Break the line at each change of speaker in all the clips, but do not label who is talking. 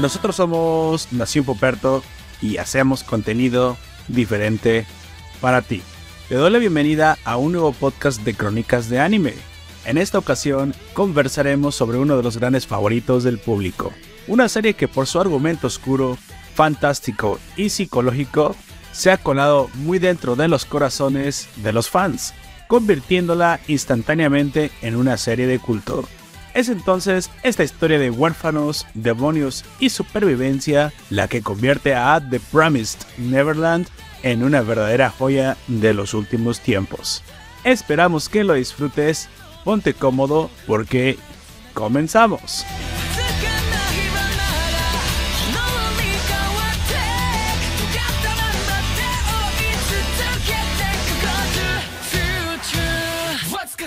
Nosotros somos Nación Poperto y hacemos contenido diferente para ti. Te doy la bienvenida a un nuevo podcast de Crónicas de Anime. En esta ocasión conversaremos sobre uno de los grandes favoritos del público, una serie que por su argumento oscuro, fantástico y psicológico se ha colado muy dentro de los corazones de los fans, convirtiéndola instantáneamente en una serie de culto. Es entonces esta historia de huérfanos, demonios y supervivencia la que convierte a The Promised Neverland en una verdadera joya de los últimos tiempos. Esperamos que lo disfrutes, ponte cómodo porque comenzamos.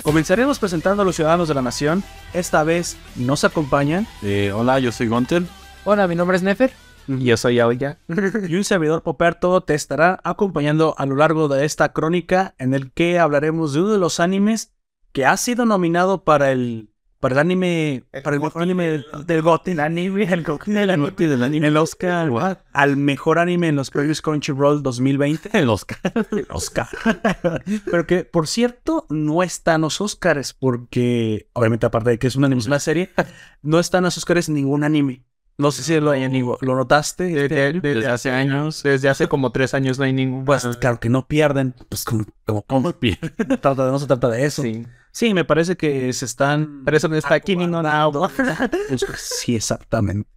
Comenzaremos presentando a los ciudadanos de la nación. Esta vez nos acompañan
Eh, hola, yo soy Gunter.
Hola, mi nombre es Nefer.
Yo soy Aoya.
y un servidor Poperto te estará acompañando a lo largo de esta crónica en el que hablaremos de uno de los animes que ha sido nominado para el para el anime para el mejor anime del, del Goten anime el Goten del anime, el Oscar al mejor anime en los premios Crunchyroll 2020
El Oscar.
el Oscar pero que por cierto no están los Oscars porque obviamente aparte de que es un anime es una serie no están los Oscars ningún anime no sé si lo, lo notaste este
Desde,
año.
desde hace años, desde hace como tres años no hay ningún.
Pues claro que no pierden, pues como, como- como trata de- no se trata de eso. Sí.
sí.
me parece que se están...
Pero eso no está aquí ni no nada.
sí, exactamente.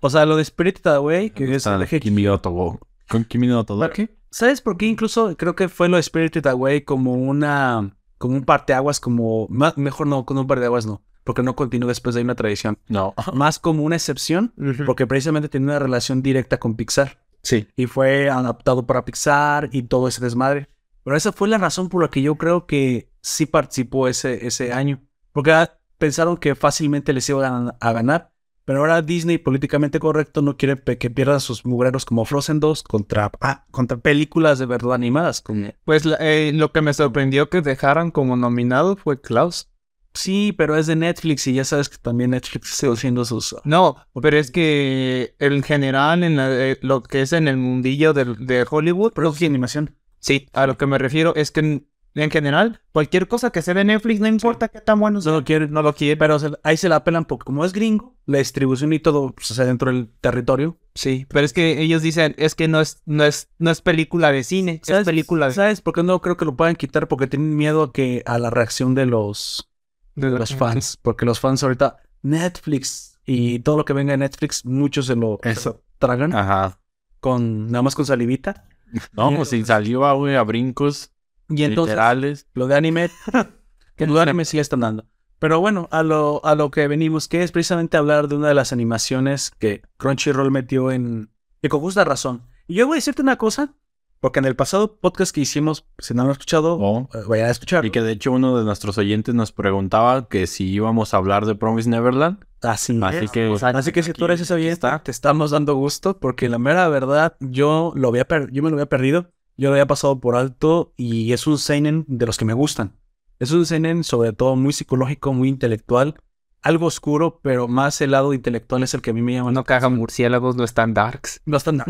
O sea, lo de Spirited Away, que es...
Ah,
el eje-
Kimi no Tobo. ¿Con Kimi no Tobo?
¿Sabes por qué? Incluso creo que fue lo de Spirited Away como una... Como un parteaguas, como... ma- Mejor no, con un parteaguas no. Porque no continuó después de ahí una tradición.
No.
Más como una excepción, porque precisamente tiene una relación directa con Pixar.
Sí.
y fue adaptado para Pixar y todo ese desmadre. Pero esa fue la razón por la que yo creo que sí participó ese, ese año. Porque ah, pensaron que fácilmente les iban a- a ganar. Pero ahora Disney, políticamente correcto, no quiere pe- que pierdan sus mugreros como Frozen 2 contra, ah, contra películas de verdad animadas. Con...
Pues la- eh, lo que me sorprendió que dejaran como nominado fue Klaus.
Sí, pero es de Netflix y ya sabes que también Netflix está haciendo sus...
No, pero es que en general, en la- eh, lo que es en el mundillo de, de Hollywood,
Pero de animación.
sí, a lo que me refiero es que en, en general, cualquier cosa que sea de Netflix, no importa qué tan bueno sea.
No lo quieren, no lo quieren, pero se- ahí se la pelan porque como es gringo, la distribución y todo, pues, o sea, dentro del territorio,
Sí, pero es que ellos dicen, es que no es, no es, no es película de cine, es película de,
¿Sabes por qué no creo que lo puedan quitar? Porque tienen miedo a que a la reacción de los,
de
de
la-
los fans. Porque los fans ahorita, Netflix y todo lo que venga de Netflix, muchos se lo
Eso.
tragan
Ah.
Ajá.
con nada más con salivita.
No, pues si salió a, güey, a brincos
Y entonces
literales.
lo de anime, que lo de anime sí le están dando. Pero bueno, a lo, a lo que venimos, que es precisamente hablar de una de las animaciones que Crunchyroll metió en... Y con justa razón. Y yo voy a decirte una cosa, porque en el pasado podcast que hicimos, si no lo han escuchado,
Oh.
eh, vayan a escuchar.
Y que de hecho uno de nuestros oyentes nos preguntaba que si íbamos a hablar de Promise Neverland.
Así,
Así que
Así que si tú eres ese oyente, te estamos dando gusto porque la mera verdad yo lo había per- yo me lo había perdido, yo lo había pasado por alto y es un seinen de los que me gustan. Es un seinen sobre todo muy psicológico, muy intelectual, algo oscuro, pero más el lado intelectual es el que a mí me llama.
No cagan murciélagos, no están darks.
no están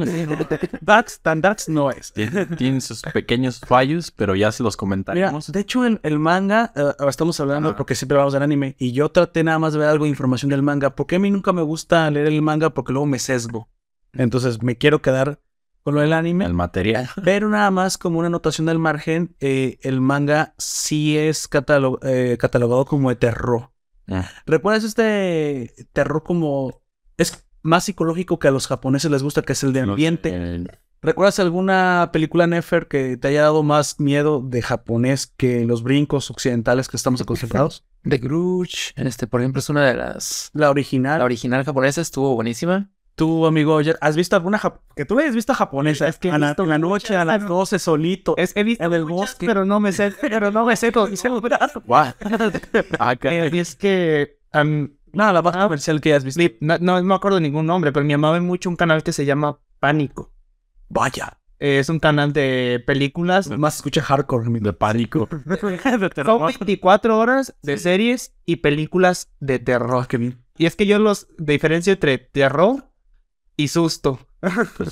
darks, tan darks no es.
tiene, tiene sus pequeños fallos, pero ya se los
Mira,
comentaremos.
de hecho el, el manga, eh, ahora estamos hablando
Ajá.
porque siempre hablamos del anime y yo traté nada más de ver algo de información del manga, porque a mí nunca me gusta leer el manga porque luego me sesgo. Entonces me quiero quedar con lo del
el
anime,
material.
pero nada más como una anotación del margen, eh, el manga sí es catalo- eh, catalogado como de terror.
Ah.
¿Recuerdas este terror como es más psicológico que a los japoneses les gusta, que es el de ambiente?
Eh,
¿Recuerdas alguna película Nefer que te haya dado más miedo de japonés que los brincos occidentales que estamos acostumbrados?
The Grudge. Este, por ejemplo, es una de las.
La original.
La original japonesa estuvo buenísima.
Tú, amigo, Oyer, ¿has visto alguna jap- que tú le hayas visto japonesa? Es que a la, en la noche a las 12 solito.
Es, he visto
En el
muchas,
bosque.
pero no me sé, pero no me sé todo.
what? Acá.
Eh, es que am,
Nada, la más comercial que hayas visto.
mi- no, no me acuerdo ningún nombre, pero mi mamá ve mucho un canal que se llama Pánico.
Vaya.
Eh, es un canal de películas.
Más escucha hardcore. mi-
De pánico.
Son 24 horas de
Ah,
series y películas de terror. Y es que yo los diferencio entre terror y susto.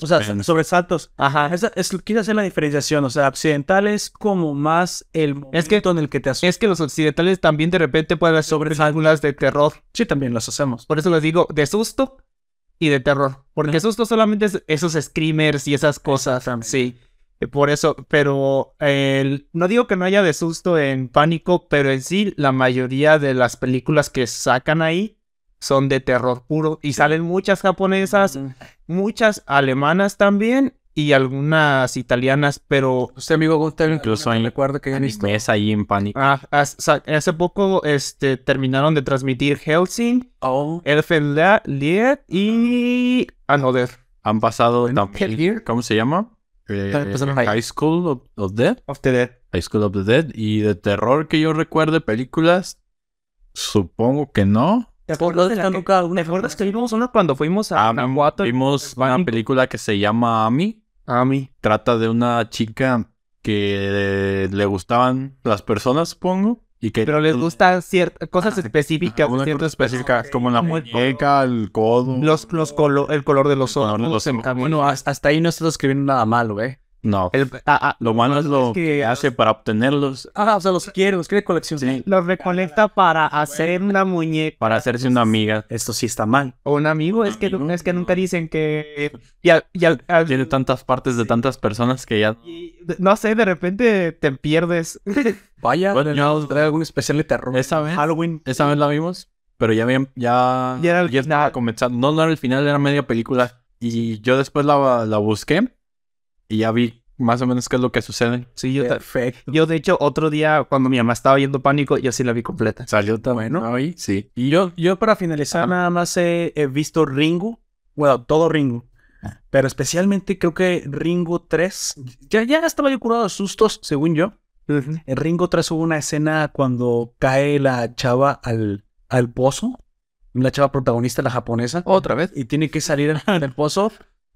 O sea,
Bien.
sobresaltos.
Ajá.
Esa es, quiero hacer la diferenciación. O sea, accidental es como más el momento
Es que-
en el que te asustas.
Es que los occidentales también de repente pueden hacer sobre películas de terror.
Sí, también las hacemos.
Por eso les digo de susto y de terror. Porque susto solamente es esos screamers y esas cosas. Sí. Eh, Por eso, pero el- no digo que no haya de susto en pánico, pero en sí la mayoría de las películas que sacan ahí son de terror puro. Y salen muchas japonesas, muchas alemanas también y algunas italianas, pero...
Usted, amigo Gunther,
Incluso
no
hay
recuerdo que hayan visto.
animes ahí en pánico.
ah, as- sa- hace poco este, terminaron de transmitir Helsing,
Oh,
Elfen La- Lied y ah, Another.
Han pasado
Hell
también.
Gear.
¿Cómo se llama? Eh,
También pasaron ahí.
High School of, of Dead.
Of the Dead.
High School of the Dead. Y de terror que yo recuerde, películas. Supongo que no.
¿Te
acuerdas de la que-
¿Te acuerdas que vimos una cuando fuimos a
Ah,
Guanajuato?
Vimos una película que se llama Ami.
A mí.
Trata de una chica que le gustaban las personas, supongo. Y que Ah,
Pero les gustan ciertas cosas específicas.
Una
ciertas
cosa específica,
Ah, cosas.
como la muñeca, el codo.
Los, los colo- el color de los
El color de
ojos.
los
el
ojos.
cabello.
bueno, hasta, hasta ahí no estás escribiendo nada malo, ¿eh?
No.
El- ah, ah,
Lo malo es lo
Es que-
que, hace para obtenerlos.
Ah, o sea, los quiero, los quiere colección.
los recolecta para hacer una muñeca.
Para hacerse una amiga.
Esto sí está mal.
O un amigo. Es que,
Amigo.
es que nunca dicen que. Y al- y al- al-
Tiene tantas partes de tantas personas que ya.
y- no sé, de repente te pierdes.
Vaya,
Bueno,
no, trae algún especial de terror.
Esa vez.
Halloween.
Esa vez la vimos. Pero ya habían. Ya.
Ya era el
ya estaba
final.
comenzando. No, no era el final, era media película. Y yo después la, la busqué. Y ya vi más o menos qué es lo que sucede.
Sí, yo, ta-
Perfecto.
yo de hecho, otro día cuando mi mamá estaba yendo pánico, yo sí la vi completa.
Salió tan
Bueno.
Ahí, sí.
Y yo, yo para finalizar, nada más he, he visto Ringu. Bueno, todo Ringu.
Ah.
Pero especialmente creo que Ringu 3. Ya, ya estaba yo curado de sustos, según yo. En Ringo 3 hubo una escena cuando cae la chava al, al pozo. La chava protagonista, la japonesa.
Otra vez.
Y tiene que salir del pozo.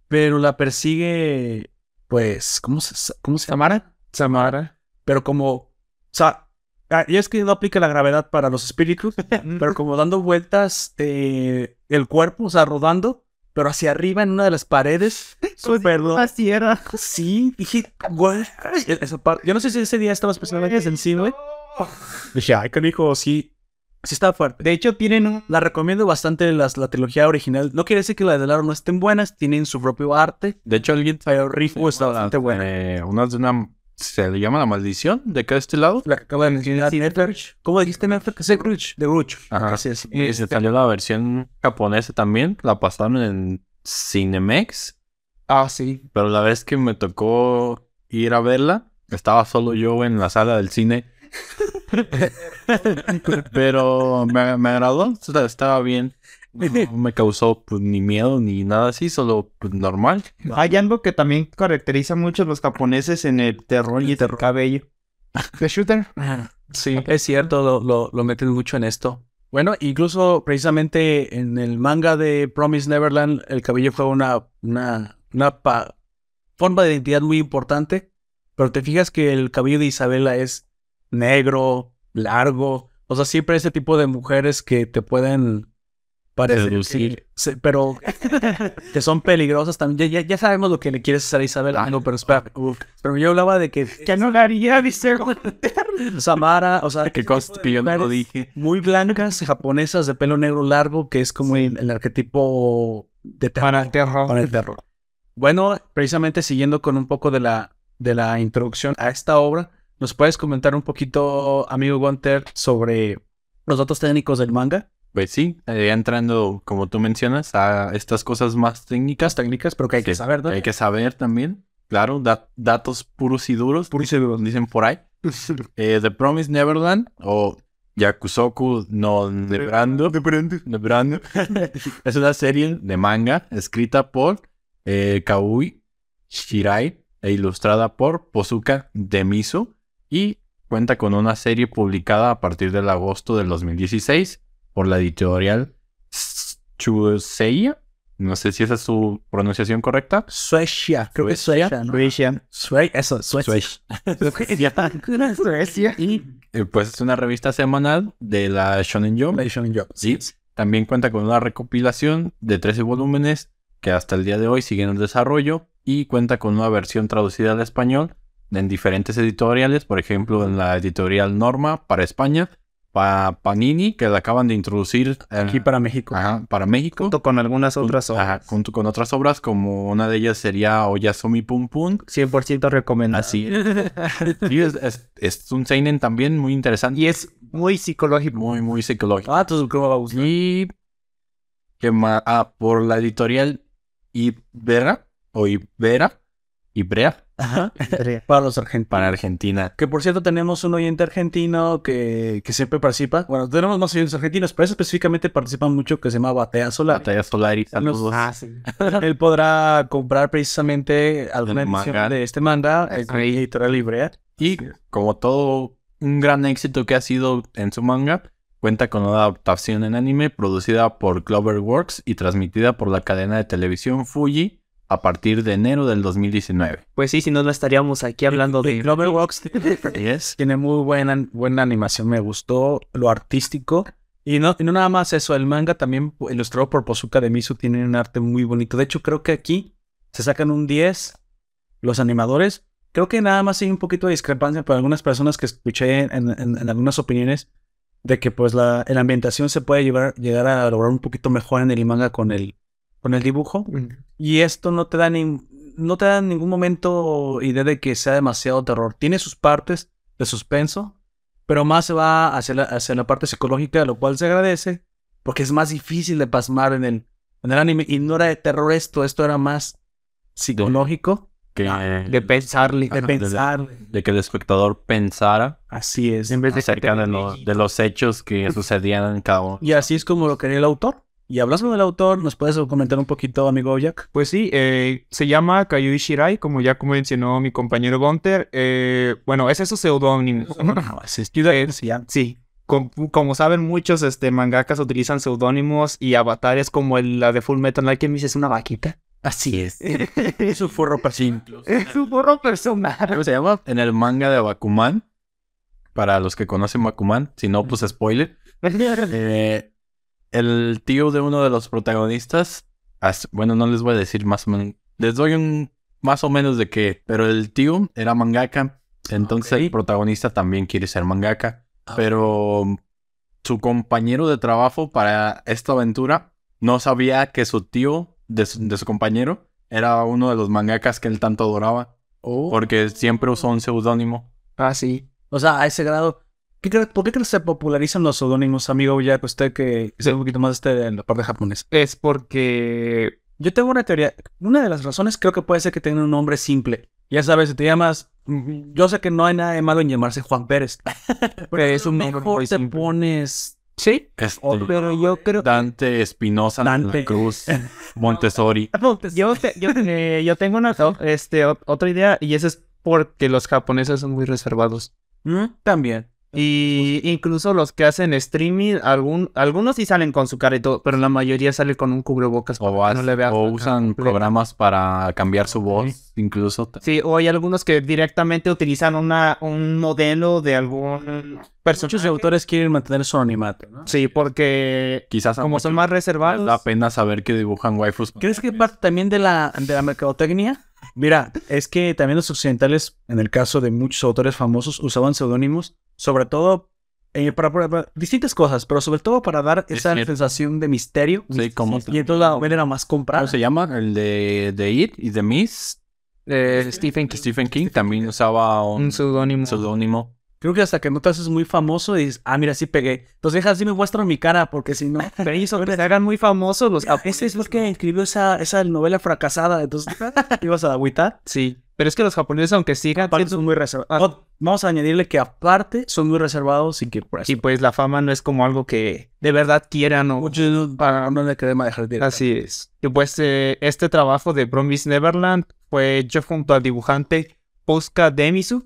Pero la persigue. Pues, ¿cómo se, cómo se llama?
Samara.
Samara.
Pero como. O sea, ah, ya es que no aplica la gravedad para los espíritus. pero como dando vueltas eh, el cuerpo, o sea, rodando. Pero hacia arriba en una de las paredes. Súper loco.
Así era.
Sí, dije, güey. Esa parte. Yo no sé si ese día estaba especialmente sensible. Dije, ay, canijo, sí. Sí está fuerte.
De hecho, tienen un.
La recomiendo bastante las, la trilogía original. No quiere decir que la de Laro no estén buenas, tienen su propio arte,
De hecho, alguien.
pero Rifu está
Una-
bastante buena.
eh, una de una. Se le llama la maldición de que este lado.
La que acabo de mencionar.
Sí, de
Netflix. ¿Cómo dijiste Netflix? Es de Grudge. Eh, De Grudge.
Ajá.
Así es.
Y se Este, salió la versión japonesa también. La pasaron en Cinemex.
Ah, sí.
Pero la vez que me tocó ir a verla, estaba solo yo en la sala del cine. Pero me, me agradó, o sea, estaba bien. No me causó pues, ni miedo ni nada así, solo pues, normal.
Hay algo que también caracteriza mucho a los japoneses en el terror y el cabello.
The Shooter.
Sí.
Es cierto, lo, lo, lo meten mucho en esto. Bueno, incluso precisamente en el manga de Promise Neverland, el cabello fue una, una, una pa- forma de identidad muy importante. Pero te fijas que el cabello de Isabela es negro, largo. O sea, siempre ese tipo de mujeres que te pueden parecer. que-
Seducir.
se- pero que son peligrosas también. Ya, ya- ya sabemos lo que le quieres hacer a Isabela. Ah, no, pero espera. Uf. Pero yo hablaba de que
Ya no la haría, dice.
Samara, o sea, este
Qué cosa que yo no lo
mujeres
dije.
muy blancas, japonesas de pelo negro largo, que es como el, el arquetipo de terror.
Para el terror.
Para el terror. Bueno, precisamente siguiendo con un poco de la, de la introducción a esta obra, ¿nos puedes comentar un poquito, amigo Gunter, sobre los datos técnicos del manga?
Pues sí, eh, entrando, como tú mencionas, a estas cosas más técnicas.
Las técnicas, pero que hay que
Sí,
saber, ¿no?
Hay que saber también. Claro, da- datos puros y duros. Puros y duros. Dicen por ahí. Eh, The Promise Neverland o Yakusoku no Nebrando. Nebrando. es una serie de manga escrita por eh, Kaui Shirai e ilustrada por Pozuka Demisu y cuenta con una serie publicada a partir del agosto del 2016 por la editorial Chuseiya. No sé si esa es su pronunciación correcta.
Suecia, creo que es Suecia, ¿no?
Suecia.
Sue- eso, Suecia.
Suecia.
Y
Eh, Pues es una revista semanal de la Shonen Jump.
Shonen Jump.
Sí. También cuenta con una recopilación de 13 volúmenes que hasta el día de hoy sigue en desarrollo y cuenta con una versión traducida al español en diferentes editoriales, por ejemplo, en la editorial Norma para España, para Panini, que la acaban de introducir eh,
Aquí para México.
Ajá, para México.
junto con algunas otras
Junto- ajá,
obras.
junto con otras obras, como una de ellas sería Oyasumi Pum Pum.
100% recomendado.
Así es. Sí, es, es- es un seinen también muy interesante.
Y es muy psicológico.
Muy, muy psicológico.
Ah, entonces ¿cómo va a gustar?
Y que ma- ah, por la editorial Ibera o Ibera, Ibrea
Para los argentinos.
para Argentina.
Que por cierto, tenemos un oyente argentino que, que siempre participa. Bueno, tenemos más oyentes argentinos, pero ese específicamente participan mucho que se llama Batea Solar.
Batalla Solaris.
Nos-
saludos.
Ah, sí.
Él podrá comprar precisamente alguna
El
edición
manga.
de este manga
Ahí.
en la editorial Librea.
Y como todo un gran éxito que ha sido en su manga, cuenta con una adaptación en anime producida por Cloverworks y transmitida por la cadena de televisión Fuji a partir de enero del 2019.
Pues sí, si no, no estaríamos aquí hablando de...
Cloverworks
es?
pues, tiene muy buena, buena animación, me gustó lo artístico. Y no, y no nada más eso, el manga también pu- ilustrado por Pozuka de Misu tiene un arte muy bonito. De hecho, creo que aquí se sacan un 10 los animadores. Creo que nada más hay un poquito de discrepancia para algunas personas que escuché en, en- en algunas opiniones de que pues la, en la ambientación se puede llevar, llegar a lograr un poquito mejor en el manga con el, con el dibujo. Y esto no te da ni- no te da en ningún momento idea de que sea demasiado terror. Tiene sus partes de suspenso, pero más se va hacia la, hacia la parte psicológica, lo cual se agradece, porque es más difícil de pasmar en el, en el anime. Y no era de terror esto, esto era más psicológico,
Que,
De pensarle.
de pensar.
Ah, de que el espectador pensara
Así es.
En vez de
acerca Pues de, lo- de los hechos que sucedían en cada uno.
Y así es como lo quería el autor. Y hablando del autor, ¿nos puedes comentar un poquito, amigo Jack?
Pues sí, eh, se llama Kayui Shirai, como ya como mencionó mi compañero Gunter. Eh, bueno, ese es su seudónimo.
Ah, Así es.
sí, com- como saben muchos este, mangakas utilizan seudónimos y avatares como el, la de Full Metal Alchemist es una vaquita.
Así es.
Es un furro
Es un burro personal.
se llama? En el manga de Bakuman. Para los que conocen Bakuman, si no, pues spoiler. Eh, el tío de uno de los protagonistas, as- bueno, no les voy a decir más o menos, les doy un más o menos de qué, pero el tío era mangaka, entonces el
Ok.
protagonista también quiere ser mangaka, pero su compañero de trabajo para esta aventura no sabía que su tío, de su, de su compañero, era uno de los mangakas que él tanto adoraba, porque siempre usó un seudónimo.
Ah, sí.
O sea, a ese grado. ¿Qué cre- ¿Por qué crees que se popularizan los pseudónimos, amigo Jack? Usted que sabe un poquito más de este, en la parte japonesa.
Es porque...
Yo tengo una teoría. Una de las razones creo que puede ser que tengan un nombre simple. Ya sabes, si te llamas. mm, Yo sé que no hay nada de malo en llamarse Juan Pérez. pero es un
nombre
mejor
muy
te
simple.
pones
Sí.
Este,
pero yo creo.
Dante Espinosa de la
Dante.
Cruz Montessori.
Yo, te- yo, eh, yo tengo una, este, o- otra idea y esa es porque los japoneses son muy reservados.
¿Mm? También.
Y incluso los que hacen streaming, algún, algunos sí salen con su cara y todo, pero la mayoría sale con un cubrebocas para
O,
que
haz-
no le veas
o
la cara
usan
completa.
programas para cambiar su voz, incluso.
Sí, o hay algunos que directamente utilizan una, un modelo de algún
Muchos
personaje.
autores quieren mantener su anonimato, ¿no?
Sí, porque
Quizás a
como son
muchos
más
les da
reservados,
pena saber que dibujan waifus.
¿Crees que parte también de la, de la mercadotecnia? Mira, es que también los occidentales, en el caso de muchos autores famosos, usaban seudónimos, sobre todo eh, para, para- para distintas cosas, pero sobre todo para dar
Es
esa
cierto.
sensación de misterio.
Sí, como
Y entonces la novela era más comprada.
¿Cómo se llama? El de, de It y The Miss.
eh, Stephen King,
Stephen King también usaba un
un seudónimo.
seudónimo.
Creo que hasta que no te haces muy famoso y dices, ah, mira, sí pegué. Entonces deja así me muestran mi cara, porque si no...
Ah,
Pero ellos son- se hagan muy famosos los
Ah, Ese
pues,
es lo que escribió esa, esa novela fracasada, entonces te ibas a agüitar.
Sí, pero es que los japoneses, aunque sigan
Aparte
siendo-
son muy reservados. Vamos a añadirle que aparte son muy reservados y que por eso...
y pues la fama no es como algo que de verdad quieran o
Muchos para no le queremos dejar de
Así es. Y pues eh, este trabajo de Promise Neverland fue hecho junto al dibujante Posca Demisu.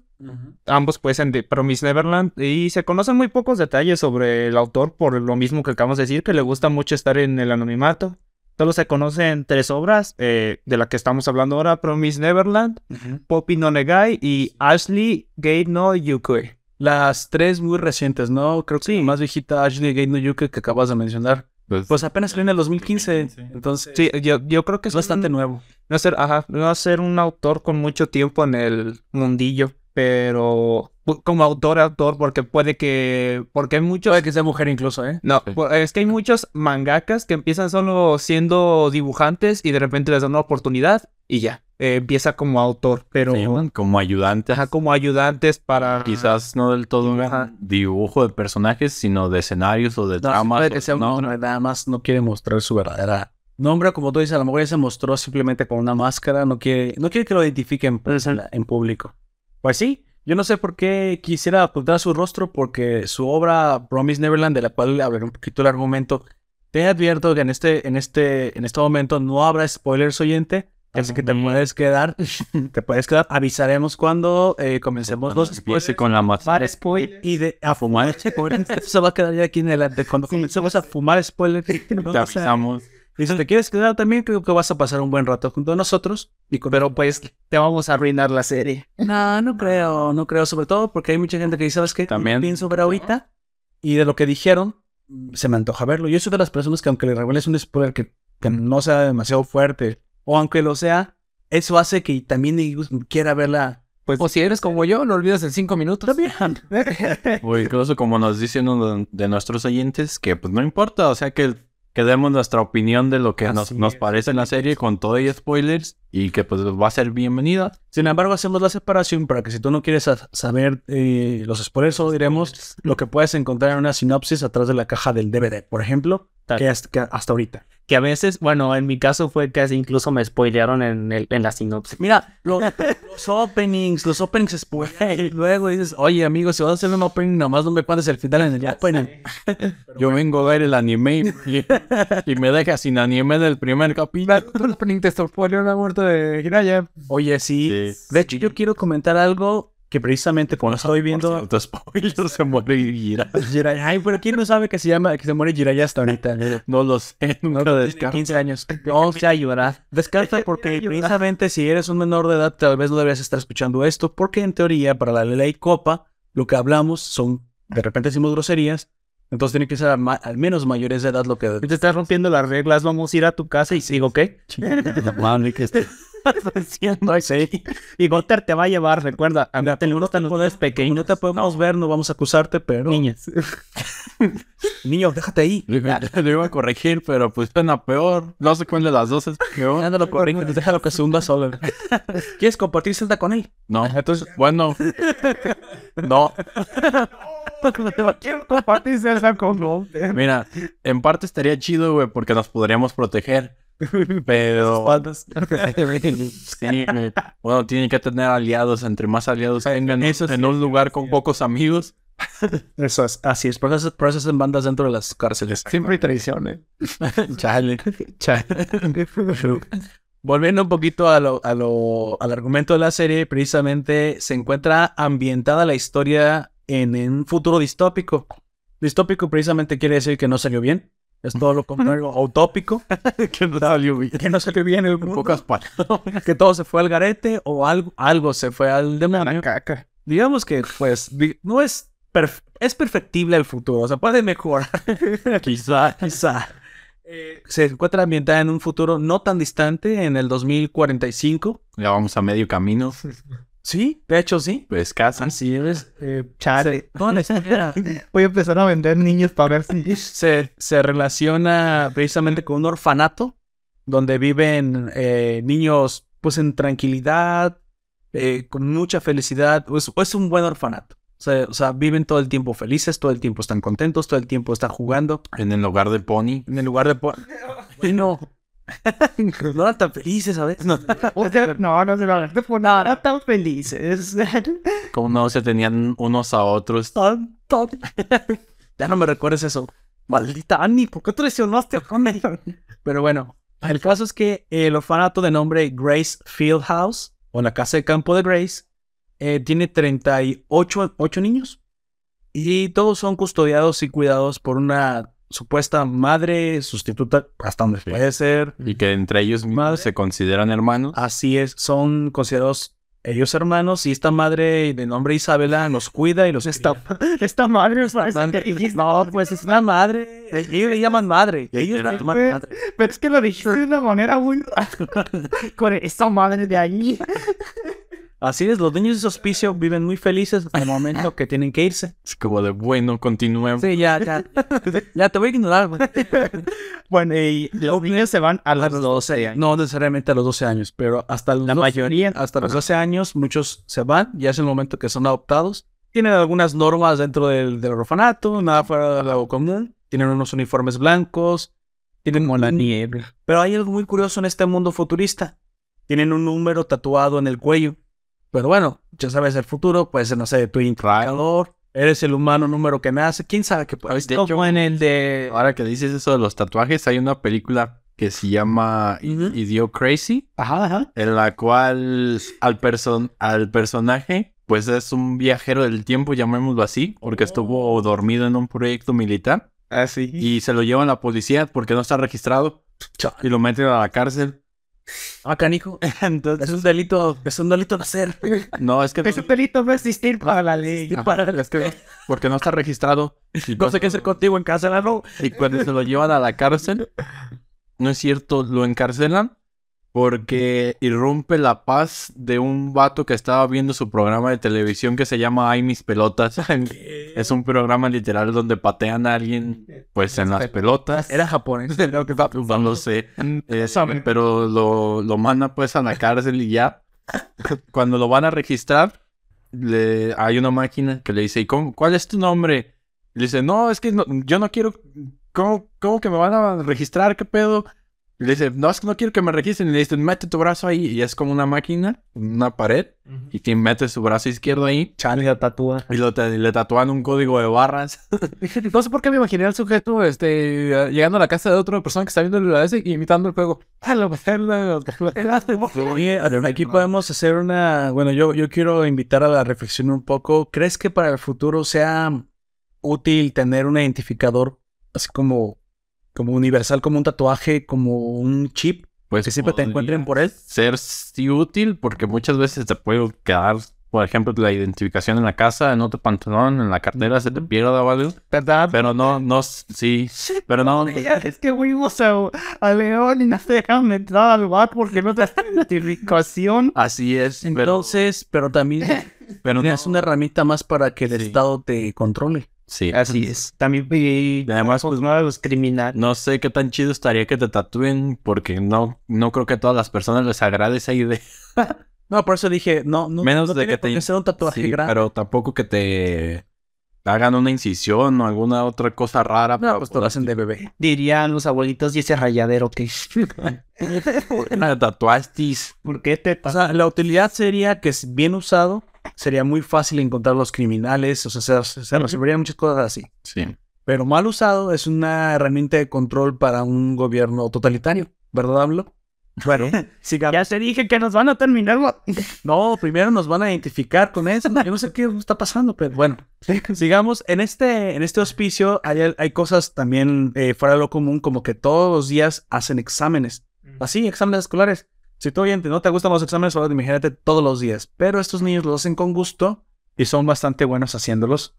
Ambos pues en de Promise Neverland y se conocen muy pocos detalles sobre el autor por lo mismo que acabamos de decir, que le gusta mucho estar en el anonimato. Solo se conocen tres obras eh, de la que estamos hablando ahora, Promise Neverland, Poppy no Negai y Ashley Gate no Yukue.
Las tres muy recientes, ¿no? Creo que la más viejita Ashley Gate no Yuke que acabas de mencionar.
Pues,
Pues apenas salió en el 2015.
2015.
Entonces,
Sí, yo, yo creo que
es
Mm.
bastante nuevo.
No ser, ajá, no ser un autor con mucho tiempo en el mundillo, pero pu- como autor, autor, porque puede que, porque hay muchos,
Puede que sea mujer incluso, ¿eh?
no,
Sí.
pu- es que hay muchos mangakas que empiezan solo siendo dibujantes y de repente les dan una oportunidad y ya, eh, empieza como autor, pero,
se llaman como ayudantes.
ajá, como ayudantes para,
Quizás no del todo un
Ajá.
dibujo de personajes, sino de escenarios o de tramas.
puede que
o-
sea un-
no,
nada más no quiere mostrar su verdadera nombre, como tú dices, a lo mejor ya se mostró simplemente con una máscara, no quiere, no quiere que lo identifiquen pues, en, en público. Pues sí, yo no sé por qué quisiera ocultar su rostro, porque su obra Promise Neverland, de la cual hablaré un poquito el argumento, te advierto que en este, en este, en este momento no habrá spoilers oyente. Así que te puedes quedar, te puedes quedar. Avisaremos cuando eh, comencemos los
Empiece
spoilers.
con la más.
Fumar spoilers. Y de, a fumar spoilers. Eso se va a quedar ya aquí en adelante. Cuando comencemos a fumar spoilers, vamos
Te
a-
avisamos.
y si te quieres quedar también, creo que vas a pasar un buen rato junto a nosotros. Y con-
pero pues te vamos a arruinar la serie.
No, no creo, no creo, sobre todo porque hay mucha gente que dice, ¿sabes qué?
También.
Pienso ver ahorita. Y de lo que dijeron, mm, se me antoja verlo. Yo soy de las personas que aunque le reveles un spoiler que, que no sea demasiado fuerte, o aunque lo sea, eso hace que también quiera verla.
O
si eres como yo, lo olvidas en cinco minutos. También.
O incluso como nos dice uno de- de nuestros oyentes, que pues no importa, o sea que, que demos nuestra opinión de lo que nos, nos parece la serie con todo y spoilers y que pues va a ser bienvenida.
Sin embargo, hacemos la separación para que si tú no quieres sa- saber eh, los spoilers, solo diremos lo que puedes encontrar en una sinopsis atrás de la caja del DVD, por ejemplo,
Tal.
que hasta, que hasta ahorita.
Que a veces, bueno, en mi caso fue que incluso me spoilearon en, el, en la sinopsis.
Mira, lo- los openings, los openings spoilers. Luego dices, oye, amigo, si vas a hacer un opening, nomás no me cuentes el final en el opening.
Yo vengo a ver el anime y, y me deja sin anime del primer capítulo.
El opening te spoileó la muerte de Hiraya.
Oye, sí.
Sí.
De hecho, yo quiero comentar algo que precisamente cuando estoy viendo
Los spoilers se muere y irá.
Jiraiya- Ay, pero ¿quién no sabe que se llama, que se muere Jiraiya hasta ahorita?
No lo sé, nunca lo
Tiene
descarto.
15 años. No,
a llorar.
Descarta porque precisamente si eres un menor de edad tal vez no deberías estar escuchando esto porque en teoría para la ley copa lo que hablamos son de repente decimos groserías entonces tienen que ser al ma- al menos mayores de edad lo que
Te estás rompiendo las reglas, vamos a ir a tu casa y sigo, ¿ok? Y Gotter te va a llevar, recuerda. A tener unos talones
Y
pequeños.
no te podemos ver no vamos a acusarte pero
Niñas.
niño déjate ahí
Lo iba a corregir, pero pues suena peor. No sé cuál de las dos es peor.
Ándalo, corriendo, déjalo que se hunda solo quieres compartir celda con él
No, entonces, bueno. No, Mira, en parte estaría chido, güey, porque nos podríamos proteger. Pero. Sí, güey. Bueno, tienen que tener aliados. Entre más aliados tengan en un lugar con pocos amigos.
eso es así es por eso, por eso hacen bandas dentro de las cárceles
Siempre hay eh. traiciones.
Chale.
Volviendo un poquito a lo- a lo- al argumento de la serie, precisamente se encuentra ambientada la historia en, un futuro distópico. Distópico precisamente quiere decir que no salió bien. Es todo lo contrario a utópico,
que no salió bien.
que no salió bien, el
En
mundo,
pocas palabras.
que todo se fue al garete o algo, algo se fue al demonio.
Caca.
Digamos que, pues, di- no es, perf- es perfectible el futuro, o sea, puede mejorar.
Quizá.
Quizá. se encuentra ambientada en un futuro no tan distante, en el 2045.
Ya vamos a medio camino.
Sí, de hecho sí.
Pues casan.
Así es. Eh,
Chale.
toda la historia
Voy a empezar a vender niños para ver si.
se, se relaciona precisamente con un orfanato donde viven eh, niños pues en tranquilidad, eh, con mucha felicidad. Es, es un buen orfanato. O sea, o sea, viven todo el tiempo felices, todo el tiempo están contentos, todo el tiempo están jugando.
En el hogar de Pony.
En el lugar de... po- Bueno, no eran tan felices a veces. No.
O sea, no, no se va a ver. Por nada, tan felices.
Como no se tenían unos a otros.
Tanto. Ya no me recuerdes eso. Maldita Annie, ¿por qué traicionaste a Connie? Pero bueno, el caso es que el orfanato de nombre Grace Fieldhouse, o la casa de campo de Grace, eh, tiene 38 ocho niños. Y todos son custodiados y cuidados por una supuesta madre sustituta, hasta donde puede ser. Ah.
Y que entre ellos mismos se consideran hermanos.
Así es, son considerados eh, ellos hermanos y esta madre de nombre Isabela nos cuida y los
Esta, esta madre es
No, pues es una madre. Ellos le llaman madre.
Y ahí
Ellos
era-
le llaman madre.
Pero es que lo dijiste de una manera muy rara. Con esta madre de allí.
Así es, los niños de hospicio viven muy felices al momento que tienen que irse.
Es como de bueno, continuemos.
Sí, ya, ya. Ya te voy a ignorar, güey.
Bueno, y los niños se van a las 12 años.
No necesariamente a los 12 años, pero hasta los
La
dos-
mayoría.
Hasta los 12 años muchos se van, ya es el momento que son adoptados. Tienen algunas normas dentro del, del orfanato, nada fuera de lo común. Tienen unos uniformes blancos. Tienen
la niebla.
Pero hay algo muy curioso en este mundo futurista. Tienen un número tatuado en el cuello. Pero bueno, ya sabes el futuro, pues no sé, tu calor, eres el humano número que nace, quién sabe qué puede
De
Como en el de.
Ahora que dices eso de los tatuajes, hay una película que se llama I-
Ujú.
Idio Crazy,
Ajá, ajá.
en la cual al, person al personaje, pues es un viajero del tiempo, llamémoslo así,
Oh.
porque estuvo dormido en un proyecto militar
Así.
y se lo llevan a la policía porque no está registrado y lo meten a la cárcel.
Ah, canijo. es un delito, es un delito nacer.
No, es que no-
Ese pelito va a existir para la ley.
Para es que
porque no está registrado. Y
no sé qué hacer contigo en casa, ¿no?
Y cuando se lo llevan a la cárcel, no es cierto, lo encarcelan porque irrumpe la paz de un vato que estaba viendo su programa de televisión que se llama Ay mis pelotas. Es un programa literal donde patean a alguien pues en las pelotas.
Era japonés.
No lo sé. Eh, pero lo, lo mandan pues a la cárcel y ya. Cuando lo van a registrar, le, hay una máquina que le dice, ¿y cómo- cuál es tu nombre? Le dice, no, es que no- yo no quiero... ¿cómo, ¿Cómo que me van a registrar? ¿Qué pedo? Y le dice, no, es que no quiero que me registren. Y le dice, mete tu brazo ahí. Y es como una máquina, una pared. Y quien mete su brazo izquierdo ahí.
Chale, la tatúa.
Y lo ta- le tatúan un código de barras.
No sé por qué me imaginé al sujeto este, llegando a la casa de otra persona que está viendo el ese y imitando el juego.
Pues, Oye, aquí podemos hacer una. Bueno, yo, yo quiero invitar a la reflexión un poco. ¿Crees que para el futuro sea útil tener un identificador así como, como universal, como un tatuaje, como un chip?
Pues
Que siempre te
podría-
encuentren por él.
ser sí útil porque muchas veces te puede quedar, por ejemplo, la identificación en la casa, en otro pantalón, en la cartera, se te pierda o algo.
¿Verdad?
Pero no, no, sí, pero no.
Ya es que fuimos a, a León y no te dejaron entrar al bar porque no te hacen identificación.
Así es, pero,
Entonces, pero también
pero no.
es una herramienta más para que el
Sí.
Estado te controle.
Sí.
Así es. También. Y,
Y además, pues,
no a los criminales.
No sé qué tan chido estaría que te tatúen porque no, no creo que a todas las personas les agrade esa idea.
No, por eso dije, no, no,
Menos
no
de
tiene
que te-
por qué ser un tatuaje
Sí,
grande.
pero tampoco que te hagan una incisión o alguna otra cosa rara.
No, pues te lo hacen de bebé.
Dirían los abuelitos y ese rayadero que.
Una tatuastis.
¿Por qué te
O
pasa?
sea, la utilidad sería que, si bien usado, sería muy fácil encontrar los criminales. O sea, se, se resolverían muchas cosas así.
Sí.
Pero mal usado es una herramienta de control para un gobierno totalitario, ¿verdad, AMLO? Bueno, sigamos.
Ya te dije que nos van a terminar. la-
No, primero nos van a identificar con eso. Yo no sé qué está pasando, pero bueno. Sigamos. En este, en este hospicio hay, hay cosas también eh, fuera de lo común, como que todos los días hacen exámenes. Así, exámenes escolares. Si tú oyente no te gustan los exámenes, ahora imagínate todos los días. Pero estos niños los hacen con gusto y son bastante buenos haciéndolos.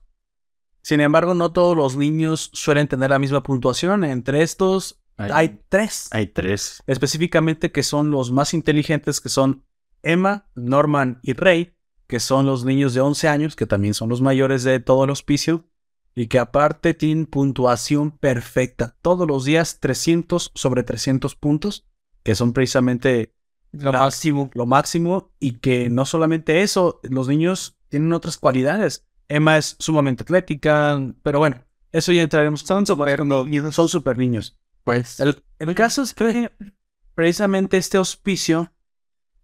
Sin embargo, no todos los niños suelen tener la misma puntuación. Entre estos
Hay,
hay tres
hay tres.
específicamente que son los más inteligentes, que son Emma, Norman y Rey, que son los niños de 11 años, que también son los mayores de todo el hospicio, y que aparte tienen puntuación perfecta. Todos los días 300 sobre 300 puntos, que son precisamente
Lo
la-
máximo.
lo máximo, y que no solamente eso, los niños tienen otras cualidades. Emma es sumamente atlética, pero bueno, eso ya entraremos. Son super niños. Son super niños.
Pues.
El, el caso es que precisamente este hospicio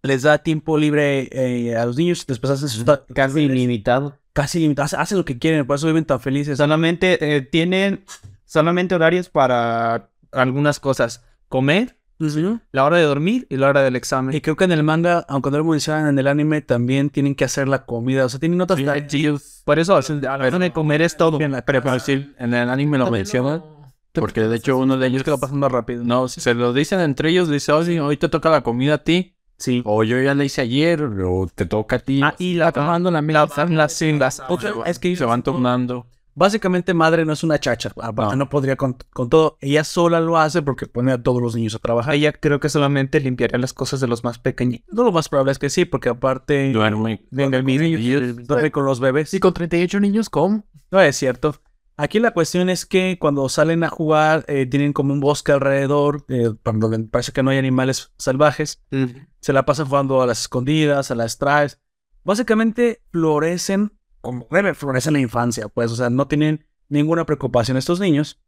les da tiempo libre eh, a los niños, después hacen sus ta-
Casi ilimitado.
casi limitadas, hacen lo que quieren, por eso viven tan felices.
Solamente eh, tienen. Solamente horarios para algunas cosas: comer, la hora de dormir y la hora del examen.
Y creo que en el manga, aunque no lo mencionan en el anime, también tienen que hacer la comida, o sea, tienen otras tareas.
Por eso, a la hora de comer es todo.
en la
Pero,
casa.
pero sí, en el anime lo mencionan. Porque de hecho uno de ellos que lo pasan más rápido. No, si se lo dicen entre ellos, dice, oye, hoy te toca la comida a ti.
Sí.
O yo ya la hice ayer, o te toca a ti.
Ah, y la acabando la mesa. Las, las, las-
es que
se van tornando.
básicamente madre no es una chacha. Ah, No, podría con, con todo. Ella sola lo hace porque pone a todos los niños a trabajar.
ella Ah, creo que solamente limpiaría las cosas de los más pequeñitos.
No lo más probable es que sí, porque aparte
Duermen.
duerme con ellos, duerme con los bebés.
con 38 niños, ¿cómo?
No es cierto. Aquí la cuestión es que cuando salen a jugar eh, tienen como un bosque alrededor, eh, donde parece que no hay animales salvajes.
Mm,
Se la pasan jugando a las escondidas, a las traes. Básicamente florecen como debe florecer la infancia, pues, o sea, no tienen ninguna preocupación estos niños.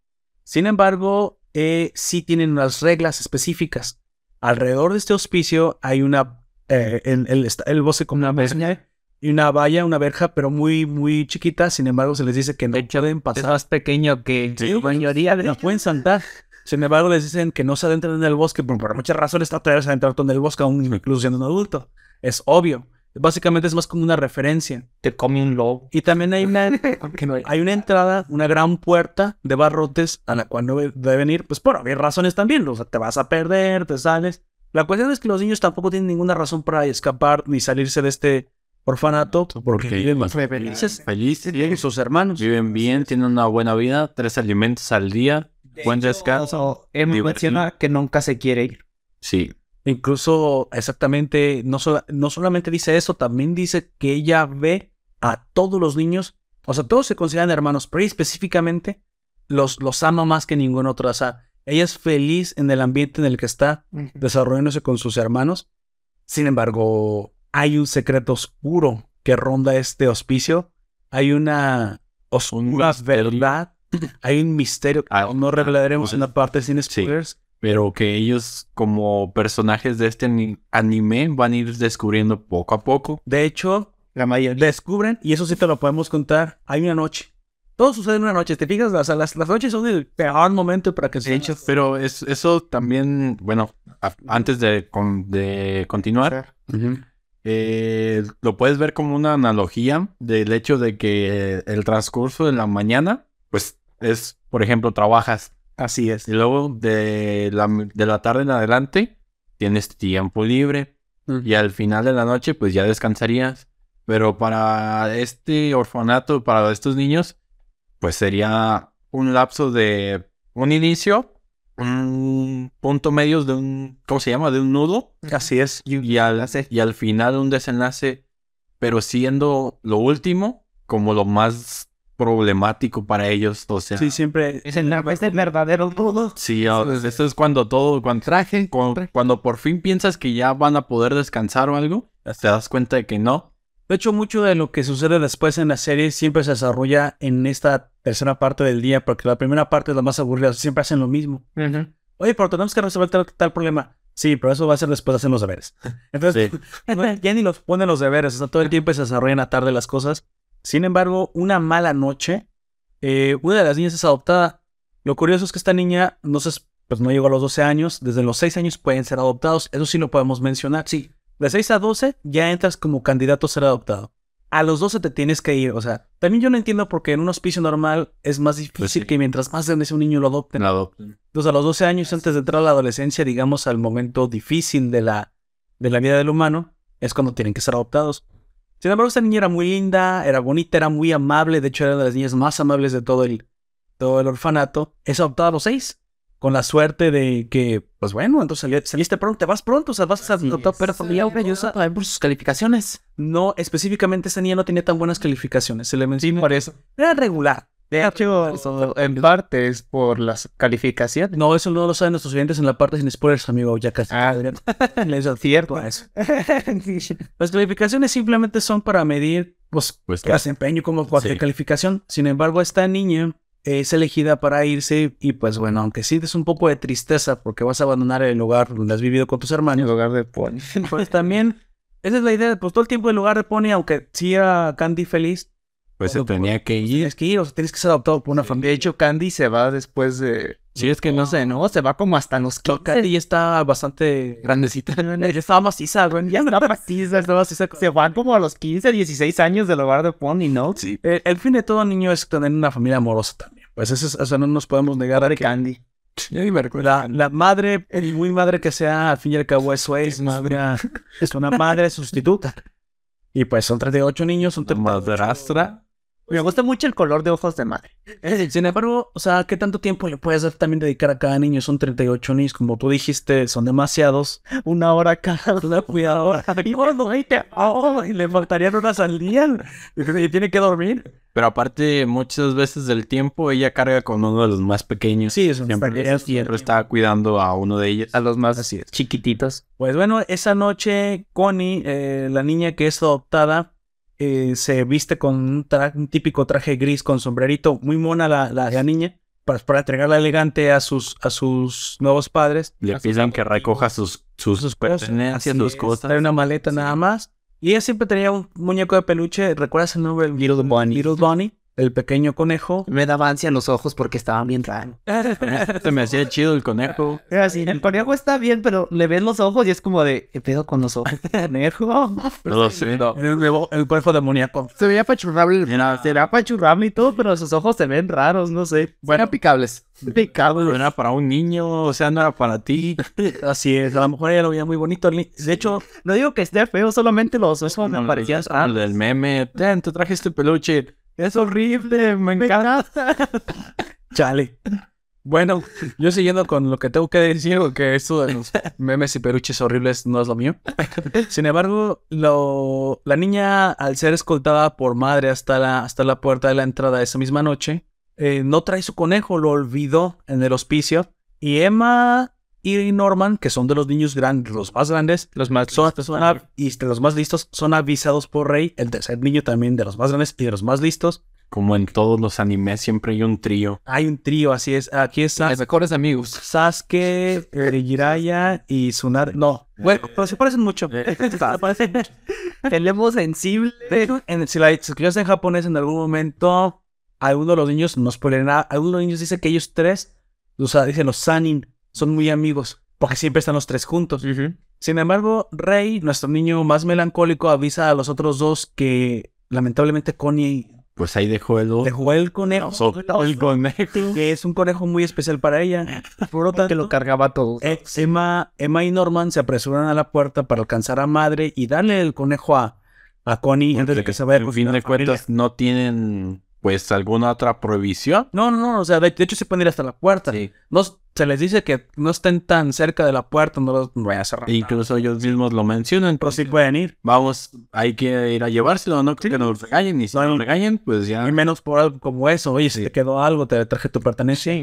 Sin embargo, eh, sí tienen unas reglas específicas. Alrededor de este hospicio hay una, eh, el, el est- el bosque como una valla y una valla, una verja, pero muy, muy chiquita. Sin embargo, se les dice que no pueden
Es
pasar,
más pequeño que
Sí.
la mayoría de
no pueden saltar. Sin embargo, les dicen que no se adentren en el bosque, pero por muchas razones no te debes adentrar en el bosque, aún incluso siendo un adulto. Es obvio. Básicamente es más como una referencia.
te come un lobo.
Y también hay una,
Aunque no hay.
hay una entrada, una gran puerta de barrotes a la cual no be- deben ir, pues por haber razones también, o sea, te vas a perder, te sales. La cuestión es que los niños tampoco tienen ninguna razón para escapar ni salirse de este orfanato porque
Porque
viven
viven
felices
Felices.
con sus hermanos.
Viven bien, tienen una buena vida, tres alimentos al día, buen descanso.
Eso eh, me
Divertido.
menciona que nunca se quiere ir.
Sí.
Incluso exactamente, no, sola- no solamente dice eso, también dice que ella ve a todos los niños, o sea, todos se consideran hermanos, pero ella específicamente los, los ama más que ningún otro. O sea, ella es feliz en el ambiente en el que está, desarrollándose con sus hermanos. Sin embargo, hay un secreto oscuro que ronda este hospicio. Hay una oscura
misterio.
verdad, hay un misterio que
Ah,
no
ah,
revelaremos en la parte sin
sí.
spoilers.
Pero que ellos, como personajes de este ani- anime, van a ir descubriendo poco a poco.
De hecho, la mayoría descubren, y eso sí te lo podemos contar, hay una noche. Todo sucede en una noche, ¿te fijas? O sea, las, las noches son el peor momento para que se eche.
Pero es- eso también, bueno, a- antes de, con- de continuar, eh, lo puedes ver como una analogía del hecho de que eh, el transcurso de la mañana, pues es, por ejemplo, trabajas
Así es.
y luego de la, de la tarde en adelante tienes tiempo libre y al final de la noche pues ya descansarías. Pero para este orfanato, para estos niños, pues sería un lapso de un inicio, un punto medio de un, ¿cómo se llama? De un nudo
Así es.
y al, y al final un desenlace, pero siendo lo último como lo más problemático para ellos. O sea,
Sí, siempre.
Es el, es el verdadero nudo.
Sí, eso es cuando todo, cuando traje, cuando, por fin piensas que ya van a poder descansar o algo, te das cuenta de que no.
De hecho, mucho de lo que sucede después en la serie siempre se desarrolla en esta tercera parte del día, porque la primera parte es la más aburrida, siempre hacen lo mismo. Oye, pero tenemos que resolver tal, tal problema. Sí, pero eso va a ser después de hacer los deberes. Entonces, no, ya ni los ponen los deberes, o sea, todo el tiempo se desarrollan a tarde las cosas. Sin embargo, una mala noche, eh, una de las niñas es adoptada. Lo curioso es que esta niña no se, pues no llegó a los 12 años, desde los 6 años pueden ser adoptados, eso sí lo podemos mencionar. Sí. De 6 a 12 ya entras como candidato a ser adoptado. A los 12 te tienes que ir, o sea, también yo no entiendo porque en un hospicio normal es más difícil
sí.
que mientras más grande sea un niño lo adopten. Entonces, a los 12 años, antes de entrar a la adolescencia, digamos, al momento difícil de la, de la vida del humano, es cuando tienen que ser adoptados. Sin embargo, esta niña era muy linda, era bonita, era muy amable. De hecho, era de las niñas más amables de todo el, todo el orfanato. Es adoptada a los seis, con la suerte de que, pues bueno, entonces sali- saliste pronto, te vas pronto, o sea, vas a ser adoptado pero familia orgullosa.
también por sus calificaciones.
No, específicamente esta niña no tenía tan buenas calificaciones. Se le
Sí,
menciona.
por eso.
Era regular.
De hecho, eso en parte es por las calificaciones.
No, eso no lo saben nuestros oyentes en la parte sin spoilers, amigo. Ya casi.
Ah.
Les
Cierto.
a eso. Las calificaciones simplemente son para medir pues,
Pues,
el desempeño como cualquier
Sí.
calificación. Sin embargo, esta niña es elegida para irse y pues bueno, aunque sientes un poco de tristeza porque vas a abandonar el lugar donde has vivido con tus hermanos,
lugar de pony.
pues también esa es la idea, pues todo el tiempo el lugar de Pony, aunque sí era Candy feliz,
pues se tenía que ir.
tienes que ir, o sea, tienes que ser adoptado por una
De
familia.
hecho, Candy se va después de.
Sí, es que
No sé, no, se va como hasta los
Candy ya está bastante...
Grandecita.
Ya estaba maciza, güey. Ya estaba maciza, estaba maciza.
Se van como a los 15, 16 años del hogar de Pony, ¿no?
Sí.
El, el fin de todo niño es tener una familia amorosa también. Pues eso es, o sea, no nos podemos negar a que
Candy.
La, la madre, el muy madre que sea, al fin y al cabo eso es. Es, Una, es una madre sustituta. Y pues son 38 niños, son 38.
Madrastra.
Me gusta mucho el color de ojos de madre.
Eh, Sin embargo, o sea, ¿qué tanto tiempo le puedes también dedicar a cada niño? Son 38 niños, como tú dijiste, son demasiados.
Una hora cada.
Cuidado,
Y bueno, ahí te-
oh, y le faltarían horas al día. Y tiene que dormir.
Pero aparte, muchas veces del tiempo ella carga con uno de los más pequeños.
Sí, eso
Siempre, siempre estaba cuidando a uno de ellos.
A los más chiquititos.
Pues bueno, esa noche Connie, eh, la niña que es adoptada, eh, se viste con un, tra- un típico traje gris con sombrerito, muy mona la, la, la niña, para, para entregarla elegante a sus, a sus nuevos padres. pues,
Le piden que recoja sus, sus, sus pertenencias,
Así
sus
es,
cosas.
Trae una maleta nada más. Y ella siempre tenía un muñeco de peluche, ¿recuerdas el nombre? Little Bunny. Little Bunny, el pequeño conejo.
Me daba ansia en los ojos porque estaban bien raros.
Se me hacía chido el conejo.
Así, el conejo está bien, pero le ven los ojos y es como de, ¿qué pedo con los ojos? Conejo.
No lo sé.
El, nuevo- el conejo demoníaco.
Se veía pachurrable.
Era,
Será pachurrable y todo, pero sus ojos se ven raros, no sé. Bueno, picables. Picables.
era para un niño, o sea, no era para ti.
Así es, a lo mejor ella lo veía muy bonito. ni- De hecho,
No digo que esté feo, solamente los ojos
No,
me parecían
no,
raros.
el del meme. Ten, te traje este peluche. Es horrible, me encanta.
Chale. Bueno, yo siguiendo con lo que tengo que decir, que esto de los memes y peruches horribles no es lo mío. Sin embargo, lo, la niña, al ser escoltada por madre hasta la, hasta la puerta de la entrada esa misma noche, eh, no trae su conejo, lo olvidó en el hospicio. Y Emma y Norman, que son de los niños grandes, los más grandes,
Los más.
son, son av- y de los más listos, son avisados por Rey, el tercer niño también de los más grandes y de los más listos.
Como en todos los animes, siempre hay un trío.
Hay un trío, así es. Aquí está.
mejores amigos.
Sasuke, eh, Jiraiya y Tsunade. No, bueno, pero se parecen mucho.
eh. ah,
Se parecen mucho.
Tenemos sensible.
De hecho, en- si la escuchas en japonés, en algún momento, alguno de los niños nos ponen nada. Algunos de los niños dicen que ellos tres, o sea, dicen los Sanin, son muy amigos, porque siempre están los tres juntos. Sin embargo, Rey, nuestro niño más melancólico, avisa a los otros dos que lamentablemente Connie
Pues ahí dejó el
le jugó el conejo,
oso. El conejo.
que es un conejo muy especial para ella. Por lo
Que
tanto,
lo cargaba todo.
Eh, Emma, Emma y Norman se apresuran a la puerta para alcanzar a madre y darle el conejo a, a Connie antes de que se vaya
En
con
fin
la
de
familia.
cuentas, no tienen, pues, alguna otra prohibición.
No, no, no, o sea, de, de hecho se pueden ir hasta la puerta. No, se les dice que no estén tan cerca de la puerta, no los vayan a cerrar.
E incluso ellos mismos lo mencionan.
Pero
Pues,
sí pueden ir.
vamos, hay que ir a llevárselo, no creo que nos regañen. Y si
No,
nos
no.
regañen, pues ya.
Y menos por algo como eso. Oye, si te quedó algo, te traje tu pertenencia.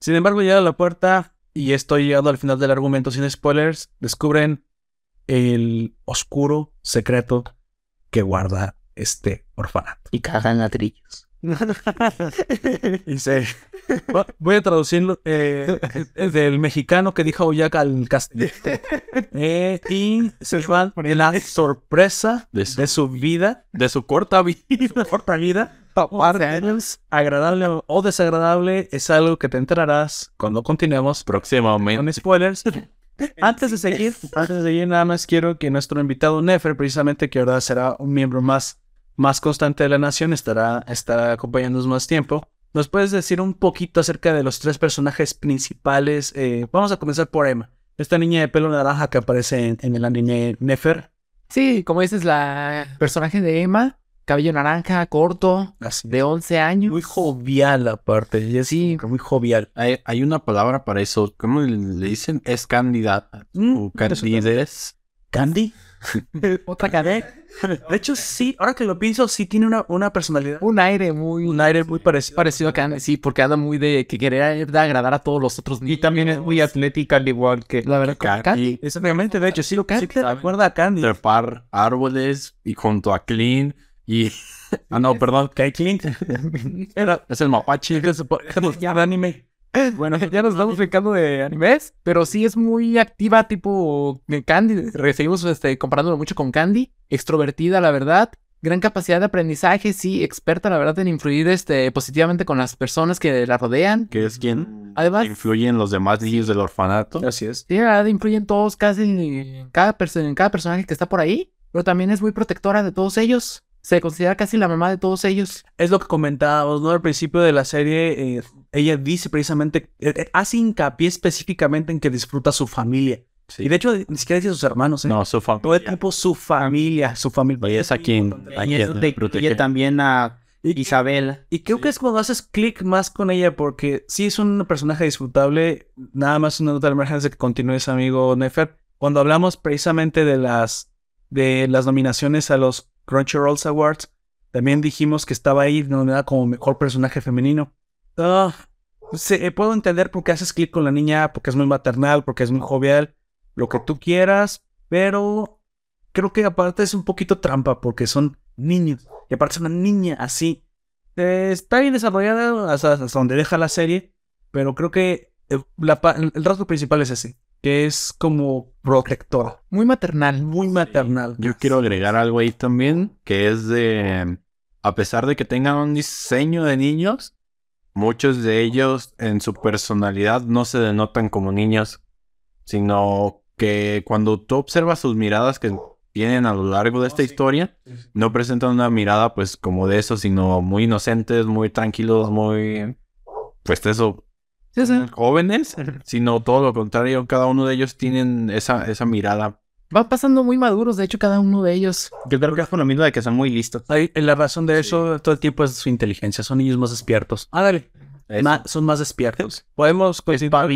Sin embargo, llega a la puerta y estoy llegando al final del argumento sin spoilers. Descubren el oscuro secreto que guarda este orfanato.
Y cagan ladrillos.
Y se- Va- Voy a traducirlo eh, eh, del mexicano que dijo Oyak al castellano. Eh, y se van de la sorpresa
De
de
su-
su, vida,
De su corta vida.
corta vida, agradable o desagradable, es algo que te enterarás cuando continuemos
Próximamente.
con spoilers. Antes de seguir, antes de seguir, nada más quiero que nuestro invitado Nefer, precisamente que ahora será un miembro más, más constante de la nación, estará, estará acompañándonos más tiempo. ¿Nos puedes decir un poquito acerca de los tres personajes principales? Eh, vamos a comenzar por Emma, esta niña de pelo naranja que aparece en, en el anime Nefer.
Sí, como dices, la personaje de Emma, cabello naranja, corto,
Así.
de 11 años.
Muy jovial aparte, ella es
Sí.
como que muy jovial.
Hay, hay una palabra para eso. ¿Cómo le- le dicen? Es candidata. O candides.
¿Candy?
Otra cadena.
De hecho, sí, ahora que lo pienso, sí tiene una, una personalidad.
Un aire muy
Un aire muy parecido.
parecido a Candy, sí, porque anda muy de que querer de agradar a todos los otros niños.
Y también es muy atlética, al igual que.
La verdad, como Candy.
Candy.
Exactamente, de hecho, sí, lo
Candy
te recuerda a Candy.
Trepar árboles y junto a Clean y... Ah, no, perdón.
Que Clint era
Es el mapache.
ya de anime.
Bueno, ya nos estamos brincando de animes, pero sí es muy activa, tipo de Candy. Re- Seguimos este, comparándolo mucho con Candy. Extrovertida, la verdad. Gran capacidad de aprendizaje, sí, experta, la verdad, en influir este, positivamente con las personas que la rodean.
que es quien
Además-
influye en los demás niños del orfanato.
Así es.
Sí, la verdad, influyen todos casi en cada, perso- en cada personaje que está por ahí, pero también es muy protectora de todos ellos. se considera casi la mamá de todos ellos.
Es lo que comentábamos, ¿no? Al principio de la serie, eh, ella dice precisamente, eh, eh, hace hincapié específicamente en que disfruta su familia.
Sí.
Y de hecho, ni siquiera dice sus hermanos, ¿eh?
No, su
Todo el
familia.
tiempo su familia, su familia.
Y es a quien, a
Y eso
quien
te
protege.
incluye también a
Y-
Isabel.
Y creo que es cuando haces clic más con ella, porque sí es un personaje disfrutable. Nada más una nota de emergencia de que continúes, amigo Nefer. Cuando hablamos precisamente de las, de las nominaciones a los Crunchyroll Awards, también dijimos que estaba ahí nominada como mejor personaje femenino. Ah, se- eh, puedo entender por qué haces clic con la niña, porque es muy maternal, porque es muy jovial, lo que tú quieras, pero creo que aparte es un poquito trampa, porque son niños. Y aparte es una niña así. Eh, está bien desarrollada hasta, hasta donde deja la serie, pero creo que eh, la pa- el rasgo principal es ese, que es como protectora,
Muy maternal.
muy maternal.
Yo quiero agregar algo ahí también, que es de, a pesar de que tengan un diseño de niños, muchos de ellos en su personalidad no se denotan como niños, sino que cuando tú observas sus miradas que tienen a lo largo de esta historia, no presentan una mirada pues como de eso, sino muy inocentes, muy tranquilos, muy... Pues eso,
Sí, sí.
jóvenes, sino todo lo contrario, cada uno de ellos tienen esa, esa mirada.
Va pasando muy maduros, de hecho, cada uno de ellos.
Yo creo que es por lo mismo de que son muy listos.
Ahí, eh, la razón de eso todo el tiempo es su inteligencia, son niños más despiertos. Ah, dale,
Eso.
ma- son más despiertos. Podemos continuar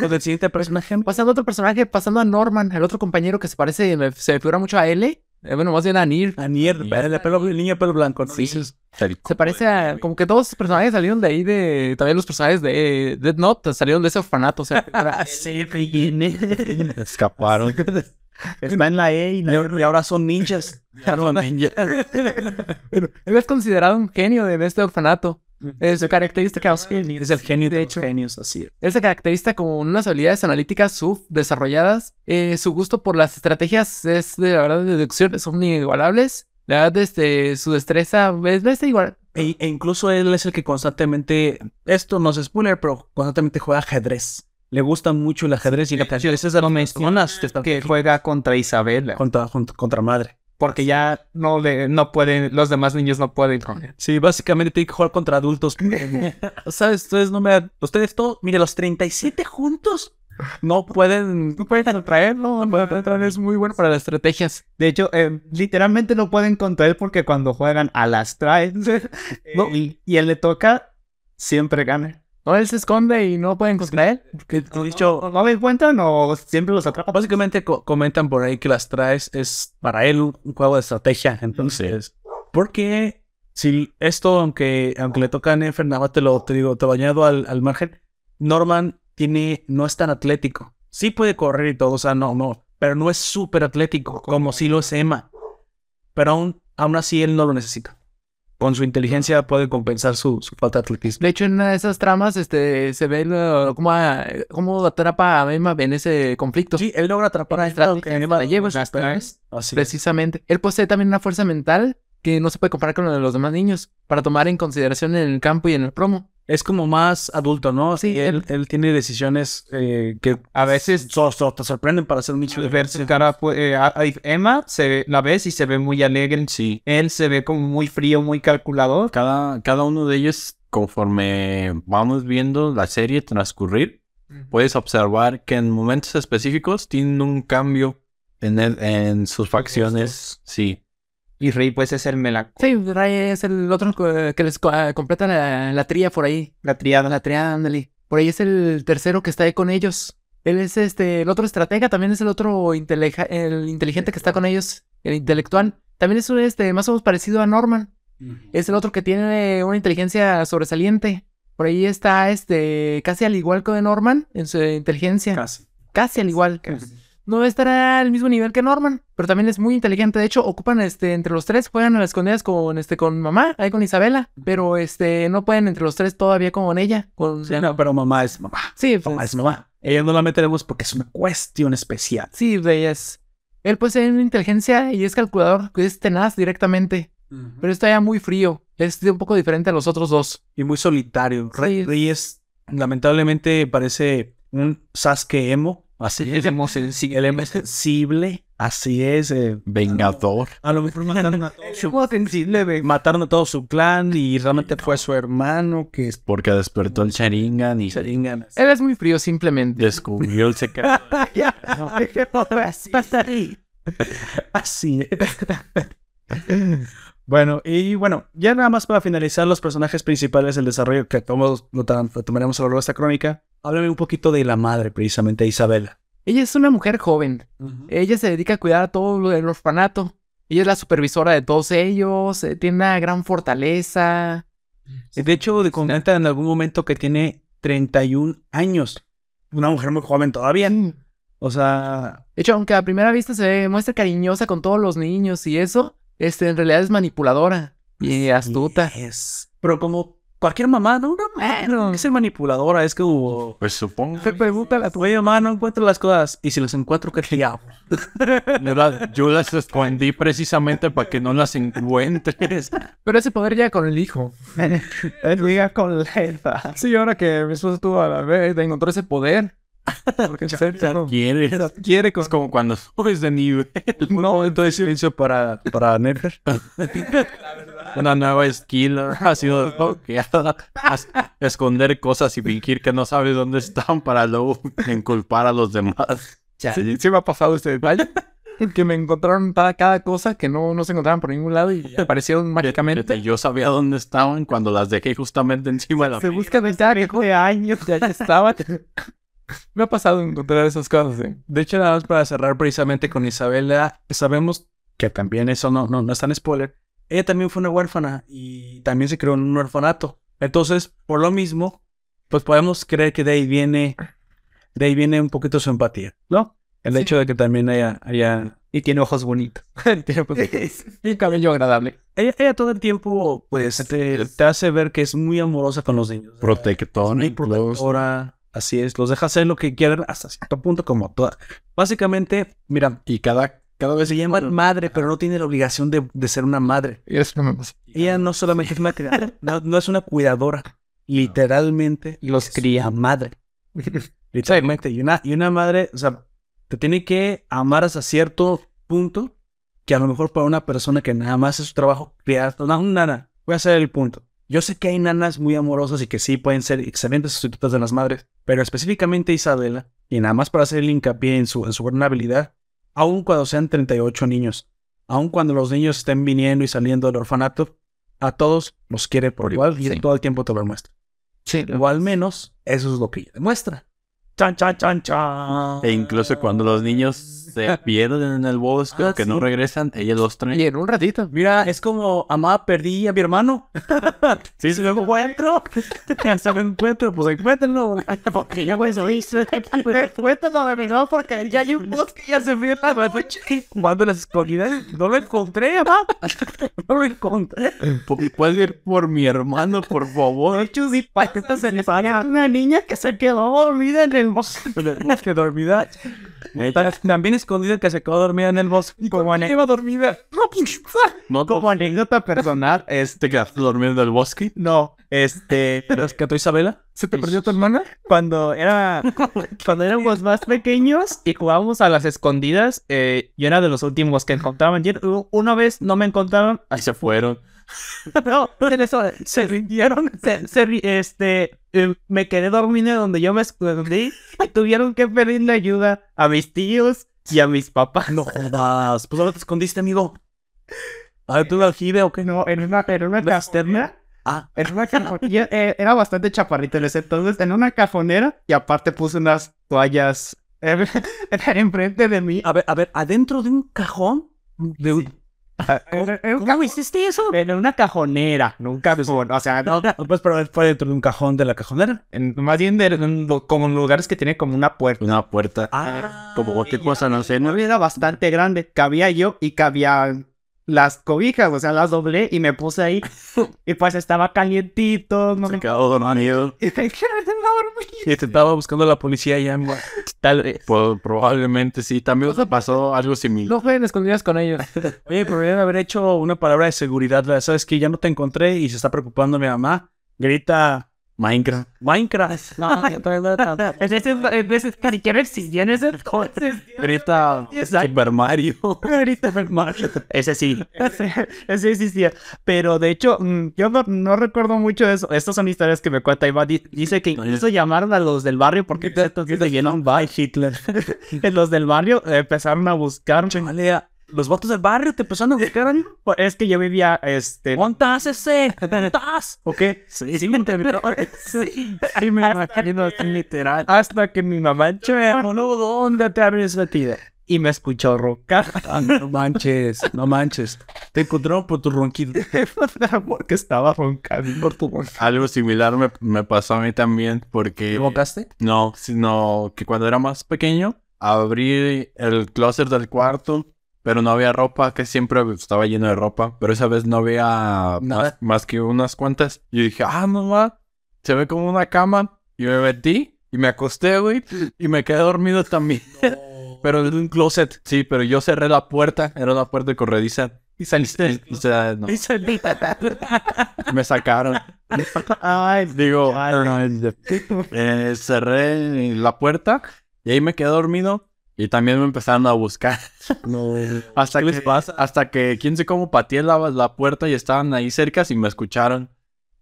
con el siguiente personaje.
Pasando a otro personaje, pasando a Norman, el otro compañero que se parece, me- se me figura mucho a L. Eh, bueno, más bien a Nir.
Anier, el, pelo, el niño de pelo blanco, ¿no?
Sí.
Dices,
Tal
Se parece a. Como que todos los personajes salieron de ahí, de. También los personajes de Dead Note salieron de ese orfanato. O sea, era-
Escaparon.
Está en la E y la
Y ahora son ninjas.
Bueno, él es considerado un genio de este orfanato. Eh, su característica
es el genio de hecho. genios, así.
Él se caracteriza con unas habilidades analíticas subdesarrolladas. Eh, su gusto por las estrategias es de la verdad de deducciones son inigualables. La verdad, este, su destreza es, no es igual.
E, e incluso él es el que constantemente, esto no es spoiler, pero constantemente juega ajedrez. Le gusta mucho el ajedrez y el ajedrez es de las personas que están
que juega contra Isabel.
contra, junto- contra madre.
Porque ya no le, no pueden, los demás niños no pueden con él.
Sí, básicamente tiene que jugar contra adultos. ¿Sabes? Ustedes no me... Ustedes todos... Mire, los 37 juntos no pueden...
No pueden atraerlo. Es muy bueno para las estrategias.
De hecho, eh, literalmente no pueden contra él porque cuando juegan a las traes eh,
No.
y, y él le toca, siempre gana.
No, él se esconde y no pueden contra él.
que- que dicho,
¿O ¿No lo encuentran o siempre los atrapa?
Básicamente co- comentan por ahí que las traes es para él un un juego de estrategia. Entonces, porque si esto, aunque, aunque le toca a Nefer, nada más te lo te digo, te lo añado al, al margen, Norman tiene, no es tan atlético. Sí puede correr y todo, o sea, no, no, pero no es súper atlético, como si lo es Emma. Pero aún, aún así él no lo necesita. Con su inteligencia puede compensar su, su falta de atletismo.
De hecho, en una de esas tramas, este, se ve lo- cómo, a- cómo atrapa a Emma en ese conflicto.
Sí, él logra atrapar a Emma,
estrategia,
aunque Emma
la lleva,
Así es.
Precisamente. Él posee también una fuerza mental que no se puede comparar con la de los demás niños para tomar en consideración en el campo y en el promo.
Es como más adulto, ¿no?
Sí,
Sí, él, él tiene decisiones eh, que
A veces
so- so- te sorprenden para ser un nicho de
ver su cara, pues, eh, a- a- Emma se la ves y se ve muy alegre.
Sí.
Él se ve como muy frío, muy calculador.
Cada, cada uno de ellos, conforme vamos viendo la serie transcurrir, puedes observar que en momentos específicos tienen un cambio en, el- en sus facciones. Sí.
Y Rey pues es el melancólico.
Sí, Ray es el otro co- que les co- ah, completa la, la tría por ahí.
La triada.
Ah, La tría, ándale. Por ahí es el tercero que está ahí con ellos. Él es este, el otro estratega, también es el otro inteleja- el inteligente que está con ellos, el intelectual. También es un, este, más o menos parecido a Norman.
Eh,
Es el otro que tiene una inteligencia sobresaliente. Por ahí está este, casi al igual que Norman en su inteligencia.
casi.
casi al igual. Pues, No estará al mismo nivel que Norman, pero también es muy inteligente. De hecho, ocupan este entre los tres, juegan a las escondidas con este con mamá, ahí con Isabela, pero este no pueden entre los tres todavía con ella, con
Sí, no, pero mamá es mamá.
Sí,
Mamá
pues,
es mamá. Ella no la meteremos porque es una cuestión especial.
sí, de ellas. Él posee una inteligencia y es calculador, que es tenaz directamente, pero está ya muy frío. Es un poco diferente a los otros dos.
Y muy solitario. Rey,
Sí.
Rey es, lamentablemente, parece un Sasuke emo. Así
El emo sencillo.
El emo es sensible. Así es. eh,
Vengador.
a lo mejor mataron a todo su,
Emo sensible, güey.
mataron a todo su clan y realmente fue su hermano que es
Porque despertó el Sharingan y
Sharingan.
Él es muy frío, simplemente.
descubrió el secreto.
Así es. Bueno, y bueno, ya nada más para finalizar los personajes principales, el desarrollo que todos lo tan- lo tomaremos a lo largo de esta crónica, háblame un poquito de la madre, precisamente, Isabela.
Ella es una mujer joven. Ella se dedica a cuidar a todo lo del orfanato. Ella es la supervisora de todos ellos. eh, Tiene una gran fortaleza.
De hecho, de- comenta en algún momento que tiene 31 años. Una mujer muy joven todavía.
Em.
Mm.
O sea,
De hecho, aunque a primera vista se ve- muestra cariñosa con todos los niños y eso, este, en realidad es manipuladora y astuta.
Es. Pero como cualquier mamá, no, no, man, es manipuladora, es uh, como...
Pues supongo.
Te preguntan a tu oye, mamá, no encuentro las cosas. Y si las encuentro, ¿qué te hago?
Yo las, yo las escondí precisamente para que no las encuentres.
Pero ese poder llega con el hijo.
Él llega con la edad.
Sí, ahora que mi esposo estuvo a la vez, encontró ese poder.
Porque en serio, no.
¿Quieres?
Quiere con...
Es como cuando subes de nivel.
No, entonces silencio para, para Nerfer.
Una nueva skill ha sido desbloqueada. As- Esconder cosas y fingir que no sabes dónde están para luego inculpar a los demás.
Sí, sí me ha pasado este detalle. Que me encontraron cada, cada cosa que no, no se encontraban por ningún lado y aparecieron mágicamente.
Fíjate, Yo sabía dónde estaban cuando las dejé justamente encima de la
Se busca pensar que de años ya estaba. Me ha pasado encontrar esas cosas. ¿eh?
De hecho, nada más para cerrar precisamente con Isabela, sabemos que también eso no, no, no es tan spoiler. Ella también fue una huérfana y también se creó en un orfanato. Entonces, por lo mismo, pues podemos creer que de ahí viene, de ahí viene un poquito su empatía, ¿no? El
Sí.
hecho de que también haya, haya
Y tiene ojos bonitos.
Tiene, pues, Y un cabello agradable.
ella, ella todo el tiempo, pues, te, te hace ver que es muy amorosa con los niños.
protectona.
Muy protectora. Así es, los deja hacer lo que quieran hasta cierto punto, como toda. Básicamente, mira, pues
Y cada, cada vez
se llaman madre, pero no tiene la obligación de, de ser una madre.
Y eso no me pasa.
Ella no solamente es una criadora, no, no es una cuidadora. Literalmente
Los
es
cría.
una madre. Literalmente. Y una, y una madre, o sea, te tiene que amar hasta cierto punto que a lo mejor para una persona que nada más es su trabajo criar no, un nana. Voy a hacer el punto. Yo sé que hay nanas muy amorosas y que sí pueden ser excelentes sustitutas de las madres, pero específicamente Isabela, y nada más para hacer el hincapié en su, en su gran habilidad, aun cuando sean 38 niños, aun cuando los niños estén viniendo y saliendo del orfanato, a todos los quiere por
Por
igual y
sí.
todo el tiempo te lo muestra.
Sí,
O al menos eso es lo que ella demuestra. Chan, chan, chan, chan.
E incluso cuando los niños se pierden en el bosque
Ah,
o que
sí.
no regresan, ella los
y
trae.
en un ratito.
Mira, es como, amá, perdí a mi hermano. sí, se lo encuentro. se lo encuentro, pues encuéntrenlo. Porque ya voy a
Cuéntanos de verdad porque ya hay un post que ya se vio la
Cuando las escondidas, no lo encontré, amá. No lo encontré.
Pu- ¿Puedes ir por mi hermano, por favor?
se le una niña que se quedó dormida en el bosque.
que dormida. Tan- También escondida que se quedó dormida en el bosque.
Como ane-
No
como anécdota personal, es...
te quedaste dormido en el bosque.
No, este...
¿Rescató Isabela?
¿Se te perdió tu hermana?
cuando era cuando éramos más pequeños y jugábamos a las escondidas eh, yo era de los últimos que encontraban Yo- u- una vez no me encontraron
Ahí se fueron.
no, pero eso, se rindieron se, se ri- este eh, me quedé dormido donde yo me escondí y tuvieron que pedirle ayuda a mis tíos y a mis papás
No jodas. Pues ahora te escondiste, amigo. A ver, tú el aljibe o qué.
no en una en una casterna
Ah,
en una cajonera, eh, era bastante chaparrito en ese entonces, en una cajonera y aparte puse unas toallas eh, enfrente de mí.
a ver, a ver, adentro de un cajón. De un...
Ah,
¿Pues
¿Cómo hiciste eso? En una cajonera, nunca o sea, no,
Ah, Pues, pero fue dentro de un cajón de la cajonera.
en- más bien de, en lo- como en lugares que tiene como una puerta.
Una puerta.
Ah,
Como qué cosa, no sé.
No
¿no?
era bastante grande, cabía yo y cabía las cobijas, o sea, las doblé y me puse ahí. Y pues estaba calientito, no
Se
me...
quedó dormido.
Y me quedé dormido.
Y
este,
te estaba buscando la policía ya. en-
Tal vez.
Pues probablemente sí. También te pasó algo similar.
No jueguen escondidas con ellos.
Oye, pero deben haber hecho una palabra de seguridad. ¿verdad? Sabes que ya no te encontré y se está preocupando mi mamá. Grita,
Minecraft.
Minecraft.
No, en ese, en ese, ni siquiera existía en ese entonces.
Ahorita
Exacto.
Super Mario.
Ahorita fue el Mario. Ese sí. Ese, ese existía. Pero de hecho, mm, yo no, no recuerdo mucho eso. Estas son historias que me cuenta Iván. Di- Dice que incluso llamaron a los del barrio porque en ese entonces vinieron by Hitler. los del barrio eh, empezaron a buscar.
Vale, a- los vatos del barrio te empezaron a buscar a
Pues, Es que yo vivía, este.
¿Montas ese? ¿Montas?
¿O qué? Sí, sí, me enteré. Sí, sí, me imagino así, literal. Hasta que mi mamá, che, boludo, ¿dónde te abres metido? Y me escuchó rocar.
Ah, No manches, no manches. Te encontraron por tu ronquido.
Porque estaba roncando por tu
Algo similar me, me pasó a mí también porque...
¿Te bocaste?
No, sino que cuando era más pequeño abrí el closet del cuarto, pero no había ropa, que siempre estaba lleno de ropa, pero esa vez no había más,
Nada.
más que unas cuantas. Y dije, ah, mamá, se ve como una cama. Y me metí y me acosté, güey, y me quedé dormido también. pero en un closet, sí, pero yo cerré la puerta, era una puerta corrediza.
Y saliste.
O sea, no,
Y saliste.
me sacaron.
Ay,
Digo,
Chale.
eh, cerré la puerta y ahí me quedé dormido y también me empezaron a buscar.
No.
Hasta que, Hasta que quién sé cómo pateé la, la puerta y estaban ahí cerca y me escucharon.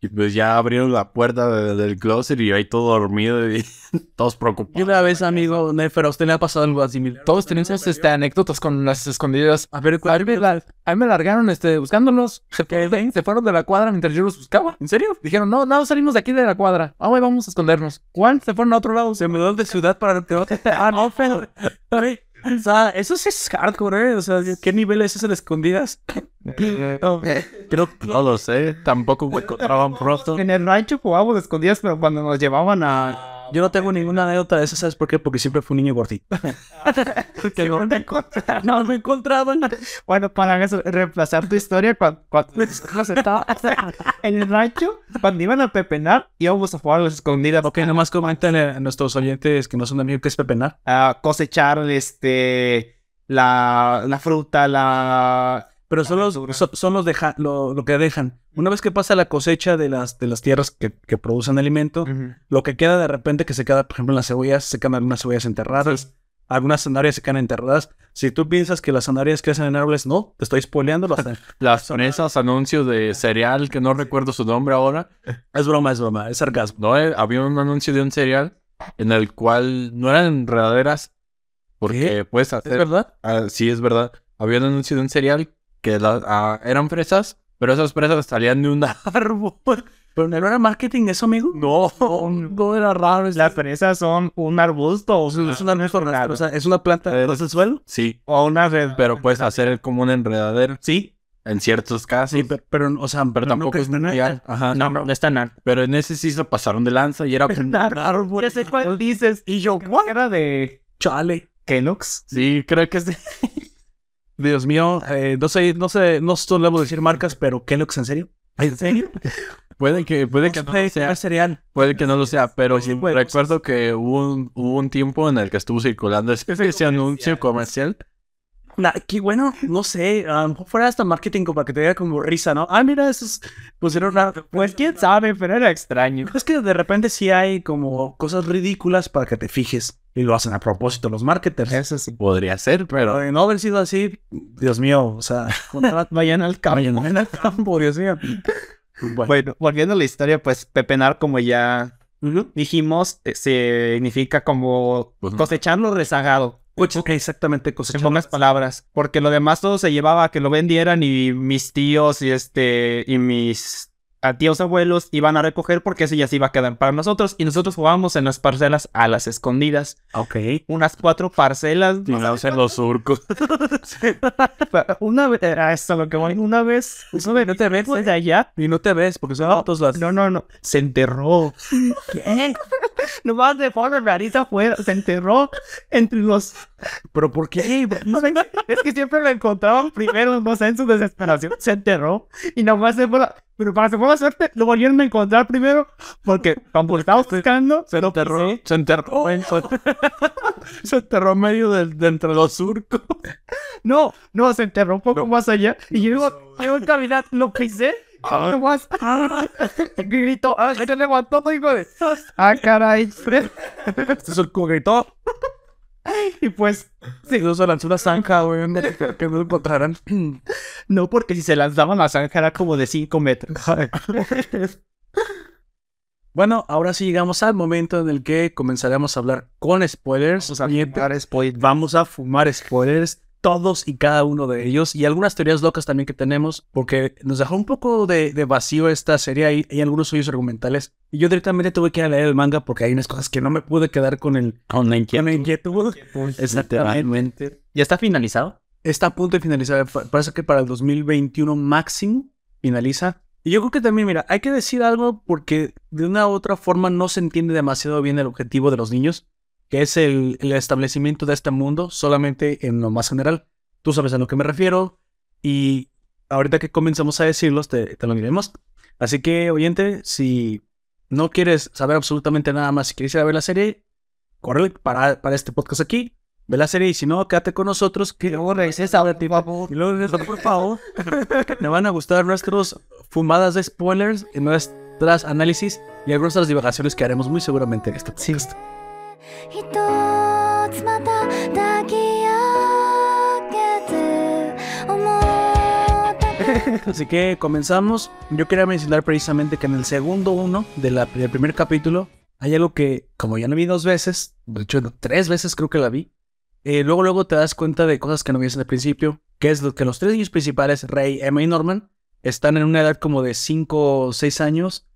Y pues ya abrieron la puerta de- del closet y yo ahí todo dormido y todos
Yo
preocupados.
una vez, amigo, Nefer, ¿a usted le ha pasado algo similar?
Todos tenemos este, anécdotas con las escondidas.
A ver,
A mí me, la- a mí me largaron este, buscándolos. Se, fue- se fueron de la cuadra mientras yo los buscaba.
¿En serio?
Dijeron, no, no, salimos de aquí de la cuadra. Ah, güey, vamos a escondernos. ¿Cuál? Se fueron a otro lado.
Se mudó de ciudad para que otra- Ah, no, pero. Ay, O sea, eso sí es hardcore, ¿eh? O sea, ¿qué nivel es ese de escondidas?
Creo que no lo sé, tampoco me encontraban pronto.
En el rancho jugábamos de escondidas, pero cuando nos llevaban a.
Yo no tengo ninguna anécdota de esas, ¿sabes por qué? Porque siempre fui un niño gordito.
Que no te encontraban.
No, me encontraban.
Bueno, para eso, reemplazar tu historia, cuando, cuando nosotros estábamos en el rancho, cuando iban a pepenar, íbamos a jugar a las escondidas,
Ok, nomás comentan a eh, nuestros oyentes que no son de mí, que es pepenar.
a cosechar este, la, la fruta, la.
Pero
Ah,
son los, so- son los deja, lo, lo que dejan. Una vez que pasa la cosecha de las, de las tierras que, que producen alimento, lo que queda de repente que se queda, por ejemplo, en las cebollas, se quedan algunas cebollas enterradas, algunas zanahorias se quedan enterradas. Si tú piensas que las zanahorias crecen en árboles, no, te estoy spoileando. hasta-
Las esos anuncios de cereal que no recuerdo su nombre ahora.
es broma, es broma, es sarcasmo.
No, eh, había un anuncio de un cereal en el cual no eran enredaderas. Porque puedes hacer.
¿Es verdad?
Ah, sí, es verdad. Había un anuncio de un cereal que la- ah, eran fresas, pero esas fresas salían de un árbol.
Pero no era marketing eso, amigo. Oh,
No,
No era raro. Es,
Las fresas son un arbusto
Pues,
o,
es una, o sea, es una planta.
Eh,
¿Es el suelo?
sí,
o una red.
pero puedes hacer como un enredadero
Sí.
en ciertos casos.
Sí, pero, pero, o sea,
pero tampoco es
no,
mundial. Ajá.
No, no, no está nada.
Pero en ese sí se pasaron de lanza y era como-
Ya sé cuál dices. Y yo, ¿cuál? Era de
Chale.
Kenox.
Sí, creo que es de-
Dios mío, eh, no sé, no sé, no solemos decir marcas, pero Kellogg's, ¿en serio? ¿En serio?
Puede que, puede que no lo sea.
cereal.
Puede que no lo sea, pero sí
Bueno,
recuerdo que hubo un, hubo un tiempo en el que estuvo circulando ese, ese anuncio comercial.
Na- qué bueno, no sé, a lo mejor fuera hasta marketing como para que te diera como risa, ¿no? Ah, mira, eso es, pusieron una...
Pues quién sabe, pero era extraño.
Es que de repente sí hay como cosas ridículas para que te fijes y lo hacen a propósito los marketers. ¿eh?
Eso sí.
Podría ser,
Pero
pero
de no haber sido así, Dios mío, o sea,
Vayan al campo.
vayan al campo, Dios mío. Bueno,
Bueno, volviendo a la historia, pues pepenar, como ya dijimos, eh, significa como
Ujú.
cosechar lo rezagado.
coche- exactamente,
Pues, En
cosechamos.
pocas palabras, porque lo demás todo se llevaba a que lo vendieran y mis tíos y este y mis a tíos abuelos iban a recoger porque eso ya se iba a quedar para nosotros y nosotros jugábamos en las parcelas a las escondidas,
Ok.
unas cuatro parcelas,
tirados en los surcos.
Pa- Una vez, era eso lo que voy, una vez, una vez, no te ves desde allá.
Y no te ves porque son autos las...
No, no, no, se enterró. ¿Qué? Nomás de forma nariz afuera, se enterró entre los.
¿Pero por qué?
Es que siempre lo encontraban primero, no sé, en su desesperación, se enterró. Y nomás se fue, la- pero para su buena suerte, lo volvieron a encontrar primero, porque cuando lo estábamos buscando, se lo enterró.
Se enterró.
Se enterró en medio de, entre los surcos. No, no, se enterró un poco más allá. Y yo iba, yo iba a caminar, lo pisé ¡Ah, guas! ¡Ah! Grito, ¡ah! ¡Se le aguantó, hijo de! ¡Ah, caray!
Este es el como gritó.
Y pues,
Incluso lanzó una zanja, güey. Que no lo encontraran.
no, porque si se lanzaban la zanja era como de 5 metros.
Bueno, ahora sí llegamos al momento en el que comenzaremos a hablar con spoilers. Siguiente, Vamos a fumar spoilers, todos y cada uno de ellos, y algunas teorías locas también que tenemos, porque nos dejó un poco de, de vacío esta serie. Hay, hay algunos hoyos argumentales. Y yo directamente tuve que ir a leer el manga porque hay unas cosas que no me pude quedar con el.
Con la
con la inquietud. Exactamente.
¿Ya está finalizado?
Está a punto de finalizar. pa- Parece que para el 2021 máximo finaliza. Y yo creo que también, mira, hay que decir algo porque de una u otra forma no se entiende demasiado bien el objetivo de los niños, que es el, el establecimiento de este mundo solamente en lo más general. Tú sabes a lo que me refiero y ahorita que comenzamos a decirlos te, te lo diremos. Así que, oyente, si no quieres saber absolutamente nada más, si quieres ir a ver la serie, corre para, para este podcast aquí, ve la serie y si no, quédate con nosotros que y luego les doy, por favor. Me van a gustar nuestras fumadas de spoilers y nuestras análisis y algunas otras divagaciones que haremos muy seguramente en este podcast.
ひとつまた抱き上げて思ったけど
Así que comenzamos. Yo quería mencionar precisamente que en el segundo uno de la- del primer capítulo hay algo que, como ya no vi dos veces, de hecho tres veces creo que la vi, eh, luego luego te das cuenta de cosas que no viste al principio, que es lo que los tres niños principales, Rey, Emma y Norman, están en una edad como de 5 o 6 años,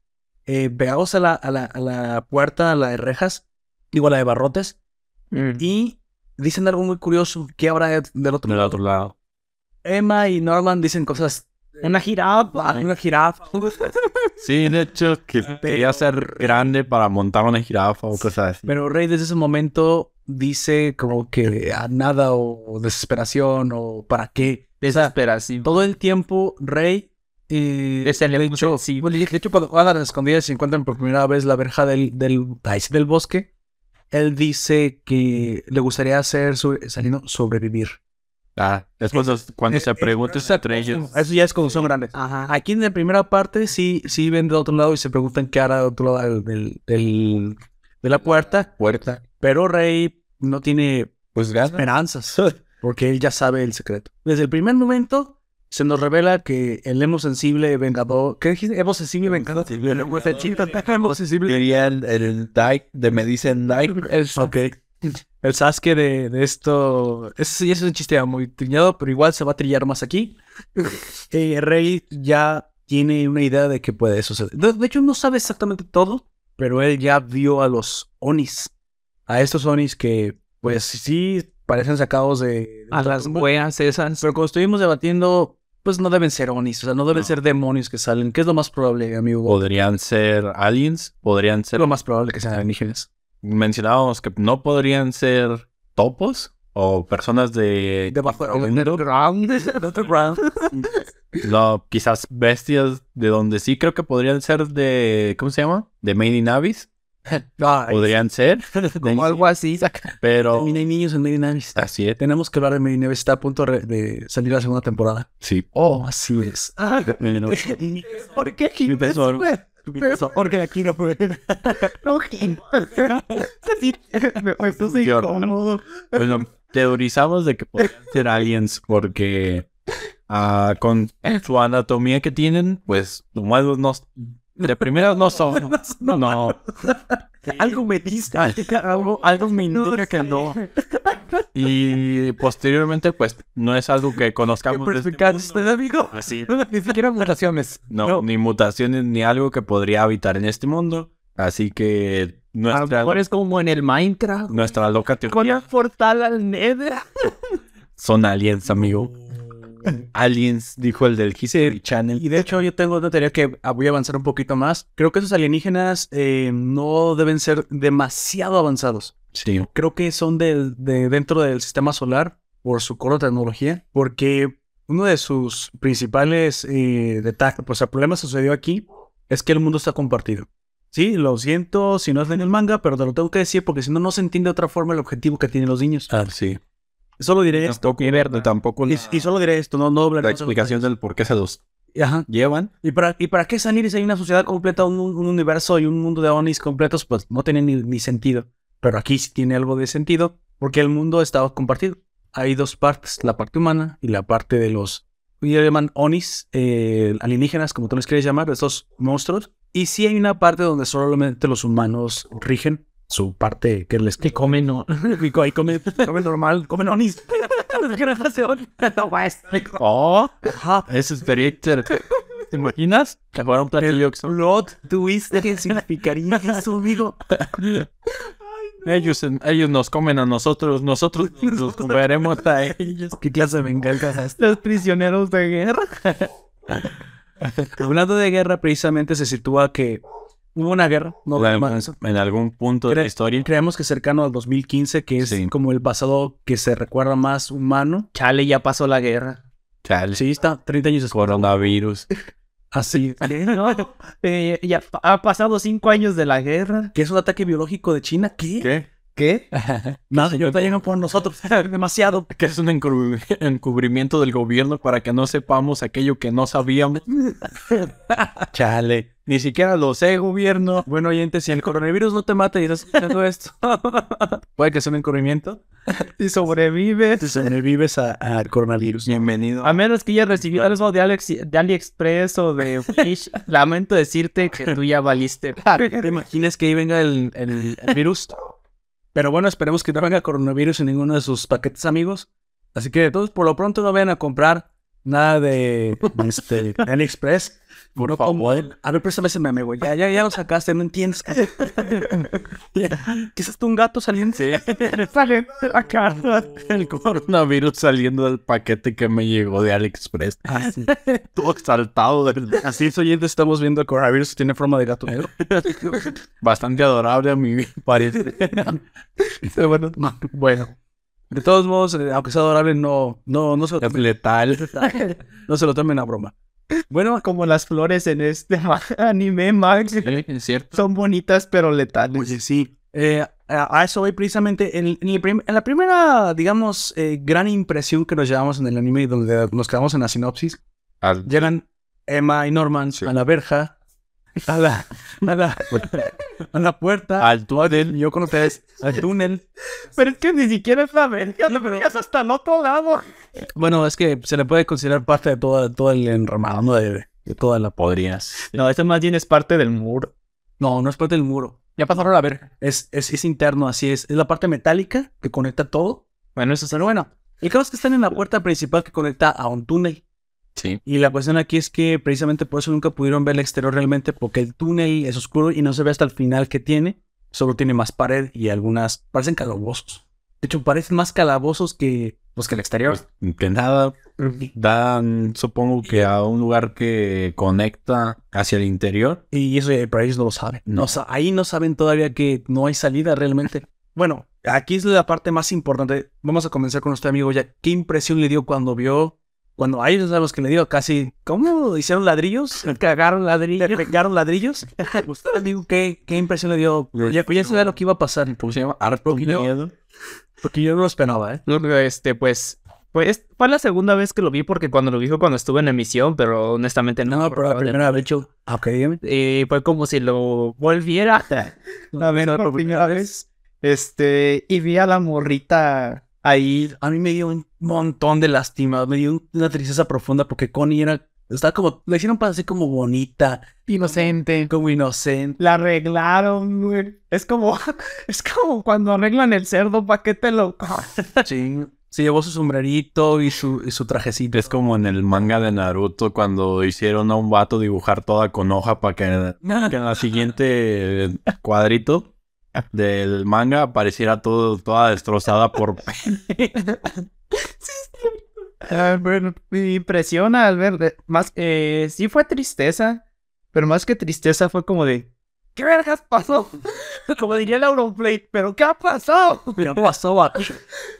eh, pegados a la, a, la, a la puerta, a la de rejas, digo a la de barrotes, y dicen algo muy curioso, que ahora del otro
Del
lado?
otro lado.
Emma y Norman dicen cosas...
Una jirafa.
Ah, Una jirafa.
Sí, de hecho, que quería ser grande para montar una jirafa o cosas así.
Pero Rey desde ese momento dice como que a nada o, o desesperación o para qué. O sea,
Desesperación.
todo el tiempo Rey... eh,
Es el
de hecho,
sí.
bueno, de hecho, cuando van a las escondidas y encuentran por primera vez la verja del, del, ay, sí, del bosque, él dice que le gustaría hacer su, saliendo sobrevivir.
Ah, es cuando, cuando se pregunta entre ellos.
eh, Eso ya es cuando son grandes.
Ajá.
Aquí en la primera parte sí, sí ven de otro lado y se preguntan qué hará de otro lado del- del- del- de la puerta,
Puerta.
pero Rey no tiene
Pues gana.
esperanzas, porque él ya sabe el secreto. Desde el primer momento se nos revela que el emo sensible vengador, ¿qué dijiste? Emo sensible vengador. Emo sensible.
Quería el, el Dyke, de me dicen Dyke.
Es- El Sasuke de, de esto. Ese sí es un chiste ya muy trillado, pero igual se va a trillar más aquí. Eh, Rey ya tiene una idea de que puede suceder. De, de hecho, no sabe exactamente todo, pero él ya vio a los Onis. A estos Onis que, pues sí, parecen sacados de. de
A
otra
las
tumba.
weas esas.
Pero como estuvimos debatiendo, pues no deben ser onis, o sea, no deben ser demonios que salen, que es lo más probable, amigo.
Podrían ser aliens, podrían
es
ser...
lo más probable que sean alienígenas.
Mencionábamos que no podrían ser topos o personas de...
Debajo
de-
de ground.
No, quizás bestias de donde sí creo que podrían ser de... ¿Cómo se llama? De Made in Abyss. Podrían ser,
Como algo así.
pero...
También hay niños en Made in Abyss.
Así es.
Tenemos que hablar de Made in Abyss, Está a punto re- de salir la segunda temporada.
Sí.
Oh, así es.
¿Por qué Pues, aquí?
tesoro.
Porque aquí no puede. No, gente. Sí, me- me puse
Qué horror.
incómodo.
Bueno, teorizamos de que podrían ser aliens porque ah, con su anatomía que tienen, pues humanos no... De primeras no son. No, no.
Algo me dice, algo, algo me indica que no.
Y posteriormente, pues no es algo que conozcamos. de este mundo.
amigo?
Así.
Ni siquiera relaciones.
No, ni mutaciones ni algo que podría habitar en este mundo. Así que
A lo
nuestra,
mejor es como en el Minecraft.
nuestra loca teoría
Con un portal al Nether.
son aliens, amigo. Oh. aliens, dijo el del History Channel.
Y de hecho, yo tengo otra teoría que ah, voy a avanzar un poquito más. Creo que esos alienígenas eh, no deben ser demasiado avanzados.
Sí.
creo que son del- de dentro del sistema solar por su corta tecnología, porque uno de sus principales eh, deta- pues, el problema sucedió aquí es que el mundo está compartido. Sí, lo siento si no es en el manga, pero te lo tengo que decir porque si no, no se entiende de otra forma el objetivo que tienen los niños.
Ah, sí.
Solo diré esto.
Tampoco, verde, tampoco
Y,
la,
y solo diré esto, no, no hablaré
la
más sobre-
explicación del por qué se los
Ajá.
llevan.
¿Y para, ¿Y para qué salir si hay una sociedad completa, un, un universo y un mundo de onis completos? Pues no tiene ni, ni sentido. Pero aquí sí tiene algo de sentido, porque el mundo está compartido. Hay dos partes, la parte humana y la parte de los ellos llaman onis, eh, alienígenas, como tú les quieres llamar, estos monstruos. Y sí hay una parte donde solamente los humanos rigen su parte que les... Que comen, ¿no? Y co- y comen, comen normal, comen onis. Las granjas de onis.
Oh, eso estaría interesante. ¿Te imaginas? Que fuera un platillo que son-
Plot twist, ¿qué significaría eso, amigo?
Ellos, ellos nos comen a nosotros, nosotros nos comeremos a ellos.
¿Qué clase de venganza es esta?
Los prisioneros de guerra.
Hablando de guerra, precisamente se sitúa que hubo una guerra, no
En,
más.
en algún punto de la
Cre-
historia.
Creemos que cercano al 2015, que es
Sí.
como el pasado que se recuerda más humano.
Chale, ya pasó la guerra.
Chale,
Sí, está 30 años después.
Coronavirus.
Así.
Eh, ya pa- ha pasado cinco años de la guerra.
¿Qué es un ataque biológico de China? ¿Qué?
¿Qué?
¿Qué?
Nada, yo llegan por nosotros. Demasiado.
Que es un encubri- encubrimiento del gobierno para que no sepamos aquello que no sabíamos. Chale. Ni siquiera lo sé, gobierno.
Bueno, oyentes, si el coronavirus no te mata y estás escuchando esto, puede que sea un encubrimiento.
Si sobrevive.
Te sobrevives a- al coronavirus.
Bienvenido.
A menos que ya recibió algo de, Alex- de AliExpress o de Wish, lamento decirte que tú ya valiste.
¿Te imaginas que ahí venga el, el- el virus? Pero bueno, esperemos que no venga coronavirus en ninguno de sus paquetes, amigos. Así que todos por lo pronto no vayan a comprar nada de este, AliExpress. Por favor. A ver, préstame ese meme, güey. Ya, ya, ya lo sacaste, no entiendes. Quizás tú un gato saliendo.
Sale de la casa.
El coronavirus saliendo del paquete que me llegó de AliExpress. Todo exaltado. del-
Así es, oyentes, estamos viendo el coronavirus tiene forma de gato negro.
Bastante adorable a mi parece.
Pero bueno, no, bueno. De todos modos, eh, aunque sea adorable, no, no, no se lo
Es
tomen,
letal.
no se lo tomen a broma. Bueno,
Como las flores en este anime, Max.
¿eh? Es cierto.
Son bonitas pero letales.
Pues sí. eh, a, a eso voy precisamente. En, en el prim- en la primera, digamos, eh, gran impresión que nos llevamos en el anime y donde nos quedamos en la sinopsis,
Al-
llegan Emma y Norman
Sí.
a la verja, a la, a la, Pues, a la puerta,
Al túnel.
y yo con ustedes, al túnel.
Pero es que ni siquiera es la verga, lo veías hasta el otro lado.
Bueno, es que se le puede considerar parte de todo, todo el enramado, ¿no? De, de toda la...
Podrías.
No, eso más bien es parte del muro.
No, no es parte del muro.
Ya pasaron la verga.
Es, es, es interno, así es. Es la parte metálica que conecta todo.
Bueno, eso
Pero bueno, el caso es que están en la puerta principal que conecta a un túnel.
Sí.
Y la cuestión aquí es que precisamente por eso nunca pudieron ver el exterior realmente, porque el túnel es oscuro y no se ve hasta el final que tiene. Solo tiene más pared y algunas parecen calabozos. De hecho, parecen más calabozos que los que el exterior.
pues, Que nada. Dan, supongo que a un lugar que conecta hacia el interior.
Y eso eh, para ellos no lo saben.
No.
O sea, ahí no saben todavía que no hay salida realmente. bueno, aquí es la parte más importante. Vamos a comenzar con nuestro amigo ya. ¿Qué impresión le dio cuando vio? Cuando a ellos a los que le dio casi, ¿cómo hicieron ladrillos?
Cagaron ladrillo.
¿Le pegaron ladrillos? Usted amigo, ¿qué, ¿qué impresión le dio? Ya, ya sabía lo que iba a pasar.
¿Cómo se llama? Harto
Porque yo-
miedo.
Porque yo no lo esperaba, ¿eh?
Luego, Este, pues, pues, fue la segunda vez que lo vi porque cuando lo dijo cuando estuve en emisión, pero honestamente no.
No, pero la primera vez yo... Ah, Ok, dígame.
Y fue como si lo volviera a ver por primera vez. Este, y vi a la morrita ahí.
A mí me dio un montón de lástima. Me dio un- una tristeza profunda porque Connie era... Estaba como... La hicieron para así como bonita,
Inocente.
como inocente.
La arreglaron, güey. Es como, es como cuando arreglan el cerdo, ¿para qué te lo
Sí. Se llevó su sombrerito y su, y su trajecito.
Es como en el manga de Naruto cuando hicieron a un vato dibujar toda con hoja para que, que en la siguiente eh, cuadrito del manga apareciera todo, toda destrozada por...
Ah, bueno, me impresiona al ver, de- más, eh, sí fue tristeza, pero más que tristeza fue como de, ¿qué vergas pasó? como diría el Auronplate, ¿pero qué ha pasado?
Mira, pasó aquí.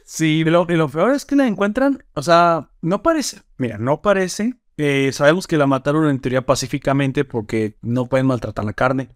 Sí, y lo, y lo peor es que la encuentran, o sea, no parece. Mira, no parece. Eh, sabemos que la mataron en teoría pacíficamente porque no pueden maltratar la carne.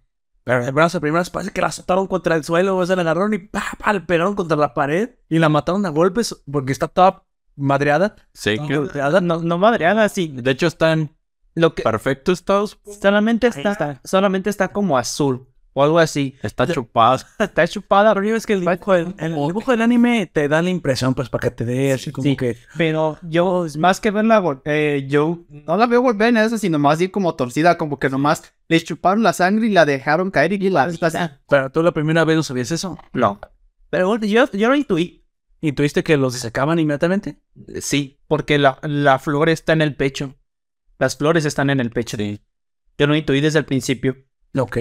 Pero de buenas a primeras parece que la azotaron contra el suelo, o sea, la agarraron y pa, pa, le pegaron contra la pared y la mataron a golpes porque está toda madreada.
Sí, que-
golpeada.
No, no madreada, sí,
de hecho están
Lo que
Perfecto estado. supongo.
solamente está, solamente está como azul o algo así.
Está chupado.
Está chupada,
Pero yo ves que el dibujo, del- el dibujo del anime te da la impresión, pues, para que te dé así como
sí.
que...
pero
Yo, más que verla, gol- eh, yo no la veo volver en eso, sino más ir como torcida, como que nomás le chuparon la sangre y la dejaron caer y la... la-
Pero tú la primera vez no sabías eso.
no. Pero yo, yo lo intuí.
¿Y tuviste que los disecaban inmediatamente?
Eh, Sí, porque la, la flor está en el pecho. Las flores están en el pecho. Yo lo intuí desde el principio.
Ok.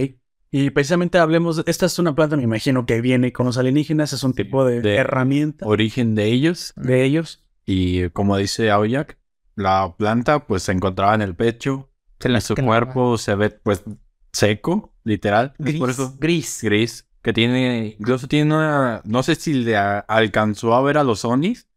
Y precisamente hablemos, de- esta es una planta, me imagino, que viene con los alienígenas, es un tipo de,
de-
herramienta
Origen de ellos.
de ellos.
Y como dice Aoyak, la planta pues se encontraba en el pecho. En su cuerpo se ve pues seco, literal. Es por eso
Gris.
gris que tiene, incluso tiene una, no sé si le a- alcanzó a ver a los Onis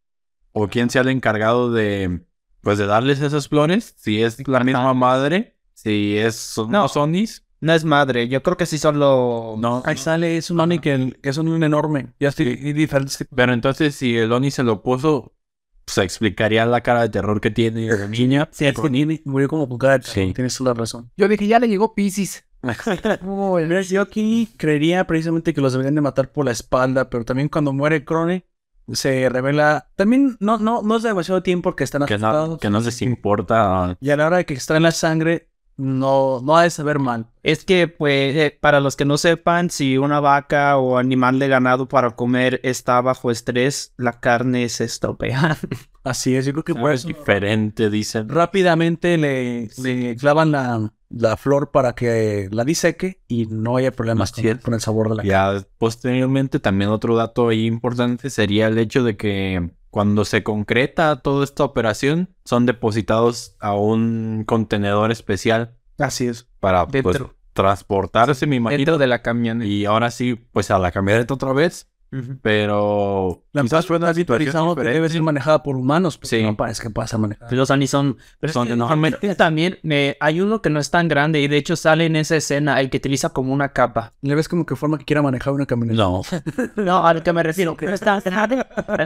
o quién sea el encargado de, pues de darles esas flores, si es la misma madre, si es son
No.
los Onis.
No es madre. Yo creo que sí son los...
No,
Ahí sale, es un mannequin, que es un enorme. Ya estoy y diferente.
pero entonces si el Oni se lo puso, se explicaría la cara de terror que tiene la niña.
Sí, es que Nini murió como cucaracha.
Sí.
Tienes toda la razón.
Yo dije, ya le llegó Pisces.
Mira, yo aquí creería precisamente que los deberían de matar por la espalda, pero también cuando muere Crone se revela. También no, no, no es demasiado tiempo que están
Que no,
asustados.
que no les importa.
Y a la hora de que extraen la sangre, no, no ha de saber mal.
Es que, pues, eh, para los que no sepan, si una vaca o animal de ganado para comer está bajo estrés, la carne se estropea.
Así es, yo creo que por
Es
eso
diferente, dicen.
rápidamente le, le clavan la, la flor para que la diseque y no haya problemas
Así
con,
es.
con el sabor de la
Ya posteriormente también otro dato ahí importante sería el hecho de que cuando se concreta toda esta operación son depositados a un contenedor especial
Así es.
para pues,
Dentro.
transportarse, me imagino.
Dentro de la camioneta.
Y ahora sí, pues a la camioneta otra vez, pero
La
quizás fue una situación
Pensamos que
diferente.
debe ser manejada por humanos, pero
Sí.
no parece que pasa manejar.
Los Anis son, pero
Son
son
enormes.
También eh, hay uno que no es tan grande y de hecho sale en esa escena el que utiliza como una capa.
Le ves como que forma que quiera manejar una camioneta.
No,
No, a lo que me refiero. No es tan grande.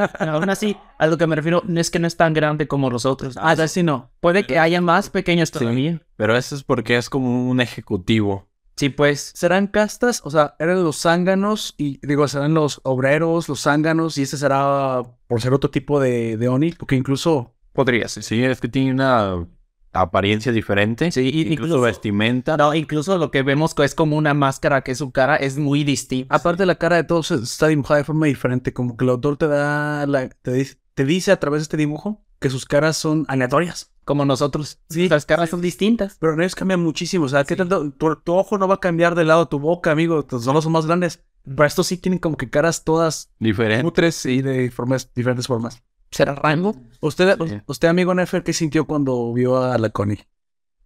Aún así, a lo que me refiero no es que no es tan grande como los otros. Ah, sí, no. Puede que haya más pequeños todavía.
pero eso es porque es como un ejecutivo.
Sí, pues.
¿Serán castas? O sea, eran los zánganos y digo, serán los obreros, los zánganos y este será por ser otro tipo de, de Oni, porque incluso
Podría ser.
Sí, es que tiene una apariencia diferente.
Sí, y-
incluso vestimenta.
No, incluso lo que vemos que es como una máscara que su cara es muy distinta.
aparte la cara de todos está dibujada de forma diferente, como que el autor te da, la, te, dice, te dice a través de este dibujo que sus caras son aleatorias,
Como nosotros. Sí. Las caras son distintas.
pero en ellos cambian muchísimo, o sea, ¿qué tanto? Tu, tu ojo no va a cambiar de lado a tu boca, amigo, tus ojos son más grandes, pero estos sí tienen como que caras todas
Diferente.
mutres y de formas, diferentes formas.
¿Será Rango?
Usted,
Sí.
usted amigo Nefer, ¿qué sintió cuando vio a la Connie?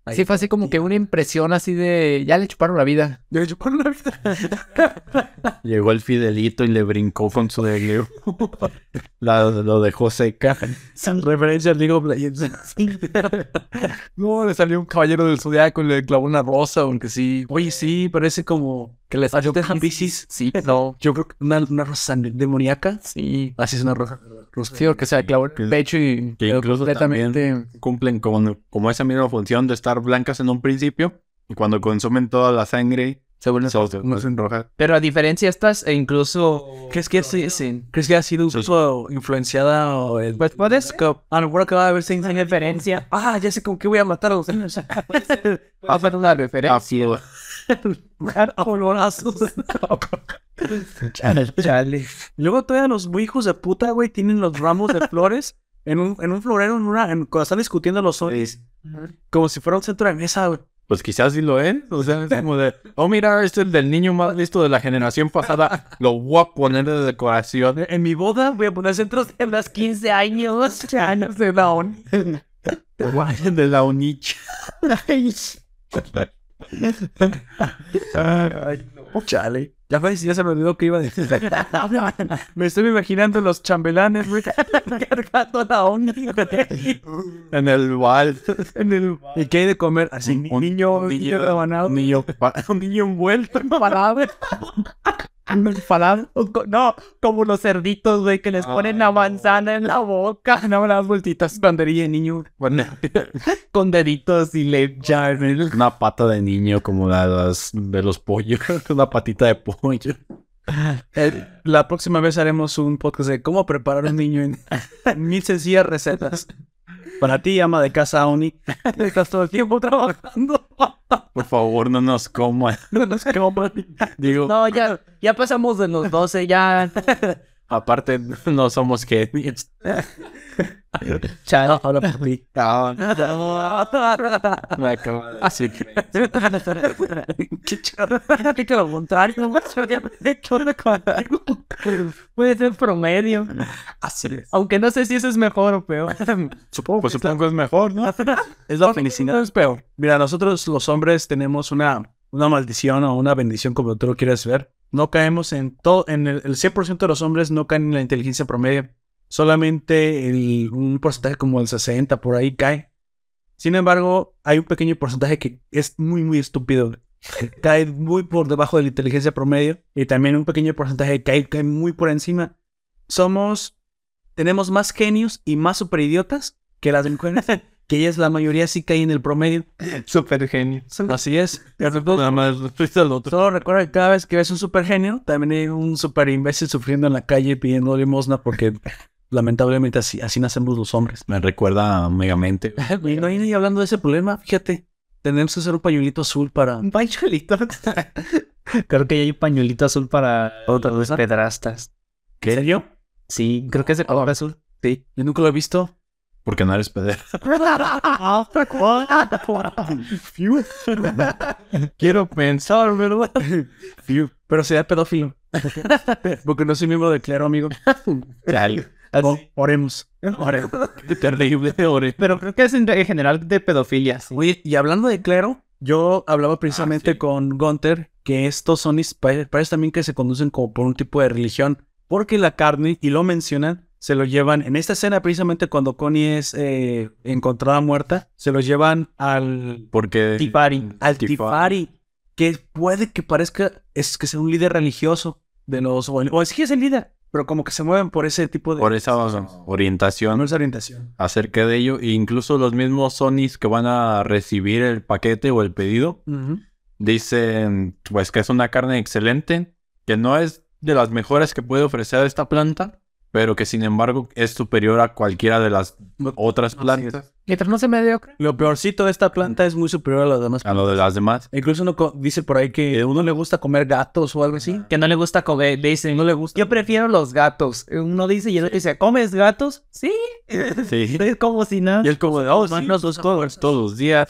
Ahí.
Sí, fue así como que una impresión así de, ya le chuparon la vida.
Yo, yo por la vida.
Llegó el Fidelito y le brincó con su dedo. La- lo dejó seca.
Referencia al League of Legends.
No, le salió un caballero del zodiaco y le clavó una rosa, aunque sí.
Oye, sí, parece como que les
Ah, yo-
dejan bicis.
Sí, no.
Yo creo que una, una rosa demoníaca.
Sí.
Así es una rosa. rosa.
Sí, porque se la clavó en el pecho y
Que
quedó
incluso Cumplen con, como esa misma función de estar blancas en un principio. Y cuando consumen toda la sangre,
Se vuelve
se- se-
no, roja.
Pero a diferencia de estas, e incluso...
¿Crees que, sí, sí. ¿Crees que ha sido un poco influenciada o el...
Pues puede ser.
A lo mejor acaba de verse
Una
en
referencia.
Ah, ya sé con qué voy a matar a los niños.
Va a ser una referencia.
Ah,
aflo-
pues,
A colorazos.
Chale.
Luego todavía los muy hijos de puta, güey, tienen los ramos de flores en un, en un florero, en una, en- cuando están discutiendo los sonis. Como si fuera un centro de mesa, güey.
Pues quizás sí lo es. O sea, es como de, oh, mira, este es el del niño más listo de la generación pasada. Lo voy a poner de decoración.
En mi boda voy a poner centros de las
15 años. Ya no sé down.
De la unicha.
Chale. Ya ves, ya se me olvidó que iba a decir. me estoy imaginando los chambelanes, güey.
Cargando la onda.
En el bal.
en el- ¿Y qué hay de comer? Así, un, niño, un niño rebanado.
Un niño, pa- un niño envuelto.
Palabra. Ando enfadado. Co- No, como los cerditos, güey, que les ponen la manzana en la boca. No, las vueltitas cuando era niño.
Bueno,
Con deditos y le echan el-
una pata de niño como la de las- de los pollos. Una patita de pollo.
Eh, la próxima vez haremos un podcast de cómo preparar un niño en, en mil sencillas recetas. Para ti, ama de casa Oni, estás todo el tiempo trabajando.
Por favor, no nos coman.
No nos coman.
Digo,
No, ya, ya pasamos de los 12, ya.
aparte, no somos genios.
Chale.
Habla por ti.
Me acabo de decir que-
Qué contrario, Puede ser promedio. Aunque no sé si eso es mejor o peor.
Supongo
Pues supongo que es mejor, ¿no?
Es la felicidad. Es peor. Mira, nosotros los hombres tenemos una, una maldición o una bendición, como tú lo quieras ver. No caemos en todo, en el, el 100% de los hombres no caen en la inteligencia promedio. Solamente el- un porcentaje como el 60 por ahí cae. Sin embargo, hay un pequeño porcentaje que es muy, muy estúpido. Cae muy por debajo de la inteligencia promedio y también un pequeño porcentaje que cae, cae muy por encima. Somos, tenemos más genios y más superidiotas que las mujeres que ellas la mayoría sí caen en el promedio.
Super genio.
Así es.
Nada más fuiste al otro.
Solo recuerda que cada vez que ves un super genio, también hay un super imbécil sufriendo en la calle pidiendo limosna porque lamentablemente así, así nacemos los hombres.
Me recuerda a Megamente.
Y no hay nadie hablando de ese problema, fíjate. Tenemos que hacer un pañuelito azul para...
Un pañuelito. creo que ya hay un pañuelito azul para los pedrastas.
¿Qué? ¿Serio?
Sí, creo que es el color azul. Oh. Sí.
Yo nunca lo he visto.
Porque no eres pedero.
Quiero pensar, ¿verdad?
Fiu. Pero sería pedófilo. Porque no soy miembro del clero, amigo. O- oremos. Oremos.
Qué terrible, ore.
Pero creo que es en en general de pedofilia. sí.
Oye, y hablando de clero, yo hablaba precisamente con Gunther que estos son his- pa- países también que se conducen como por un tipo de religión, porque la carne, y lo mencionan, se lo llevan en esta escena precisamente cuando Connie es eh, encontrada muerta, se lo llevan al,
Porque Mm,
Tipari.
al
Tifari.
Tifari, que puede que parezca es que sea un líder religioso de los... O, o es que es el líder, pero como que se mueven por ese tipo de...
por esa
por
orientación
esa orientación.
acerca de ello, e incluso los mismos Sonys que van a recibir el paquete o el pedido,
Ujú.
dicen pues que es una carne excelente, que no es de las mejores que puede ofrecer esta planta, pero que sin embargo es superior a cualquiera de las otras plantas,
Mientras no se mediocre.
Lo peorcito de esta planta es muy superior a las demás
a lo de las demás.
Incluso uno co- dice por ahí
Eh,
que a uno le gusta comer gatos o algo así.
Que no le gusta comer. Le dicen, no le gusta. Yo prefiero los gatos. Uno dice y el otro dice, ¿comes gatos? Sí.
Sí.
Es como si nada.
es como de, oh, sí,
Los dos
todos, todos los días.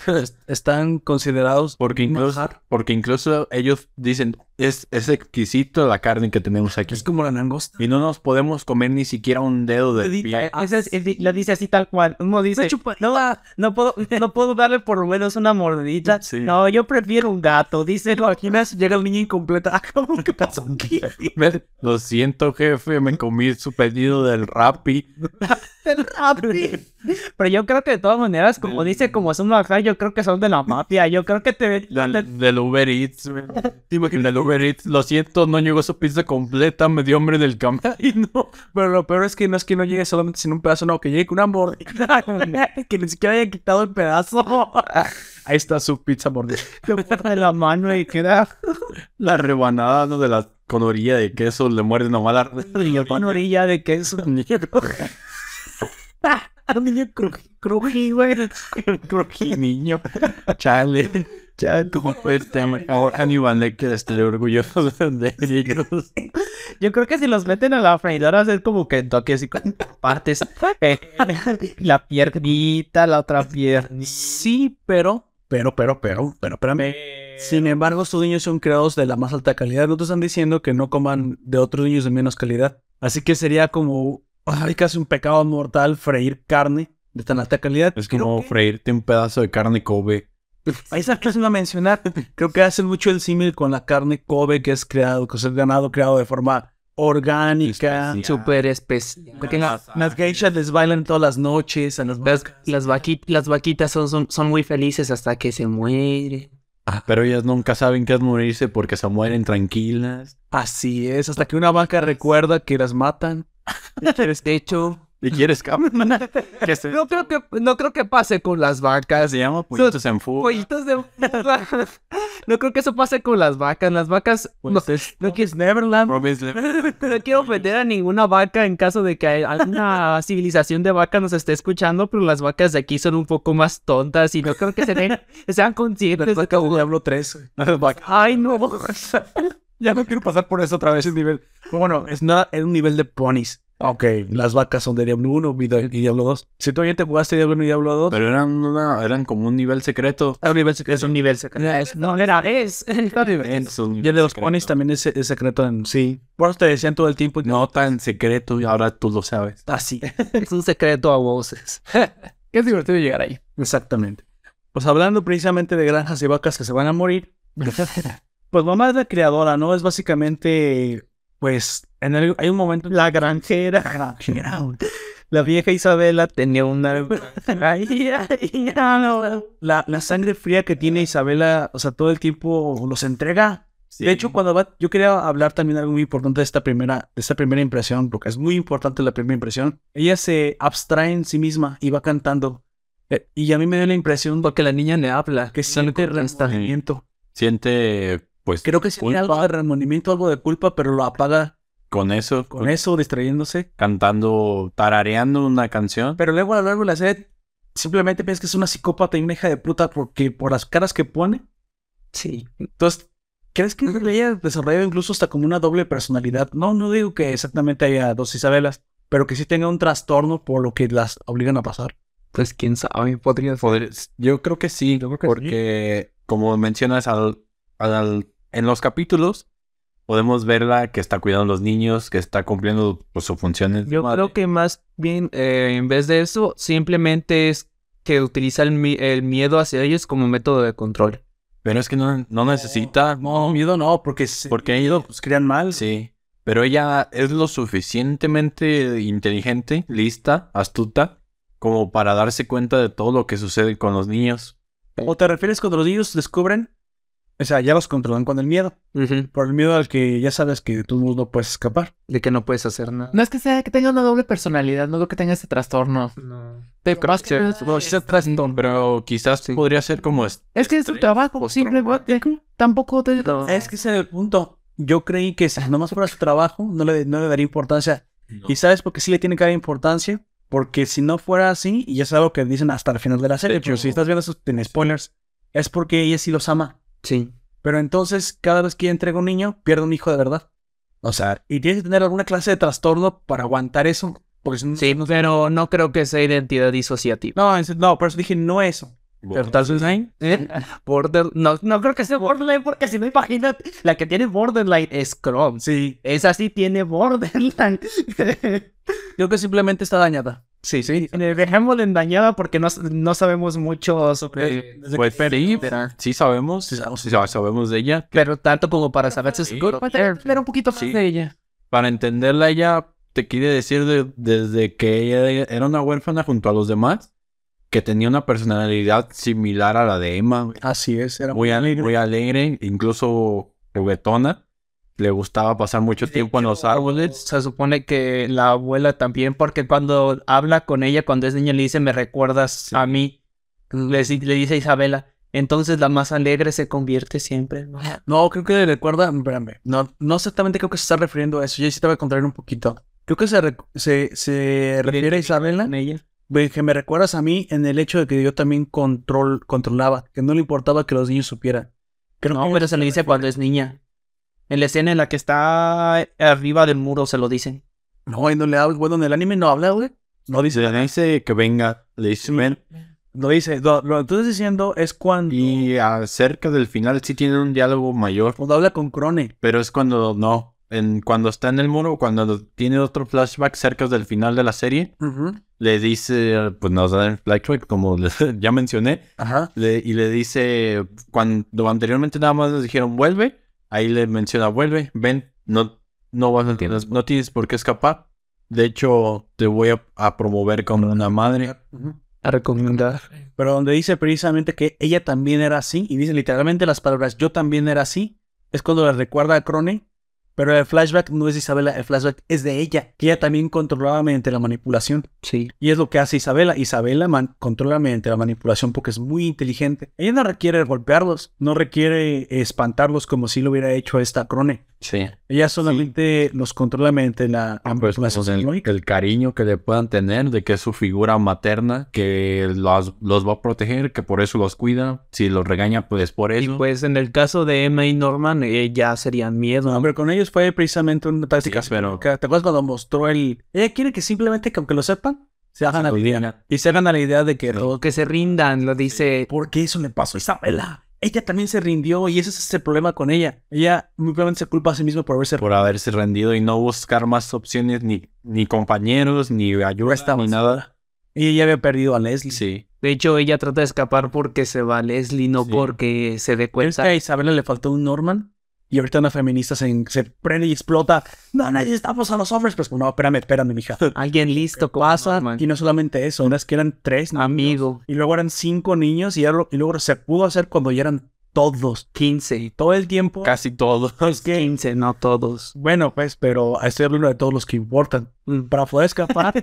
están considerados
Porque incluso,
Manjar.
porque incluso ellos dicen, es, es exquisito la carne que tenemos aquí.
es como la langosta.
Y no nos podemos comer ni siquiera un dedo de
Esa
pie.
es- es- lo dice así tal cual. Uno dice, no, ah, no, puedo, no puedo darle por lo menos una mordidita.
Sí.
No, yo prefiero un gato. Dice, no, aquí me hace-
Llega el niño incompleto. Ah, ¿cómo que pasó aquí?
Lo siento, jefe, me comí su pedido del Rappi.
el Rappi. Pero yo creo que de todas maneras, como dice, como es un manjar, yo creo que son de la mafia. Yo creo que te...
Del, del Uber Eats, güey. ¿Te imaginas? Del Uber Eats. Lo siento, no llegó su pizza completa, me dio hambre del camino.
Pero lo peor es que no es que no llegue solamente sin un pedazo, no, que llegue con una mordida. que ni siquiera haya quitado el pedazo. Ahí está su pizza mordida.
te pone la mano y queda
La rebanada ¿no? de la con orilla de queso le muerde nomás la...
con orilla de queso.
Un niño cruji- cruji, güey.
Croquis, niño. Chale. Chale. ¿Cómo puedes Ahora Aníbal Lecter estaré orgulloso de ellos.
Yo creo que si los meten a la freidora es como que toque así con partes. Eh, la piernita, la otra pierna.
Sí, pero. Pero, pero, pero. Pero, espérame. Sin embargo, estos niños son creados de la más alta calidad. No te están diciendo que no coman de otros niños de menos calidad. Así que sería como ay, casi un pecado mortal freír carne de tan alta calidad.
Es
Creo
como
que-
freírte un pedazo de carne Kobe.
Ahí está que se iba a mencionar. Creo que hacen mucho el símil con la carne Kobe que es creado, que es el ganado creado de forma orgánica.
Especial.
Súper especial. Porque la-
Las geishas les bailan todas las noches. a las-
las, las, vaqui- las vaquitas son, son, son muy felices hasta que se mueren.
ah.
Pero ellas nunca saben qué es morirse porque se mueren tranquilas.
Así es, hasta que una vaca recuerda que las matan.
De hecho,
¿Y quieres cámara? que se
no creo que, no creo que pase con las vacas.
se llama pollitos en fuga.
Pollitos de fuga. No creo que eso pase con las vacas. Las vacas.
Pues
No, no quiero Neverland.
Promise le-
No quiero ofender a ninguna vaca en caso de que hay- alguna civilización de vacas nos esté escuchando, pero las vacas de aquí son un poco más tontas y no creo que se den- sean conscientes.
Diablo 3.
Ay, no.
Ya no quiero pasar por eso otra vez el nivel. Bueno, es, nada, es un nivel de ponis. Ok, las vacas son de Diablo 1 y de- y Diablo 2. Si tú ya te jugaste Diablo 1 y Diablo 2,
Pero eran, una- eran como un nivel secreto.
es un nivel secreto.
Es un nivel secreto. No, era, es.
Y el de los ponis también es, es secreto en sí. Por eso te decían todo el tiempo.
No tan secreto y ahora tú lo sabes.
Así.
Es un secreto a voces.
Es divertido llegar ahí.
Exactamente. Pues hablando precisamente de granjas y vacas que se van a morir. pues mamá es la creadora, ¿no? Es básicamente, pues, en el- hay un momento...
La granjera. La vieja Isabela tenía una. Ay, ay, no.
La, la sangre fría que tiene Isabela, o sea, todo el tiempo los entrega. De hecho, cuando va, yo quería hablar también algo muy importante de esta primera, de esta primera impresión, porque es muy importante la primera impresión. Ella se abstrae en sí misma y va cantando. Eh, y a mí me dio la impresión
Porque la niña le habla.
que siente
contesta.
remordimiento.
Siente, pues,
Creo que siente
Culpa.
algo de remordimiento, algo de culpa, pero lo apaga
con eso,
con eso, distrayéndose.
cantando, tarareando una canción.
Pero luego a lo largo de la serie, simplemente piensas que es una psicópata y una hija de puta porque por las caras que pone.
Sí.
Entonces, ¿crees que ella desarrolla incluso hasta como una doble personalidad? No, no digo que exactamente haya dos Isabelas, pero que sí tenga un trastorno por lo que las obligan a pasar.
Pues quién sabe, podría
Poder- este Yo creo que sí, porque como mencionas al, al- en los capítulos, podemos verla que está cuidando a los niños, que está cumpliendo pues, sus funciones.
Yo creo que más bien, eh, en vez de eso, simplemente es que utiliza el, mi- el miedo hacia ellos como método de control.
Pero es que no, no necesita,
No, miedo no, porque se
porque ella,
los crean mal.
sí, pero ella es lo suficientemente inteligente, lista, astuta, como para darse cuenta de todo lo que sucede con los niños.
¿O te refieres cuando los niños descubren? O sea, ya los controlan con el miedo. Por el miedo al que ya sabes que tú no puedes escapar.
De que no puedes hacer nada.
No es que sea que tenga una doble personalidad, no creo que tenga ese trastorno. Te- más que nada, es-
Pero quizás podría ser como es-
es que es su trabajo, simplemente. Tampoco te.
Es que ese era el punto. Yo creí que si nomás fuera su trabajo, no le, no le daría importancia. ¿Y sabes por qué sí le tiene que dar importancia? Porque si no fuera así, y ya es algo que dicen hasta el final de la serie, pero si estás viendo eso en spoilers, es porque ella sí los ama.
Sí.
Pero entonces, cada vez que ella entrega un niño, pierde un hijo de verdad. O sea, y tienes que tener alguna clase de trastorno para aguantar eso. Porque si no,
Sí, pero no creo que sea identidad disociativa.
no, en serio, no, por eso dije no eso. Pero tal vez
¿Eh? Border... No, no creo que sea borderline, porque si no, imagínate, la que tiene borderline es Chrome.
Sí.
Esa sí tiene borderline. Eh,
Creo que simplemente está dañada.
Sí, sí. Dejémosla engañada porque no, no sabemos mucho
Eh,
sobre...
Pues sí, sí sabemos, sí sabemos, sí sabemos de ella.
Pero tanto como para saber si es
Sí.
good
Cuéntame- Era un poquito más
Sí.
de ella.
Para entenderla, ella te quiere decir de- desde que ella era una huérfana junto a los demás, que tenía una personalidad similar a la de Emma, güey.
Así es, era
muy alegre, muy alegre incluso juguetona. Le gustaba pasar mucho tiempo en los árboles.
Se supone que la abuela también, porque cuando habla con ella, cuando es niña, le dice, me recuerdas a mí. Le, si- le dice a Isabela. Entonces la más alegre se convierte siempre. ¿no?
No, creo que le recuerda, espérame, no, no exactamente creo que se está refiriendo a eso, yo sí te voy a contraer un poquito. Creo que se, re- se, se refiere a Isabela,
En ella.
de que me recuerdas a mí en el hecho de que yo también control, controlaba, que no le importaba que los niños supieran. Creo
No,
que-
pero se le dice cuando es niña. En la escena en la que está arriba del muro se lo dicen.
No, y no le habla, bueno, en el anime no habla, güey. No dice,
Dice, le dice que venga, le dice ven.
no dice, no, lo que tú estás diciendo es cuando,
Y acerca del final sí tienen un diálogo mayor,
cuando habla con Crone.
pero es cuando no. En, cuando está en el muro, cuando tiene otro flashback cerca del final de la serie, le dice, pues nos da el flashback, como les- ya mencioné,
Ajá.
le- y le dice, cuando anteriormente nada más nos dijeron vuelve, ahí le menciona vuelve, ven, no, no, vas a, no, tienes por qué escapar. De hecho, te voy a, a promover como una madre.
a recomendar.
Pero donde dice precisamente que ella también era así, y dice literalmente las palabras yo también era así, es cuando le recuerda a Crone, pero el flashback no es de Isabela, el flashback es de ella, que ella también controlaba mediante la manipulación.
Sí.
Y es lo que hace Isabela. Isabela man- controla mediante la manipulación porque es muy inteligente. Ella no requiere golpearlos, no requiere espantarlos como si lo hubiera hecho esta Crone.
Sí.
Ella solamente los controla mediante la
Pues, pues,
manipulación
el,
psicológica.
el cariño que le puedan tener, de que es su figura materna, que los, los va a proteger, que por eso los cuida. Si los regaña, pues por
Y
eso.
pues en el caso de Emma y Norman, eh, ya sería miedo.
No, pero con ellos fue precisamente una táctica.
Sí, pero-
psicológica. ¿Te acuerdas cuando mostró el... Ella quiere que simplemente, que aunque lo sepan, se hagan a la idea. Y se hagan a la idea de que... todo-
Que se rindan, lo dice.
Porque eso le pasó a Isabela. Ella también se rindió y ese es el problema con ella. Ella muy probablemente se culpa a sí misma por haberse
por haberse rendido y no buscar más opciones, ni, ni compañeros, ni ayuda, ni nada.
Y ella había perdido a Leslie.
Sí.
De hecho, ella trata de escapar porque se va Leslie, no
Sí.
porque se
¿Crees
dé
que
cuenta.
a Isabela le faltó un Norman? Y ahorita una feminista se, se prende y explota. No, necesitamos a los hombres. Pues no, espérame, espérame, mija.
Alguien listo, pasa.
Y no solamente eso, unas que eran tres niños,
Amigo,
Y luego eran cinco niños y, ya lo- y luego se pudo hacer cuando ya eran todos.
15.
Todo el tiempo.
Casi todos.
que-
15, no todos.
Bueno, pues, pero estoy hablando de todos los que importan. Mm, Para poder escapar,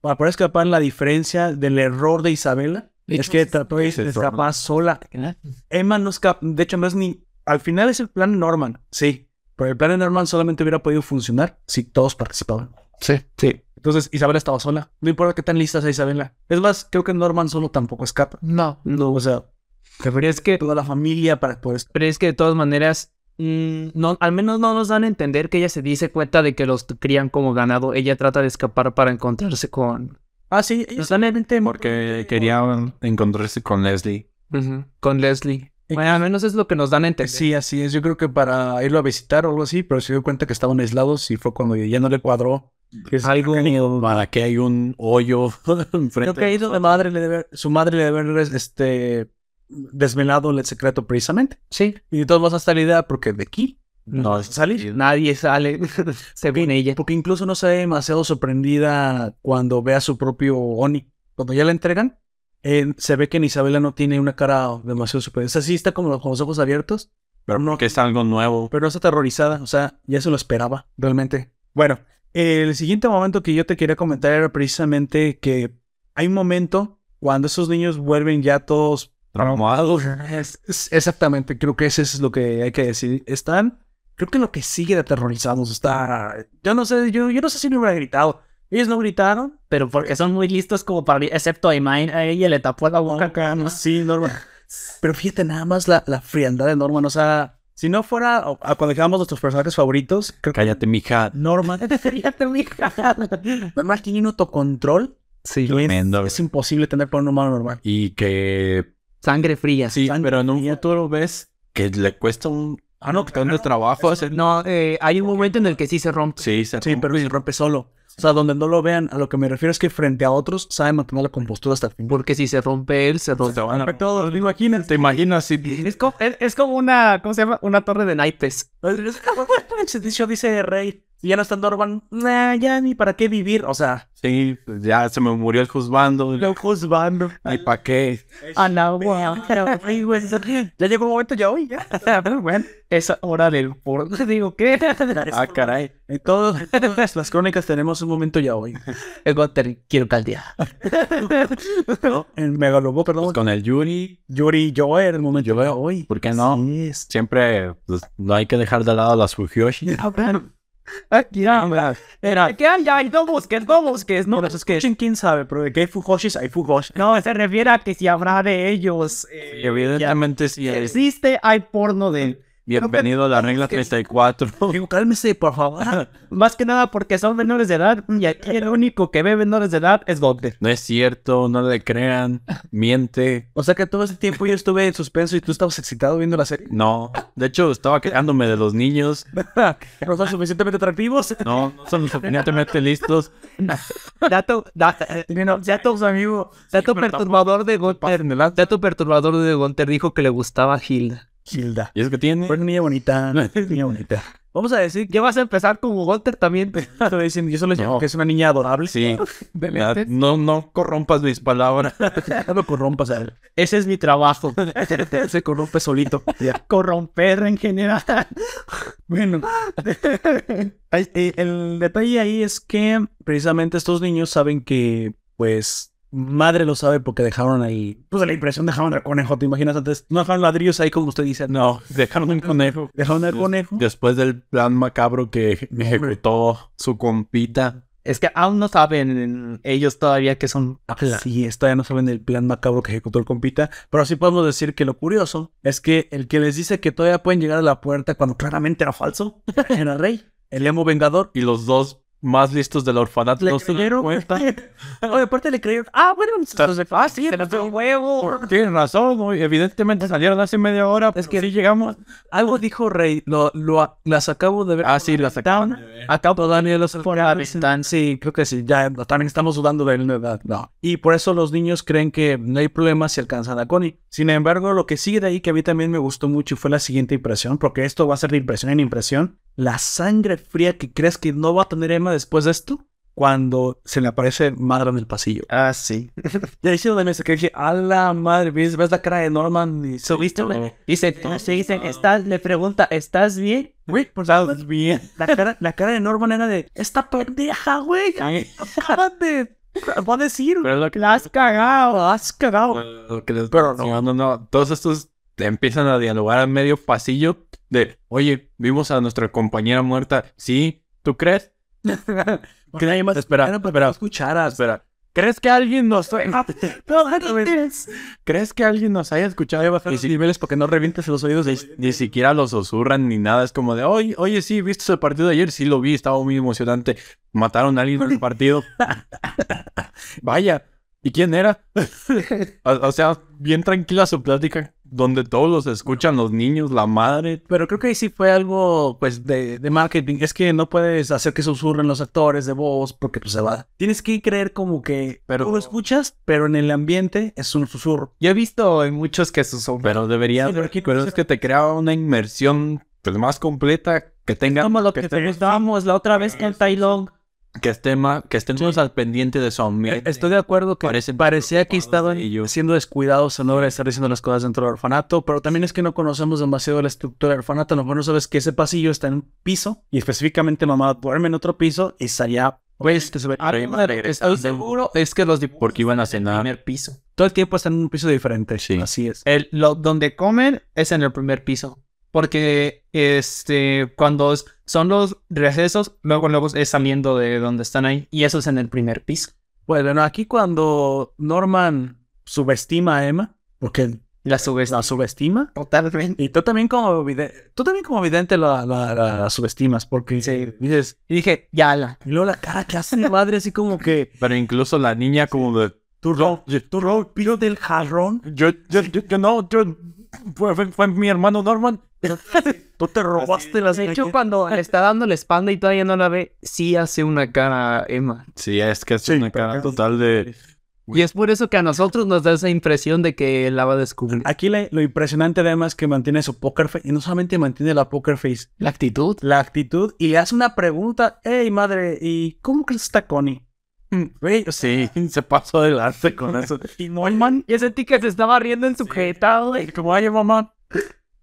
para poder escapar la diferencia del error de Isabela,
De
es
hecho,
que
es-
trató de
ese es
escapar sola. Emma no escapa, de hecho no es ni... Al final es el plan de Norman, sí. Pero el plan de Norman solamente hubiera podido funcionar si todos participaban.
Sí.
Sí. Entonces Isabela estaba sola. No importa qué tan lista sea Isabela. Es más, creo que Norman solo tampoco escapa.
No, no.
O sea,
Pero es que,
toda la familia para poder...
pero es que de todas maneras, mm, no, al menos no nos dan a entender que ella se dice cuenta de que los crían como ganado. Ella trata de escapar para encontrarse con.
Ah, sí.
Nos dan a entender
Porque querían encontrarse con Leslie.
Ujú, con Leslie.
Eh,
Bueno, al menos es lo que nos dan a entender.
Sí, así es. Yo creo que para irlo a visitar o algo así, pero se dio cuenta que estaban aislados y fue cuando ya no le cuadró. Que es
Algo-
Para que hay un hoyo enfrente.
Creo que ahí donde madre le debe, su madre le debe haber este, desvelado el secreto precisamente.
Sí.
Y de todos modos hasta la idea, porque de aquí
No,
vas a salir.
Nadie sale. se viene ella.
Porque incluso no se ve demasiado sorprendida cuando ve a su propio Oni. Cuando ya la entregan, eh, se ve que en Isabela no tiene una cara demasiado sorprendida. O sea, sí está como con los ojos abiertos,
pero no. que es algo nuevo.
pero es aterrorizada, o sea, ya se lo esperaba realmente. Bueno, el siguiente momento que yo te quería comentar era precisamente que hay un momento cuando esos niños vuelven ya todos
Traumado.
es- es- exactamente, creo que eso es lo que hay que decir. Están, creo que lo que sigue de aterrorizados está, yo no sé, yo, yo no sé si no hubiera gritado. Ellos no gritaron.
Pero porque son muy listos como para... Excepto a Emaine, a ella le tapó la boca acá, ¿no?
Sí, Norman. Pero fíjate nada más la, la frialdad de Norman, o sea, si no fuera o- a cuando dejamos nuestros personajes favoritos, creo que
Cállate, mija.
Norman Normal tiene un autocontrol.
Sí.
que es-
Tremendo.
Es imposible tener por un humano normal.
Y que
Sangre fría.
Sí,
Tan-
pero en un
y-
futuro ves que le cuesta un
Ah, no,
montón de trabajo hacer.
No, eh, hay un momento en el que sí se rompe.
Sí, se
Sí, pero se rompe solo. O sea, donde no lo vean, a lo que me refiero es que frente a otros sabe mantener la compostura hasta el fin.
Porque si se rompe él, se rompe.
te van a-
Todo, digo, aquí en el
¿Te imaginas si
Es como, es, es como una, ¿cómo se llama? Una torre de naipes.
dicho dice Rey, si ya no está Norman, nah, ya ni para qué vivir. O sea,
sí, pues ya se me murió el juzgando?
lo juzgando.
Ay, ¿para qué?
Ah, no, wow.
Ya llegó un momento ya hoy, ya.
Bueno, esa hora del por... Digo, ¿qué?
Ah, caray.
En todas todas las crónicas tenemos un momento ya hoy.
El Gunter, quiero caldear.
En Megalobo,
Pues
perdón.
con el Yuri,
Yuri, Pues, yo era el momento
Yo
ya
veo.
hoy.
¿por qué no?
Así es.
Siempre pues, no hay que dejar de lado las Fujoshi.
Era, ¿qué Ah, hay? Ay, No busques, no busques, no
Por eso es que quién sabe, pero de que hay fujoshis, hay fujoshis.
No, se refiere a que si habrá de ellos. eh,
Y evidentemente sí.
que
es
existe, hay porno de él.
Bienvenido a la regla 34.
Digo, cálmese, por favor.
Más que nada porque son menores de edad y aquí el único que ve menores de edad es Gunter.
No es cierto, no le crean, miente.
O sea que todo ese tiempo yo estuve en suspenso y tú estabas excitado viendo la serie.
No, de hecho estaba quejándome de los niños.
¿No son suficientemente atractivos?
No, no son lo suficientemente listos.
Dato, da- dato, amigo, dato perturbador de Gunter. Dato perturbador de Gunter dijo que le gustaba Hilda.
Hilda.
Y es que tiene
Fue una niña bonita. Niña bonita. Vamos a decir que
Ya vas a empezar como Walter también.
te dicen, yo solo digo
No.
que es una niña adorable.
Sí. Ah, No, no corrompas mis palabras.
No me corrompas a él.
Ese es mi trabajo.
Se corrompe solito.
Corromper en general.
Bueno, Ay, eh, el detalle ahí es que precisamente estos niños saben que, pues, madre lo sabe porque dejaron ahí, pues de la impresión dejaron al conejo, ¿te imaginas antes? No dejaron ladrillos ahí como usted dice,
No, dejaron un conejo.
dejaron al conejo.
Después del plan macabro que ejecutó su compita.
Es que aún no saben ellos todavía que son.
Sí, esto ya no saben el plan macabro que ejecutó el compita, pero sí podemos decir que lo curioso es que el que les dice que todavía pueden llegar a la puerta cuando claramente era falso, era rey, el emo vengador.
Y los dos más listos del orfanato
Le
no se dan
creyeron.
cuenta.
Oye, aparte le creyeron, ah, bueno, entonces, ah, sí,
Se nos ve un huevo.
Tienes razón, ¿no? evidentemente salieron hace media hora.
Es
Es
que-
que sí llegamos.
Algo dijo Rey, lo, lo- las acabo de ver.
Ah, sí, las acaban
Down. Acabo de ver los por la ventana. Sí, creo que sí, ya también estamos dudando de la edad. No. Y por eso los niños creen que no hay problema si alcanzan a Connie. Sin embargo, lo que sigue de ahí, que a mí también me gustó mucho, fue la siguiente impresión, porque esto va a ser de impresión en impresión. La sangre fría que crees que no va a tener Emma después de esto, cuando se le aparece Madre en el pasillo.
Ah, sí.
Y ahí sí donde me saqué, dije, a la madre, ¿ves, ves la cara de Norman? Y se viste,
Dice,
Ah,
se dicen, ¿estás, le pregunta, ¿estás bien?
Güey, pues estás bien. La cara, la cara de Norman era de esta pendeja, güey. Acaban de. Va a decir.
Pero es lo que
La has cagado.
Has cagado.
Lo que les- Pero no, no, no. Todos estos te empiezan a dialogar en medio pasillo de, oye, vimos a nuestra compañera muerta. Sí, ¿tú crees?
Que nadie más.
Espera,
Era para que
espera.
no escucharas.
Espera. ¿Crees que alguien nos ¿Crees que alguien nos haya escuchado? Ni,
Los
si-
niveles porque no revientes los oídos de.
ni siquiera lo susurran ni nada. Es como de, oye, oye, sí, ¿viste el partido de ayer? Sí, lo vi, estaba muy emocionante. Mataron a alguien en el partido. Vaya. ¿Y quién era? o, o sea, bien tranquila su plática, donde todos los escuchan, los niños, la madre,
Pero creo que ahí sí fue algo, pues, de, de marketing. Es que no puedes hacer que susurren los actores de voz porque, pues, se va. Tienes que creer como que
Pero-
tú lo escuchas, pero en el ambiente es un susurro.
Yo he visto en muchos que sus hombres.
Pero debería
Sí, pero aquí-
pero es que te crea una inmersión pues, más completa que tenga
Como lo
que,
que
esté-
preguntábamos la otra vez con Tai Long.
que esté más que estemos al pendiente de su
Eh,
ambiente.
Estoy de acuerdo que
Parecen
parecía que
preocupados
estaban
de ello.
siendo descuidados a no hora de estar diciendo las cosas dentro del orfanato, pero también es que no conocemos demasiado la estructura del orfanato. A lo mejor no sabes que ese pasillo está en un piso y específicamente mamá duerme en otro piso y estaría. Pues, te sube-
Pero iban a regresar
Estoy
de-
seguro es que los dibujos
porque iban a
están en
cenar.
el primer piso.
todo el tiempo está en un piso diferente.
Sí.
Así es.
El, lo, donde comen es en el primer piso. Porque este cuando es- son los recesos, luego luego es saliendo de donde están ahí. Y eso es en el primer piso.
Bueno, aquí cuando Norman subestima a Emma, porque
La subes
la subestima,
totalmente.
y tú también como vidente, tú también como vidente la, la- la- la subestimas, porque dices,
Y dije, ya la.
y luego la cara que hace la madre, así como que.
Pero incluso la niña como de
Tu rol, tu rol, piro del jarrón.
yo yo, yo, yo no, yo fue, fue- fue mi hermano Norman.
Tú te robaste las
De hecho, cuando le está dando la espalda y todavía no la ve, sí hace una cara a Emma.
Sí, es que es una cara total de
Y es por eso que a nosotros nos da esa impresión de que la va a descubrir.
Aquí la- lo impresionante además es que mantiene su poker face. Y no solamente mantiene la poker face,
La actitud.
la actitud. Y le hace una pregunta. Hey, madre, ¿y cómo crees que está Connie? Güey, o sea,
Mm. Sí, se pasó adelante con eso.
y Norman.
Y sentí que se estaba riendo en su jeta, güey.
Como, oye, mamá,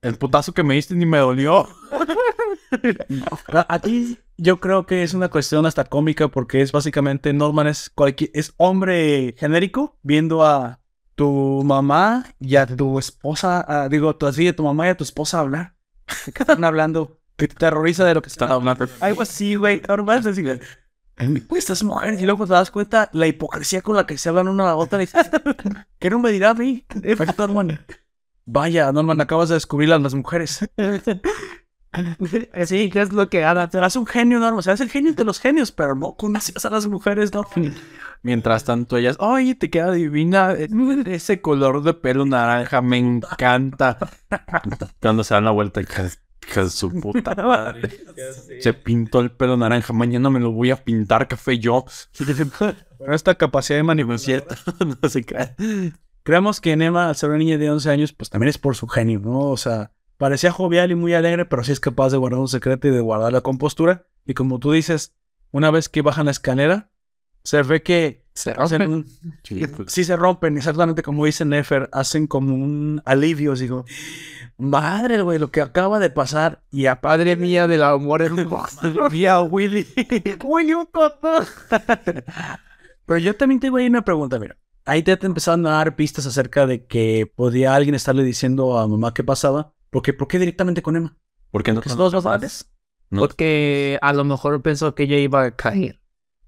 el putazo que me diste ni me dolió.
a- Aquí yo creo que es una cuestión hasta cómica porque es básicamente Norman es, cualquier, es hombre genérico viendo a tu mamá y a tu esposa, a- digo, tu, así, a tu mamá y a tu esposa hablar. Que están hablando. Que te terroriza de lo que están
Están hablando.
Algo así, güey. Normal es así, güey. Pues estás mujer. Y luego te das cuenta la hipocresía con la que se hablan una a la otra. Y dices, ¿Qué no me dirá a mí? Perfecto, Norman. Vaya, Norman, acabas de descubrir a las mujeres.
Sí, que es lo que hará.
Serás un genio, Norman. Serás el genio de los genios, pero no conoces a las mujeres, Norman.
Mientras tanto, ellas, oye, te queda divina eh, ese color de pelo naranja, me encanta. Cuando se dan la vuelta, hija de- hija de su puta madre. Se pintó el pelo naranja, mañana me lo voy a pintar café yo.
Pero esta capacidad de
No es
manipulación.
cierto, no se crea.
Creamos que Nema, al ser una niña de 11 años, pues también es por su genio, ¿no? O sea, Parecía jovial y muy alegre, pero sí es capaz de guardar un secreto y de guardar la compostura. Y como tú dices, una vez que bajan la escalera, se ve que... Se rompen.
pues.
sí, se rompen, exactamente como dice Nefer. Hacen como un alivio, así como... Madre, güey, lo que acaba de pasar. Y a padre mía del amor hermoso. Y a Willy. Willy, un coto. Pero yo también te voy a una pregunta, mira. Ahí te, te empezaron a dar pistas acerca de que podía alguien estarle diciendo a mamá qué pasaba. Porque, ¿Por qué directamente con Emma?
¿Por qué no
¿Que
te-
son los dos padres?
No.
Eh,
Porque a lo mejor pensó que ella iba a caer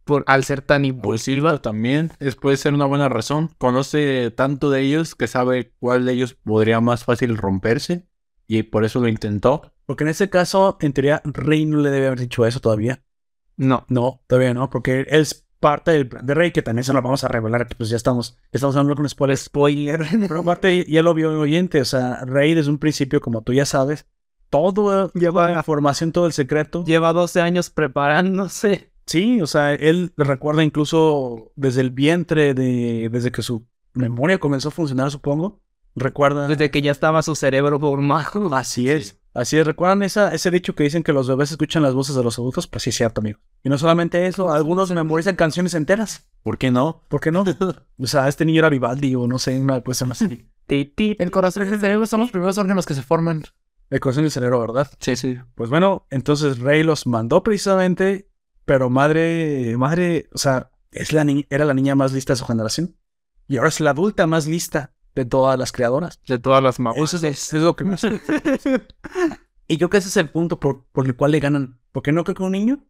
por, al ser tan
Pues
impulsiva.
Silva también es, puede ser una buena razón. Conoce tanto de ellos que sabe cuál de ellos podría más fácil romperse y por eso lo intentó.
Porque en ese caso, en teoría, Rey no le debe haber dicho eso todavía.
No.
No, todavía no, porque él es parte del plan de Rey, que también se lo vamos a revelar, que pues ya estamos, estamos hablando con spoilers. Spoiler. Pero aparte, ya lo vio el oyente, o sea, Rey desde un principio, como tú ya sabes, todo, lleva la formación, todo el secreto.
Lleva 12 años preparándose.
Sí, o sea, él recuerda incluso desde el vientre, de, desde que su memoria comenzó a funcionar, supongo. Recuerda.
Desde que ya estaba su cerebro formado.
Así es. Así es. ¿Recuerdan esa, ese dicho que dicen que los bebés escuchan las voces de los adultos? Pues sí, es cierto, amigo. Y no solamente eso, algunos memorizan canciones enteras.
¿Por qué no?
¿Por qué no? O sea, este niño era Vivaldi o no sé, una cuestión así.
Ti, ti.
El corazón y el cerebro son los primeros órganos que se forman.
El corazón y el cerebro, ¿verdad?
Sí, sí.
Pues bueno, entonces Rey los mandó precisamente, pero madre, madre, o sea, es la ni- era la niña más lista de su generación. Y ahora es la adulta más lista de todas las creadoras.
De todas las mamás.
Eso es, eso es lo que me hace. Y creo que ese es el punto por, por el cual le ganan. Porque no creo que un niño,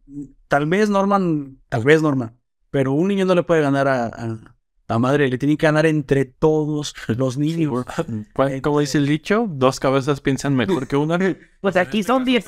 tal vez Norman, tal vez Norman, pero un niño no le puede ganar a, a, a madre. Le tiene que ganar entre todos los niños.
¿Cuál- ¿Cómo Pues, dice el dicho? Dos cabezas piensan mejor que una.
Pues aquí son 10.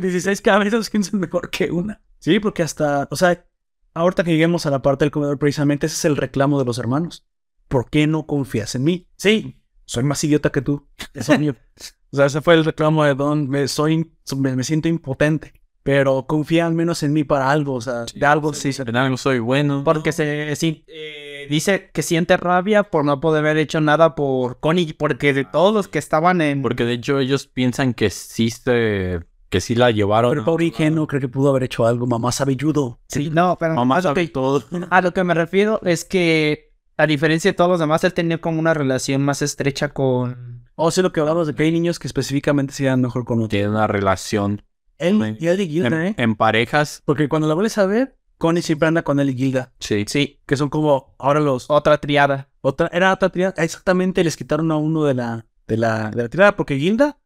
16 cabezas, ¿quién es mejor que una? Sí, porque hasta, o sea, ahorita que lleguemos a la parte del comedor, precisamente ese es el reclamo de los hermanos. ¿Por qué no confías en mí? Sí, soy más idiota que tú. Eso mío. O sea, ese fue el reclamo de Don. Me, soy, in- me, me siento impotente, pero confía al menos en mí para algo, o sea, de algo sí. se-
En algo soy bueno.
Porque se si- eh, dice que siente rabia por no poder haber hecho nada por Connie, porque de todos los que estaban en...
Porque de hecho ellos piensan que sí, se- que sí la llevaron.
Pero pobre ingenuo, creo que pudo haber hecho algo. Mamá sabe judo.
Sí, no, pero
Mamá
a, lo
sabe
que,
todo.
Ah.
a lo que me refiero es que, a diferencia de todos los demás, él tenía como una relación más estrecha con...
O sea, Oh, lo que hablamos de que hay niños que específicamente se llevan mejor con otros.
Tiene una relación
Él y Ellie
en,
Gilda, ¿eh?
en parejas.
Porque cuando la vuelves a ver, Connie siempre anda con él y Gilda.
Sí.
Sí,
que son como ahora los
otra triada.
otra era otra tirada ah, exactamente les quitaron a uno de la de la de la tirada porque Gilda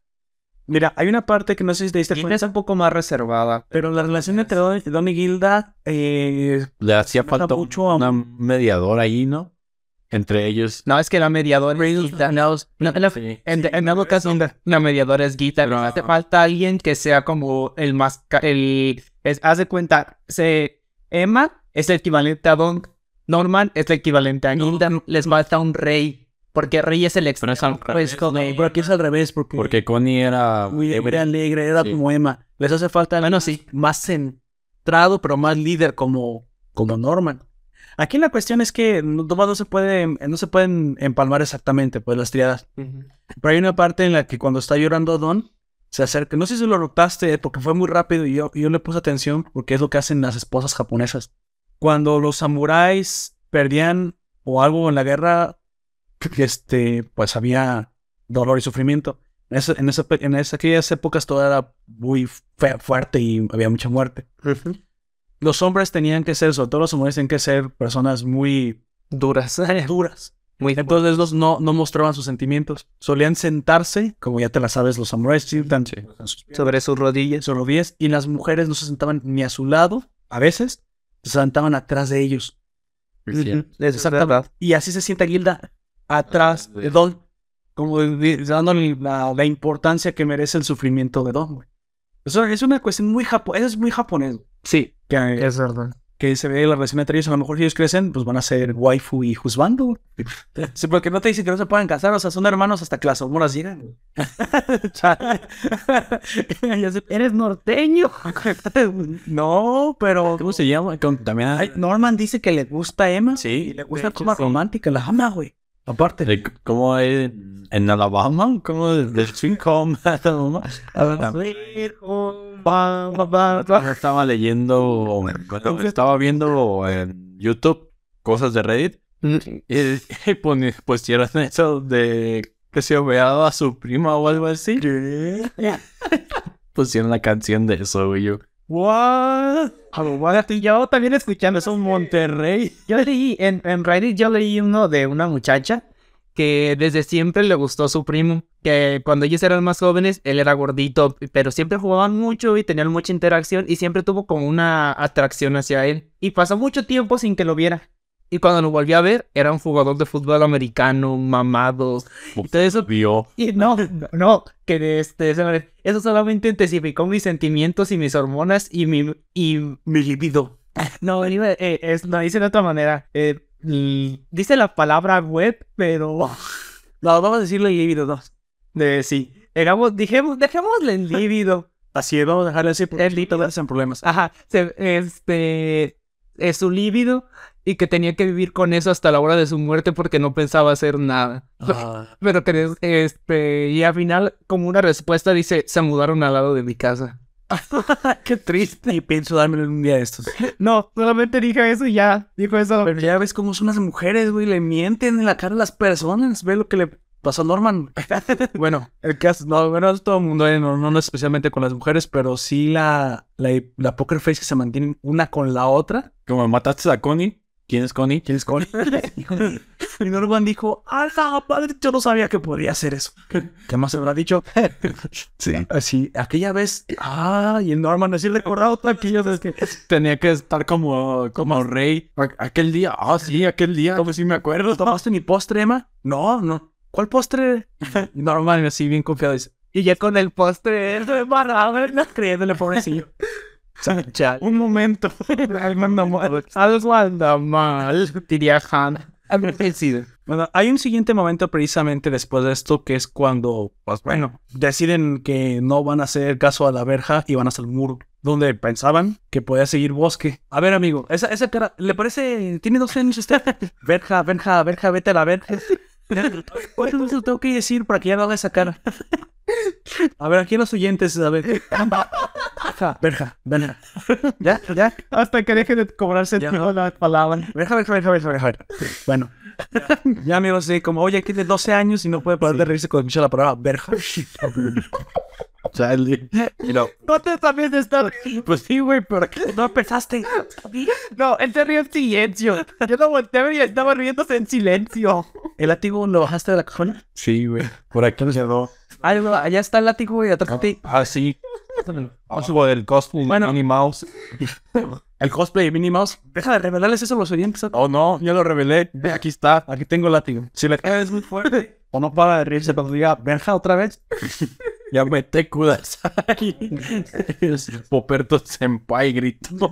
mira hay una parte que no sé si te diste
Gilda es
cuenta
un poco más reservada.
pero la relación entre Don, Don y Gilda eh,
Le hacía
Nota
falta
mucho a-
una mediadora ahí, ¿no? Entre ellos.
No, es que la mediadora es Gita. No, no, la-
Sí.
en, en dado caso, la mediadora es Gita. Pero hace falta alguien que sea como el más... ca- El, es- haz de cuenta, se, Emma es el equivalente a Don. Norman es el equivalente a Gita. Les falta un rey. Porque rey es el
Pero
extremo.
es al
pues,
revés,
como-
pero aquí es al revés porque,
Porque Connie era...
muy
ebria.
era alegre era
eh, Sí.
como Emma les hace falta menos sí más centrado pero más líder como como Norman aquí la cuestión es que no, no se puede no se pueden empalmar exactamente pues las triadas
Ujú.
Pero hay una parte en la que cuando está llorando Don, se acerca. No sé si lo notaste eh, porque fue muy rápido y yo, yo le puse atención porque es lo que hacen las esposas japonesas. Cuando los samuráis perdían o algo en la guerra, este, pues había dolor y sufrimiento. En, esa- en, esa pe- en esa- aquellas épocas todo era muy fe- fuerte y había mucha muerte. Los hombres tenían que ser, sobre todo los hombres, tenían que ser personas muy
Duras.
duras.
Muy
Entonces los no, no mostraban sus sentimientos. Solían sentarse, como ya te la sabes, los samuráis sientan en sus piernas,
sobre sus rodillas.
sobre los pies, y las mujeres no se sentaban ni a su lado, a veces, se sentaban atrás de ellos.
Sí.
Exactamente.
Y así se sienta Gilda, atrás de Don, como de- de- dándole la, la importancia que merece el sufrimiento de Don. güey. Eso es una cuestión muy japonesa, es muy japonés.
Sí,
Que,
es verdad.
que se ve la relación entre ellos, a lo mejor si ellos crecen, pues van a ser waifu y husbando. güey. Sí, porque no te dicen que no se pueden casar, o sea, son hermanos hasta que las hormonas llegan. güey. Chale. Ya sé.
Eres norteño.
no, pero
¿Cómo se llama? Con- También...
Ay, Norman dice que le gusta a Emma
Sí,
y le gusta de forma romántica, la ama, güey. Aparte.
De c- ¿Cómo es en Alabama? ¿Cómo es del swing home Alabama? Estaba leyendo, bueno, estaba viendo en YouTube cosas de Reddit y, pues, y pone- pusieron eso de que se obeaba a su prima o algo así. Pusieron la canción de eso, güey. Yo,
What? Yo también escuchando eso en Monterrey. Yo leí, en, en Reddit yo leí uno de una muchacha que desde siempre le gustó su primo. Que cuando ellos eran más jóvenes, él era gordito, pero siempre jugaban mucho y tenían mucha interacción y siempre tuvo como una atracción hacia él. Y pasó mucho tiempo sin que lo viera. Y cuando lo volví a ver, era un jugador de fútbol americano, mamados. Todo eso
vio.
y no, no, que de este, se me- eso solamente intensificó mis sentimientos y mis hormonas y mi, y mi libido. No, iba- eh, es, no dice de otra manera. Eh, l- dice la palabra web, pero
No, vamos a decirle líbido dos.
de sí. Digamos, dijemos, dejémosle el líbido.
Así es, vamos a dejarle así porque
El líbido.
todas son problemas.
Ajá, se- este, es su líbido y que tenía que vivir con eso hasta la hora de su muerte porque no pensaba hacer nada.
Ah,
Pero que des- este, y al final, como una respuesta, dice, se mudaron al lado de mi casa.
Ah, qué triste. Y pienso dármelo un día de estos.
No, solamente dije eso y ya. Dijo eso.
Pero ya ves cómo son las mujeres, güey. Le mienten en la cara a las personas. Ve lo que le pasó a Norman. bueno, el caso, no, bueno, es todo el mundo, eh, no, no, no especialmente con las mujeres, pero sí la, la, la poker face que se mantienen una con la otra.
Como mataste a Connie. ¿Quién es Connie?
¿Quién es Connie? y Norman dijo, ¡Ala, padre! Yo no sabía que podría hacer eso. ¿Qué más habrá dicho?
Sí.
Así, aquella vez, ah, y el Norman así recordado tranquilo, es que
Tenía que estar como, como rey. A- Aquel día, ah, sí, aquel día.
pues
Como si me acuerdo.
¿tomaste mi postre, Emma? No, no. ¿Cuál postre? Y Norman así bien confiado dice,
Y ya con el postre.
Esto es barra, no creyéndole, pobrecillo. Chal.
Un momento. Algo anda mal. pues, Algo anda mal. Diría Han.
Bueno, hay un siguiente momento precisamente después de esto que es cuando, pues bueno, deciden que no van a hacer caso a la verja y van hasta el muro, donde pensaban que podía seguir bosque. A ver, amigo, esa, esa cara, ¿le parece? Tiene dos años usted. Verja, verja, verja, vete a la verja. ¿Cuántas veces lo tengo que decir para que ya no haga esa cara? A ver, aquí los oyentes, a ver. Verja, verja, verja. Ya, ya.
Hasta que deje de cobrarse
Ya.
todas las palabras.
Deja ver, deja ver, deja ver. Bueno. Ya, amigos, sí, como, oye, tiene 12 años y no puede parar de reírse cuando escucha la palabra verja.
Chale.
No te sabes de estar.
Pues sí, güey, pero
No pensaste.
No, él se rió en silencio. Yo no volteé y estaba riéndose en silencio.
¿El látigo lo bajaste de la cajona?
Sí, güey. Por aquí quedó.
Ah, no, allá está el látigo y atrás de ti.
Ah, sí. Algo del cosplay
Bueno.
de Minnie Mouse.
El cosplay de Minnie Mouse. Deja de revelarles eso a los oyentes.
Oh, no, ya lo revelé. Ve, Aquí está.
Aquí tengo el látigo. Si la cara es muy fuerte o no para de reírse cuando diga verja otra vez.
Ya me te cudas. Poperto Senpai gritó.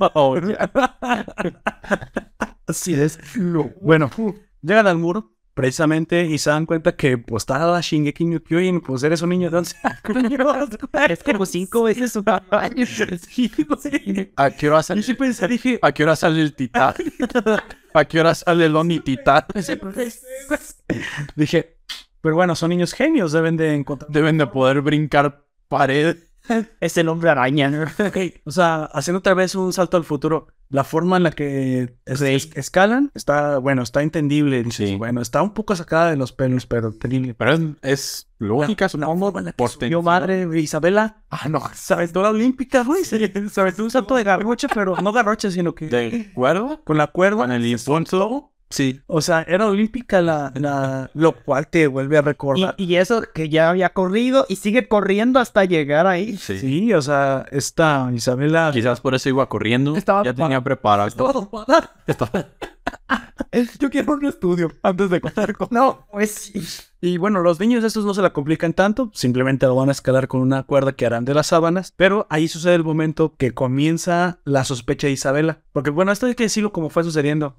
Así es. Bueno, llegan al muro. Precisamente, y se dan cuenta que pues está Shingeki no Kyojin, pues eres un niño de 11 años.
Es como Pues cinco veces su tamaño.
Sí, güey.
¿A qué hora
Yo
sale?
sí pensé, dije,
¿A qué hora sale el titán? ¿A qué hora sale el Oni Titán?
dije, pero bueno, son niños genios, deben de encontrar.
Deben de poder brincar pared.
Es el hombre araña.
O sea, haciendo otra vez un salto al futuro, la forma en la que es- es- escalan está, bueno, está entendible. dices,
Sí.
Bueno, está un poco sacada de los pelos, pero entendible.
Pero es, es lógica, supongo. Por
Yo,
tensión.
madre, Isabela,
Ah, no.
sabes, toda olímpica, güey. Sabes, un salto de garrocha, pero no garrocha, sino que
¿De acuerdo?
con la
Con
cuerda.
el insulto. Sí.
O sea, era olímpica la, la, lo cual te vuelve a
Y,
recordar.
y eso que ya había corrido y sigue corriendo hasta llegar ahí.
Sí.
Sí, o sea, esta Isabela.
Quizás por eso iba corriendo.
Estaba
ya tenía preparado.
Yo quiero un estudio antes de contar con...
No, pues sí.
Y bueno, los niños estos no se la complican tanto, simplemente lo van a escalar con una cuerda que harán de las sábanas, pero ahí sucede el momento que comienza la sospecha de Isabela, porque bueno, esto hay que decirlo como fue sucediendo.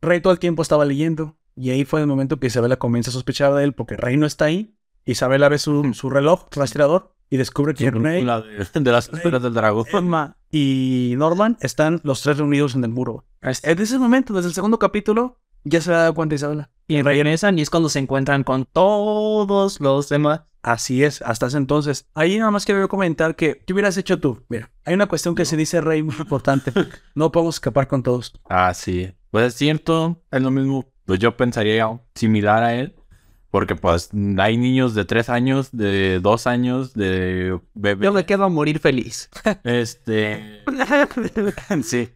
Rey todo el tiempo estaba leyendo y ahí fue el momento que Isabela comienza a sospechar de él porque Rey no está ahí. Isabela ve su, su reloj rastreador y descubre que Rey,
La de, de las esferas del dragón.
Emma y Norman están los tres reunidos en el muro. En ese momento, desde el segundo capítulo, Ya se había dado cuenta Isabela.
Y regresan y es cuando se encuentran con todos los demás.
Así es, hasta ese entonces. Ahí nada más quiero comentar que, ¿qué hubieras hecho tú? Mira, hay una cuestión que se dice rey muy importante. No podemos escapar con todos.
Ah, sí. Pues es cierto, es lo mismo. Pues yo pensaría similar a él. Porque pues hay niños de tres años, de dos años, de bebé.
Yo me quedo a morir feliz.
Este. sí.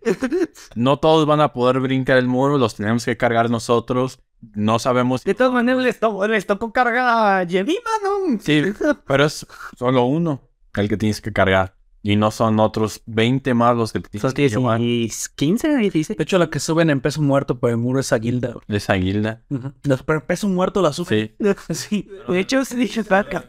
No todos van a poder brincar el muro, los tenemos que cargar nosotros. No sabemos.
De todas maneras, les, to- les tocó cargar a Yemima, ¿no?
Sí, pero es solo uno el que tienes que cargar. Y no son otros 20 más los que tienes
Son
que llevar.
16, 15, 16.
De hecho, la que suben en peso muerto por el muro es a Gilda. güey.
Esa guilda.
Ujú. Los por peso muerto la suben.
Sí.
Sí.
De hecho, sí, está acá.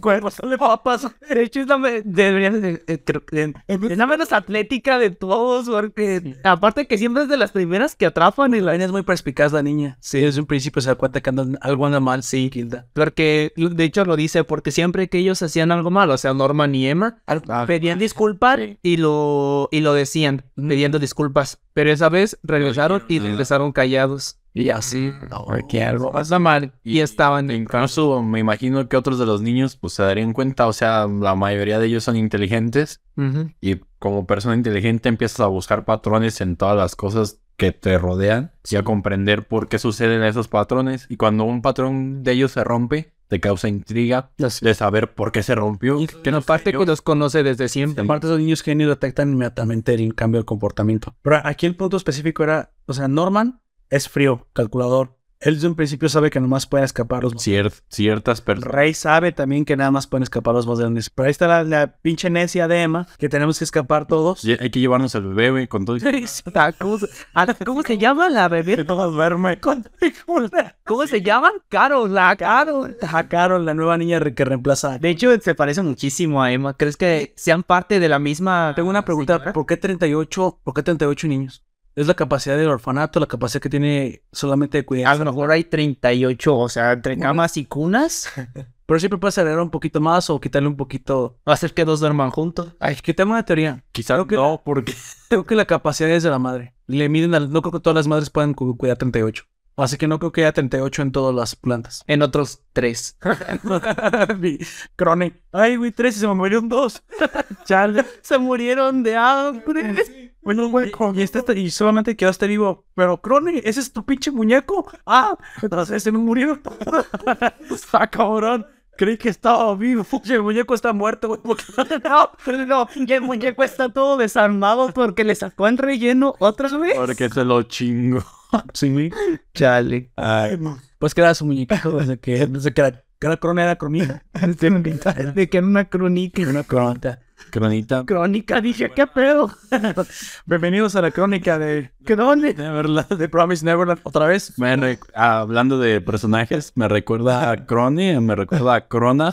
Cuerpos de papas. De hecho, es la, me- debería de- eh, creo que- es la menos atlética de todos, porque aparte que siempre es de las primeras que atrapan y la
La niña es muy perspicaz, la niña. Sí, desde un principio se da cuenta que andan- algo anda mal. Sí, Gilda.
Porque, de hecho, lo dice, porque siempre que ellos hacían algo malo, o sea, Norman y Emma, al-
ah,
pedían disculpas y lo, y lo decían,
Mm.
pidiendo disculpas. Pero esa vez regresaron y regresaron callados.
Y así. No, que algo.
Pasa mal. Y, estaban en
Incluso me imagino que otros de los niños pues se darían cuenta, o sea, la mayoría de ellos son inteligentes
Ujú.
y como persona inteligente empiezas a buscar patrones en todas las cosas que te rodean y a comprender por qué suceden esos patrones y cuando un patrón de ellos se rompe te causa intriga de saber por qué se rompió.
Que no parte que los conoce desde siempre.
Aparte, esos niños genios detectan inmediatamente el cambio del comportamiento. Pero aquí el punto específico era, o sea, Norman es frío, calculador. Él desde un principio sabe que nomás pueden escapar los
Cier- ciertas personas.
Rey sabe también que nada más pueden escapar los más grandes. Pero ahí está la, la pinche necia de Emma, que tenemos que escapar todos.
Lle- Hay que llevarnos al bebé, güey, con todo.
Ah, ¿Cómo se, ah, ¿cómo se llama la bebé? ¿Cómo se llama? Carol, la Carol.
A Carol, la nueva niña re- que reemplaza a
De hecho, se parece muchísimo a Emma. ¿Crees que sean parte de la misma?
Tengo una pregunta, ¿por qué 38, por qué 38 niños? ¿Es la capacidad del orfanato, la capacidad que tiene solamente de
A
cuidar?
lo mejor hay 38, o sea, entre camas y cunas.
Pero siempre puede acelerar un poquito más o quitarle un poquito.
Va a ser que dos duerman juntos.
Ay, que tengo una teoría.
Quizás
que-
no, porque
Creo que la capacidad es de la madre. Le miden al- No creo que todas las madres puedan cu- cuidar 38. Así que no creo que haya 38 en todas las plantas.
En otros tres.
Mi Crone. Ay, güey, tres y se me murieron dos. Chale.
Se murieron de hambre.
Bueno, güey, y, este está- y solamente quedaste vivo. Pero, Crone, ese es tu pinche muñeco. Ah, entonces se me murió. Está cabrón. Creí que estaba vivo. Y el muñeco está muerto, güey. porque-
No, no, y el muñeco está todo desarmado porque le sacó en relleno otra vez.
porque se lo chingo.
Chale.
Pues que era su muñeco desde que, desde que era, que era Crone, era Cronita.
De que era una crónica.
Era Cronita.
Cronita.
Crónica, dije, ¿qué pedo?
Bienvenidos a la crónica de Crone. De Promise Neverland. Otra vez.
Me re- hablando de personajes, me recuerda a Crony, me recuerda a Crona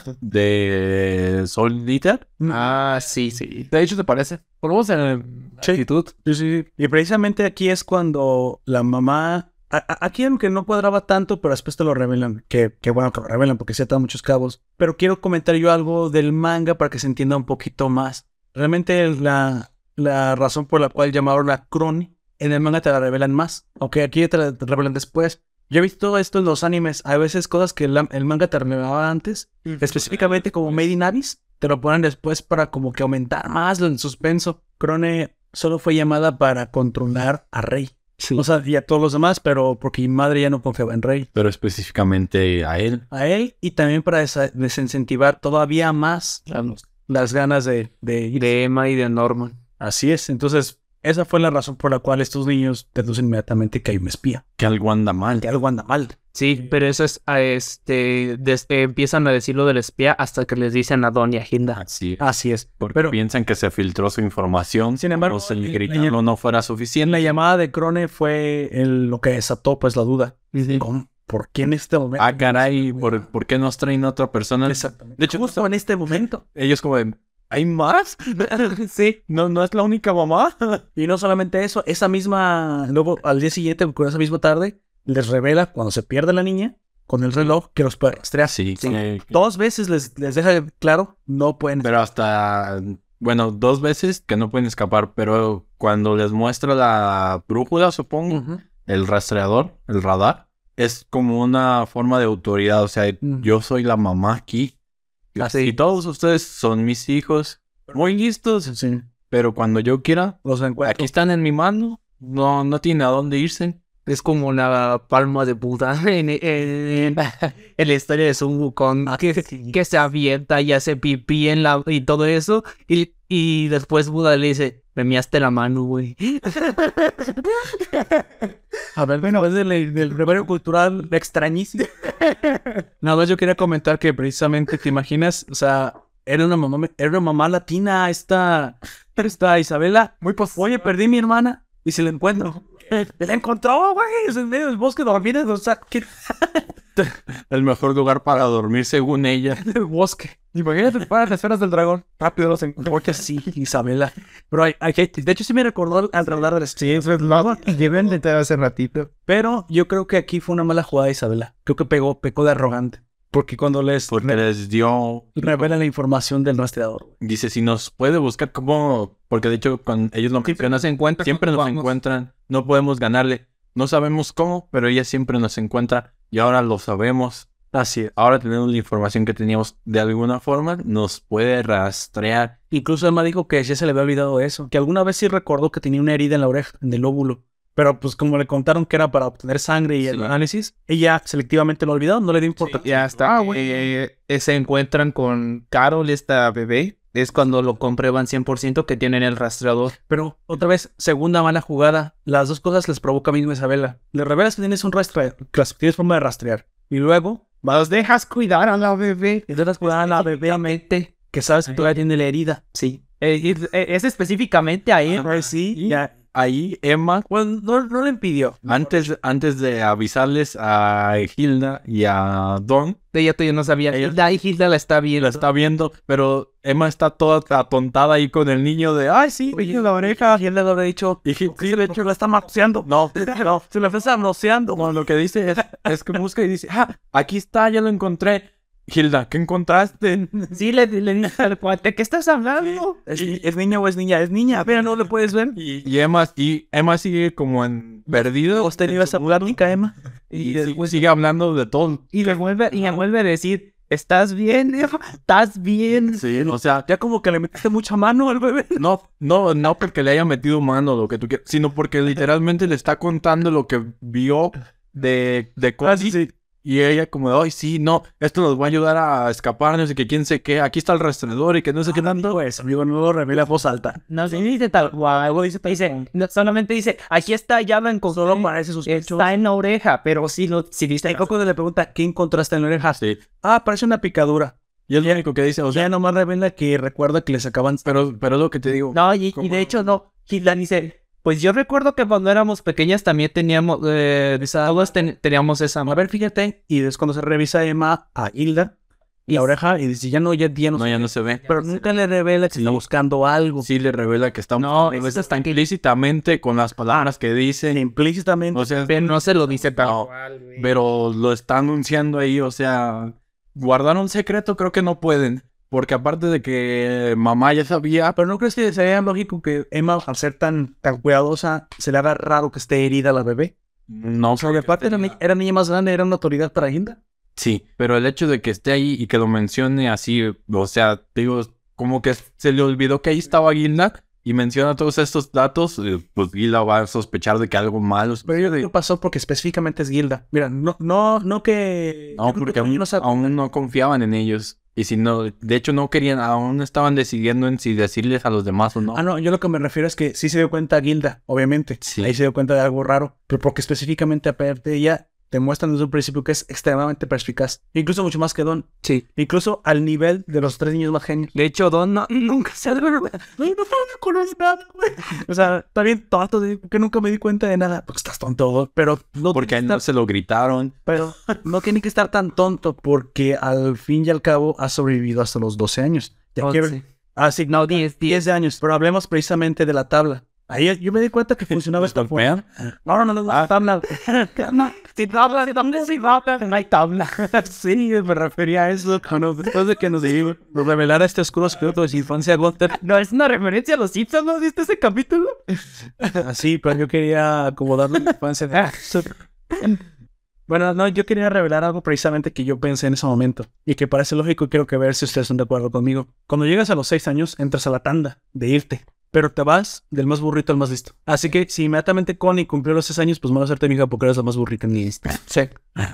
de Soul Eater.
Ah, sí, sí.
De hecho, ¿te parece? Volvemos en actitud.
Sí, sí, sí. Y precisamente aquí es cuando la mamá. a- a- Aquí aunque no cuadraba tanto, pero después te lo revelan. Que, que bueno que lo revelan porque se atan muchos cabos. Pero quiero comentar yo algo del manga para que se entienda un poquito más. Realmente la, la razón por la cual llamaron a Crony en el manga te la revelan más. Aunque aquí te la te revelan después. Yo he visto esto en los animes. Hay veces cosas que la- el manga te revelaba antes. Específicamente como Made in Abyss, te lo ponen después para como que aumentar más el suspenso. Crone solo fue llamada para controlar a Rey. O sea, y a todos los demás, pero porque mi madre ya no confiaba en Rey.
Pero específicamente a él.
A él y también para desa- desincentivar todavía más las ganas de, de ir.
De Emma y de Norman.
Así es. Entonces, esa fue la razón por la cual estos niños deducen inmediatamente que hay un espía,
Que algo anda mal.
que algo anda mal.
Sí, pero eso es, a este, desde, empiezan a decir lo del espía hasta que les dicen a Don y a Hilda.
Así
Así es.
Porque
pero-
piensan que se filtró su información.
Sin embargo,
o sea,
la-
el gritarlo no fuera suficiente.
La llamada de Crone fue el- lo que desató pues la duda. ¿Cómo? ¿Por qué en este momento?
Ah, caray, ¿por, por qué nos traen a otra persona?
Exactamente.
De hecho,
justo en este momento.
ellos como de, ¿hay más?
Sí.
¿No, ¿No es la única mamá?
Y no solamente eso, esa misma, luego al día siguiente, con esa misma tarde, les revela cuando se pierde la niña con el reloj que los puede rastrear.
Sí, sí.
Dos veces les, les deja claro, no pueden.
Pero hasta, bueno, dos veces que no pueden escapar, pero cuando les muestra la brújula, supongo,
Ujú.
el rastreador, el radar, es como una forma de autoridad. O sea, yo soy la mamá aquí. Y todos ustedes son mis hijos. Muy listos. Pero cuando yo quiera,
Los encuentros.
aquí están en mi mano. No, no tienen a dónde irse.
Es como la palma de Buda en, en- en- en la historia de Sun Wukong,
Ah.
Ah,
que, que se avienta y hace pipí en la, y todo eso. Y, y después Buda le dice, me miaste la mano, güey.
A ver, bueno, es del, del brevario cultural extrañísimo. Nada más yo quería comentar que precisamente, ¿te imaginas? O sea, era una mamá, era una mamá latina esta, esta Isabela. Muy Oye, perdí a mi hermana y se la encuentro. La encontró, güey, es en medio del bosque dormida, o sea, ¿qué
El mejor lugar para dormir, según ella.
del bosque?
Imagínate para las esferas del dragón. Rápido los
Pues
encuentro.
Porque sí, Isabela. Pero hay, hay gente- de hecho sí me recordó al radar del
Sí, eso es lo que llevé a intentar hace ratito.
Pero yo creo que aquí fue una mala jugada de Isabela. Creo que pegó, pecó de arrogante. Porque cuando les
Porque les dio.
revela la información del rastreador.
Dice, si nos puede buscar, como. Porque de hecho, cuando ellos no
Siempre nos encuentra
Siempre nos
cuando vamos.
encuentran. No podemos ganarle. No sabemos cómo, pero ella siempre nos encuentra. Y ahora lo sabemos. Así, ahora tenemos la información que teníamos. De alguna forma, nos puede rastrear.
Incluso Emma dijo que ya se le había olvidado eso, que alguna vez sí recordó que tenía una herida en la oreja, en el óvulo. Pero pues como le contaron que era para obtener sangre y el
Sí.
análisis, ella selectivamente lo olvidó, no le dio importancia.
Ya está,
Ah,
güey. eh, se encuentran con Carol, esta bebé. Es cuando lo comprueban 100% que tienen el rastreador.
Pero otra vez, segunda mala jugada, las dos cosas les provoca a misma Isabela. Le revelas que tienes un rastreador, que las- tienes forma de rastrear. Y luego,
Los dejas cuidar a la bebé.
y te das cuidado a la bebé que sabes que todavía tiene la herida.
Sí. Eh, es- eh, es específicamente ahí.
sí, ya.
Ahí, Emma,
Bueno, no, no le impidió.
antes, antes de avisarles a Hilda y a Don,
Ella todavía no sabía.
Ella-
Hilda, ay, Hilda la está
la
viendo.
está viendo, pero Emma está toda atontada ahí con el niño de, ay, sí,
Oye, la oreja. Y él le habría dicho,
Y Hilda-
sí, de hecho la está manoseando.
no,
No, se la está manoseando.
No, lo que dice es, es que busca y dice, ah, aquí está, ya lo encontré. Hilda, ¿qué encontraste?
Sí, le, le dice al cuate, ¿qué estás hablando?
¿Es, ni- es niña o es niña? Es niña, pero no le puedes ver.
Y, y Emma, y Emma sigue como en perdido.
¿Usted iba a esa plática, Emma?
Y sigue, sigue hablando de todo.
Y le vuelve, y le vuelve a decir, ¿estás bien? hijo? ¿Estás bien?
Sí, o sea,
Ya como que le metiste mucha mano al bebé.
no, no, no porque le haya metido mano lo que tú quieras, sino porque literalmente le está contando lo que vio de, de
Ah,
Cody. Y ella como, ay, sí, no, esto nos va a ayudar a escapar, no sé qué, quién sé qué, aquí está el rastreador y que no sé qué tanto.
Pues, amigo, no lo revela a voz alta.
No se dice tal cual, algo dice, dice, no, solamente dice, aquí está, ya la encontré.
Solo parece sospechoso.
Está en la oreja, pero sí, no, sí dice,
Y Coco le pregunta, ¿qué encontraste en la oreja?
Sí.
Ah, parece una picadura.
Y es lo único que dice, o
O
sea,
sea, nomás revela que recuerda que le sacaban...
pero, pero es lo que te digo.
No, y, y
¿Cómo?
de hecho no. Hilda dice, pues yo recuerdo que cuando éramos pequeñas también teníamos, eh, todos ten- teníamos esa.
A ver, fíjate. Y es cuando se revisa Emma a Hilda y la oreja y dice, ya no, ya, ya no.
No, ya no se ve.
pero nunca le revela que
Sí.
está buscando algo.
Sí le revela que está
No,
es
eso está en
explícitamente con las palabras que dice.
Implícitamente.
O sea,
Pero no se lo dice tal
no,
cual, güey.
pero lo está anunciando ahí, o sea, guardar un secreto creo que no pueden, porque aparte de que mamá ya sabía,
Pero ¿no crees que sería lógico que Emma, al ser tan, tan cuidadosa, se le haga raro que esté herida la bebé?
no
Porque aparte era, ni- era niña más grande, era una autoridad para Hilda.
Sí, pero el hecho de que esté ahí y que lo mencione así, o sea, digo, como que se le olvidó que ahí estaba Gilda y menciona todos estos datos, eh, pues Gilda va a sospechar de que algo malo.
Pero yo digo, pasó porque específicamente es Gilda. Mira, no, no, no que...
No,
yo creo que
porque aún,
yo no sab-
aún no confiaban en ellos. Y si no, de hecho no querían, aún estaban decidiendo en si decirles a los demás o no.
Ah, no, yo lo que me refiero es que sí se dio cuenta Gilda, obviamente.
Sí.
Ahí se dio cuenta de algo raro. Pero porque específicamente aparte de ella, te muestran desde un principio que es extremadamente perspicaz. Incluso mucho más que Don.
Sí.
Incluso al nivel de los tres niños más genios.
De hecho, Don no- nunca se avergüenza.
Güey, no me conoces nada, güey. O sea, está bien tonto, de que nunca me di cuenta de nada. Porque estás tonto, güey, pero no,
porque a él
tiene que
no
estar-
se lo gritaron.
pero no tiene que estar tan tonto porque al fin y al cabo ha sobrevivido hasta los 12 años. Ya que-
Once.
ah, sí,
No, 10, 10.
10 años. Pero hablemos precisamente de la tabla. Ahí yo me di cuenta que funcionaba esta forma.
Vean,
No, no, no, no,
Ah.
tabla. No,
Si no hablan, si no hablan, si no hablan, no hay tabla. Sí, me refería a eso.
Después de que nos revelara este oscuro secreto de su infancia, Gunther.
No, es una referencia a los Simpsons, ¿no viste ese capítulo?
Así, pero yo quería acomodarlo en la infancia de Bueno, no, yo quería revelar algo precisamente que yo pensé en ese momento y que parece lógico y quiero que ver si ustedes están de acuerdo conmigo. Cuando llegas a los seis años, entras a la tanda de irte, pero te vas del más burrito al más listo. Así que si inmediatamente Connie cumplió los seis años, pues mala suerte, mija, porque eres la más burrita ni lista.
Sí.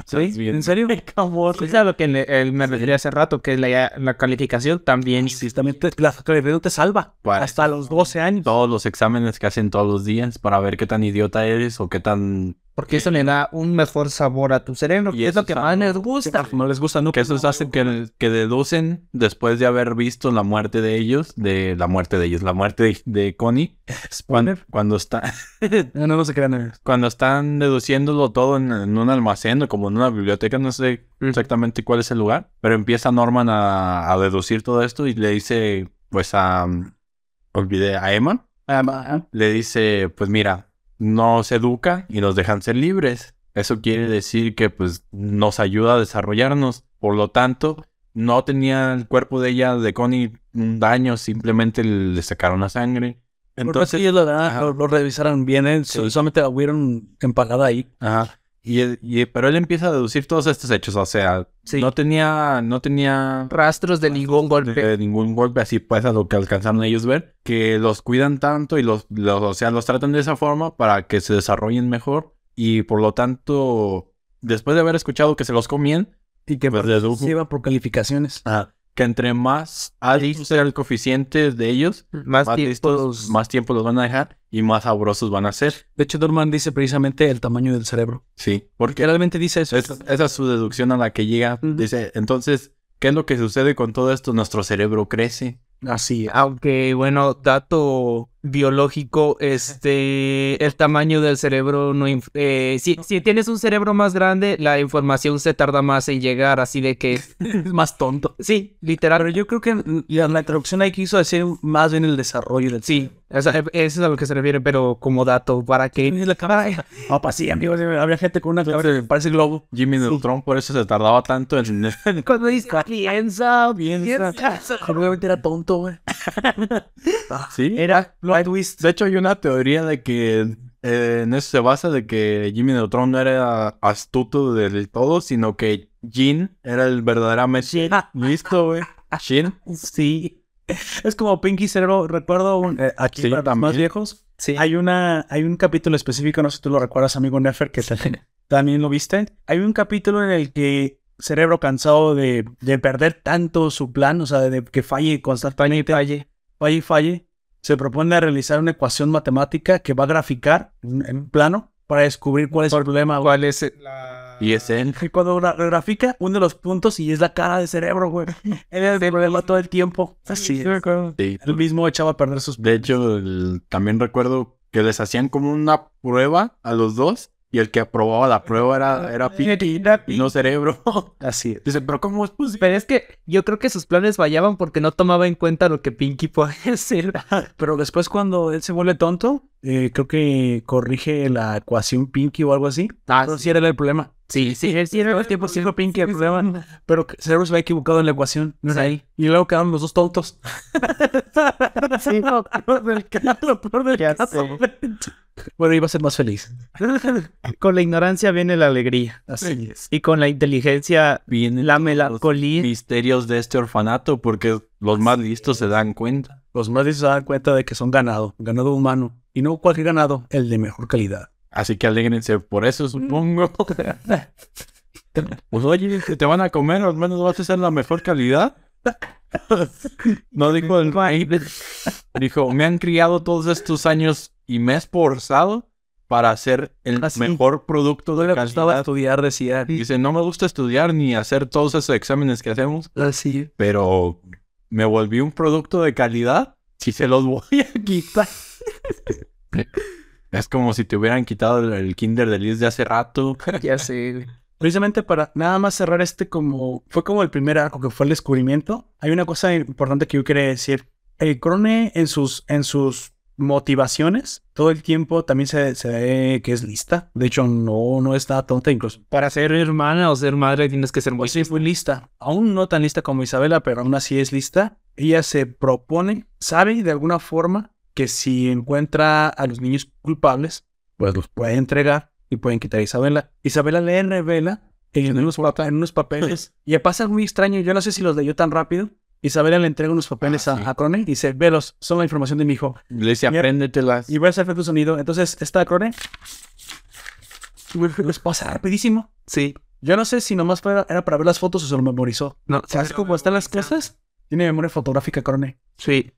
¿Sí? ¿En serio?
Pues
Es a lo que le- él me refería hace rato, que es la, la calificación también.
Sí, también te, la claridad te salva
Para-
hasta los 12 años.
Todos los exámenes que hacen todos los días para ver qué tan idiota eres o qué tan...
Porque eso le da un mejor sabor a tu cerebro,
Y
que es
eso
lo que
es
más
algo-
les gusta.
No les gusta nunca.
Que esos hacen que, que deducen después de haber visto la muerte de ellos, de la muerte de ellos, la muerte de, de Connie, cuando, cuando está...
No, no se crean. eh.
cuando están deduciéndolo todo en, en un almacén o como en una biblioteca, no sé exactamente cuál es el lugar, pero empieza Norman a, a deducir todo esto y le dice, pues a... mm, Olvidé, a Emma. Le dice, pues mira, nos educa y nos dejan ser libres. Eso quiere decir que pues nos ayuda a desarrollarnos. Por lo tanto, no tenía el cuerpo de ella, de Connie, un daño, simplemente le sacaron la sangre.
Entonces
Entonces,
ellos lo, harán-
ajá.
lo- lo revisaron bien, eh, sol- solamente la hubieron empalada ahí.
Ajá. Y, él- y- pero él empieza a deducir todos estos hechos, o sea, no tenía, no tenía
Rastros de ningún golpe.
eh, ningún golpe así, pues a lo que alcanzaron ellos ver, que los cuidan tanto y los, los, o sea, los tratan de esa forma para que se desarrollen mejor y por lo tanto, después de haber escuchado que se los comían,
Y que
Pues, Ah. dedujo.
se iban por calificaciones.
que entre más alto sea el coeficiente de ellos,
Más
más, listos,
tiempos.
más tiempo los van a dejar y más sabrosos van a ser.
De hecho, Norman dice precisamente el tamaño del cerebro.
Sí, porque
Realmente dice eso.
Es- esa es su deducción a la que llega.
Ujú.
Dice, entonces, ¿qué es lo que sucede con todo esto? Nuestro cerebro crece.
Así.
Aunque, bueno, dato biológico, este, el tamaño del cerebro no... inf- eh, si, si tienes un cerebro más grande, la información se tarda más en llegar, así de que...
Es más tonto.
Sí, literal.
Pero yo creo que mm, la, la introducción ahí quiso decir más bien el desarrollo del
Sí, o sea, e-, eso es a lo que se refiere, pero como dato, para que...
La cámara. Ah, pues sí, amigos. Había gente con una
Pues
cámara que parece globo.
Jimmy Neutron, por eso se tardaba tanto en...
Cuando dice, piensa,
Piensa.
piensa.
Probablemente era tonto, güey.
sí.
Era
De hecho, hay una teoría de que eh, en eso se basa de que Jimmy Neutron no era astuto del todo, sino que Jean era el verdaderamente listo, güey. Jean.
Sí. Es como Pinky Cerebro. Recuerdo un- eh, aquí
Sí,
para los más
también.
viejos.
Sí.
Hay, una, hay un capítulo específico, no sé si tú lo recuerdas, amigo Nefer, que también- también lo viste. Hay un capítulo en el que Cerebro, cansado de, de perder tanto su plan, o sea, de que falle constantemente, falle, falle, falle, se propone realizar una ecuación matemática que va a graficar en, en un plano para descubrir cuál es el problema. güey.
¿Cuál es
Y es él.
Y Cuando gra- grafica, uno de los puntos y es la cara de Cerebro, güey. Él es el problema todo el tiempo. Así es.
Sí.
Él mismo echaba a perder sus...
De hecho, el- también recuerdo que les hacían como una prueba a los dos y el que aprobaba la prueba era, era Pete y no cerebro.
Así es.
Dice, pero ¿cómo es posible?
Pero es que yo creo que sus planes fallaban porque no tomaba en cuenta lo que Pinky podía hacer.
Pero después cuando él se vuelve tonto, eh, creo que corrige la ecuación Pinky o algo así.
Ah,
Pero sí era el problema.
sí, sí, él sí,
Todo el tiempo sí fue Pinky el problema. Pero que Cerebro se había equivocado en la ecuación. No era él. Y luego quedaron los dos tontos.
sí.
Bueno, iba a ser más feliz.
Con la ignorancia viene la alegría.
Así es.
Y con la inteligencia,
Vienen
la melancolía.
misterios de este orfanato porque los más listos se dan cuenta.
Los más listos se dan cuenta de que son ganado, ganado humano. Y no cualquier ganado, el de mejor calidad.
Así que alégrense por eso, supongo. pues oye, que te van a comer, al menos vas a ser la mejor calidad. No dijo el rey. Dijo, me han criado todos estos años y me he esforzado para hacer el
Así.
mejor producto de
Le gustaba
calidad.
estudiar, decía.
Dice, no me gusta estudiar ni hacer todos esos exámenes que hacemos,
Así.
pero me volví un producto de calidad si se los voy a quitar. es como si te hubieran quitado el, el Kinder de Liz de hace rato.
Ya sé.
Precisamente para nada más cerrar este como fue como el primer arco que fue el descubrimiento. Hay una cosa importante que yo quería decir. El Crone en sus en sus motivaciones. Todo el tiempo también se, se ve que es lista. De hecho, no, no está tonta incluso.
Para ser hermana o ser madre tienes que ser muy...
Pues sí, muy lista. Aún no tan lista como Isabela, pero aún así es lista. Ella se propone, sabe de alguna forma que si encuentra a los niños culpables, pues los puede entregar y pueden quitar a Isabela. Isabela le revela en unos, papa- en unos papeles. y pasa algo muy extraño. Yo no sé si los leyó tan rápido. Isabela le entrega unos papeles a, a Crone y dice, velos, son la información de mi hijo.
Le dice,
Mira.
apréndetelas.
Y voy a hacer efecto sonido. Entonces, esta Crone los pasa rapidísimo.
Sí.
Yo no sé si nomás fue- era para ver las fotos o se lo memorizó.
No,
¿Sabes cómo están las cosas? Tiene memoria fotográfica, Crone.
Sí.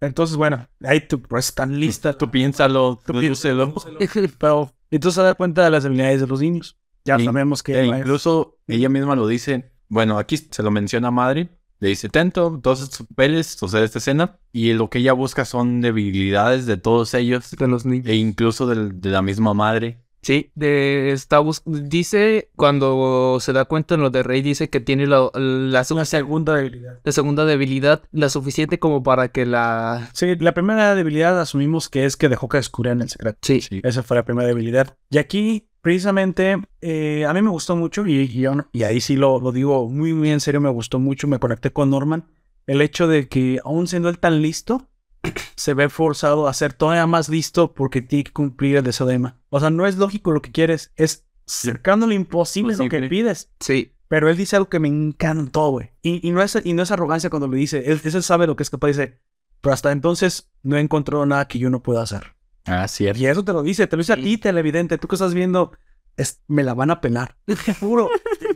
Entonces, bueno, ahí tú pues tan lista.
Tú piénsalo, tú piénsalo.
Pero entonces se da cuenta de las habilidades de los niños. Ya
Y-
sabemos que...
E incluso ella misma lo dice. Bueno, aquí se lo menciona a Madrid. Le dice, Tento, todos estos papeles, o sea, esta escena. Y lo que ella busca son debilidades de todos ellos.
De los niños.
E incluso del- de la misma madre.
Sí, de, está bus- dice cuando se da cuenta en lo de Rey, dice que tiene la, la, su-
segunda debilidad.
la segunda debilidad, la suficiente como para que la...
Sí, la primera debilidad asumimos que es que dejó que descubrieran el secreto.
Sí,
Sí.
Esa fue la primera debilidad. Y aquí, precisamente, eh, a mí me gustó mucho, y, y yo no- y ahí sí lo, lo digo muy, muy en serio, me gustó mucho, me conecté con Norman. El hecho de que, aún siendo él tan listo, se ve forzado a ser todavía más listo porque tiene que cumplir el deseo de Emma. O sea, no es lógico lo que quieres, es cercando lo imposible es lo que
Posible.
pides.
sí,
Pero él dice algo que me encantó, güey. Y, y no, es, y no es arrogancia cuando le dice, él, él sabe lo que es capaz, dice, pero hasta entonces no encontró nada que yo no pueda hacer.
Ah, cierto.
Y eso te lo dice, te lo dice a ti, televidente. Tú que estás viendo, es, me la van a pelar. Duro,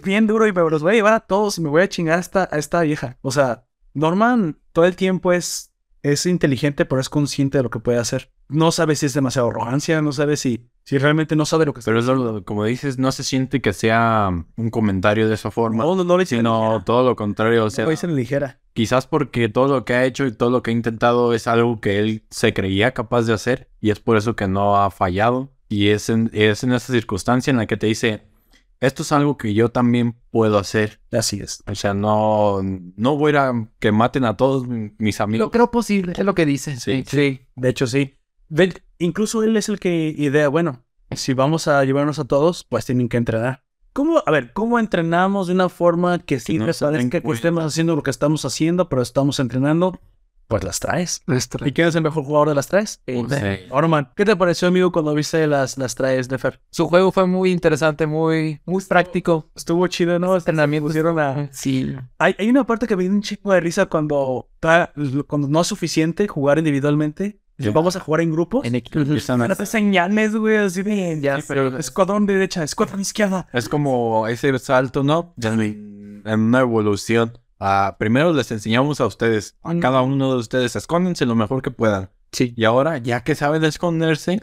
bien duro. Y me los voy a llevar a todos y me voy a chingar a esta, a esta vieja. O sea, Norman todo el tiempo es, es inteligente, pero es consciente de lo que puede hacer. No sabe si es demasiado arrogancia, no sabe si, si realmente no sabe lo que está
Pero es lo- como dices, no se siente que sea un comentario de esa forma.
No, no, no le dicen
sino todo lo contrario. O sea,
ligera.
Quizás porque todo lo que ha hecho y todo lo que ha intentado es algo que él se creía capaz de hacer y es por eso que no ha fallado. Y es en, es en esa circunstancia en la que te dice, esto es algo que yo también puedo hacer.
Así es.
O sea, no, no voy a ir a que maten a todos mi- mis
lo
amigos.
creo posible, es lo que dice.
Sí.
sí.
De hecho, sí. Ve- incluso él es el que idea, bueno, si vamos a llevarnos a todos, pues tienen que entrenar. ¿Cómo, a ver, cómo entrenamos de una forma que sí
Que no
les
se den
parezca que
cuenta.
estemos haciendo lo que estamos haciendo, pero estamos entrenando? Pues las traes. ¿Y quién es el mejor jugador de las traes?
Pues Sí.
Orman, ¿qué te pareció, amigo, cuando viste las, las traes de Fer?
Su juego fue muy interesante, muy, muy práctico.
Estuvo chido, ¿no?
Entrenamiento.
Este, Pusieron la...
Sí.
Hay, hay una parte que me dio un chico de risa cuando, ta- cuando no es suficiente jugar individualmente.
Ya.
Vamos a jugar en grupos.
En equipo.
No te señales, güey, así de...
Ya
Sí,
sé.
pero Escuadrón derecha, escuadrón izquierda.
Es como ese salto, ¿no? En una evolución. Ah, primero les enseñamos a ustedes, a cada uno de ustedes, escóndense lo mejor que puedan.
Sí.
Y ahora, ya que saben esconderse,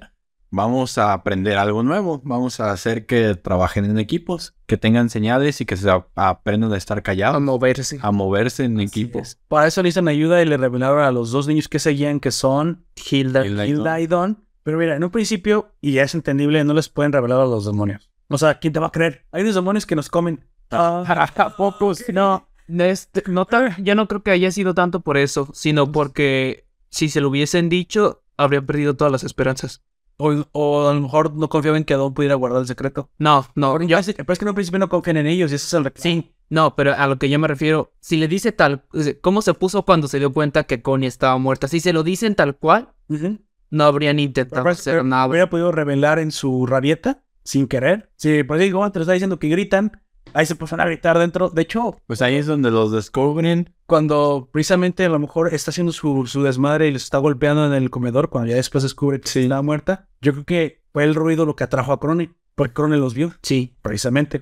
vamos a aprender algo nuevo. Vamos a hacer que trabajen en equipos, que tengan señales y que se a- aprendan a estar
A
callados,
moverse.
a moverse en equipos.
Para eso le hicieron ayuda y le revelaron a los dos niños que seguían que son
Hilda.
Y la-
Hilda y Don. Pero mira, en un principio, y ya es entendible, no les pueden revelar a los demonios. O sea, ¿quién te va a creer? Hay unos demonios que nos comen. Ah,
Pocos. No, este, no tan- yo no creo que haya sido tanto por eso, sino porque si se lo hubiesen dicho, habrían perdido todas las esperanzas.
o, o a lo mejor no confiaban que Don pudiera guardar el secreto.
No, no, yo,
Ya sé, pero es que en un principio no confían en ellos y ese es el reclamo.
Sí, no, pero a lo que yo me refiero, si le dice tal, o sea, ¿cómo se puso cuando se dio cuenta que Connie estaba muerta? Si se lo dicen tal cual,
Ujú.
no habrían intentado
Pero-
hacer
pero-
nada.
Habría podido revelar en su rabieta sin querer. Sí, pues digo, te está diciendo que gritan. Ahí se pusieron a gritar dentro. De hecho,
Pues ahí es donde los descubren.
cuando precisamente a lo mejor está haciendo su, su desmadre y los está golpeando en el comedor, cuando ya después descubre que está muerta, yo creo que fue el ruido lo que atrajo a Crone, porque Crone los vio,
Sí,
precisamente.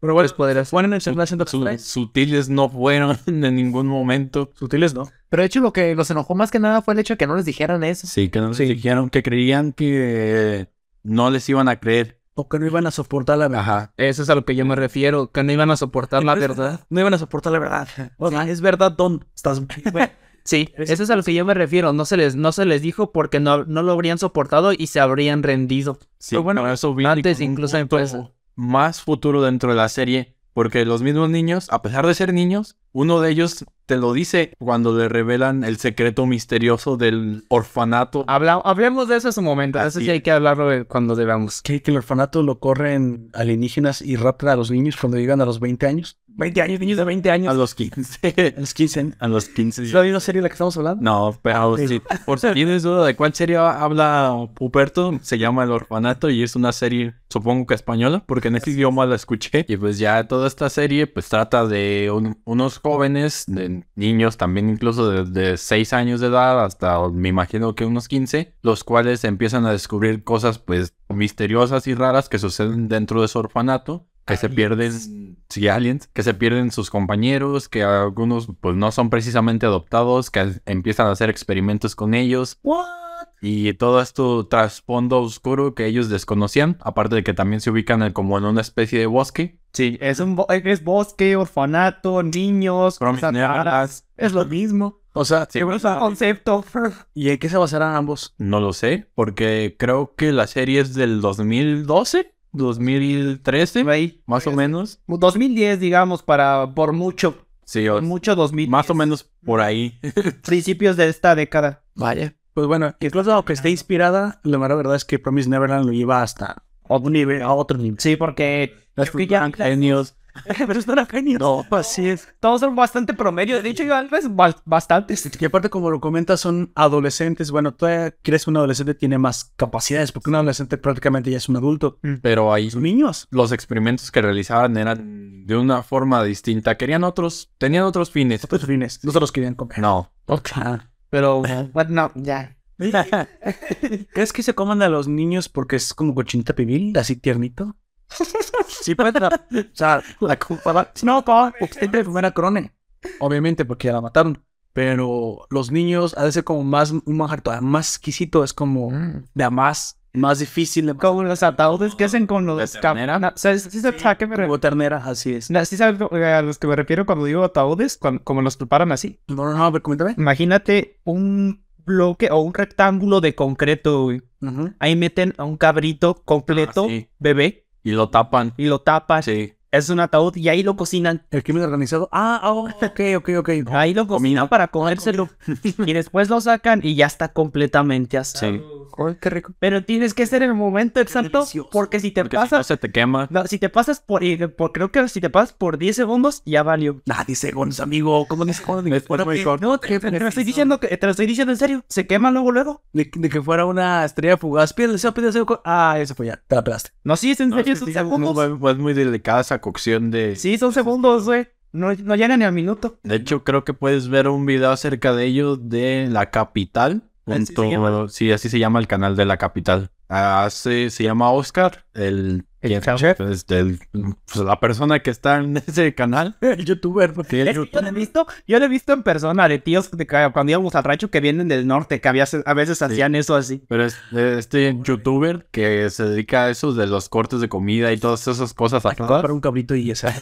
Pero bueno,
pues podrías.
Juan en el celular haciendo
Su-
las
sutiles no fueron en ningún momento.
sutiles, ¿no?
Pero de hecho, lo que los enojó más que nada fue el hecho de que no les dijeran eso.
Sí, que no se dijeron que creían que no les iban a creer.
O que no iban a soportar
Ah.
la verdad.
Ajá.
Eso es a lo que yo me refiero, que no iban a soportar la verdad.
No iban a soportar la verdad. O sea, es verdad, Don. Estás...
Sí, eso es a lo que yo me refiero. No se les, no se les dijo porque no, no lo habrían soportado y se habrían rendido.
Sí,
Pero bueno,
por eso viene
antes
con un
incluso
punto
empieza.
más futuro dentro de la serie Porque los mismos niños, a pesar de ser niños, uno de ellos te lo dice cuando le revelan el secreto misterioso del orfanato.
Habla- hablemos de eso en su momento. Eso
Así
sí hay que hablarlo de- cuando debamos.
Que, que el orfanato lo corren alienígenas y raptan a los niños cuando llegan a los 20 años.
20 años, niños de 20 años.
A los 15.
A los 15 años.
a los 15.
¿Es la misma serie de la que estamos hablando?
No, pero si por si tienes duda de cuál serie habla Puperto, se llama El Orfanato y es una serie, supongo que española, porque en ese idioma la escuché. Y pues ya toda esta serie pues trata de un- unos jóvenes, de niños también incluso de, de 6 años de edad hasta me imagino que unos 15, los cuales empiezan a descubrir cosas pues misteriosas y raras que suceden dentro de su orfanato. Que se pierden, sí, aliens, que se pierden sus compañeros, que algunos pues no son precisamente adoptados, que al- empiezan a hacer experimentos con ellos. Y todo esto trasfondo oscuro que ellos desconocían, aparte de que también se ubican en- como en una especie de bosque.
Sí, es un bo- es bosque, orfanato, niños,
Promis
cosas
negras.
raras. Es lo mismo.
O sea,
Sí,
Es un concepto.
¿y en qué se basarán ambos?
No lo sé, porque creo que la serie es del 2012, 2013,
Ahí.
más o menos.
2010, digamos, para por mucho,
Sí, o-
por mucho 2000.
más o menos por ahí.
Principios de esta década.
Vaya. Pues bueno, incluso aunque esté inspirada, la mera verdad es que Promise Neverland lo lleva hasta a un nivel, a otro nivel.
Sí, porque creo que ya-
Genios.
Pero esto era genio. No, así es.
todos son bastante promedio. De hecho, yo tal vez ba- bastantes.
Y aparte, como lo comentas, son adolescentes. Bueno, todavía crees que un adolescente tiene más capacidades, porque un adolescente prácticamente ya es un adulto.
Pero ahí
Son niños.
los experimentos que realizaban eran de una forma distinta. Querían otros, tenían otros fines.
Otros fines. No se los querían comer.
No.
Ah.
Pero, bueno, no, ya.
¿Crees que se coman a los niños porque es como cochinita pibil, así tiernito? sí, puede tra- O sea, la compara. No, pa, usted debe comer a Crone. Obviamente, porque ya la mataron. Pero los niños ha de ser como más, un manjar todavía más exquisito. Es como de a más, más difícil. de-
Como los ataúdes que hacen con los
¿De
cam-
ternera?
na- ¿Sabes? ¿Sí sabes a qué me re-
Como ternera, así es.
na- sí sabes lo- eh, a los que me refiero cuando digo ataúdes? Cuan- como los preparan así.
No, no, no, a ver, coméntame.
Imagínate un bloque o un rectángulo de concreto, güey.
Ujú.
Ahí meten a un cabrito completo,
Ah, sí.
bebé,
Y lo tapan.
y lo tapan.
Sí.
Es un ataúd y ahí lo cocinan.
El crimen organizado. Ah, ah, ok, ok, ok.
Ahí lo cocinan para comérselo. y después lo sacan y ya está completamente asado.
Sí.
Ay, qué rico.
Pero tienes que ser en el momento exacto
delicioso.
porque si te
Porque si no
pasas...
se te quema.
no, si te pasas por, y- por- Creo que si te pasas por 10 segundos, ya valió.
Nadie segundos, Ah, amigo. ¿Cómo dice Gonz?
No, te, no, te- te lo estoy diciendo, que- te lo estoy diciendo en serio. Se quema luego, luego.
De, de que fuera una estrella fugaz. Pídele deseo, pídele deseo. co- Ah, eso fue ya. Te la pelaste.
No, sí, es en serio, son
No,
segundos.
fue- fue muy delicada esa cocción de...
Sí, son segundos, güey. No, no llegan ni al minuto.
De hecho, creo que puedes ver un video acerca de ello de La Capital.
¿Así se
Junto-
llama?
sí, así se llama el canal de La Capital. Ah, sí, se llama Oscar, el...
El chef.
pues, del- pues, la persona que está en ese canal.
El youtuber. ¿no?
Sí, el
Es que yo lo he
youtuber.
visto, yo lo he visto en persona de tíos de ca- cuando íbamos al rancho que vienen del norte, que había- a veces hacían eso así.
Pero es- este youtuber que se dedica a eso de los cortes de comida y todas esas cosas acá,
Para un cabrito y esa.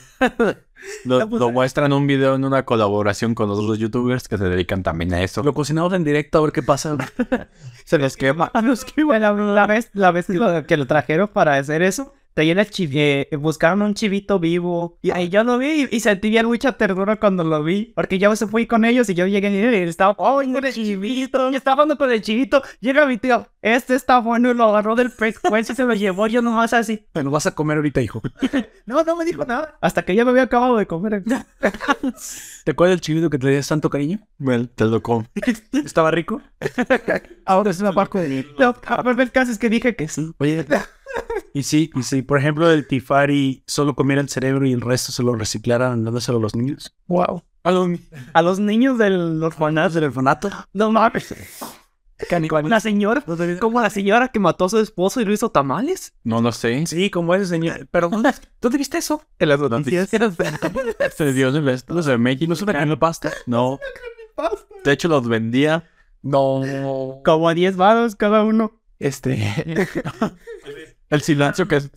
lo, lo muestran en un video en una colaboración con otros youtubers que se dedican también a eso.
Lo cocinamos en directo a ver qué pasa.
Se les quema. la, la vez, la vez que, lo, que lo trajeron para hacer eso, traían el chi- eh, buscaron un chivito vivo. Y ahí yo lo vi y, y sentí bien mucha ternura cuando lo vi. Porque yo se fui con ellos y yo llegué y estaba, oh, con el chivito. Y estaba hablando con el chivito. Llega mi tío, este está bueno y lo agarró del pescuezo y se lo llevó. Yo nomás así.
Te lo vas a comer ahorita, hijo.
No, no me dijo nada. Hasta que ya me había acabado de comer.
¿Te acuerdas del chivito que te dio tanto cariño?
Bueno, te lo com-
¿Estaba rico?
Ahora es una parte de No, pero el caso es que dije que sí.
Oye. Y sí, y sí. Por ejemplo, el tifari solo comiera el cerebro y el resto se lo reciclaran dándoselo a los niños.
Wow.
A los
A los niños del orfanato.
del orfanato.
No mames. La señora.
No te-
Como la señora que mató a su esposo y lo hizo tamales.
No lo sé.
Sí, como ese señor. Perdón, ¿dónde viste eso?
En las
noticias. Se dio en el estado de México.
¿No es una creepypasta?
No. De hecho, los vendía.
No.
Como a 10 varos cada uno.
Este. el silencio que es.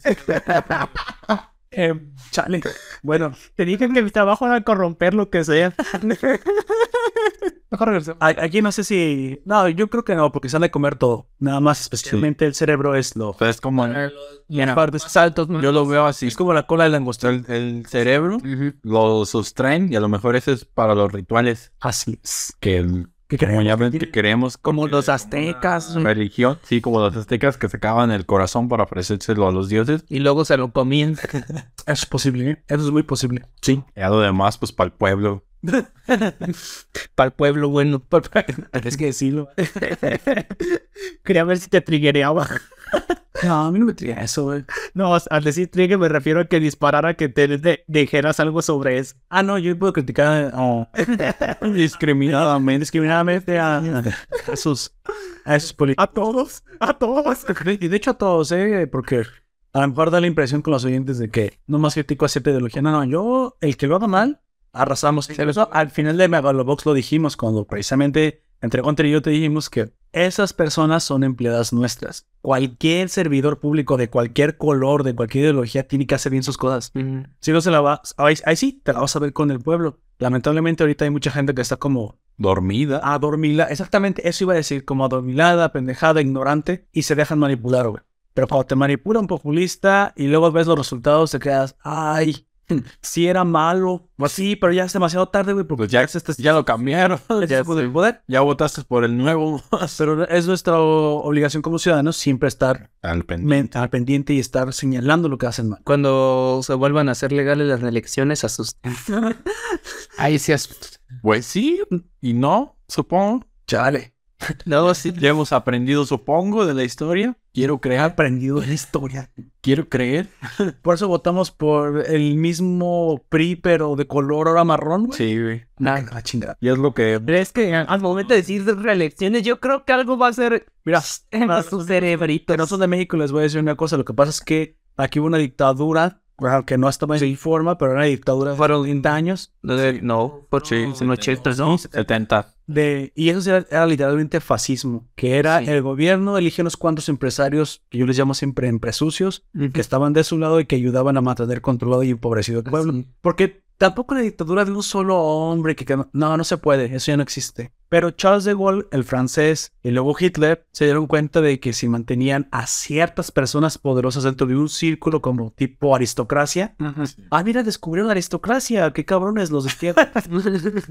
Chale. Bueno,
Eh, Te dije que mi trabajo era corromper lo que sea.
Mejor regresemos.
A- Aquí no sé si... No, yo creo que no, porque se han de comer todo. Nada más especialmente el cerebro es lo...
Pues es como...
Partes saltos, ¿no?
Yo lo veo así.
Es como la cola del langostino.
El, el cerebro lo sustraen y a lo mejor eso es para los rituales
Así es.
que,
¿Qué
como
queremos?
ya ven, que queremos
Como
porque-
los aztecas.
religión, sí, como los aztecas que sacaban el corazón para ofrecérselo a los dioses.
Y luego se lo comían.
Eso es posible, ¿eh? Eso es muy posible.
Sí. Y a lo demás, pues para el pueblo.
Para el pueblo bueno. pa'l pueblo.
Tienes que decirlo.
Quería ver si te triggereaba.
No, a mí no me tría eso, güey.
No, al decir trigger me refiero a que disparara, que te de- dijeras algo sobre eso.
Ah, no, yo puedo criticar oh, discriminadamente, discriminadamente a, a esos, a esos políticos.
A todos, a todos.
Y de hecho a todos, ¿eh? Porque a lo mejor da la impresión con los oyentes de que nomás critico a cierta ideología. No, no, yo, el que lo haga mal, arrasamos. Eso al final de Megalobox lo dijimos cuando precisamente entre Hunter y yo te dijimos que esas personas son empleadas nuestras. Cualquier servidor público de cualquier color, de cualquier ideología, tiene que hacer bien sus cosas. Si no se la va, ahí, ahí sí, te la vas a ver con el pueblo. Lamentablemente ahorita hay mucha gente que está como
Dormida.
adormilada, exactamente, eso iba a decir, como adormilada, pendejada, ignorante, y se dejan manipular, güey. Pero cuando te manipula un populista y luego ves los resultados, te quedas, ay, sí era malo, pues sí, pero ya es demasiado tarde, güey, porque
Pues ya,
es este-
ya lo cambiaron.
este tipo de poder.
Ya votaste por el nuevo.
Pero es nuestra obligación como ciudadanos siempre estar
Al pendiente.
men- al pendiente y estar señalando lo que hacen mal.
Cuando se vuelvan a hacer legales las elecciones, asustan. Ahí sí asustan.
Pues sí y no, supongo.
Chale.
No, sí.
Ya hemos aprendido, supongo, de la historia. Quiero creer.
Aprendido de la historia.
Quiero creer.
Por eso votamos por el mismo PRI, pero de color ahora marrón, güey.
Sí, güey.
Nah, la chingada.
Y es lo que...
Pero es que al momento de decir reelecciones, yo creo que algo va a ser
Mira,
en su cerebrito.
Pero no son de México, les voy a decir una cosa. Lo que pasa es que aquí hubo una dictadura, bueno, que no estaba en forma, pero era una dictadura fueron 30 años.
No, por sí, en 80,
70.
De, y eso era, era literalmente fascismo, que era
Sí.
el gobierno elige unos cuantos empresarios, que yo les llamo siempre empresucios, que estaban de su lado y que ayudaban a mantener controlado y empobrecido el pueblo. Porque tampoco la dictadura de un solo hombre que... que no- No, no se puede, eso ya no existe. Pero Charles de Gaulle, el francés, y luego Hitler se dieron cuenta de que si mantenían a ciertas personas poderosas dentro de un círculo como tipo aristocracia, ah, mira, descubrieron la aristocracia, qué cabrones los de izquierda.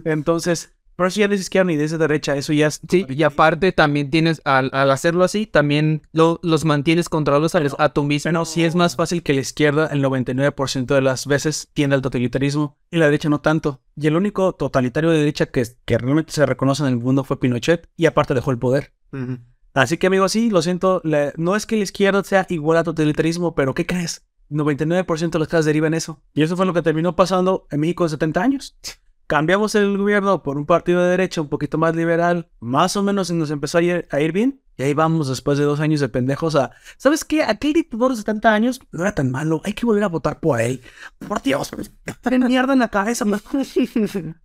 Entonces, por eso ya no es izquierda ni de esa derecha, eso ya es...
Sí, y aparte también tienes, al, al hacerlo así, también lo- los mantienes controlados a, a tu mismo.
No, sí es más fácil que la izquierda el 99% de las veces tiende al totalitarismo y la derecha no tanto. Y el único totalitario de derecha que, que realmente se reconoce en el mundo fue Pinochet y aparte dejó el poder. Así que amigos, sí, lo siento, la- no es que la izquierda sea igual a totalitarismo, pero ¿qué crees? 99% de las cosas derivan en eso. Y eso fue lo que terminó pasando en México de 70 años. Cambiamos el gobierno por un partido de derecha un poquito más liberal, más o menos nos empezó a ir, a ir bien. Y ahí vamos después de dos años de pendejos a ¿Sabes qué? Aquel dictador de 70 años no era tan malo. Hay que volver a votar por él. Por Dios, tienen mierda en la cabeza. ¿no?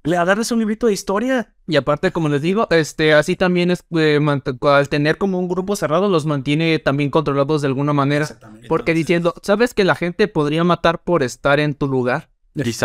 Le darles un librito de historia.
Y aparte, como les digo, este, así también es, eh, mant- al tener como un grupo cerrado, los mantiene también controlados de alguna manera. Porque diciendo, ¿sabes que la gente podría matar por estar en tu lugar?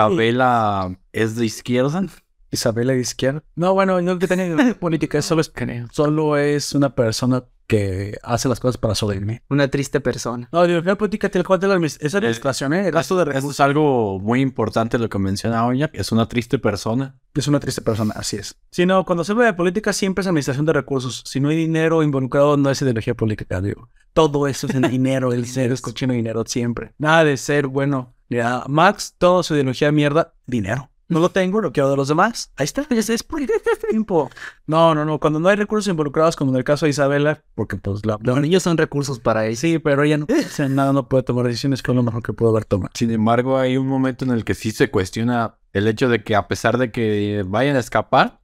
Isabela es de izquierda.
Isabela de izquierda. No, bueno, no que tenga política, solo es, solo es una persona que hace las cosas para sobrevivir.
Una triste persona.
No, la ideología política tal cual de la adminis- es administración, ¿eh? El gasto de
Eso
recursos.
es algo muy importante lo que menciona Oña. Es una triste persona.
Es una triste persona, así es. Si no, cuando se habla de política siempre es administración de recursos. Si no hay dinero involucrado, no es ideología política, digo. Todo eso es en dinero, el dinero es cochino dinero siempre. Nada de ser bueno. Mira, Max, toda su ideología de mierda, dinero. No lo tengo, lo quiero de los demás. Ahí está, es, es por tiempo. No, no, no. Cuando no hay recursos involucrados, como en el caso de Isabela, porque pues la...
Los niños son recursos para ellos.
sí, pero ella no, nada, no puede tomar decisiones que es lo mejor que pudo haber tomado.
Sin embargo, hay un momento en el que sí se cuestiona el hecho de que a pesar de que vayan a escapar,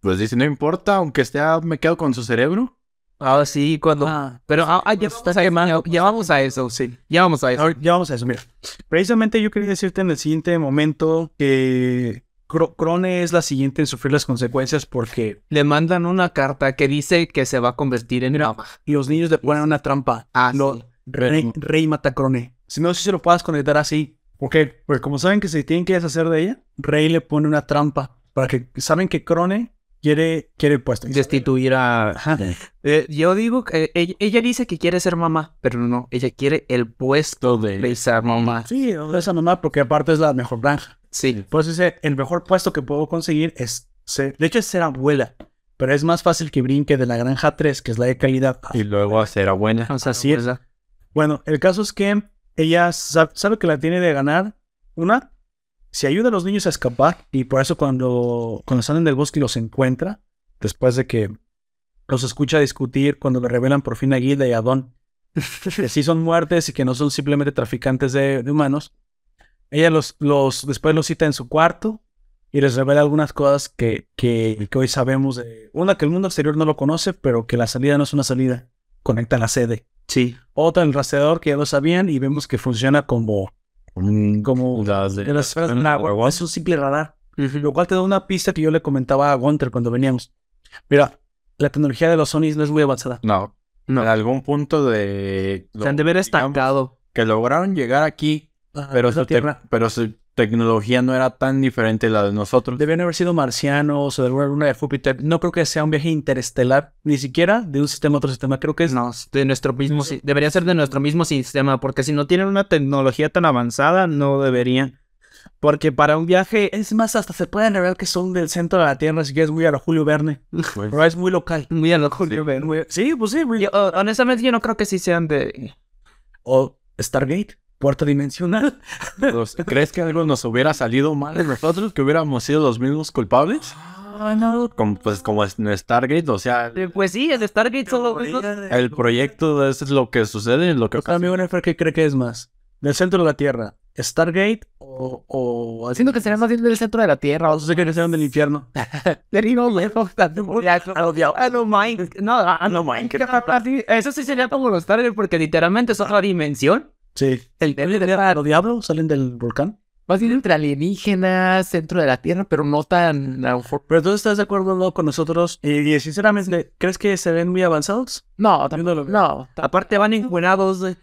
pues dice, no importa, aunque sea, me quedo con su cerebro.
Ah, sí, cuando... pero ah, ah, ya, ya- ya- ya vamos a eso, sí. Ya vamos a eso.
Ahorita- ya vamos a eso, mira. Precisamente yo quería decirte en el siguiente momento que Cro- Crone es la siguiente en sufrir las consecuencias porque
Le mandan una carta que dice que se va a convertir en... Mira,
los niños le ponen una trampa.
ah,
lo-
sí.
Rey, Rey mata a Crone. Si no sé si lo puedas conectar así. ¿Por qué? Porque como saben que se tienen que deshacer de ella, Rey le pone una trampa para que saben que Crone Quiere, quiere el puesto.
destituir a...
Ajá.
Eh, yo digo que ella, ella dice que quiere ser mamá, pero no, ella quiere el puesto de ser mamá.
Sí, esa mamá, porque aparte es la mejor granja.
Sí.
Pues dice, el mejor puesto que puedo conseguir es ser, de hecho es ser abuela, pero es más fácil que brinque de la granja 3, que es la de calidad. a-
Y luego será buena.
O sea,
Así
sí.
es. Bueno, el caso es que ella sa- sabe que la tiene de ganar. Una, se ayuda a los niños a escapar y por eso cuando, cuando salen del bosque y los encuentra, después de que los escucha discutir, cuando le revelan por fin a Gilda y a Don, que sí son muertes y que no son simplemente traficantes de, de humanos, ella los, los después los cita en su cuarto y les revela algunas cosas que, que, que hoy sabemos. de- una, que el mundo exterior no lo conoce, pero que la salida no es una salida, conecta la sede.
Sí.
Otra, el rastreador, que ya lo sabían, y vemos que funciona como, como
Las de-
de las esferas del agua. Es un simple radar. Lo cual te da una pista que yo le comentaba a Gunter cuando veníamos. Mira, la tecnología de los Sonys no es muy avanzada.
No.
No.
En algún punto de.
Se han de ver
digamos,
estancado. Ah,
Que lograron llegar aquí, pero,
es la
su, te-
Tierra.
pero su tecnología no era tan diferente a la de nosotros.
Debían haber sido marcianos o de alguna luna de Júpiter. No creo que sea un viaje interestelar, ni siquiera de un sistema a otro sistema. Creo que es
pues No, de nuestro mismo, si- debería ser de nuestro mismo sistema, porque si no tienen una tecnología tan avanzada, no deberían. Porque para un viaje,
Es más, hasta se pueden revelar que son del centro de la Tierra, si quieres muy a lo Julio Verne.
pues.
Pero es muy local.
muy a lo Julio Verne.
Muy- Sí, pues sí. muy-
Yo, oh, honestamente, yo no creo que sí sean de...
O Stargate, puerta dimensional.
Los- ¿Crees que algo nos hubiera salido mal de nosotros? ¿Que hubiéramos sido los mismos culpables? Como, pues como es- en Stargate, o sea,
Eh, Pues sí, el Stargate solo... pues,
el proyecto es lo que sucede, lo que
Para mí, Bonhoeffer, ¿qué cree que es más? ¿Del centro de la Tierra? ¿Stargate? ¿O, o
Siento que sería más bien del centro de la Tierra. O
no sé qué crearon del infierno?
Ah, no lejos.
Ah, no, Mine- No, ah, no, Mine- Así- Eso sí sería como los Stargate, porque literalmente es otra dimensión.
Sí.
El
¿Los diablos salen del volcán?
Más bien entre alienígenas, centro de la Tierra, pero no tan. a lo mejor-
Pero tú estás de acuerdo ¿no? con nosotros. Y, y sinceramente, ¿crees que se ven muy avanzados?
No,
Yo no lo veo.
tampoco. No.
Aparte van encuenados. eh.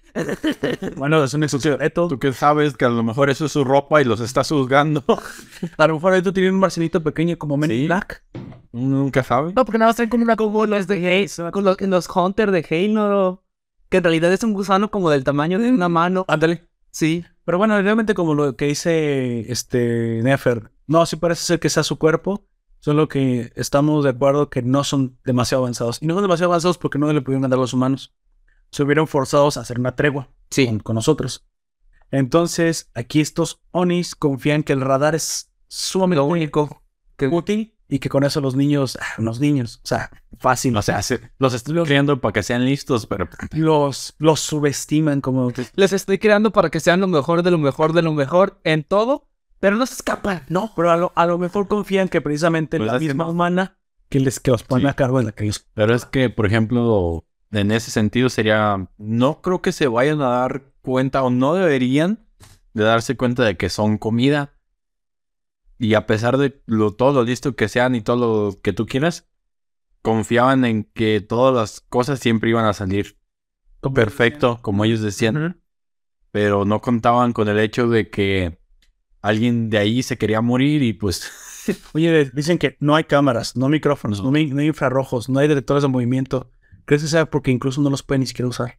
Bueno, es un exoesqueleto.
¿Tú qué sabes? Que a lo mejor eso es su ropa y los está juzgando.
A lo mejor ahorita tienen un marcenito pequeño como Men in
Sí.
Black.
Uno Nunca sabe.
No, porque nada más traen con una
Como los de Halo, con los, los Hunter de Halo, que en realidad es un gusano como del tamaño de una mano.
Ándale.
Sí,
Pero bueno, realmente como lo que dice este Nefer. No, sí parece ser que sea su cuerpo. Solo que estamos de acuerdo que no son demasiado avanzados. Y no son demasiado avanzados porque no le pudieron ganar los humanos. Se hubieron forzados a hacer una tregua con,
sí.
con nosotros. Entonces, aquí estos Onis confían que el radar es sumamente
Lo único. Que...
útil y que con eso los niños, ah, los niños, o sea, fácil.
O sea, se- los estoy creando para que sean listos, pero
Los, los subestiman como
Les estoy creando para que sean lo mejor de lo mejor de lo mejor en todo, pero no se escapan.
No, pero a lo, a lo mejor confían que precisamente
Pues
la
es que
misma
no.
humana que, les, que los pone
Sí.
a cargo de la que ellos.
Pero es que, por ejemplo, en ese sentido sería, no creo que se vayan a dar cuenta o no deberían de darse cuenta de que son comida. Y a pesar de lo, todo lo listo que sean y todo lo que tú quieras, confiaban en que todas las cosas siempre iban a salir perfecto, como ellos decían. Pero no contaban con el hecho de que alguien de ahí se quería morir y pues...
Oye, dicen que no hay cámaras, no micrófonos, no, mi- no hay infrarrojos, no hay detectores de movimiento. ¿Crees que sea porque incluso no los pueden ni siquiera usar?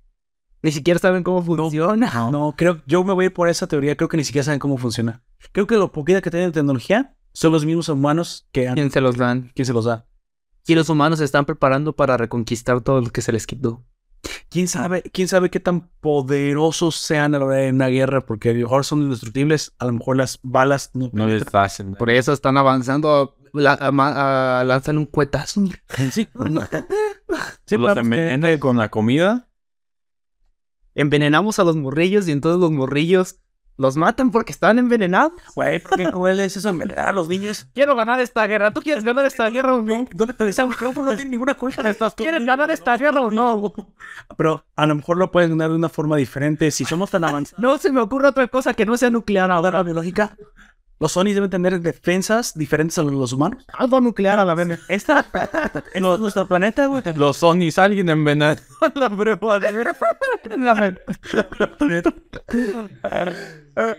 Ni siquiera saben cómo funciona.
No, creo, yo me voy a ir por esa teoría, creo que ni siquiera saben cómo funciona. Creo que lo poquita que tienen de tecnología son los mismos humanos que han,
¿Quién se los dan?
¿quién se los da.
Y los humanos se están preparando para reconquistar todo lo que se les quitó.
¿Quién sabe, quién sabe qué tan poderosos sean a la hora de una guerra? Porque a lo mejor son indestructibles, a lo mejor las balas no,
No les hacen.
Por eso están avanzando a, la- a ma- a lanzar un cuetazo.
Sí, no. Sí,
Los
pero, eh,
envenenan con la comida
Envenenamos a los morrillos y entonces los morrillos los matan porque están envenenados.
Güey, ¿por qué no es eso envenenar a los niños?
Quiero ganar esta guerra. ¿Tú quieres ganar esta guerra o no?
¿Dónde te dicen? No tienen ninguna culpa de estas
¿Quieres ganar esta guerra o no?
Pero a lo mejor lo pueden ganar de una forma diferente. Si somos tan avanzados,
No se me ocurre otra cosa que no sea nuclear ahora.
la biológica, los Sonys deben tener defensas diferentes a los de los humanos.
Algo nuclear a la vez.
Esta, en nuestro planeta, güey.
Los Sonys, alguien envenenó.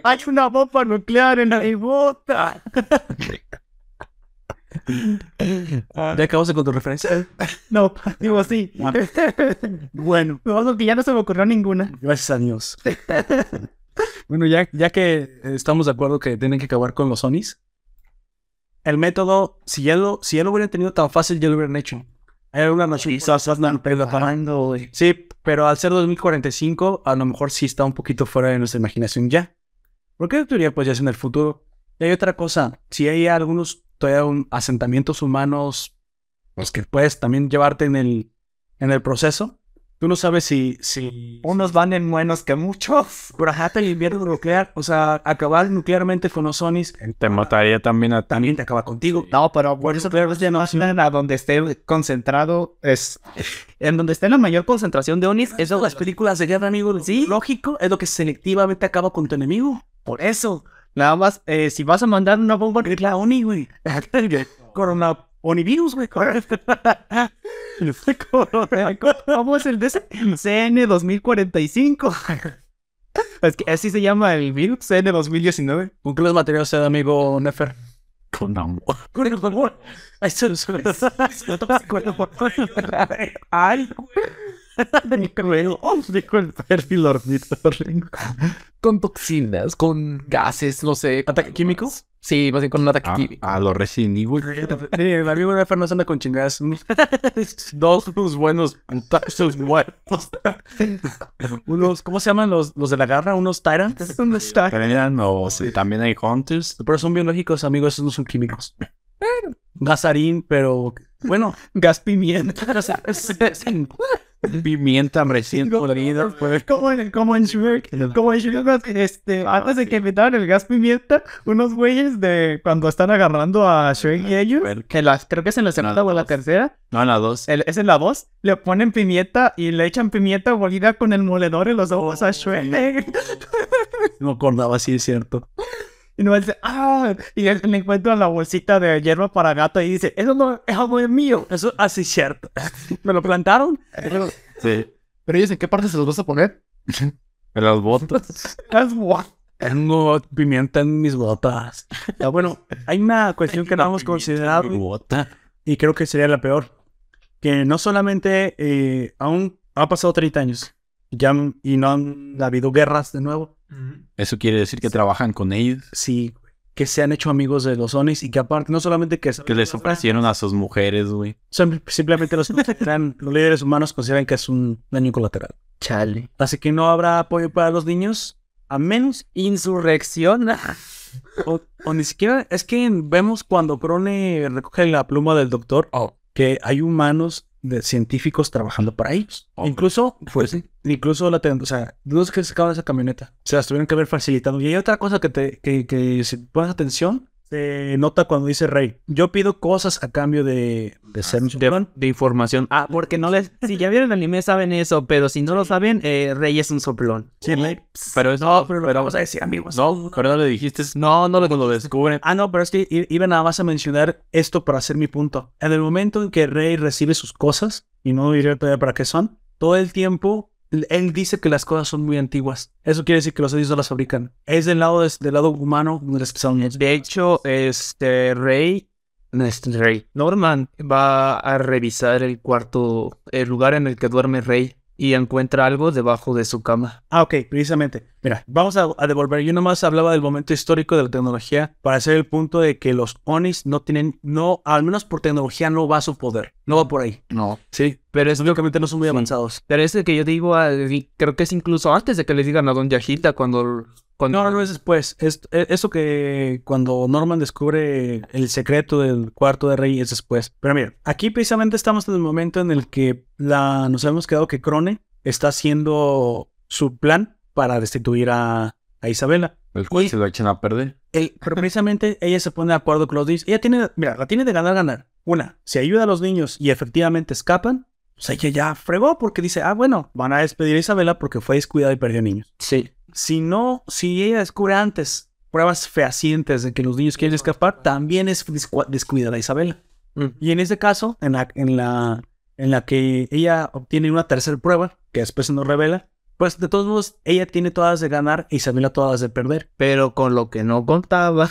Hay una bomba nuclear en la bota. Ah.
Ya acabaste con tu referencia.
No, digo así.
Bueno,
No, que ya no se me ocurrió ninguna.
gracias a Dios. Bueno, ya, ya que estamos de acuerdo que tienen que acabar con los Onis, el método, si ya lo, si ya lo hubieran tenido tan fácil, ya lo hubieran hecho. Hay alguna noche. Sí, pero al ser 2045, a lo mejor sí está un poquito fuera de nuestra imaginación ya. Porque en teoría, pues ya es en el futuro. Y hay otra cosa, si hay algunos todavía un- asentamientos humanos, pues que puedes también llevarte en el, en el proceso. Tú no sabes si, si
Unos van en buenos que muchos.
por ajá, el invierno nuclear, o sea, acabar nuclearmente con los Onis,
Te mataría también a ti.
también te acaba contigo.
No, pero por eso claro, ya no hacen a donde esté concentrado. Es en donde esté la mayor concentración de Onis.
Eso
Eso
las películas de guerra, amigo.
Sí.
Lógico, es lo que selectivamente acaba con tu enemigo.
por eso. Nada más, eh, si vas a mandar una bomba.
Es la Oni, güey. Corona Onivirus, güey.
¿Cómo es el de ese? CN 2045? Es que así se llama el virus, CN 2019.
¿Con qué los materiales, amigo Nefer?
Con amor.
Con el favor. Eso es.
Ay, dijo el Oh, perfil
Con toxinas, con gases, no sé.
¿Ataque químico?
Sí, más bien con un ataque
A,
químico.
Ah, a los Resident Evil.
El amigo Nefer no se anda con chingadas.
Dos sus buenos, sus buenos.
Unos, ¿cómo se llaman los, los de la garra? ¿Unos Tyrants?
Trenan o también hay Hunters.
Pero son biológicos, amigos, esos no son químicos. Gasarín, pero bueno,
Gas pimienta.
Pimienta recién podrida. pues.
Como en, como en Shrek, como en Shrek, este, antes de que inventaran el gas pimienta, unos güeyes de cuando están agarrando a Shrek y ellos, que las, creo que es en la segunda o en la tercera,
No, en la dos.
el- es en la voz, le ponen pimienta y le echan pimienta molida con el moledor en los ojos a Shrek.
no acordaba, sí es cierto.
Y no dice, ah, y le, le encuentran la bolsita de hierba para gato y dice, eso no, eso no es mío.
Eso, así es cierto. ¿Me lo plantaron?
Sí.
Pero ellos, ¿en qué parte se los vas a poner?
En este, las botas.
Es guau.
Tengo pimienta en mis botas. Ah, bueno, hay una cuestión que no hemos considerado
Bota.
y creo que sería la peor. Que no solamente eh, aún ha pasado 30 años ya, han- y no han habido guerras de nuevo.
Eso quiere decir que trabajan con ellos.
Sí, que se han hecho amigos de los Onis y que aparte no solamente que...
Que les ofrecieron a sus mujeres, güey.
Sim- Simplemente los, consideran- los líderes humanos consideran que es un daño colateral.
Chale.
Así que no habrá apoyo para los niños, a menos,
Insurrección.
o, o ni siquiera, es que vemos cuando Crone recoge la pluma del doctor, que hay humanos de científicos trabajando para ellos.
Oh.
Incluso, pues, incluso la ten- o sea, los que sacaban esa camioneta, se las tuvieron que haber facilitado. Y hay otra cosa que, te, que, que si pones atención, se nota cuando dice Rey, yo pido cosas a cambio de, de ser mi
de, de información. Ah, porque no les. Si ya vieron el anime, saben eso, pero si no lo saben, eh, Rey es un soplón.
Sí, Rey.
Pero eso. pero,
Vamos a decir, amigos.
no, pero no le dijiste. No, no lo, lo descubren.
Ah, no, pero es que i- iba nada más a mencionar esto para hacer mi punto. En el momento en que Rey recibe sus cosas, y no diré todavía para qué son, todo el tiempo l- él dice que las cosas son muy antiguas. Eso quiere decir que los edios no las fabrican. Es del lado, des- del lado humano donde las empezaron.
De hecho, este Rey. no, Este Rey. Norman va a revisar el cuarto. El lugar en el que duerme Rey. Y encuentra algo debajo de su cama.
Ah, ok, precisamente. Mira, vamos a, a devolver. Yo nomás hablaba del momento histórico de la tecnología para hacer el punto de que los Onis no tienen, no, al menos por tecnología no va a su poder. No va por ahí.
No.
Sí, pero es obviamente no son muy avanzados.
Pero es el que yo digo, ah, y creo que es incluso antes de que le digan a Don Yajita cuando. cuando
No, no, no es después. Es- e- eso que cuando Norman descubre el secreto del cuarto de rey es después. Pero mira, aquí precisamente estamos en el momento en el que la, nos hemos quedado que Crone está haciendo su plan para destituir a, a Isabela.
El cual se lo echan a perder.
El- pero precisamente ella se pone de acuerdo con los niños. Ella tiene, mira, la tiene de ganar, ganar. Una, si ayuda a los niños y efectivamente escapan, pues ella ya fregó porque dice, ah, bueno, van a despedir a Isabela porque fue descuidada y perdió niños.
Sí.
Si no, si ella descubre antes pruebas fehacientes de que los niños quieren escapar, también es descu- descuidada Isabela.
Mm.
Y en ese caso, en la, en la, en la que ella obtiene una tercera prueba, que después se nos revela, pues de todos modos, ella tiene todas de ganar e Isabela todas de perder.
Pero con lo que no contaba.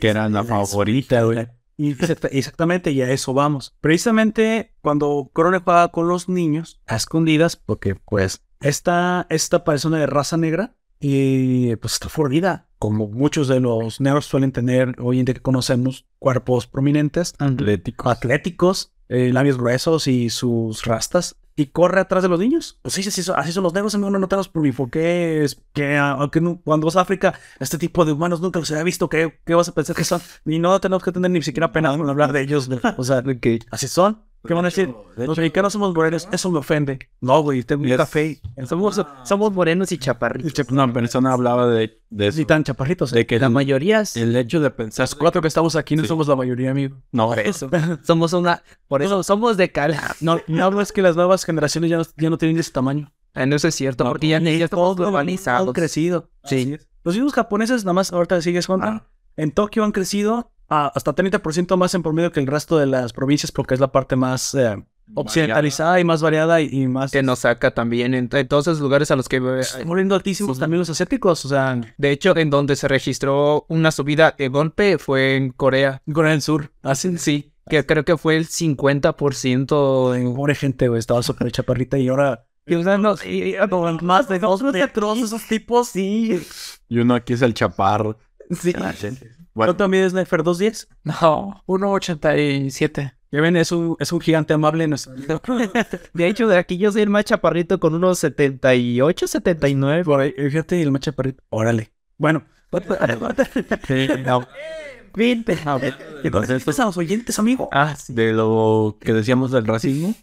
Que eran la favorita, güey.
Y Y Eh, exacta- exactamente, y a eso vamos. Precisamente cuando Crone juega con los niños a escondidas, porque pues esta, esta persona de raza negra y pues está fornida. Como muchos de los negros suelen tener hoy en día que conocemos, cuerpos prominentes, Ah,
Atlético.
atléticos, eh, labios gruesos y sus rastas. Y corre atrás de los niños. Pues sí, así son, así son los negros, amigo. No notaros por mí. ¿Por qué? Es que, ah, que no- cuando vas a África, este tipo de humanos nunca los había visto. ¿Qué, qué vas a pensar que son? Y no tenemos que tener ni siquiera pena en hablar de ellos. ¿no? O sea, así son. ¿Qué van a decir? Los mexicanos somos morenos. Eso me ofende. No, güey. Tengo un
Yes.
café.
Somos, somos morenos y chaparritos.
Una persona hablaba de, de eso.
Ni tan chaparritos. eh.
De que
La
el,
mayoría es-
el hecho de pensar
Los cuatro que estamos aquí no
Sí.
somos la mayoría, amigo.
No,
eso. Somos una. Por eso somos de cal.
No, no es que las nuevas generaciones ya no, ya no tienen ese tamaño.
Ah, No, eso es cierto, porque ya, ya estamos
han
globalizados.
crecido.
Sí. Ah.
Los mismos japoneses, nada más ahorita sigues Honda, en Tokio han crecido a hasta 30% más en promedio que el resto de las provincias porque es la parte más eh, occidentalizada y más variada y, y más...
Que nos saca también en, en todos esos lugares a los que. eh,
Están muriendo altísimos también los asiáticos, o sea, en
De hecho, en donde se registró una subida de golpe fue en Corea.
Corea del Sur.
Así, sí, que creo que fue el 50% en
Pobre gente, güey, estaba súper chaparrita y ahora...
Y usando sí, como más de dos metros, esos tipos, sí.
Y uno aquí es el chaparro.
Sí.
¿No Ah, también es Nefer 210?
No, 1.87.
Ya ven, es un, es un gigante amable. No es-
De hecho, de aquí yo soy el más chaparrito con unos 78, 79.
Por ahí, eh, fíjate, el más chaparrito. Órale. Bueno.
Vinte.
Ah,
eh, Entonces, pues a los oyentes, amigo.
Ah, sí.
de lo que decíamos del racismo,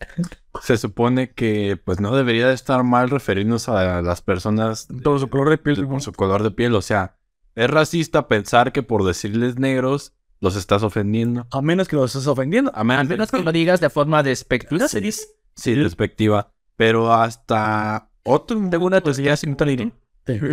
se supone que pues no debería de estar mal referirnos a las personas de-
Todo su color de pues,
de- por su color de piel. O sea, es racista pensar que por decirles negros los estás ofendiendo.
A menos que los estés ofendiendo.
A menos,
Al menos que lo digas de forma despectiva.
sí, despectiva. Pero hasta otro
Tengo una tosilla sin teoría.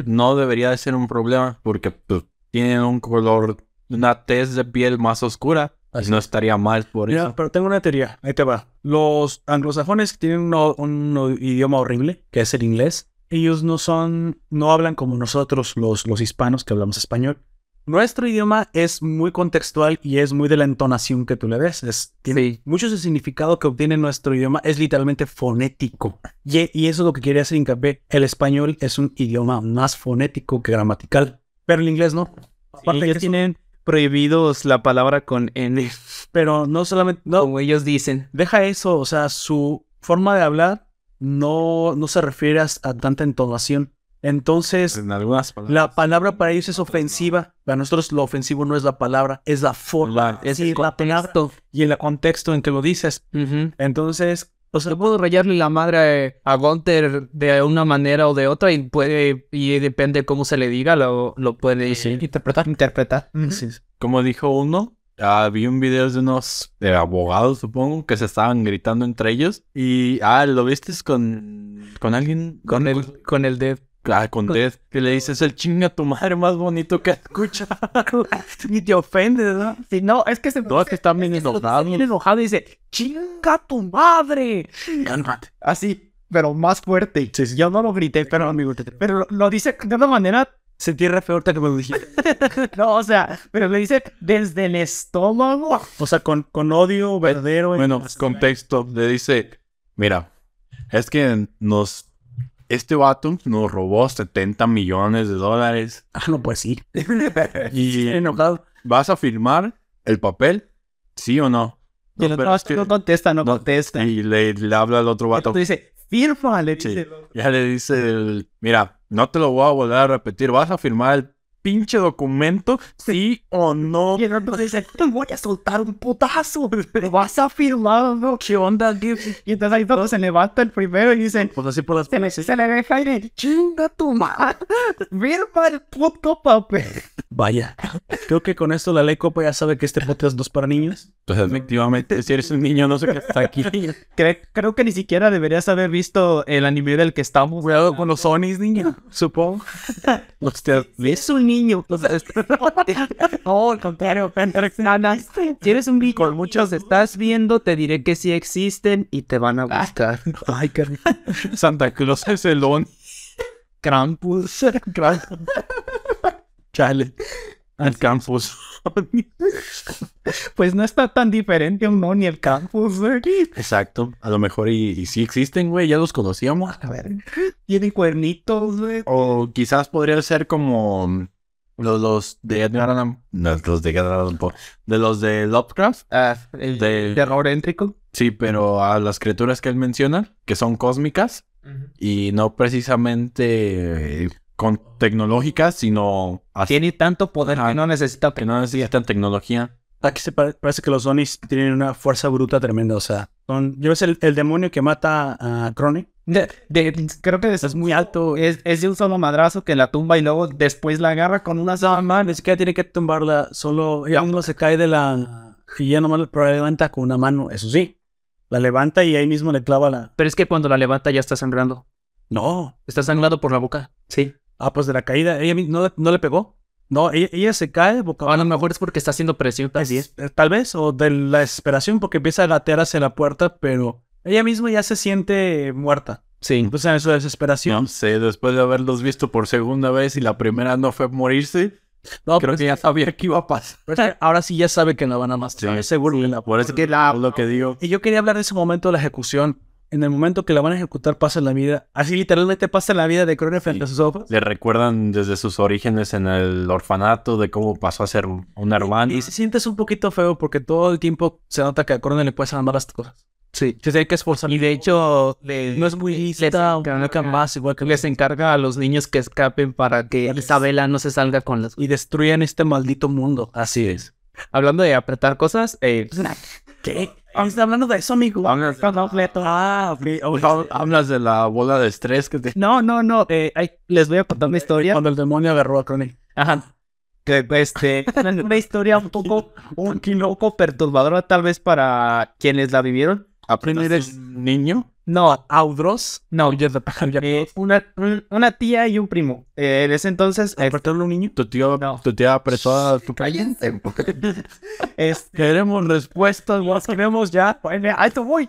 no debería de ser un problema porque pues, tienen un color, una tez de piel más oscura.
Así
y no estaría mal por
Mira,
eso.
pero tengo una teoría. Ahí te va. Los anglosajones tienen uno- un, idioma horrible, que es el inglés. Ellos no son, no hablan como nosotros, los, los hispanos que hablamos español. Nuestro idioma es muy contextual y es muy de la entonación que tú le ves. Es, tiene
Sí.
Mucho del significado que obtiene nuestro idioma es literalmente fonético. Y, y eso es lo que quería hacer hincapié. El español es un idioma más fonético que gramatical, pero el inglés no. Aparte que
Ellos
eso-
tienen prohibidos la palabra con N,
pero no solamente... No,
como ellos dicen.
deja eso, o sea, su forma de hablar no, no se refiere a, a tanta entonación. Entonces,
En algunas palabras.
la palabra para ellos es
pues,
ofensiva. Para nosotros lo ofensivo no es la palabra, es la forma.
Es
Sí,
el
la palabra
contexto.
y el contexto en que lo dices.
Ujú.
Entonces, o sea,
Yo puedo rayarle la madre a Gunter de una manera o de otra y puede, y depende cómo se le diga, lo, lo puede Eh, interpretar. Interpretar.
sí,
Como dijo uno, ah, vi un video de unos eh, abogados, supongo, que se estaban gritando entre ellos. Y, ah, ¿lo viste con, con alguien?
Con el, con el de
Ah, con Ted, que le dices el chinga tu madre más bonito que escucha.
Y te ofende, ¿verdad? Sí, no, es que se
No, es que están bien enojados.
Viene enojado y dice, chinga tu madre. Así, Ah, pero más fuerte. Yo no lo grité, pero,
amigo, te- te-
pero lo, lo dice de una manera,
sentí re feo ahorita que me lo dijiste.
no, o sea, pero le dice desde el estómago.
O sea, con, con odio verdadero.
Bueno, contexto, le dice, mira, es que nos, este vato nos robó 70 millones de dólares
Ah, no, pues sí.
y
Enojado.
¿vas a firmar el papel? ¿Sí o no?
Y el
No,
otro
pero es que-
no contesta, no,
no,
contesta.
Y le, le habla al otro
El
vato.
otro dice, firma, le
Sí.
dice.
Ya le dice el, mira, no te lo voy a volver a repetir, vas a firmar el pinche documento, sí o no.
Y el otro dice, te voy a soltar un putazo. ¿Lo vas a firmar, no? ¿Qué onda, Y entonces ahí todos se levanta el primero y dicen,
Pues así por las...
Se le, se le deja ir el chinga tu madre. Firma el puto papel.
Vaya. Creo que con esto la ley copa ya sabe que este podcast no es para niños.
Entonces, efectivamente, si eres un niño, no sé qué está aquí.
Cre- creo que ni siquiera deberías haber visto el anime del que estamos.
Cuidado con los Sonys, niño. Supongo. Los te-
Es un niño. O sea, es- no, al contrario. No, no, es- Si eres un niño, con muchos estás viendo, te diré que sí existen y te van a buscar.
Ay, qué rico.
Santa Claus es el on.
Krampus.
Chale. Al campus.
Pues no está tan diferente un no ni el campus, güey.
Exacto. A lo mejor y, y sí existen, güey, ya los conocíamos.
A ver, tiene cuernitos, güey.
O quizás podría ser como mm, los, los de Edgar Allan no, los de Edgar Allan Poe, de los de Lovecraft.
Ah, el
De-
terror éntrico.
Sí, pero a las criaturas que él menciona, que son cósmicas y no precisamente eh, con tecnológicas, sino así
Tiene tanto poder
Ajá.
que no necesita
que no necesitan tecnología.
Aquí se pare- parece Ah, que los Onis tienen una fuerza bruta tremenda. O sea, son, yo ves el, el demonio que mata a Crony.
De- de- creo que es muy alto. Es, es de un solo madrazo que la tumba y luego después la agarra con una
No, man, ni siquiera tiene que tumbarla. Solo ella uno se cae de la. Y ya nomás la levanta con una mano. Eso sí. La levanta y ahí mismo le clava la.
Pero es que cuando la levanta ya está sangrando.
No.
Está sangrando por la boca. Sí.
Ah, pues de la caída. Ella mi- no, le- no le pegó. No, ella, ella se cae boca
A lo mejor es porque está haciendo presión también.
Es- eh, Tal vez, o de la desesperación, porque empieza a gatear hacia la puerta, pero ella misma ya se siente muerta.
Sí.
Entonces, en su desesperación.
No sé, después de haberlos visto por segunda vez y la primera no fue morirse,
No,
creo
pues,
que ya sabía que iba a pasar.
pero es que ahora sí ya sabe que la van a matar.
Sí.
Seguro que la
Por eso que la... lo que digo.
Y yo quería hablar de ese momento de la ejecución. En el momento que la van a ejecutar, pasa la vida. Así literalmente pasa la vida de Crone frente a sus ojos.
Le recuerdan desde sus orígenes en el orfanato de cómo pasó a ser un hermano.
Y si sientes un poquito feo porque todo el tiempo se nota que a Crone le cuesta andar las cosas. Sí. Se tiene que esforzar.
Y de hecho, le-
no es muy lista, nunca más, igual que
les encarga a los niños que escapen para que Isabela no se salga con las...
Y destruyen este maldito mundo. Así es.
Hablando de apretar cosas, eh,
¿Qué? ¿Estás hablando de eso, amigo? Ah, ok. Oh,
Hab- Hablas de la bola de estrés que te...
No, no, no. eh, ay, les voy a contar una historia.
Cuando el demonio agarró a Crone.
Ajá. Que, este, una historia un poco, un poco perturbadora, tal vez para quienes la vivieron.
¿Apenas eres niño?
No, Audros. No,
Ya te ya-
eh, una, un- una tía y un primo. Eh, en ese entonces,
Ah,
eh,
¿Despertaron un niño?
Tu tío,
No.
tu tía apretó a tu...
es-
Queremos respuestas, güey.
Tenemos ya. Bueno, ahí te voy.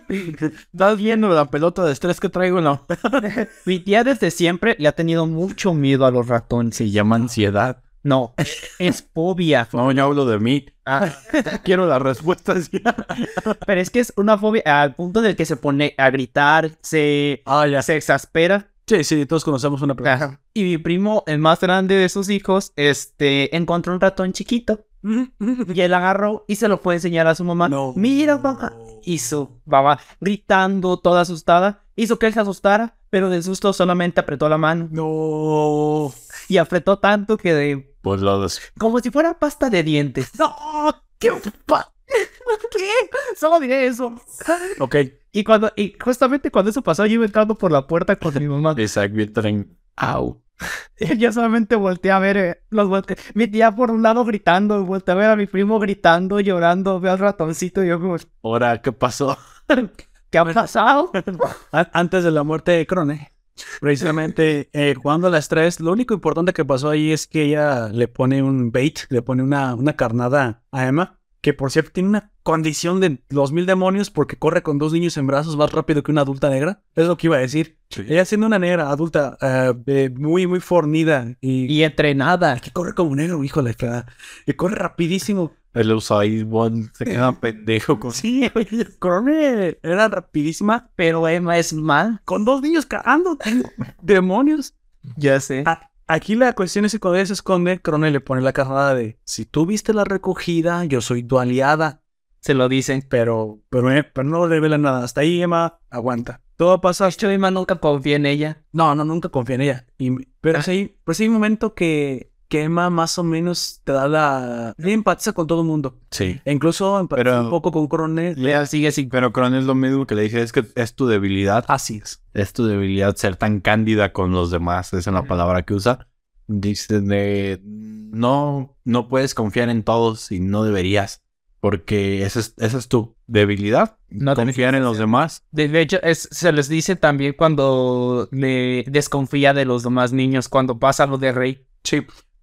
Estás viendo la pelota de estrés que traigo, ¿no?
Mi tía desde siempre le ha tenido mucho miedo a los ratones.
Se llama ansiedad.
No, es fobia.
No, yo hablo de mí.
Ah,
Quiero las respuestas ya.
pero es que es una fobia al punto del que se pone a gritar, se,
Ah, ya sé.
se exaspera.
Sí, sí, todos conocemos una persona.
Ajá. Y mi primo, el más grande de sus hijos, este, encontró un ratón chiquito. Y él agarró y se lo fue a enseñar a su mamá.
No.
Mira, mamá. Y su mamá, gritando, toda asustada, hizo que él se asustara, pero del susto solamente apretó la mano.
No.
Y apretó tanto que de-
Pues los...
como si fuera pasta de dientes. ¡No! ¡Qué pa- ¿Qué? Solo diré eso.
Ok.
Y cuando, y justamente cuando eso pasó, yo iba entrando por la puerta con mi mamá.
Isaac Vitren. Au.
Yo solamente volteé a ver, eh, los volte- mi tía por un lado gritando, volteé a ver a mi primo gritando, llorando, veo al ratoncito y yo como,
Ahora, ¿qué pasó?
¿qué ha pasado?
A- antes de la muerte de Crone, precisamente eh, jugando a las tres, lo único importante que pasó ahí es que ella le pone un bait, le pone una, una carnada a Emma, que por cierto tiene una condición de los mil demonios porque corre con dos niños en brazos más rápido que una adulta negra. Es lo que iba a decir. Ella siendo una negra adulta eh, eh, muy, muy fornida y,
Y entrenada.
que corre como negro, hijo de la fregada, que corre rapidísimo.
El Usain Bolt se queda pendejo con...
Sí, Crone era rapidísima
Pero Emma es mal.
con dos niños cagando. Demonios.
Ya sé.
A- Aquí la cuestión es que cuando ella se esconde, Crone le pone la carnada de si tú viste la recogida, yo soy tu aliada.
Se lo dicen.
Pero, pero, eh, pero no revela nada. Hasta ahí Emma aguanta. Todo pasa.
Yo Emma nunca confié en ella.
No, no, nunca confía en ella. Y- pero sí, pero sí hay un momento que, que Emma más o menos te da la. Ella empatiza con todo el mundo.
Sí.
E incluso empatiza
Pero-
un poco con Crone.
Lea sigue así. Pero Cron es lo mismo que le dije, es que es tu debilidad.
Así es.
Es tu debilidad ser tan cándida con los demás, esa es la palabra que usa. Dice de, no, no puedes confiar en todos y no deberías, porque esa es, esa es tu debilidad,
No te
confiar en los demás.
De de hecho, es- se les dice también cuando le desconfía de los demás niños, cuando pasa lo de Rey.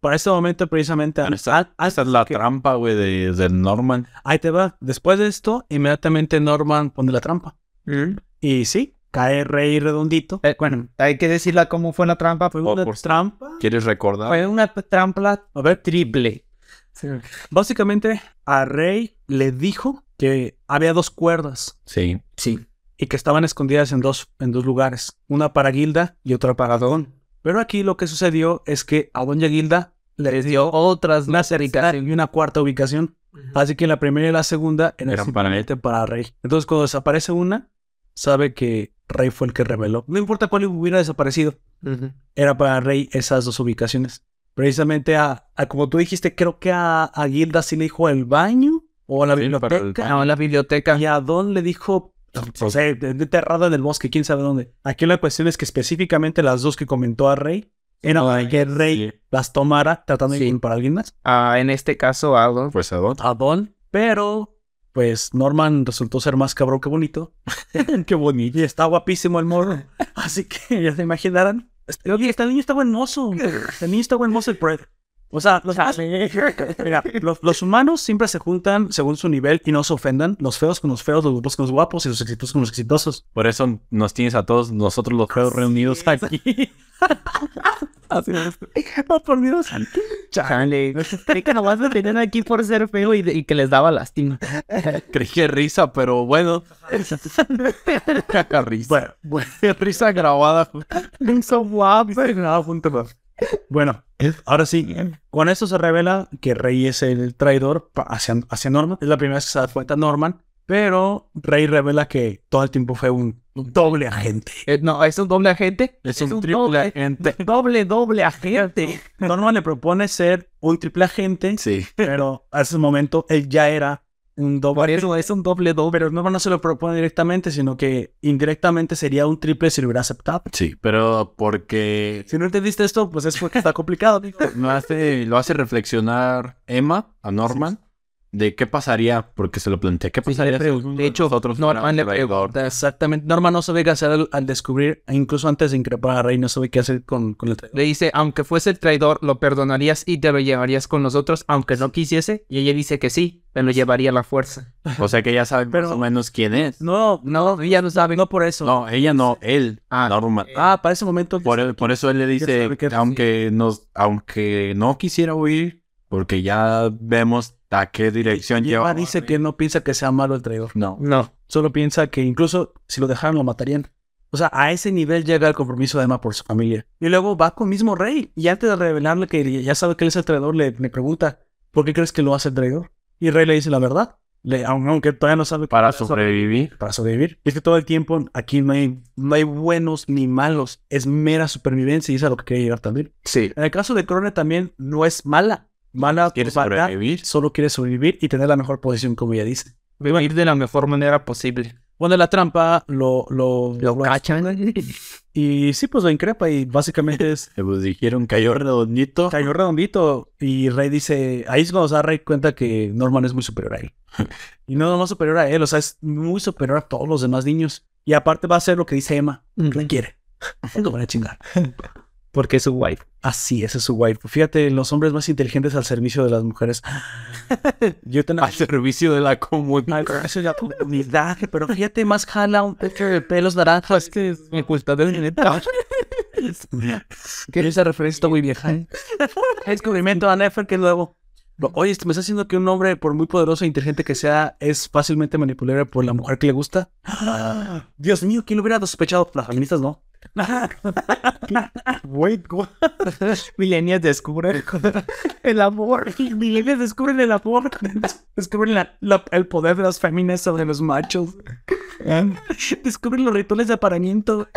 Para este momento, precisamente.
Pero esa,
an-
esa es la
que-
trampa, güey, de, de Norman.
Ahí te va. Después de esto, inmediatamente Norman pone la trampa.
Mm.
Y sí, cae rey redondito.
Eh, bueno, hay que decirla cómo fue la trampa.
Fue
Oh,
una
por-
trampa.
¿Quieres recordar?
Fue una trampa
A ver,
triple.
Básicamente, a Rey le dijo que había dos cuerdas
Sí.
Sí.
y que estaban escondidas en dos, en dos lugares, una para Gilda y otra para Adón. Pero aquí lo que sucedió es que Adón y a Gilda les dio otras una tercera y una cuarta ubicación. Así que la primera y la segunda eran
Eran para él.
simplemente para Rey. Entonces cuando desaparece una, sabe que Rey fue el que reveló. No importa cuál hubiera desaparecido, era para Rey esas dos ubicaciones. Precisamente a, a- como tú dijiste, creo que a, a Gilda sí le dijo el baño o a la
Sí, para el Ah,
biblioteca.
No, la biblioteca.
Y a Don le dijo, o sea, enterrado en el bosque, quién sabe dónde. Aquí la cuestión es que específicamente las dos que comentó a Rey, era para que Rey
sí.
las tomara tratando de
Sí.
culpar a alguien más.
Ah, en este caso, algo.
Pues a dónde.
A Don, pero pues Norman resultó ser más cabrón que bonito. Qué bonito. Y está guapísimo el morro. Así que ya se imaginarán. Este, oye, este niño está buen mozo. Este niño está buen mozo el Fred. O sea, los, Mira, los, los humanos siempre se juntan según su nivel y no se ofendan. Los feos con los feos, los guapos con los guapos y los exitosos con los exitosos.
Por eso nos tienes a todos nosotros los feos reunidos aquí.
Oh, por Dios. Chale. Creí que nomás me tenían aquí por ser feo y, de- y que les daba lástima.
Creí que risa, pero bueno. risa.
Bueno,
risa grabada.
bueno, ahora sí. Con esto se revela que Rey es el traidor pa- hacia, hacia Norman. Es la primera vez que se da cuenta Norman. Pero Rey revela que todo el tiempo fue un doble agente.
Eh, no, es un doble agente.
Es un triple
doble-
agente.
Doble, doble agente.
Norman le propone ser un triple agente,
Sí.
pero a ese momento él ya era un
Por
doble.
eso es un doble, doble.
Pero Norman no se lo propone directamente, sino que indirectamente sería un triple si lo hubiera aceptado.
Sí, pero porque
Si no entendiste esto, pues es porque está complicado.
me hace, lo hace reflexionar Emma a Norman de qué pasaría, porque se lo planteé. ¿Qué pasaría?
De hecho,
nosotros
Norman le pregunta.
Exactamente. Norman no sabe qué hacer al, al descubrir, incluso antes de increpar a Rey, no sabe qué hacer con, con el traidor.
Le dice, aunque fuese el traidor, lo perdonarías y te lo llevarías con nosotros, aunque no quisiese. Y ella dice que sí, me lo llevaría a la fuerza.
O sea que ya sabe
Pero-
más o menos quién es.
No,
No, ella no sabe.
no por eso.
No, ella no, él. Norman.
Ah, para ese momento.
Por, el- por eso él le
Ya
dice,
sabe que-
aunque nos, aunque no quisiera huir, porque ya vemos a qué dirección
y Eva
lleva.
dice que no piensa que sea malo el traidor.
No.
No.
Solo piensa que incluso si lo dejaran lo matarían. O sea, a ese nivel llega el compromiso de Emma por su familia. Y luego va con mismo Rey. Y antes de revelarle que ya sabe que él es el traidor, le, le pregunta, ¿por qué crees que lo hace el traidor? Y Rey le dice la verdad. Le, aun- aunque todavía no sabe
Para
sobre
sobrevivir.
para sobrevivir. Y es que todo el tiempo aquí no hay, no hay buenos ni malos. Es mera supervivencia y es a lo que quiere llegar también.
Sí.
En el caso de Crone también no es mala. Mala
Quiere
mala,
sobrevivir.
Solo quiere sobrevivir y tener la mejor posición, como ella dice.
Iba a ir de la mejor manera posible.
Pone la trampa, lo, lo, lo-
Ah,
Y sí, pues lo increpa y básicamente es...
Le dijeron cayó redondito.
Cayó redondito y Rey dice... Ahí es cuando se da Rey cuenta que Norman es muy superior a él. Y no nomás superior a él, o sea, es muy superior a todos los demás niños. Y aparte va a hacer lo que dice Emma. La quiere. Lo van a chingar.
Porque es su wife.
Así, ese es su wife. Fíjate, los hombres más inteligentes al servicio de las mujeres. Yo tengo
Al servicio de la comunidad.
eso ya humildad, pero fíjate, más jala un pecho de pelos naranjas.
que es mi culpa de neta.
Que esa referencia está muy vieja. ¿eh?
Descubrimiento a Nefer que luego. Lo- Oye, este, ¿me estás diciendo que un hombre, por muy poderoso e inteligente que sea, es fácilmente manipulable por la mujer que le gusta? Ah, Dios mío, ¿quién lo hubiera sospechado? Las feministas no.
Wait, what? Millennials descubren el amor. Millennials descubren el amor.
Descubren la- la- el poder de las feminas sobre los machos.
¿Eh?
Descubren los rituales de apareamiento.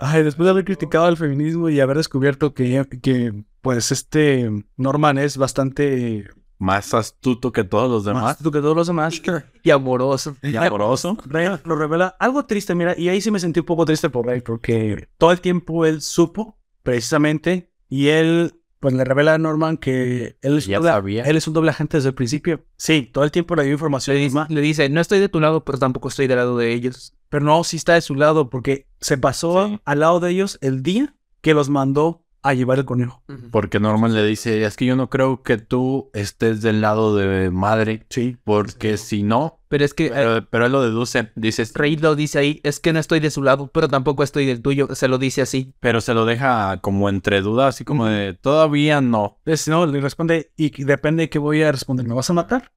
Ay, después de haber criticado el feminismo y haber descubierto que, que pues, este Norman es bastante
Más astuto que todos los
más
demás.
que todos los demás.
Y amoroso.
Y amoroso.
Rey lo revela algo triste, mira, y ahí sí me sentí un poco triste por Rey, porque todo el tiempo él supo, precisamente, y él, pues le revela a Norman que él es,
Ya
un doble-
sabía.
él es un doble agente desde el principio. Sí, todo el tiempo le dio información.
Le dice,
Ma-
le dice, no estoy de tu lado, pero tampoco estoy del lado de ellos.
pero no, sí está de su lado porque se pasó
Sí.
al lado de ellos el día que los mandó a llevar el conejo.
Porque Norman le dice, es que yo no creo que tú estés del lado de madre.
Sí.
Porque si no,
Pero es que eh,
pero, pero él lo deduce. Dices,
Reid lo dice ahí, es que no estoy de su lado, pero tampoco estoy del tuyo, se lo dice así.
pero se lo deja como entre dudas, así como de, todavía no.
Entonces, no, le responde, y que depende de qué voy a responder, ¿me vas a matar?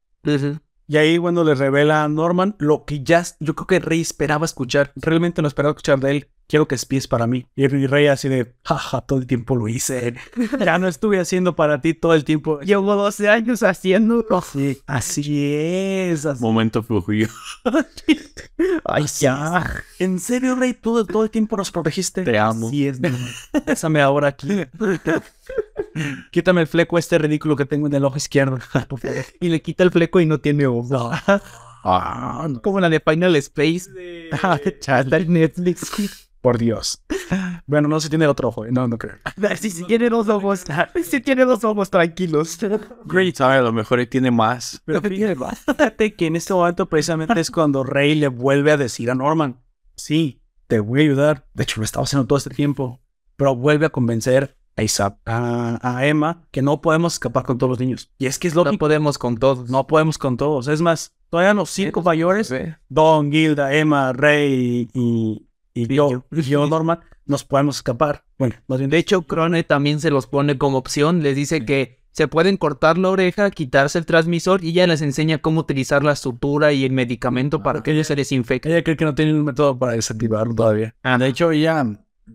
Y ahí, cuando le revela a Norman lo que ya, yo creo que Rey esperaba escuchar, realmente no esperaba escuchar de él, quiero que espíes para mí. Y y Rey así de, jaja, todo el tiempo lo hice, ya no estuve haciendo para ti todo el tiempo.
Llevo 12 años haciendo.
Sí, así es, así
Momento Fukuyo.
Ay, ya.
En serio, Rey, todo, todo el tiempo nos protegiste.
Te amo.
Así es, mi amor. Bésame ahora aquí. Quítame el fleco este ridículo que tengo en el ojo izquierdo. por favor.
Y le quita el fleco y no tiene ojo.
No.
Ah, no.
Como la de Final Space.
Ah, Está en Netflix.
Por Dios. Bueno, no se tiene el otro ojo. eh. No, no creo.
Si tiene dos ojos. Si tiene dos ojos tranquilos.
Great. Sabe, a lo mejor él tiene más.
Pero fíjate que en este momento precisamente es cuando Rey le vuelve a decir a Norman, sí, te voy a ayudar. De hecho, lo estaba haciendo todo este tiempo. Pero vuelve a convencer a Isaac, a, a Emma, que no podemos escapar con todos los niños. Y es que es lo
No podemos con todos.
No podemos con todos. Es más, todavía los cinco mayores,
Ve.
Don, Gilda, Emma, Rey y, y yo, y yo, Norman, nos podemos escapar. Bueno, más bien,
De hecho, Crone también se los pone como opción. Les dice que se pueden cortar la oreja, quitarse el transmisor y ya les enseña cómo utilizar la sutura y el medicamento para que ellos se desinfecten.
ella cree que no tiene un método para desactivarlo todavía.
De hecho, ella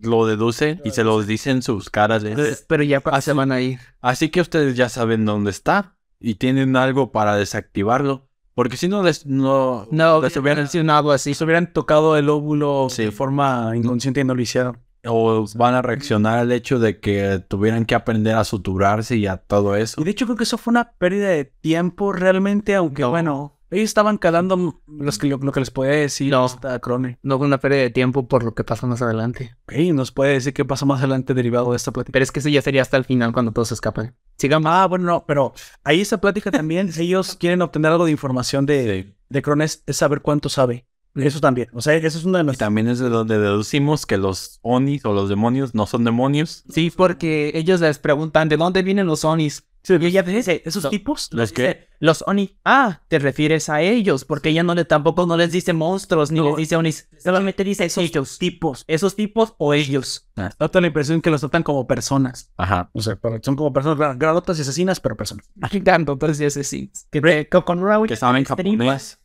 lo deduce y se lo dice en sus caras.
Eh,
de,
Pero ya cuando se van a ir.
Así que ustedes ya saben dónde está y tienen algo para desactivarlo. Porque si no, les, no,
No,
les
se
hubieran-
hubieran mencionado así.
Si se hubieran tocado el óvulo
Sí.
de forma inconsciente y no lo hicieron.
o van a reaccionar al hecho de que tuvieran que aprender a suturarse y a todo eso.
Y de hecho creo que eso fue una pérdida de tiempo realmente, aunque bueno, ellos estaban calando los que, lo, lo que les podía decir
No.
hasta Crone.
No con una pérdida de tiempo por lo que pasa más adelante.
Ey, nos puede decir qué pasa más adelante derivado de esta plática.
Pero es que eso ya sería hasta el final cuando todos escapan. Sigamos.
Ah, bueno, no, pero ahí esa plática también, ellos quieren obtener algo de información de,
Sí.
de Crones, es saber cuánto sabe. Eso también, o sea, eso es una de
Y
las...
también es de donde deducimos que los onis o los demonios no son demonios.
Sí, porque ellos les preguntan de dónde vienen los onis. y ella dice,
¿Esos
"No,
tipos?
¿Los
dice, los oni. Ah, te refieres a ellos, porque ella no le tampoco no les dice monstruos ni les dice onis. Solamente dice ellos.
Tipos.
Esos tipos o ellos.
Data la impresión que los tratan como personas.
Ajá.
O sea, pero son como personas gran- grandotas y asesinas, pero personas.
Tanto, entonces sí. Que te- con una
Que saben japonés.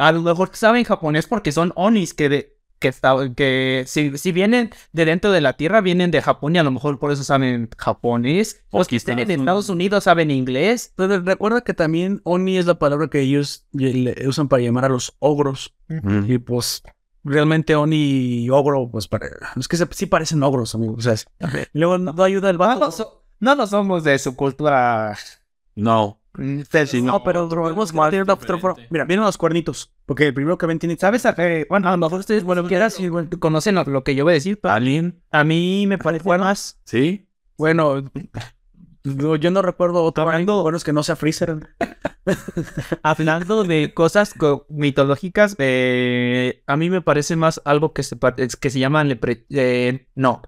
A lo mejor saben japonés porque son onis que de- que, esta- que si, si vienen de dentro de la tierra, vienen de Japón y a lo mejor por eso saben japonés.
O
Los que estén
quizás
en
un-
Estados Unidos saben inglés.
Entonces, recuerda que también Oni es la palabra que ellos ye- le usan para llamar a los ogros.
Mm.
Y pues, realmente Oni y ogro, pues, para... es que se- sí parecen ogros, amigo. O sea, es- luego no ayuda el
No,
vato.
so- no lo somos de su cultura.
No.
Sí, no, pero robemos más. Mira, vienen los cuernitos. Porque el primero que ven tiene.
¿Sabes? a- eh, bueno, a lo mejor ustedes bueno, quieras, y, bueno, conocen lo, lo que yo voy a decir. pero
Alien.
a mí me parece más.
Sí.
Bueno, no, yo no recuerdo otro. Bueno, es que no sea Freezer.
Hablando de cosas co- mitológicas, eh, a mí me parece más algo que se, par- es que se llama nepre- eh, no,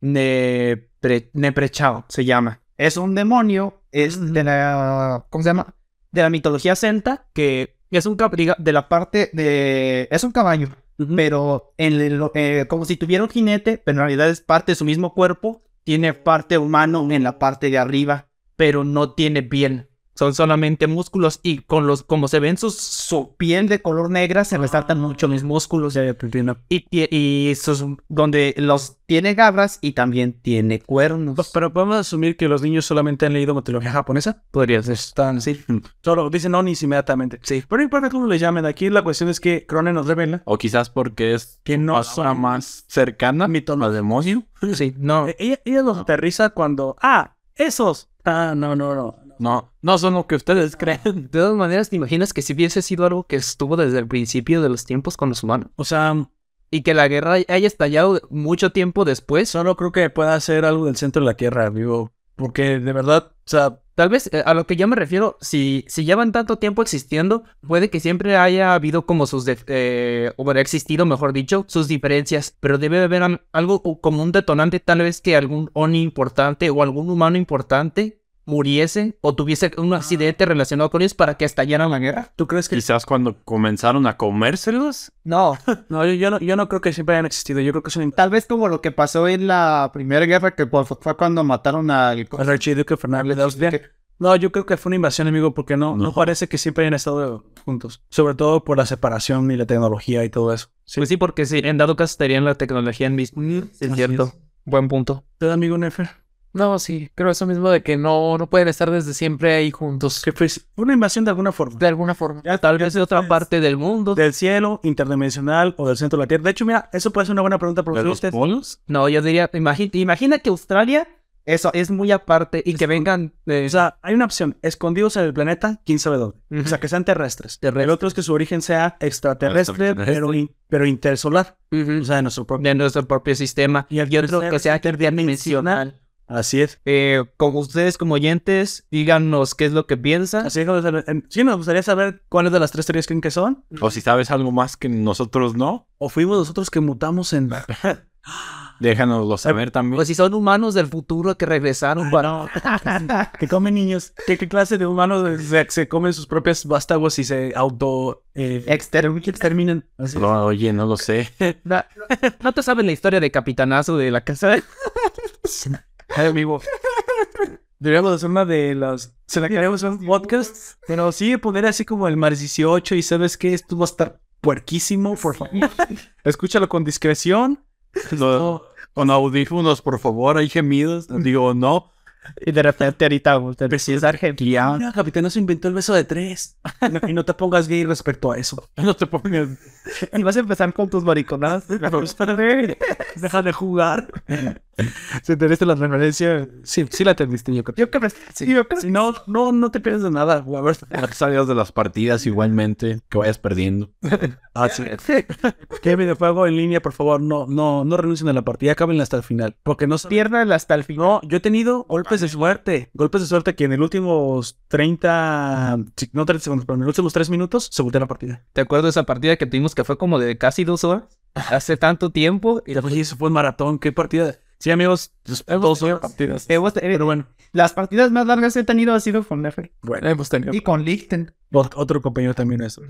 nepre- Neprechao se llama. Es un demonio, es de la, ¿cómo se llama? De la mitología celta, que es un cap- diga- de la parte de, es un caballo, pero en el- eh, como si tuviera un jinete, pero en realidad es parte de su mismo cuerpo, tiene parte humano en la parte de arriba, pero no tiene piel. Son solamente músculos y con los como se ven sus, su piel de color negra se resaltan mucho mis músculos y, tie- y sus, donde los tiene garras y también tiene cuernos.
Pues, Pero podemos asumir que los niños solamente han leído mitología japonesa.
Podría ser.
Están, sí. Solo dicen onis inmediatamente. Sí. Pero no importa cómo le llamen. Aquí la cuestión es que Cronen nos revela
O quizás porque es
que no
cosa más cercana al demonio.
Sí, no.
Eh, Ella, ella los aterriza cuando. ¡Ah! ¡Esos! Ah, no, no, no.
No, no son lo que ustedes creen.
De todas maneras, ¿te imaginas que si hubiese sido algo que estuvo desde el principio de los tiempos con los humanos?
O sea,
Y que la guerra haya estallado mucho tiempo después.
solo creo que pueda ser algo del centro de la tierra, digo. Porque de verdad, o sea,
Tal vez eh, a lo que yo me refiero, si, si llevan tanto tiempo existiendo, puede que siempre haya habido como sus, def- eh, o bueno, existido, mejor dicho, sus diferencias, pero debe haber am- algo o- como un detonante, tal vez que algún Oni importante o algún humano importante muriese o tuviese un accidente relacionado con ellos para que estallara la guerra.
¿Tú crees que
Quizás cuando comenzaron a comérselos.
No,
No, yo, yo no, yo no creo que siempre hayan existido. Yo creo que son
Tal vez como lo que pasó en la Primera Guerra, que cu- fue cuando mataron al...
el archiduque Fernández de Austria. No, yo creo que fue una invasión, amigo, porque no, no.
No.
parece que siempre hayan estado juntos. Sobre todo por la separación y la tecnología y todo eso.
pues sí, porque sí, en dado caso estarían la tecnología en mismo.
Mm,
es cierto. Buen punto.
¿Te da amigo Nefer?
No, sí, creo eso mismo de que no, no pueden estar desde siempre ahí juntos.
Que fue una invasión de alguna forma.
De alguna forma.
Tal vez de otra parte del mundo.
Del cielo, interdimensional o del centro de la Tierra. De hecho, mira, eso puede ser una buena pregunta para
¿De los
ustedes.
polos?
No, yo diría, imagina, imagina que Australia eso es muy aparte y que vengan eh,
O sea, hay una opción, escondidos en el planeta, quién sabe dónde. O sea, que sean terrestres. El otro es que su origen sea extraterrestre,
Extraterrestre.
Pero, in- pero intersolar.
Ujú.
O sea, de nuestro propio.
de nuestro propio sistema
Y
y,
el
otro
tercer
que sea
interdimensional.
interdimensional.
Así es.
Eh, como ustedes como oyentes, díganos qué es lo que piensan.
Así es. o sea, en- Sí, nos gustaría saber cuáles de las tres teorías creen que son.
O si sabes algo más que nosotros no,
¿O fuimos nosotros que mutamos en...?
déjanoslo saber también.
Pues si son humanos del futuro que
Ah,
regresaron para...
que comen niños. ¿Qué, qué clase de humanos se, se comen sus propias vástagos y se auto... eh, exterminan? Así.
No, oye, no lo sé.
Na- ¿No te sabes la historia de Capitanazo de la casa? de-
Ay, amigo.
Deberíamos hacer una de las... ¿Se la queremos hacer un
pues.
podcast? Pero sí, poner así como el mar 18 y ¿sabes qué? Esto va a estar puerquísimo, por favor. Escúchalo con discreción.
Lo- con audífonos, por favor, hay gemidos. Digo, no.
Y de repente ahorita voltea, Pues "Sí, es argentino.
Mira, capitán, se inventó el beso de tres. Y no- Y no te pongas gay respecto a eso.
No te pongas.
Y vas a empezar con tus mariconadas.
Deja de jugar.
Si entendiste la referencia,
Sí, sí la entendiste, yo creo.
yo creo que sí, yo creo
Si no, no, no te pierdes de nada. La verdad.
Salgas de las partidas igualmente, que vayas perdiendo.
¿Qué videojuego en línea, por favor? No, no, no renuncien a la partida, acaben hasta el final. Porque no saben-
pierdan hasta el final.
No, yo he tenido golpes de suerte. Golpes de suerte que en el últimos 30, sí, no 30 segundos, pero en los últimos 3 minutos se voltea la partida.
¿Te acuerdas de esa partida que tuvimos que fue como de casi dos horas? Hace tanto tiempo.
Y la oye, eso fue un maratón, qué partida. Sí, amigos, pues, dos horas partidas.
Pero bueno,
Las partidas más largas que he tenido ha sido con Nefer
Bueno, hemos tenido.
y con Lichten.
Ot- Otro compañero también eso.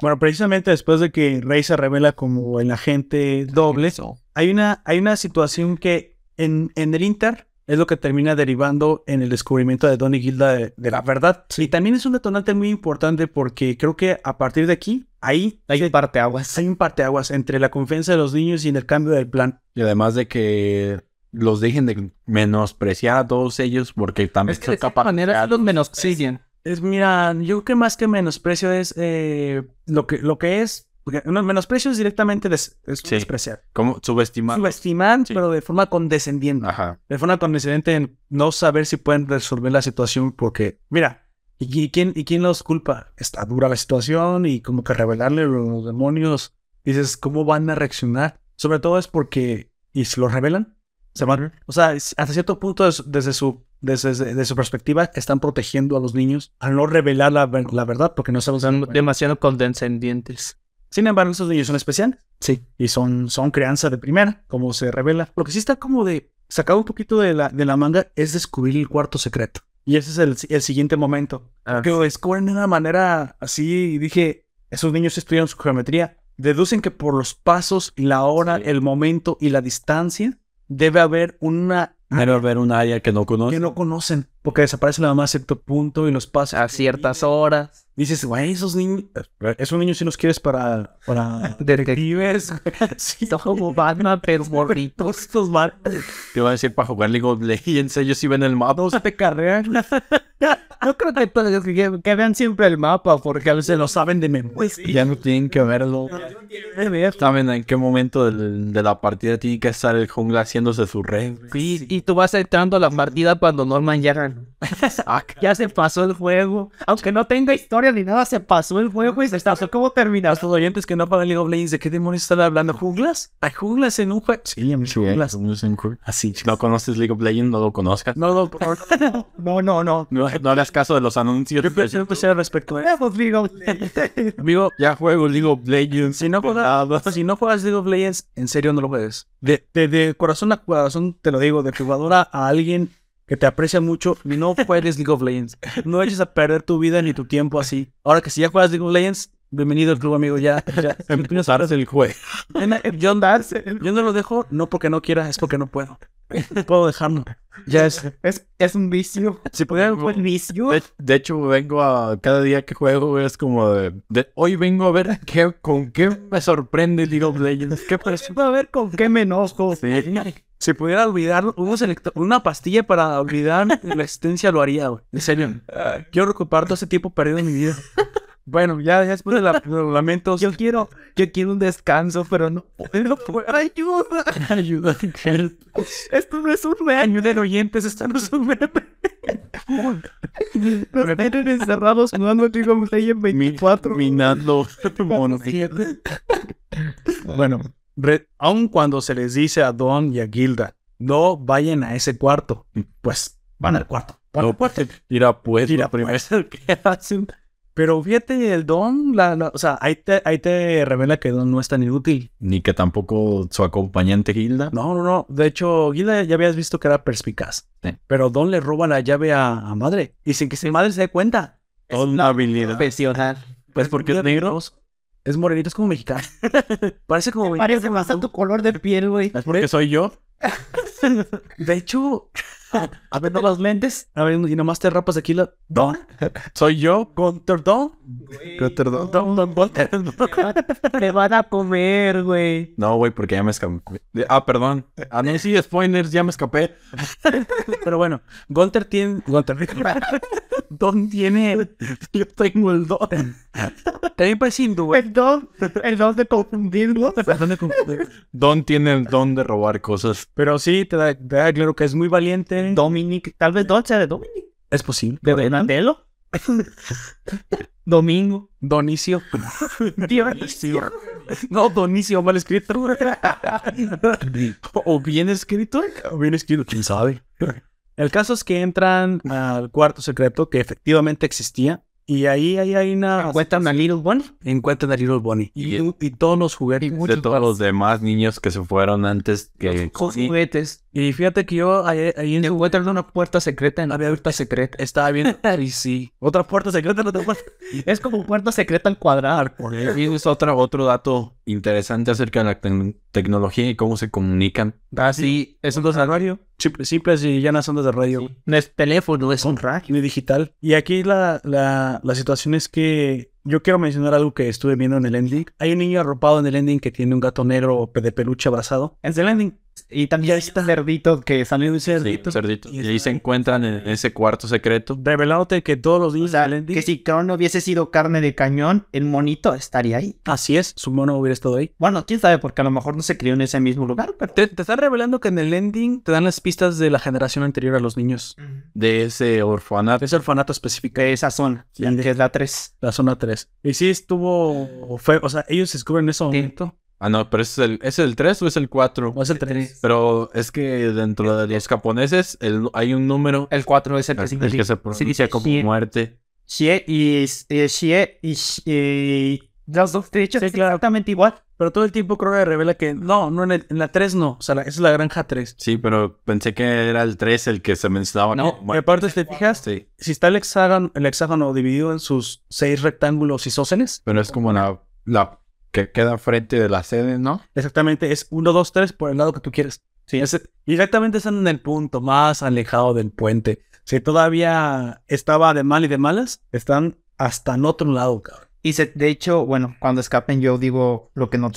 Bueno, precisamente después de que Rey se revela como el agente doble, hay una, hay una situación que en, en el Inter es lo que termina derivando en el descubrimiento de Donny Gilda de, de la verdad. Y también es un detonante muy importante porque creo que a partir de aquí, ahí
hay parte aguas.
hay un parteaguas entre la confianza de los niños y en el cambio del plan.
Y además de que los dejen de menospreciar a todos ellos porque también
Es que de cierta manera sí los menosprecian.
Es, mira, yo creo que más que menosprecio es eh, lo, que, lo que es. porque no, menosprecio es directamente des- es
Sí.
despreciar.
como subestimar.
Subestimar,
Sí.
pero de forma condescendiente.
Ajá.
de forma condescendiente en no saber si pueden resolver la situación porque, mira, ¿y, y quién, ¿y quién los culpa? Está dura la situación y como que revelarle los demonios, dices, ¿cómo van a reaccionar? Sobre todo es porque, ¿y si lo revelan? Se van, o sea, es- hasta cierto punto es- desde su... Desde, desde su perspectiva, están protegiendo a los niños al no revelar la, ver- la verdad porque no saben.
Son demasiado condescendientes.
Sin embargo, esos niños son especiales.
Sí.
Y son, son crianza de primera, como se revela. Lo que sí está como de sacado un poquito de la, de la manga es descubrir el cuarto secreto. Y ese es el, el siguiente momento. Que lo descubren de una manera así. Y dije, esos niños estudian su geometría. Deducen que por los pasos, la hora, el momento y la distancia debe haber una
Debe haber un área que no
que
conoce.
no conocen. Porque desaparece la mamá a cierto punto y los pasos.
A ciertas horas.
Dices, güey, esos niños... Esos niños sí los quieres para... para... Detectives. sí.
Son como Batman, pero morritos.
Estos van.
Te iba a decir para jugar League of Legends, ellos sí ven el mapa.
te carrean.
Yo creo que, pues, que, que vean siempre el mapa, porque a veces
Se lo saben de memoria.
Ya no tienen que verlo. Saben en qué momento del- de la partida tiene que estar el jungla haciéndose su red.
Sí, y tú vas entrando Ah, a la partida cuando Norman ya ganó. ya se pasó el juego. Aunque no tenga historia historia ni nada, se pasó el juego y se está. ¿Cómo termina?
Hasta los oyentes que no pagan League of Legends, ¿de qué demonios están hablando? ¿Junglas? ¿Hay junglas en un juego? Sí, en
eh,
junglas.
Así. Si no conoces League of Legends, no lo conozcas.
No, no,
No, no, no.
No, no hagas caso de los anuncios.
no pensé al respecto. eh.
Vamos, League of Legends.
Amigo,
Ya juego League of Legends.
si no, juegas, si no juegas League of Legends, en serio no lo juegues. De, de, de corazón a corazón te lo digo, de jugadora a alguien que te aprecia mucho, no juegues League of Legends. No eches a perder tu vida ni tu tiempo así. Ahora que si ya juegas League of Legends, bienvenido al club, amigo. Ya, ya.
Empiezas el juego.
Yo, yo no lo dejo, no porque no quiera, es porque no puedo. Puedo dejarlo. Ya es.
Es, es un vicio.
Si pudieran
Fue un vicio.
De, de hecho, vengo a. Cada día que juego güey, es como de. de- hoy vengo a ver qué, con qué me sorprende League of Legends. ¿Qué pasa?
A ver con qué me enojo.
Si pudiera olvidarlo, unos electro- una pastilla para olvidar la existencia lo haría, güey. En serio. Quiero recuperar todo ese tiempo perdido en mi vida. Bueno, ya, ya después de la- los lamentos.
Yo quiero, yo quiero un descanso, pero no puedo. Ayuda.
Ayuda.
Esto no es un meme. Ayuden oyentes, esto no es un meme. Nos tienen encerrados jugando League of Legends 24.
Minando. mono.
Bueno, re- aun cuando se les dice a Don y a Gilda, no vayan a ese cuarto, pues van al cuarto. Van al cuarto.
Tira pues.
Tira, pues, ¿qué hacen? Pero fíjate, el Don, la, la- o sea, ahí te, ahí te revela que Don no es tan inútil.
Ni que tampoco su acompañante Hilda.
No, no, no. De hecho, Gilda ya habías visto que era perspicaz.
Sí.
Pero Don le roba la llave a, a madre. Y sin que su madre se dé cuenta.
Toda una habilidad.
Profesional.
Pues porque es negro. Es morenito, es como mexicano. Parece como.
Parece más a tu color de piel, güey.
¿Es
¿Que soy yo?
De hecho,
A ver, ¿no las lentes?
a ver, y nomás te rapas aquí la. Don.
¿Soy yo?
Contra Don.
Gunther Don.
Don, Don, Don.
Te van a comer, güey.
No, güey, porque ya me escapé. Ah, perdón. Ah, no, sí, spoilers, ya me escapé.
Pero bueno, Gunter tiene. Gunter. Don tiene. Yo tengo el don. También parece hindú, güey.
El don, el don de confundirlo.
Perdón de confundir.
Don tiene el don de robar cosas.
Pero sí, te da, te da claro que es muy valiente.
Dominic, tal vez Don sea de Dominic.
Es posible.
De Donatello. Domingo.
Donicio.
Dionisio.
No, Donicio, mal escrito. o bien escrito. O bien escrito, quién sabe. El caso es que entran al cuarto secreto que efectivamente existía. Y ahí, ahí hay una.
Cuentan a Little One.
Encuentran a Little Bonnie. Y, eh, y todos los juguetes.
De todos los demás niños que se fueron antes que.
Juguetes.
Y fíjate que yo ahí, ahí en-
Encuentran una puerta secreta. En...
había puerta secreta. Estaba viendo. Y sí. Otra puerta secreta, no te puedes.
Es como puerta secreta al cuadrado.
Y es otra, otro dato interesante acerca de la tec- tecnología y cómo se comunican.
Ah, sí. Es un dos radio.
Simples, simples y llanas ondas de radio.
No es teléfono, es un radio.
Ni digital. Y aquí la, la, la situación es que yo quiero mencionar algo que estuve viendo en el ending. Hay un niño arropado en el ending que tiene un gato negro de peluche abrazado.
Es el ending. Y también hay este cerdito que salió de ser.
Sí, cerdito. Y ahí se encuentran en ese cuarto secreto.
Revelándote que todos los niños del ending.
Que si Crono hubiese sido carne de cañón, el monito estaría ahí.
Así es, su mono hubiera estado ahí.
Bueno, quién sabe, porque a lo mejor no se crió en ese mismo lugar, pero.
Te, te están revelando que en el ending te dan las pistas de la generación anterior a los niños.
De ese orfanato.
De ese orfanato específico.
De esa zona, la- que es la 3.
La zona 3. Y sí estuvo fue, o sea, ellos descubren eso.
Ah, no, pero ese es el, ¿es el 3 o es el 4?
¿O es el 3?
Pero es que dentro de los japoneses el- hay un número
El 4 es el que
el, el que se pronuncia
dice
como
Shie.
muerte.
Shie y. eh, Shie y. Sh- y- Los dos, de hecho,
Sí,
es
claro.
exactamente igual.
Pero todo el tiempo creo que revela que no, no en, el- en la 3 no. O sea, la- esa es la granja 3.
Sí, pero pensé que era el 3 el que se mencionaba.
No,
como muerte.
aparte, si te fijas,
Sí,
si está el hexágono, el hexágono dividido en sus seis rectángulos isósceles,
pero es como la, la que queda frente de la sede, ¿no?
exactamente es 1, 2, 3 por el lado que tú quieres. Sí. exactamente están en el punto más alejado del puente. Si todavía estaba de mal y de malas, están hasta en otro lado, cabrón.
Y se, de hecho, bueno, cuando escapen, yo digo lo que no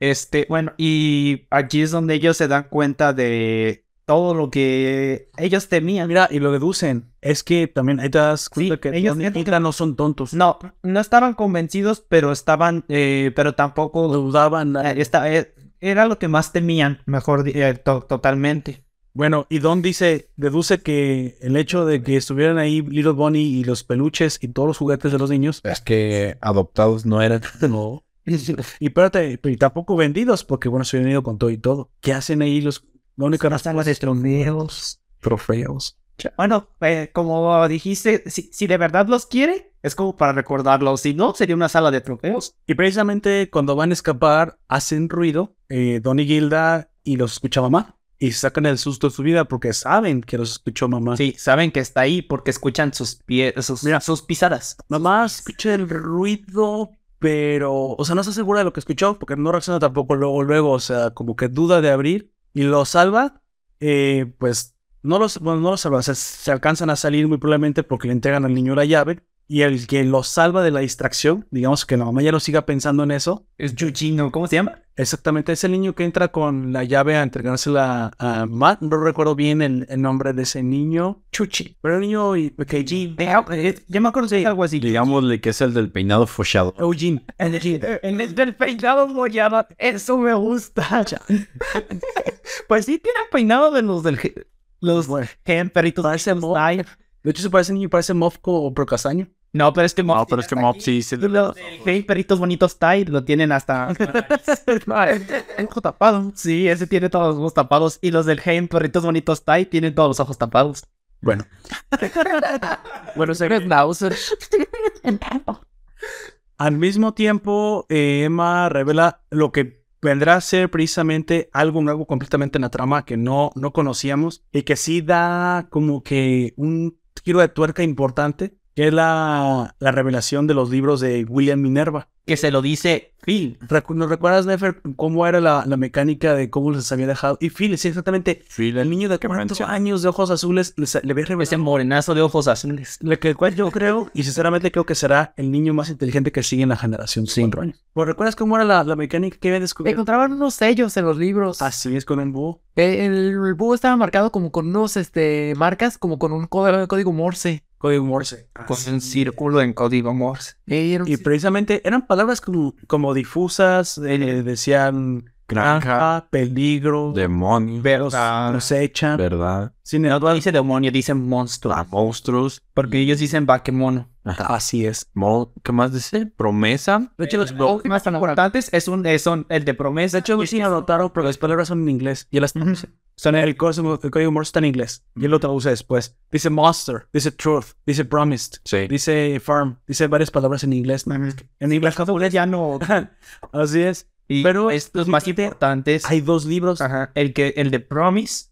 Este, bueno, y aquí es donde ellos se dan cuenta de todo lo que ellos temían.
Mira, y lo deducen. Es que también ahí te das cuenta
Sí,
que
ellos
ellos
sienten
no son tontos.
No, no estaban convencidos, pero estaban, eh, pero tampoco
dudaban.
eh, esta- eh, era lo que más temían, mejor di- eh, to- totalmente.
Bueno, y Don dice, deduce que el hecho de que estuvieran ahí Little Bonnie y los peluches y todos los juguetes de los niños,
Es que adoptados no eran.
no. Y espérate, y tampoco vendidos, porque bueno, se habían ido con todo y todo. ¿Qué hacen ahí los... La única razón
los estroneos.
trofeos.
Bueno, eh, como dijiste, si, si de verdad los quiere, es como para recordarlos. Si no, sería una sala de trofeos.
Y precisamente cuando van a escapar, hacen ruido, eh, Don y Gilda, y los escucha mamá. Y sacan el susto de su vida porque saben que los escuchó mamá.
Sí, saben que está ahí porque escuchan sus pies, sus,
Mira.
sus pisadas.
Mamá escucha el ruido, pero, o sea, no está segura de lo que escuchó porque no reacciona tampoco luego, luego, o sea, como que duda de abrir y lo salva. eh, pues no los, bueno, no los salva, o sea, se alcanzan a salir muy probablemente porque le entregan al niño la llave y el que los salva de la distracción, digamos que la mamá ya lo siga pensando en eso.
Es Yuchino, ¿cómo se llama?
Exactamente, es el niño que entra con la llave a entregársela a Matt. No recuerdo bien el, el nombre de ese niño,
Chuchi.
pero el niño eh, y- que Jim-
Eh, Ya me acuerdo si algo así.
Digámosle que es el del peinado fochado.
Eugene.
En el, en el del peinado mollado, eso me gusta. pues sí, tiene el peinado de los del. ge- Los gen perritos. Ay,
De hecho, se parece niño, parece Mofco o Procastaño.
No, pero es que
No, pero es que Mob sí se
Los gen perritos bonitos Thai lo tienen hasta. ojo tapado. Sí, ese tiene todos los ojos tapados. Y los del gen perritos bonitos Thai tienen todos los ojos tapados.
Bueno,
Bueno, eres Bowser.
al mismo tiempo, eh, Emma revela lo que vendrá a ser precisamente algo nuevo completamente en la trama que no, no conocíamos y que sí da como que un giro de tuerca importante, que es la, la revelación de los libros de William Minerva.
Que se lo dice Phil.
Recu- ¿Nos recuerdas, Nefer, cómo era la, la mecánica de cómo les había dejado? Y Phil, sí, exactamente. El niño de cuatro años de ojos azules les- le había revelado
Ese morenazo de ojos azules.
Lo que cual yo creo, y sinceramente creo que será el niño más inteligente que sigue en la generación 5 años. ¿Pues recuerdas cómo era la, la mecánica que habían descubierto?
Encontraban unos sellos en los libros.
Así es con el búho.
Eh, El, el búho estaba marcado como con unos este, marcas, como con un código, código Morse.
Código Morse. Ah,
Con un círculo en código Morse.
Eh, era un
Y
cir-
precisamente eran palabras como, como difusas, eh, decían granja, peligro,
demonio,
veros, cosecha.
¿verdad?
Sin embargo,
No dice demonio, dice monstruo.
A monstruos.
Porque ellos dicen vaquemono.
así es.
Mo- ¿Qué más dice? Promesa.
De hecho, los
Los Eh, más importantes es un, es un- el de promesa.
de hecho, sí anotaron, pero las palabras son en inglés. Y las son el, código- el código Morse está en inglés. Y él lo traduce después. Dice monster, dice truth, dice promised.
Sí.
Eh, Dice farm, dice varias palabras en inglés. ¿no? En inglés
japonés ya no.
Así es.
Y
Pero-
Pero estos más importantes.
Hay dos libros.
Ajá, el que el de promise.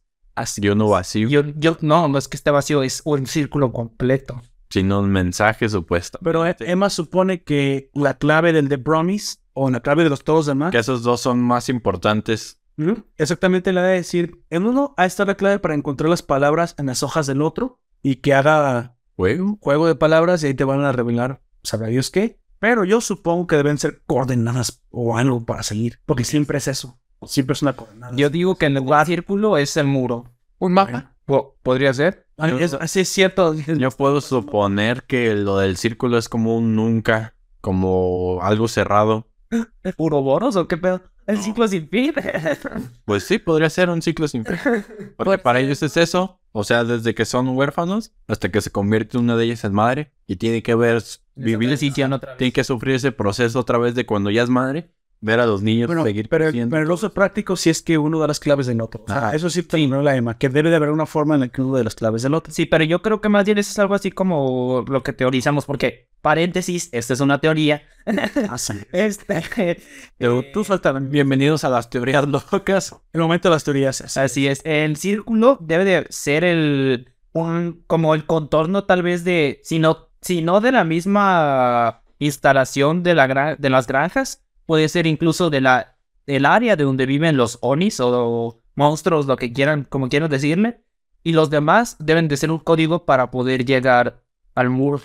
Yo no vacío,
Yo, yo no, no es que esté vacío, es un círculo completo.
sino un mensaje supuesto.
Pero E- Emma supone que la clave del de Promise o la clave de los todos demás.
Que esos dos son más importantes.
Ujú. Exactamente la de decir, en uno ha está la clave para encontrar las palabras en las hojas del otro y que haga
Juego.
juego de palabras y ahí te van a revelar, sabrá Dios qué. Pero yo supongo que deben ser coordenadas o algo para seguir, porque siempre es eso. Siempre es una coordenada.
Yo digo que en lugar de círculo es el muro.
un mapa.
Po- ¿Podría ser?
Ah, es, sí, es cierto.
Yo puedo suponer que lo del círculo es como un nunca, como algo cerrado.
¿Uroboros o qué pedo? El círculo sin fin.
Pues sí, podría ser un ciclo sin fin.
Pues
Porque para ellos es eso. O sea, desde que son huérfanos hasta que se convierte una de ellas en madre y tiene que ver, vivir,
decisión otra vez.
tiene que sufrir ese proceso otra vez de cuando ya es madre, ver a los niños
Bueno,
seguir
pero,
creciendo.
pero el uso práctico sí es que uno da las claves del otro. O sea,
Ajá.
eso sí terminó la EMA, que debe de haber una forma en la que uno de las claves del otro.
Sí, pero yo creo que más bien eso es algo así como lo que teorizamos, porque, paréntesis, esta es una teoría. Este,
Pero tú faltan bienvenidos a las teorías locas.
El momento de las teorías. es-
así es, el círculo debe de ser el, un, como el contorno tal vez de, si no, si no de la misma instalación de, la gra- de las granjas, puede ser incluso de la, el área de donde viven los onis o monstruos, lo que quieran, como quieran decirle, y los demás deben de ser un código para poder llegar al muro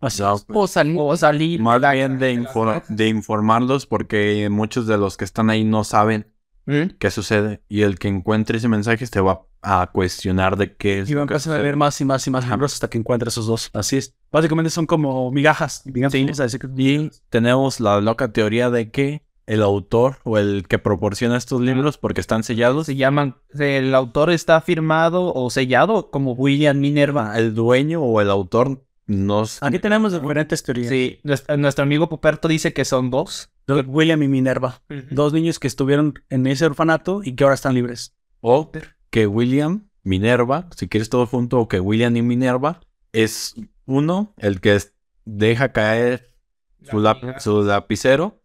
No,
O sal-
o salir.
más bien de, infor- de informarlos porque muchos de los que están ahí no saben
¿Mm?
qué sucede y el que encuentre ese mensaje te va a cuestionar de qué es.
Y van a
lo que
empezar a
sucede.
ver más y más y más libros hasta que encuentre esos dos. Así es. Básicamente son como migajas. Digamos,
Sí.
vamos a decir que-
Y tenemos la loca teoría de que el autor o el que proporciona estos libros porque están sellados.
Se llaman, el autor está firmado o sellado como William Minerva.
El dueño o el autor nos...
Aquí tenemos diferentes teorías.
Sí, nuestro, nuestro amigo Poperto dice que son dos.
Don William y Minerva. Dos niños que estuvieron en ese orfanato y que ahora están libres.
O que William, Minerva, si quieres todo junto, o que William y Minerva es uno, el que es- deja caer su, lap- su lapicero,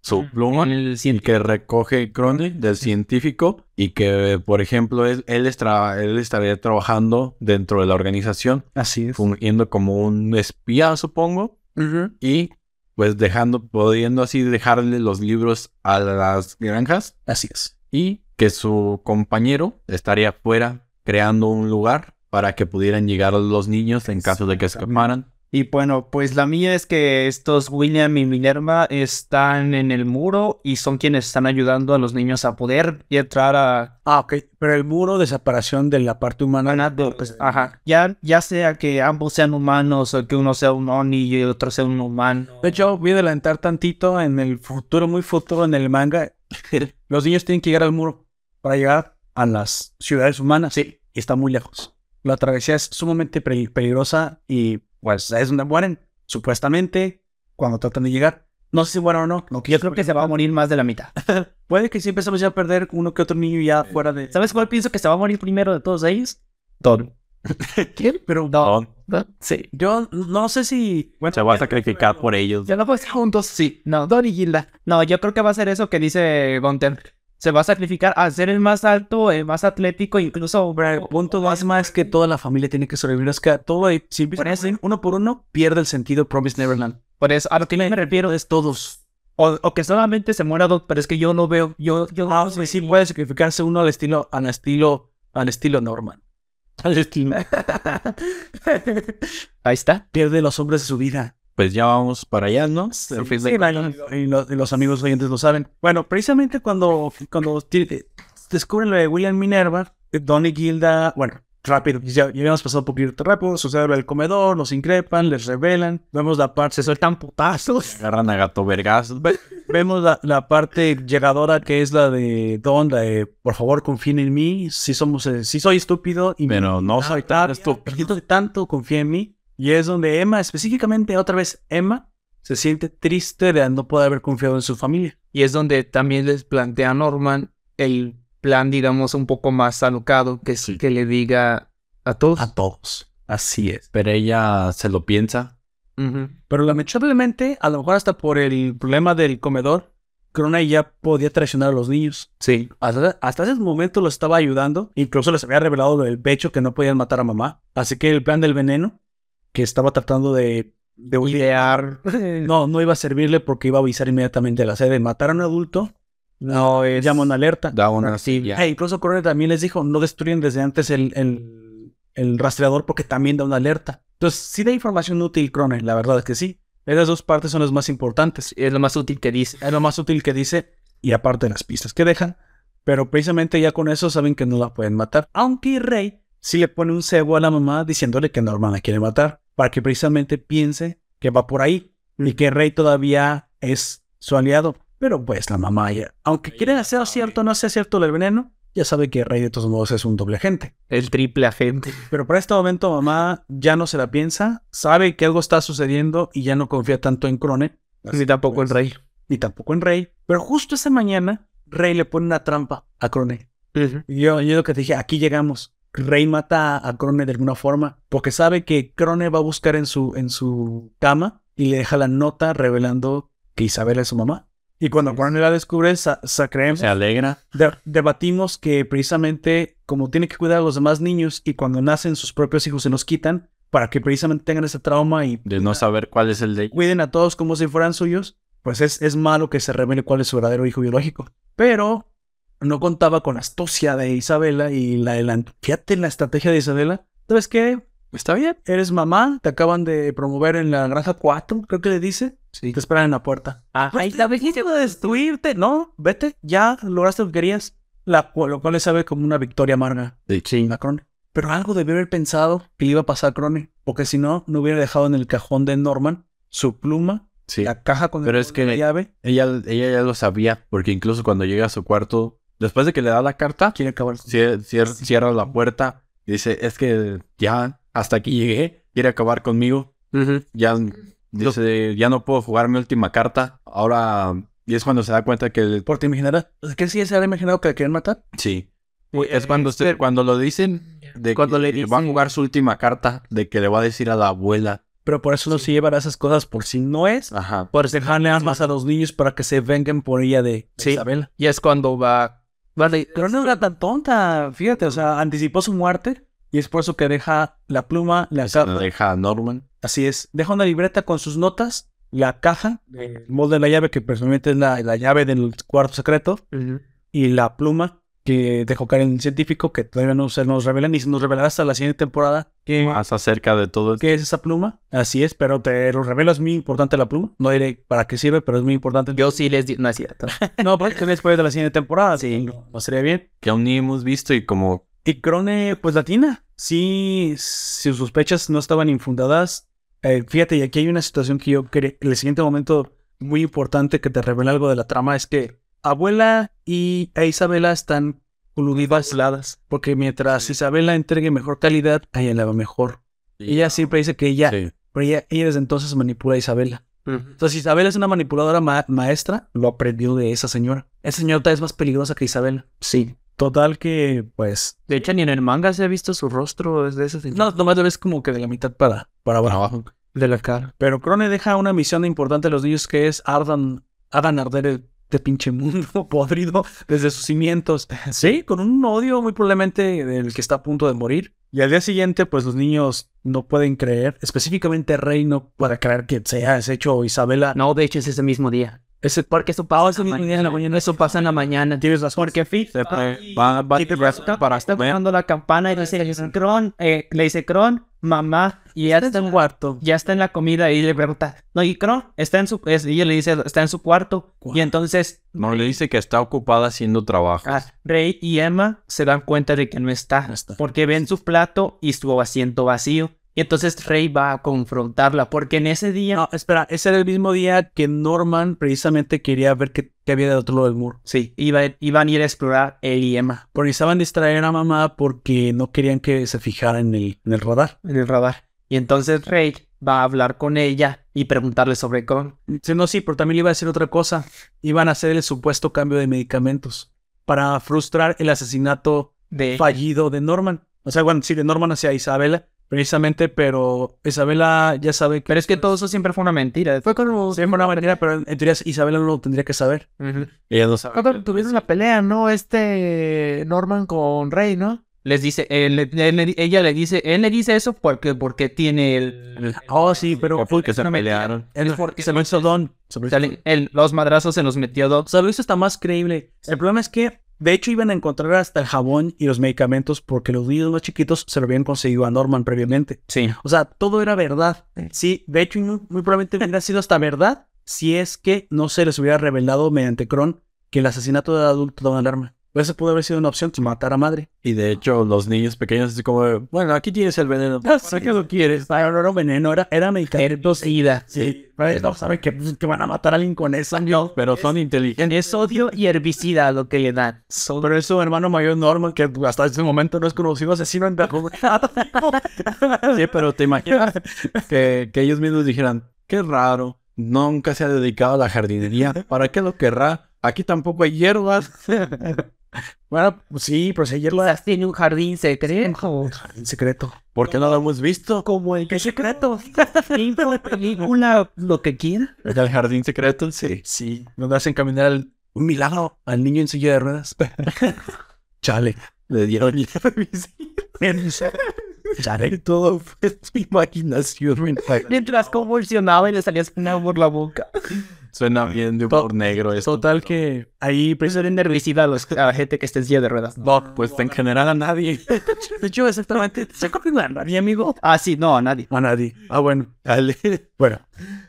su pluma,
En el
y que recoge Crony del científico y que, por ejemplo, él, él, estra- él estaría trabajando dentro de la organización,
Así es.
fungiendo como un espía, supongo, y pues dejando, pudiendo así dejarle los libros a las granjas
Así es.
y que su compañero estaría fuera creando un lugar para que pudieran llegar los niños en caso de que escaparan.
Y bueno, pues la mía es que estos William y Minerva están en el muro y son quienes están ayudando a los niños a poder y entrar a...
Ah, ok. Pero el muro de separación de la parte humana.
pues, ajá. Ya, ya sea que ambos sean humanos o que uno sea un Oni y otro sea un humano.
De hecho, voy a adelantar tantito en el futuro, muy futuro, en el manga. Los niños tienen que llegar al muro para llegar a las ciudades humanas. Sí. Y está muy lejos. La travesía es sumamente peri- peligrosa y pues es donde mueren, supuestamente, cuando tratan de llegar. No sé si mueren o no.
Yo creo que se va a morir más de la mitad.
Puede que sí empezamos ya a perder uno que otro niño ya fuera de...
¿Sabes cuál pienso que se va a morir primero de todos ellos? Don.
¿Quién?
Pero
Don
Sí.
yo no sé si...
se va a sacrificar por ellos.
Ya no puedes juntos. Sí. No. Don y Gilda.
No, yo creo que va a ser eso que dice Gunter. Se va a sacrificar a ser el más alto, el más atlético, incluso...
Pero el punto más más que toda la familia tiene que sobrevivir. Es que todo, si empiezan
Por
a
eso-
morir uno por uno, pierde el sentido Promise Neverland.
Por eso, a lo que me refiero
Es todos.
O, o que solamente se muera Doc, pero es que yo no veo. Yo, yo
Ah, sí, sí puede sacrificarse uno al estilo, al estilo, al estilo Norman. Al estilo.
Ahí está.
Pierde los hombres de su vida.
Pues ya vamos para allá, ¿no?
Sí, y, lo- y los amigos oyentes lo saben. Bueno, precisamente cuando, cuando ti- eh, descubren lo de William Minerva, Don y Gilda, bueno, rápido, pues ya, ya habíamos pasado por rápido, sucede lo del comedor, los increpan, les revelan, vemos la parte, se sueltan putazos.
Agarran a gato vergazos.
Vemos la, la parte llegadora que es la de Don, la de por favor confíen en mí, si somos, eh, si soy estúpido y
Pero no soy tan
pero
estúpido.
no soy tanto confía en mí. Y es donde Emma, específicamente otra vez Emma, se siente triste de no poder haber confiado en su familia.
Y es donde también les plantea a Norman el plan, digamos, un poco más alocado, que es
Sí. Ah.
que le diga a todos.
A todos. Así es.
Pero ella se lo piensa.
Ujú.
Pero lamentablemente, a lo mejor hasta por el problema del comedor, Crona ya podía traicionar a los niños.
Sí.
Hasta, hasta ese momento lo estaba ayudando. Incluso les había revelado lo del pecho que no podían matar a mamá. Así que el plan del veneno, que estaba tratando de... de
Idear.
No, no iba a servirle porque iba a avisar inmediatamente a la sede. Matar a un adulto,
no es.
llama una alerta.
Da una silla.
E incluso Corona también les dijo, no destruyen desde antes el, el- el rastreador porque también da una alerta. Entonces, sí da información útil, Crone, la verdad es que sí. Esas dos partes son las más importantes.
Es lo más útil que dice.
Es lo más útil que dice y aparte las pistas que dejan. Pero precisamente ya con eso saben que no la pueden matar. Aunque Rey sí le pone un cebo a la mamá diciéndole que Norman la quiere matar. Para que precisamente piense que va por ahí. Y que Rey todavía es su aliado. Pero pues la mamá ya- Aunque quieren hacer cierto o no sea cierto el veneno, ya sabe que Rey de todos modos es un doble agente.
El triple agente.
Pero para este momento mamá ya no se la piensa. Sabe que algo está sucediendo y ya no confía tanto en Crone.
Ni tampoco
Pues,
el rey.
ni tampoco en Rey. Pero justo esa mañana, Rey le pone una trampa a Crone. Y yo, yo lo que te dije, aquí llegamos. Rey mata a- a Crone de alguna forma, porque sabe que Crone va a buscar en su, en su cama y le deja la nota revelando que Isabela es su mamá. Y cuando Crone la descubre, sa, sa- creemos-
Se alegra.
de- debatimos que precisamente como tiene que cuidar a los demás niños y cuando nacen sus propios hijos se los quitan para que precisamente tengan ese trauma y
De no saber cuál es el de
cuiden a todos como si fueran suyos, pues es, es malo que se revele cuál es su verdadero hijo biológico. Pero no contaba con la astucia de Isabela y la adelant- Fíjate en la estrategia de Isabela. ¿Sabes qué? Está bien, eres mamá, te acaban de promover en la granja 4, creo que le dice. Sí.
Pues,
Te esperan en la puerta. Ah, la vejez iba a destruirte. No, vete, ya lograste lo que querías. La, cu- lo cual le sabe como una victoria amarga
Sí.
a Crone. Pero algo debió haber pensado que iba a pasar a Crone, porque si no, no hubiera dejado en el cajón de Norman su pluma,
Sí.
La caja con
Pero es que-
la llave.
Ella, ella ya lo sabía, porque incluso cuando llega a su cuarto, después de que le da la carta,
Quiere acabar.
cier- cier- cierra la puerta, dice, es que ya hasta aquí llegué, quiere acabar conmigo, ya dice, ya no puedo jugar mi última carta, ahora, y es cuando se da cuenta que,
Porque te imaginarás. ¿Qué si se había imaginado que la querían matar?
sí, es cuando, usted- cuando lo dicen, de
Cuando
que
le
van a jugar su última carta, de que le va a decir a la abuela,
Pero por eso no se llevará esas cosas por si no es.
ajá,
Por dejarle armas a los niños para que se vengan por ella de, de
Sí.
Isabel.
Y es cuando va.
Vale, pero no era tan tonta, fíjate, o sea, anticipó su muerte y es por eso que deja la pluma, la
la
carta.
deja a Norman,
Así es, deja una libreta con sus notas, la caja, el molde de la llave, que personalmente es la, la llave del cuarto secreto, y la pluma que dejó caer el científico, que todavía no se nos revela, ni se nos revelará hasta la siguiente temporada. ¿Qué,
más acerca de todo,
qué es esa pluma? Así es, pero te lo revelo, es muy importante la pluma. No diré para qué sirve, pero es muy importante.
Yo sí les digo. No es cierto.
No, pues que después de la siguiente temporada, sí, no, no sería bien.
que aún ni hemos visto y como,
Y Crone, pues latina. Sí, sus sospechas no estaban infundadas. Eh, fíjate, y aquí hay una situación que yo quería. El siguiente momento muy importante que te revela algo de la trama es que abuela y e Isabela están coludidas. Porque mientras Isabela entregue mejor calidad, a ella le va mejor. Ella siempre dice que ella,
sí,
pero ella, ella desde entonces manipula a Isabela. Entonces, Isabela es una manipuladora ma- maestra, lo aprendió de esa señora. Esa señora es más peligrosa que Isabela. Sí. Total que, pues,
De hecho, ni en el manga se ha visto su rostro. Es de ese
no, nomás lo ves como que de la mitad para, para abajo.
abajo.
De la cara.
Pero Crone deja una misión importante a los niños que es ardan, hagan arder el- este pinche mundo podrido desde sus cimientos. Sí, con un odio muy probablemente del que está a punto de morir. Y al día siguiente, pues los niños no pueden creer, específicamente Rey no puede creer que sea ese hecho Isabela.
No, de hecho, es ese mismo día.
ese Oh,
Porque eso pasa ese mismo día en la mañana. Eso pasa en la mañana.
tienes razón.
Porque Fitz
Se fue- Eh, va- va-
está,
para
está
comer.
tocando la campana y le dice, Cron, eh, le dice, Cron, mamá, y ya está en cuarto, ya está en la comida y le pregunta, no, y Cron, está en su, es- y ella le dice, está en su cuarto, y entonces
No, le dice que está ocupada haciendo trabajo.
ah, Rey y Emma se dan cuenta de que no está,
No está.
porque ven su plato y su asiento vacío, y entonces Rey va a confrontarla, porque en ese día,
No, espera, ese era el mismo día que Norman precisamente quería ver qué, qué había del otro lado del muro.
sí, iba- iban a ir a explorar él y Emma
Porque estaban distraer a mamá porque no querían que se fijara en el, en el radar.
en el radar, y entonces Rey va a hablar con ella y preguntarle sobre Cron,
Sí, no, sí, pero también le iba a decir otra cosa. Iban a hacer el supuesto cambio de medicamentos para frustrar el asesinato
de...
fallido de Norman. O sea, bueno, sí, de Norman hacia Isabela, precisamente, pero Isabela ya sabe que...
Pero es que todo eso siempre fue una mentira. Fue como...
Sí, fue una manera, pero en teoría Isabela no lo tendría que saber.
Ella no sabe.
Cuando tuvieron la pelea, ¿no? Este Norman con Rey, ¿no?
Les dice, él le- él le- ella le dice, él le dice eso porque, porque tiene el...
Oh, sí, pero...
Que fue que se
una mentira.
pelearon.
Él porque se lo hizo Don. Se lo hizo-
salen- el- los madrazos se los metió
O
Doc.
sea, eso está más creíble. El problema es que, de hecho, iban a encontrar hasta el jabón y los medicamentos porque los niños más chiquitos se lo habían conseguido a Norman previamente.
Sí.
O sea, todo era verdad. Sí, de hecho, muy, muy probablemente hubiera sido hasta verdad si es que no se les hubiera revelado mediante Cron que el asesinato de adulto daba alarma. Esa pudo haber sido una opción, matar a madre.
Y de hecho, los niños pequeños, así como, bueno, aquí tienes el veneno. ¿Para qué lo quieres?
Ay, no era veneno, era, era medicamento. Sí, sí. Ay, No saben que, pues, que van a matar a alguien con esa. No.
Pero son inteligentes.
Es sodio y herbicida lo que le dan.
Pero es su hermano mayor Norman, que hasta ese momento no es conocido asesino en
Sí, pero te imaginas que, que ellos mismos dijeran, qué raro, nunca se ha dedicado a la jardinería. ¿Para qué lo querrá? Aquí tampoco hay hierbas.
Bueno, pues sí, pero si ayer lo
Quizás tiene un jardín secreto.
en secreto.
¿Por qué no lo hemos visto?
Como el que secreto. película, lo que quiera.
El jardín secreto, sí.
Sí, donde hacen caminar al- un milagro al niño en silla de ruedas. Chale.
Le dieron hierbas.
Chale.
Todo fue su imaginación.
Mientras convulsionaba y le salía espuma por la boca.
Suena bien de humor negro esto.
Total que ahí pues, precisamente...
Herbicida a, los- a la gente que esté en silla de ruedas.
No, pues en general a nadie.
De hecho, exactamente. Se coge a nadie, amigo.
Ah, sí, no, a nadie.
A nadie. Ah, bueno. Bueno.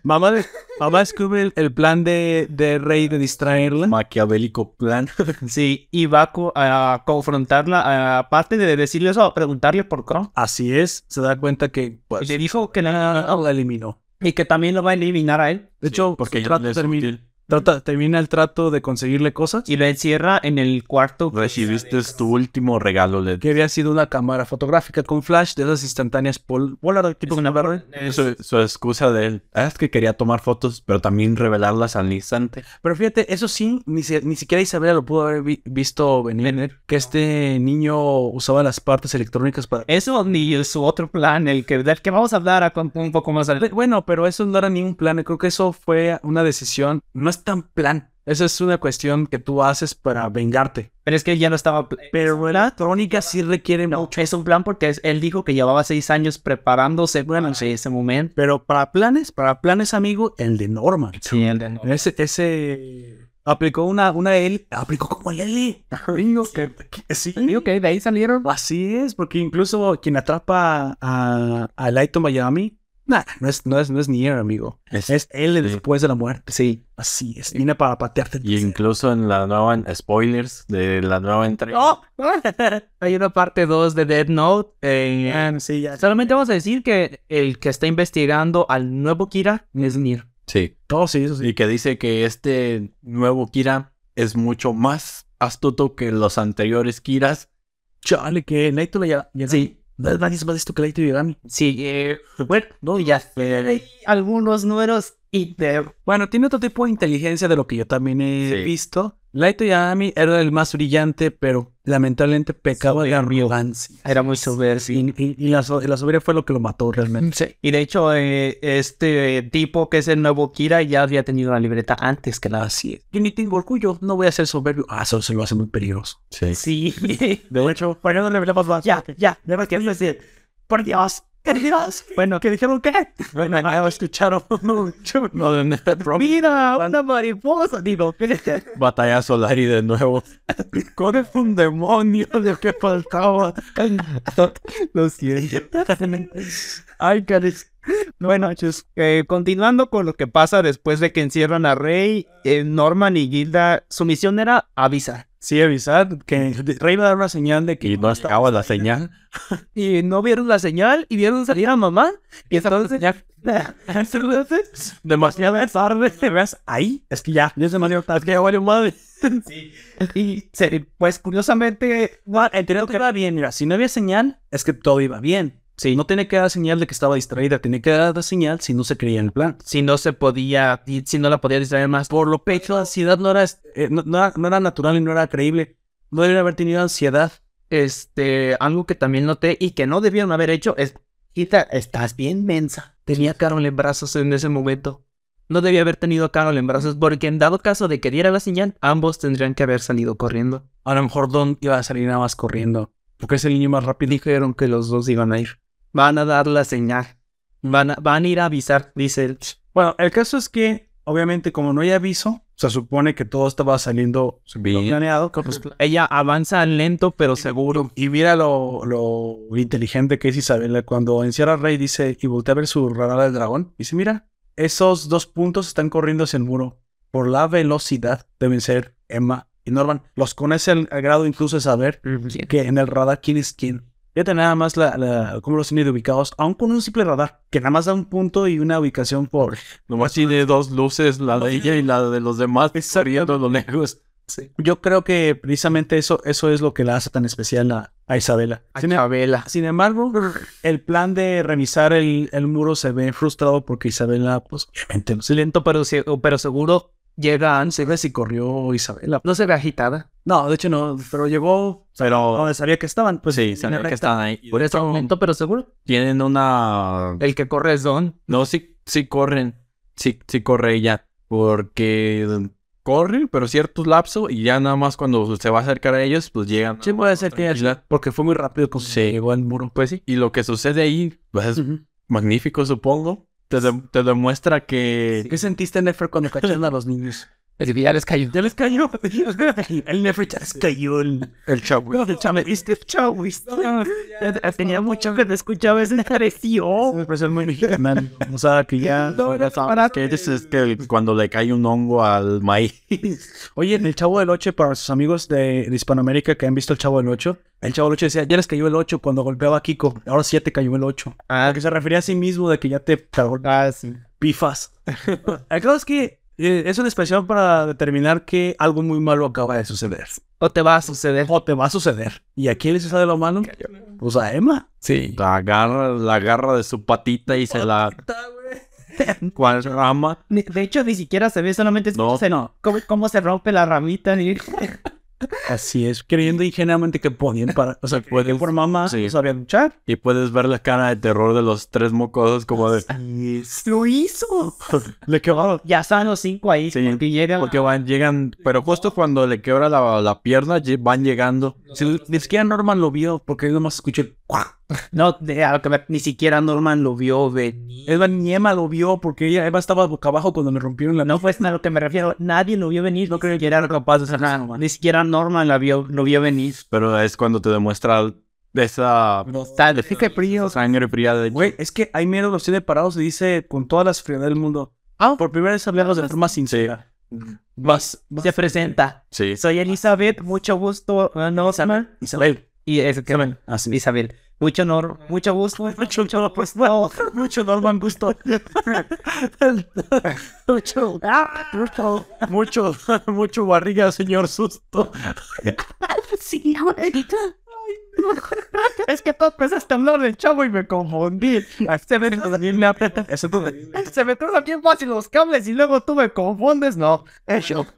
Mamá, de- mamá descubre el, el plan de, de Rey de distraerla.
Maquiavélico plan.
Sí, y va a co- a confrontarla, aparte de decirle eso, a preguntarle por qué.
Así es. Se da cuenta que...
Y
Pues,
le dijo que la...
la eliminó.
Y que también lo va a eliminar a él.
De hecho,
Porque
su
ya
trato
no es
termina,
útil.
trata- termina el trato de conseguirle cosas
Y lo encierra en el cuarto.
Recibiste tu último regalo, Led.
que había sido una cámara fotográfica con flash de esas instantáneas pol Polaroid, tipo
una
Polaroid.
Su, su excusa de él ah, es que quería tomar fotos, pero también revelarlas al instante.
Pero fíjate, eso sí, ni, se- ni siquiera Isabela lo pudo haber vi- visto venir. Que este niño usaba las partes electrónicas para...
Eso ni su otro plan, el que, del que vamos a hablar a con- un poco más adelante.
Pe- Bueno, pero eso no era ni un plan. Creo que eso fue una decisión. No es tan plan. Esa es una cuestión que tú haces para vengarte.
Pero es que ya no estaba. pl-
Pero la electrónica sí requiere
No,
mucho.
es un plan porque es- él dijo que llevaba seis años preparándose bueno, en ese momento.
Pero para planes, para planes, amigo, el de Norman.
Sí, el de-
Ese, ese... Aplicó una, una L. Aplicó como el L. Digo que- que- Sí.
Digo que de ahí salieron.
Así es, porque incluso quien atrapa a, a Lighton Miami, nah, no es, no es, no es Nier, amigo.
Es-
Es él
sí.
después de la muerte.
Sí.
Así es. Viene para patearte. el
Y
trasero.
incluso en la nueva, spoilers de la nueva entrega.
¡Oh!
Hay una parte 2 de Dead Note. eh,
sí, ya.
solamente vamos a decir que el que está investigando al nuevo Kira es Nier.
Sí.
Oh, sí, eso sí.
Y que dice que este nuevo Kira es mucho más astuto que los anteriores Kiras.
Chale, que Naito le llama. Sí. Nadie es más esto que Naito Yagami.
Sí, eh, bueno, no, ya sé, algunos números y de-
Bueno, tiene otro tipo de inteligencia de lo que yo también he
Sí.
visto. Naito Yagami era el más brillante, pero lamentablemente pecaba de arrogancia.
era muy soberbio.
Y, y- y la, so- la soberbia fue lo que lo mató realmente.
Y de hecho, eh, este tipo que es el nuevo Kira ya había tenido la libreta antes que la
Así es. Yo ni tengo orgullo, no voy a ser soberbio. Ah, eso se lo hace muy peligroso.
Sí.
Sí. De hecho, bueno, no le hablamos más. Ya, ya, nada más que decir. Por Dios, por Dios. Bueno, ¿qué dijeron qué? Bueno, no escucharon mucho.
No, de Ned Rob-
Mira, una mariposa, digo.
Batalla Solari de nuevo.
Corre un demonio de que faltaba. Lo siento. Ay, caris. Bueno, chus. Eh, continuando con lo que pasa después de que encierran a Rey, eh, Norman y Gilda, su misión era avisar.
Sí, avisar que Rey va a dar una señal de que
Y no acaba la señal.
Y no vieron la señal y vieron salir a mamá. Y entonces, entonces demasiado tarde te ves ahí.
es que ya, ya se me dio, es que ya valió madre.
Y se- pues curiosamente,
Bueno, entendió que iba bien. Mira, si no había señal, es que todo iba bien. Sí. No tiene que dar señal de que estaba distraída, tiene que dar señal si no se creía en el plan.
si no se podía, si no la podía distraer más,
Por lo pecho, la ansiedad no era, eh, no, no era, no era natural y no era creíble. No debería haber tenido ansiedad.
este, algo que también noté y que no debieron haber hecho es, Gita, estás bien mensa. Tenía a Carol en brazos en ese momento. No debía haber tenido a Carol en brazos porque en dado caso de que diera la señal, ambos tendrían que haber salido corriendo.
A lo mejor Don iba a salir nada más corriendo. Porque es el niño más rápido.
Dijeron que los dos iban a ir. Van a dar la señal. Van a, van a ir a avisar, dice él.
Bueno, el caso es que, obviamente, como no hay aviso, se supone que todo estaba saliendo
Bien.
planeado. pues,
Ella avanza lento pero seguro.
Y mira lo, lo inteligente que es Isabela. Cuando encierra a Rey dice y voltea a ver su radar del dragón, dice: Mira, esos dos puntos están corriendo hacia el muro. Por la velocidad deben ser Emma y Norman. Los conoce al, al grado incluso de saber que en el radar quién es quién. Fíjate nada más la, la- cómo los tiene de ubicados, aun con un simple radar, que nada más da un punto y una ubicación por.
Nomás tiene dos luces, la de ella y la de los demás, corriendo a lo lejos.
Yo creo que precisamente eso, eso es lo que la hace tan especial a, a Isabela.
A
Sin em-
Chabela.
Sin embargo, el plan de revisar el, el muro se ve frustrado porque Isabela, pues obviamente, no sé,
Lento pero, se- pero seguro llega a
se ve si corrió Isabela.
No se ve agitada.
No, de hecho no, pero llegó
Pero
donde sabía que estaban. Pues
sí,
en
se ve
recta.
que están ahí. Por eso
Lento pero seguro.
tienen una.
El que corre es Don.
No, sí, sí corren. Sí, sí corre ella. Porque corre, pero cierto lapso. Y ya nada más cuando se va a acercar a ellos, pues llegan.
Sí, puede ser que
Tranquila.
porque fue muy rápido cuando
Sí.
llegó al muro.
Pues sí. Y lo que sucede ahí pues, es
Ujú.
magnífico, supongo. Te, de- te demuestra que.
¿Qué sentiste, Nefer, cuando cacharon a los niños?
Es que ya les cayó.
Ya les cayó. El Nefri ya les cayó. El,
El chavo.
Steve Chowis. Tenía mucho que te escuchaba ese
Oh.
me parece muy mexicano. O sea, que ya.
Ah, Que es, es que cuando le cae un hongo al maíz.
Oye, en el Chavo del 8, para sus amigos de, de Hispanoamérica que han visto el Chavo del 8, el Chavo del 8 decía, ya les cayó el 8 cuando golpeaba a Kiko, ahora sí ya te cayó el 8.
Ah.
que se refería a sí mismo de que ya te cagó-
Ah, sí.
pifas. el caso es que eh, es una expresión para determinar que algo muy malo acaba de suceder.
O te va a suceder.
O te va a suceder. ¿Y a quién le sucede lo malo? Pues a Emma.
Sí.
La agarra, la agarra de su patita y se la. ¿Cuál rama?
Ni- De hecho, ni siquiera se ve, solamente
No.
escuchas el- cómo, cómo se rompe la ramita. ni-
Así es, creyendo ingenuamente que podían para... O sea, que de forma más
sí.
sabía luchar.
Y puedes ver la cara de terror de los tres mocosos, como de.
¡Lo hizo!
Le quedaron...
Ya están los cinco ahí.
Sí,
porque llega.
Porque van, llegan. Pero justo cuando le quebra la, la pierna, lle- van llegando.
Sí, Ni siquiera Norman lo vio porque yo nomás escuché el... cuac.
No, de- a lo que me- ni siquiera Norman lo vio venir.
Eva ni Emma lo vio porque ella Emma estaba boca abajo cuando le rompieron la
No fue a lo que me refiero. Nadie lo vio venir. No creo que era capaz de hacer nada. Ni siquiera Norman la vio, lo vio venir.
Pero es cuando te demuestra esa
Tal, ese frío.
sangre fría de.
Güey, es que hay miedo los tiene parados y dice con todas las frialdad del mundo. Ah, por primera vez hablarlos de forma sincera. Vas, vas-
Se presenta.
Sí.
Soy Elizabeth, mucho gusto, eh, Norman.
Isabel.
Y es que,
Así.
Isabel. Mucho, nor mucho gusto. Mucho, mucho, pues, no.
Mucho Norman gusto.
Mucho. Ah,
mucho, mucho barriga, señor susto.
Sí, ahorita.
es que todos empezaste a hablar del chavo y me confundí. Se me también me aprieta-
Eso
Se me cruzan bien fácil los cables y luego tú me confundes. No.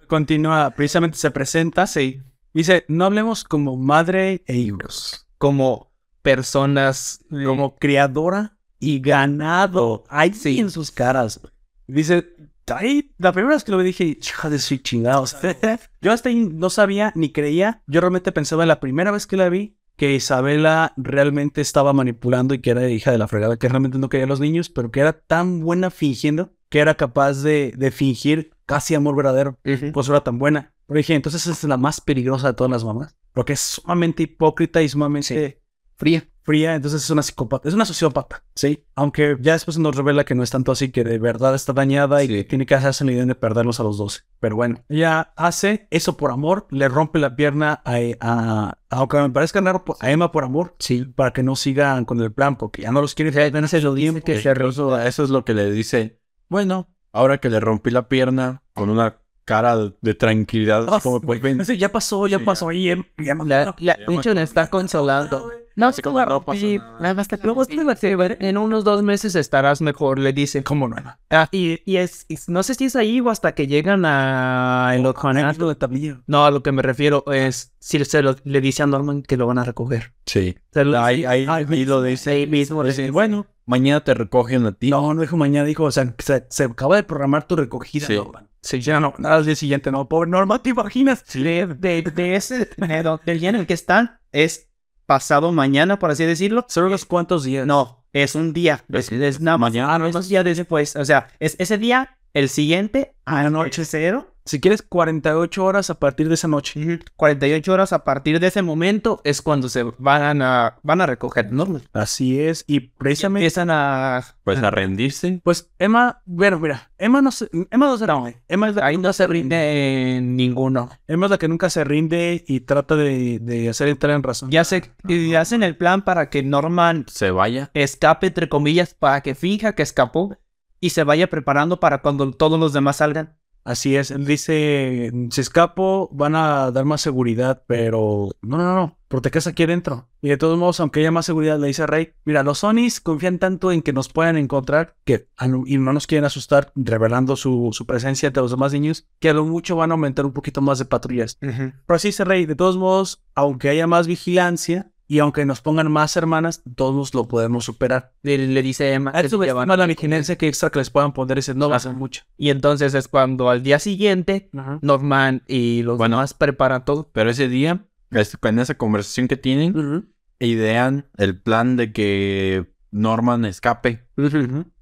Continúa, precisamente se presenta, sí. Dice, no hablemos como madre e hijos,
Como personas.
como criadora y ganado. Ahí sí en sus caras. Dice, ahí, la primera vez que lo vi dije, hija de su chingada. o sea, Yo hasta ahí no sabía ni creía. Yo realmente pensaba la primera vez que la vi que Isabela realmente estaba manipulando y que era hija de la fregada, que realmente no quería a los niños, pero que era tan buena fingiendo que era capaz de, de fingir casi amor verdadero. Pues era tan buena. Pero dije, entonces es la más peligrosa de todas las mamás, porque es sumamente hipócrita y sumamente
Fría.
fría, entonces es una psicópata, es una sociópata, ¿sí? Aunque ya después se nos revela que no es tanto así, que de verdad está dañada y
Sí.
que tiene que hacerse la idea de perderlos a los 12. Pero bueno, ella hace eso por amor, le rompe la pierna a, a, a- aunque me parezca raro, por- a Emma por amor, sí, para que no sigan con el plan, porque ya no los quiere, ya no se lo tiempo.
que eso, eso es lo que le dice. Bueno, ahora que le rompí la pierna con una cara de, de tranquilidad,
Ah,
como pues ven,
Sí, ya pasó, ya pasó, y em- y Emma-
La, la, de hecho, la está consolando. No,
Sí,
sí,
como no
pues,
pasa
sí,
nada.
nada más te
Luego te vas a ver, en unos dos meses estarás mejor, le dicen.
¿Cómo no, Emma?
Ah, y, y es, y no sé si es ahí o hasta que llegan a el orfanato.
Algo de tablillo.
No, a lo que me refiero es si se lo- le dice a Norman que lo van a recoger.
Sí.
Se lo-
Ahí, ahí,
Ay,
ahí lo dice.
ahí mismo. le
Dice,
dice,
bueno, mañana te recogen a ti.
No, no dijo mañana, dijo, o sea, se, se acaba de programar tu recogida.
Sí.
Norman. Sí, ya no, nada al día siguiente, no, pobre Norma, ¿te imaginas?
De, de, de ese de donde- del día en el que están es pasado mañana, por así decirlo.
Solo unos cuantos días.
No, es un día. Es, es nada más.
Mañana,
Es un día después. O sea, es ese día, el siguiente, anochecero.
Si quieres 48 horas a partir de esa noche.
48 horas a partir de ese momento es cuando se van a, van a recoger a Norman.
Así es, y precisamente...
Empiezan a
pues a rendirse.
Pues Emma, bueno, mira, Emma no se, Emma no se rinde. Emma es, la,
Ahí no se rinde eh, ninguno.
Emma es la que nunca se rinde y trata de, de hacer entrar en razón.
Ya se y hacen el plan para que Norman
Se vaya.
escape, entre comillas, para que finja que escapó y se vaya preparando para cuando todos los demás salgan.
Así es, él dice, si escapo van a dar más seguridad, pero no, no, no, proteges aquí adentro. Y de todos modos, aunque haya más seguridad, le dice a Rey, mira, los Sonis confían tanto en que nos puedan encontrar que a no- y no nos quieren asustar revelando su, su presencia entre los demás niños, que a lo mucho van a aumentar un poquito más de patrullas. Pero así dice Rey, de todos modos, aunque haya más vigilancia y aunque nos pongan más hermanas, todos lo podemos superar.
Le, le dice Emma.
A
que
eso
ya van-
la vigilancia que extra que les puedan poner ese no va a ser mucho.
Y entonces es cuando al día siguiente Norman y los
Bueno.
demás preparan todo.
Pero ese día, es- en esa conversación que tienen, idean el plan de que Norman escape.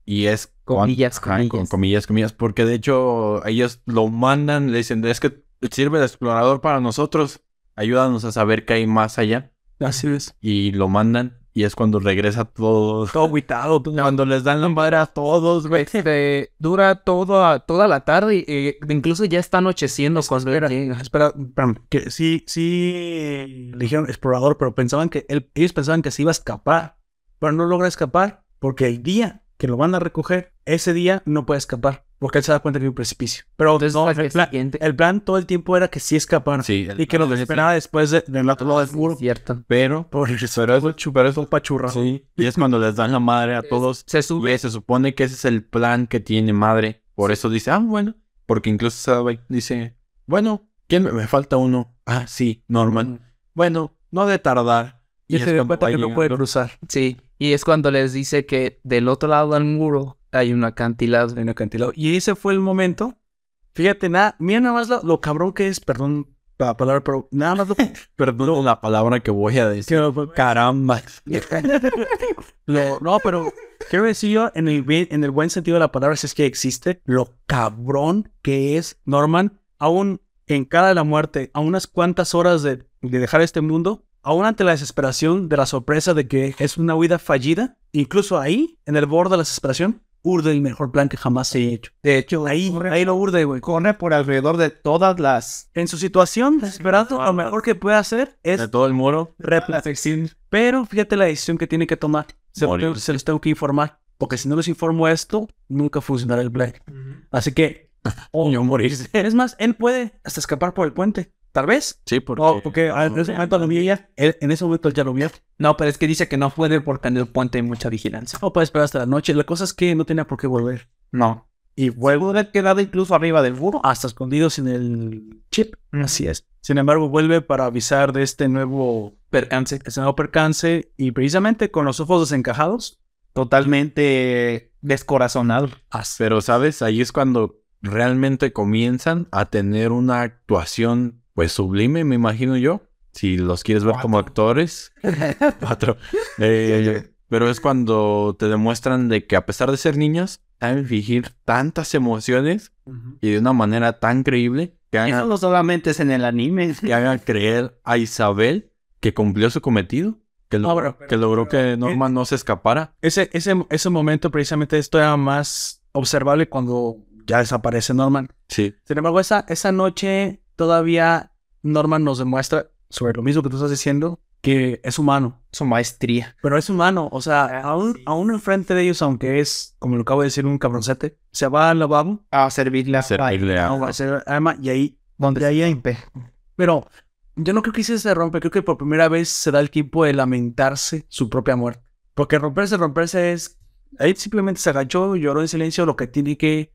Y es... cuan-
Comillas,
ajá,
comillas.
Con comillas, comillas. Porque de hecho ellos lo mandan, le dicen, es que sirve de explorador para nosotros. Ayúdanos a saber qué hay más allá.
Así es.
Y lo mandan. Y es cuando regresa todo...
Todo aguitado. tú.
Cuando les dan la madre a todos, güey.
Este, dura toda, toda la tarde y eh, incluso ya está anocheciendo cuando llega.
Espera, espérame, que sí, sí, le dijeron explorador, pero pensaban que él- ellos pensaban que se iba a escapar, pero no logra escapar porque el día que lo van a recoger, ese día no puede escapar porque él se da cuenta que hay un precipicio. Pero
Entonces,
no,
al
el, plan,
siguiente.
el plan todo el tiempo era que sí escapara
Sí. el-
y que lo esperaba después de- del otro lado del muro.
Cierto.
Pero...
Por
Pero es, pero es un
pachurra.
Sí. Y es cuando les dan la madre a
Es-
todos.
Se sube.
Güey, se supone que ese es el plan que tiene madre. Por eso dice, ah, bueno. Porque incluso Sadaway dice, bueno, ¿quién me, me falta uno? Ah, sí, Norman. Bueno, no ha de tardar.
Y él
es
se dio
cuando
cuenta
va
que no puede
llegando.
cruzar
Sí. Y es cuando les dice que del otro lado del muro hay un acantilado.
en el acantilado. Y ese fue el momento. Fíjate, nada, mira nada más lo, lo cabrón que es, perdón la palabra, pero nada más lo
Perdón la palabra que voy a decir. Caramba.
Lo- no, pero quiero decir yo, en el, bien- en el buen sentido de la palabra, si es que existe, lo cabrón que es Norman, aún en cara de la muerte, a unas cuantas horas de, de dejar este mundo, aún ante la desesperación de la sorpresa de que es una huida fallida, incluso ahí, en el borde de la desesperación, urde el mejor plan que jamás se ha hecho.
De hecho,
Ahí, ahí lo urde, güey.
corre por alrededor de todas las...
En su situación, desesperado, lo mejor que puede hacer
De
es
todo el muro.
replantear. Pero fíjate la decisión que tiene que tomar. Se,
Morir.
se los tengo que informar. Porque si no les informo esto, nunca funcionará el plan. Así que.
Coño, morirse.
Es más, él puede hasta escapar por el puente. Tal vez.
Sí, porque...
No, porque ah, en ese momento lo vio ya. Él- en ese momento él ya lo vio.
No, pero es que dice que no puede porque en el puente hay mucha vigilancia.
No puede esperar hasta la noche. La cosa es que no tenía por qué volver.
No.
Y
Se
vuelve
pudo haber quedado incluso arriba del muro.
hasta escondidos en el chip. Así es. Sin embargo, vuelve para avisar de este nuevo
Percance.
este nuevo percance. Y precisamente con los ojos desencajados.
Totalmente descorazonado.
Pero, ¿sabes? Ahí es cuando realmente comienzan a tener una actuación, pues, sublime, me imagino yo. Si los quieres ver como actores. Cuatro. Eh, pero es cuando te demuestran de que a pesar de ser niñas, saben fingir tantas emociones y de una manera tan creíble que
Eso
hagan,
no solamente es en el anime.
que hagan creer a Isabel que cumplió su cometido. Que, lo-
No, pero- eh,
que logró que Norma no se escapara.
Ese, ese, ese momento precisamente esto era más observable cuando ya desaparece Norman.
Sí.
Sin embargo, esa, esa noche todavía Norman nos demuestra sobre lo mismo que tú estás diciendo, que es humano.
Su maestría.
Pero es humano, o sea, aún, aún enfrente de ellos, aunque es, como lo acabo de decir, un cabroncete, se va al lavabo,
A servirle a
Servirle a-
no, va a ser arma y ahí...
Donde
de ahí
hay
Pero yo no creo que ese se rompe, creo que por primera vez se da el tiempo de lamentarse su propia muerte. Porque romperse, romperse es... Ahí simplemente se agachó, lloró en silencio, lo que tiene que...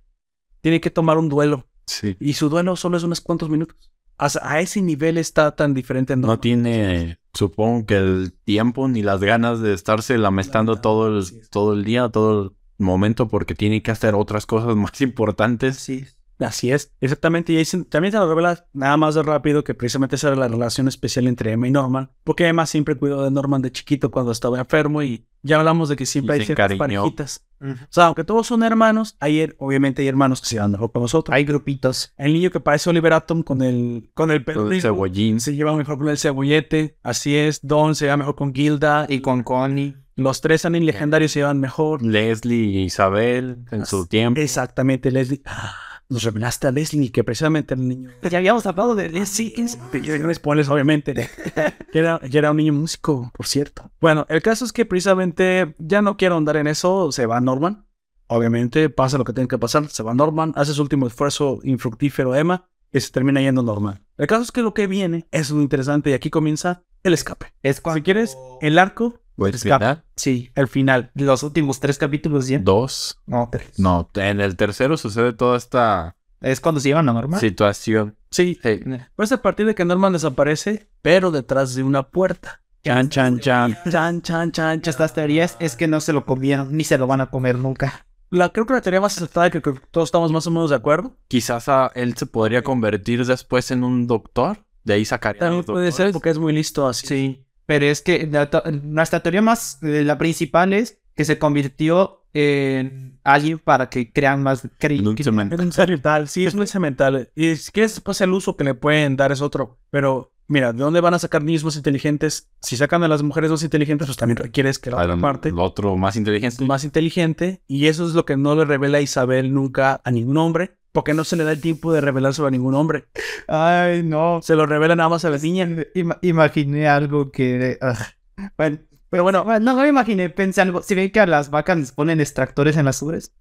Tiene que tomar un duelo.
sí.
Y su duelo solo es unos cuantos minutos. Hasta a ese nivel está tan diferente.
No tiene, supongo que el tiempo ni las ganas de estarse lamentando todo
así
el,
es.
todo el día, todo el momento, porque tiene que hacer otras cosas más importantes.
Sí.
Así es, exactamente. Y ahí se- también se lo revela nada más de rápido que precisamente esa era la relación especial entre Emma y Norman. Porque Emma siempre cuidó de Norman de chiquito cuando estaba enfermo y ya hablamos de que siempre hay
Y se
ciertas
encariñó.
parejitas. O sea, aunque todos son hermanos, ayer obviamente hay hermanos que se van mejor con nosotros.
Hay grupitos.
El niño que parece Oliver Atom con el, con el pelo
Todo el
negro
cebollín.
se lleva mejor con el cebollete. Así es, Don se lleva mejor con Gilda.
Y con Connie.
Los tres anime legendarios se llevan mejor.
Leslie y Isabel en su tiempo.
Exactamente, Leslie. Ah, Nos revelaste a Leslie, que precisamente era el niño.
Ya habíamos hablado de Leslie.
Sí, es. Yo no les spoilers, obviamente. Que era, ya era un niño músico, por cierto. Bueno, el caso es que precisamente ya no quiero andar en eso. Se va Norman. Obviamente, pasa lo que tiene que pasar. Se va Norman, hace su último esfuerzo infructífero, Emma, y se termina yendo Norman. El caso es que lo que viene es lo interesante y aquí comienza el escape.
Es cuando...
Si quieres, el arco,
Pues,
escapa.
¿verdad?
Sí.
el final.
Los últimos tres capítulos ya.
Dos.
No, tres.
No, en el tercero sucede toda esta
Es cuando se llevan a Norma.
situación.
Sí,
Sí.
pues a partir de que Norman desaparece, pero detrás de una puerta.
Chan, chan, chan.
Chan, chan, chan, chan.
Estas teorías es que no se lo comieron ni se lo van a comer nunca.
La, creo que la teoría más aceptada que, que todos estamos más o menos de acuerdo.
Quizás a él se podría convertir después en un doctor. De ahí sacaría.
También
los
puede ser
doctores.
porque es muy listo así.
Sí. Pero es que la to- nuestra teoría más, eh, la principal es que se convirtió en alguien para que crean más. cre-
Nunca se me-
Es un cemental, sí, es un cemental. Y si quieres, pues el uso que le pueden dar es otro. Pero mira, ¿de dónde van a sacar niños más inteligentes? Si sacan a las mujeres más inteligentes, pues también requieres que la
Al-
otra parte
el otro más inteligente.
es más inteligente. Y eso es lo que no le revela Isabel nunca a ningún hombre. Porque no se le da el tiempo de revelar sobre ningún hombre.
Ay, no.
Se lo revela nada más a las niñas.
Ima- imaginé algo que. ugh. Bueno, pero bueno, bueno, no, no me imaginé, pensé algo. Si ven que a las vacas les ponen extractores en las ubres.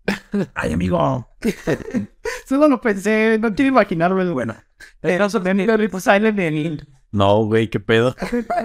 Ay, amigo.
Solo lo pensé, no quiero imaginarlo. Bueno,
El caso de
Pero pues ahí en el.
No, güey, qué pedo.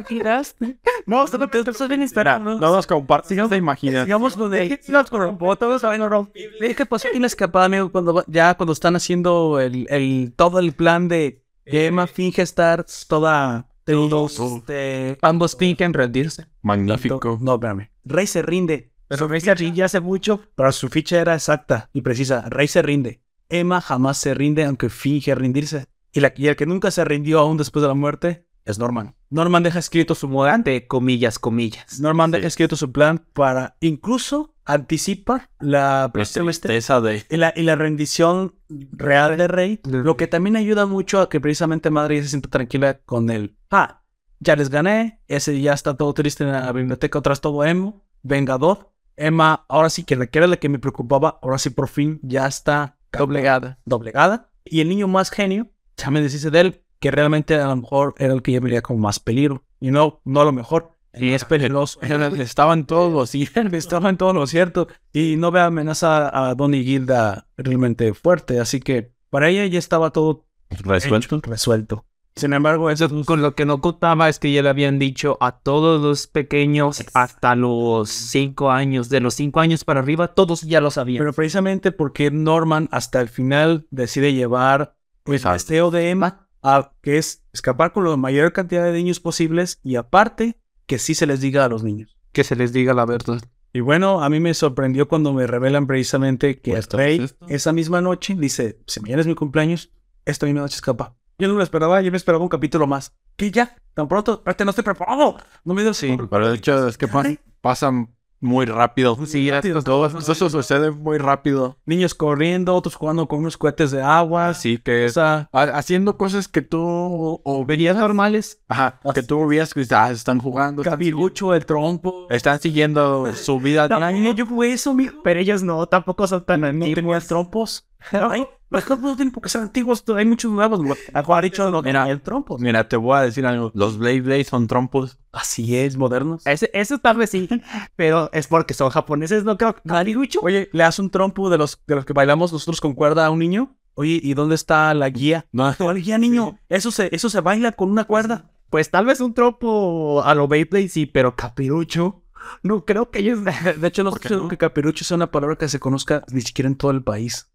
No, solo te estás bien esperando.
No nos compartes. te imaginas.
Digamos donde los robotos saben horrible. ¿Qué pasó? Tienes "Pues, escapada, amigo, cuando va- ya cuando están haciendo el, el todo el plan de que Emma finge estar toda de los de
Ambos fingen rendirse.
Magnífico.
No, espérame. Rey se rinde.
Pero me ya hace mucho.
Pero su ficha era exacta y precisa. Rey se rinde. Emma jamás se rinde aunque finge rendirse. Y, la, y el que nunca se rindió aún después de la muerte es Norman. Norman deja escrito su modelo.
De comillas, comillas.
Norman
Sí.
deja escrito su plan para incluso anticipa la este.
La tristeza de.
y la, y la rendición real de Rey, lo que también ayuda mucho a que precisamente Madrid se sienta tranquila con él. Ah, ya les gané, ese ya está todo triste en la biblioteca, tras todo emo, vengador. Emma, ahora sí que la que era la que me preocupaba, ahora sí por fin ya está doblegada. Doblegada. Y el niño más genio, ya me deshice de él, que realmente a lo mejor era el que yo vería como más peligro. Y no, no a lo mejor. Y es peligroso.
Estaban todos los
Estaba en todo lo cierto y no ve amenaza a Donny Gilda realmente fuerte, así que para ella ya estaba todo
Resuelto.
hecho, resuelto. Sin embargo, eso
Con lo que no contaba es que ya le habían dicho a todos los pequeños hasta los cinco años, de los cinco años para arriba, todos ya lo sabían.
pero precisamente porque Norman hasta el final decide llevar pues, el
Exacto.
testeo de Emma a que es escapar con la mayor cantidad de niños posibles y aparte que sí se les diga a los niños.
que se les diga la verdad.
Y bueno, a mí me sorprendió cuando me revelan precisamente que
Pues,
Rey
¿esto?
esa misma noche dice, si mañana es mi cumpleaños, esta misma noche escapa. Yo no me lo esperaba, yo me esperaba un capítulo más. ¿Qué ya? Tan pronto, espérate, no estoy preparado. No me dio sí.
Pero de hecho, es que pas- pasan muy rápido. Sí, todo todo eso sucede muy rápido.
Niños corriendo, otros jugando con unos cohetes de agua.
Así que
O sea,
ha- haciendo cosas que tú o, o verías normales. Ajá, que tú verías que ah, están jugando. Están siguiendo,
cabirucho, el trompo.
están siguiendo su vida.
Ay, yo jugué eso, mijo.
Pero ellos no, tampoco son tan
No
antiguos.
tenías trompos. Ay, los trompos no tienen por qué ser antiguos, hay muchos nuevos. güey. Acuérdate, dicho no
Mira.
el trompo.
Mira, te voy a decir algo. Los Blade Blade son trompos.
Así es, modernos.
Ese, eso tal vez sí, pero es porque son japoneses, no creo. Narigucho.
Oye, le das un trompo de los, de los que bailamos nosotros con cuerda a un niño. Oye, ¿y dónde está la guía?
No.
¿Cuál guía, niño? Eso se, eso se baila con una cuerda.
Pues tal vez un tropo a lo Beyblade sí, pero capirucho. No creo que ellos.
De hecho, no
¿Por qué
sé
no?
que capirucho sea una palabra que se conozca ni siquiera en todo el país.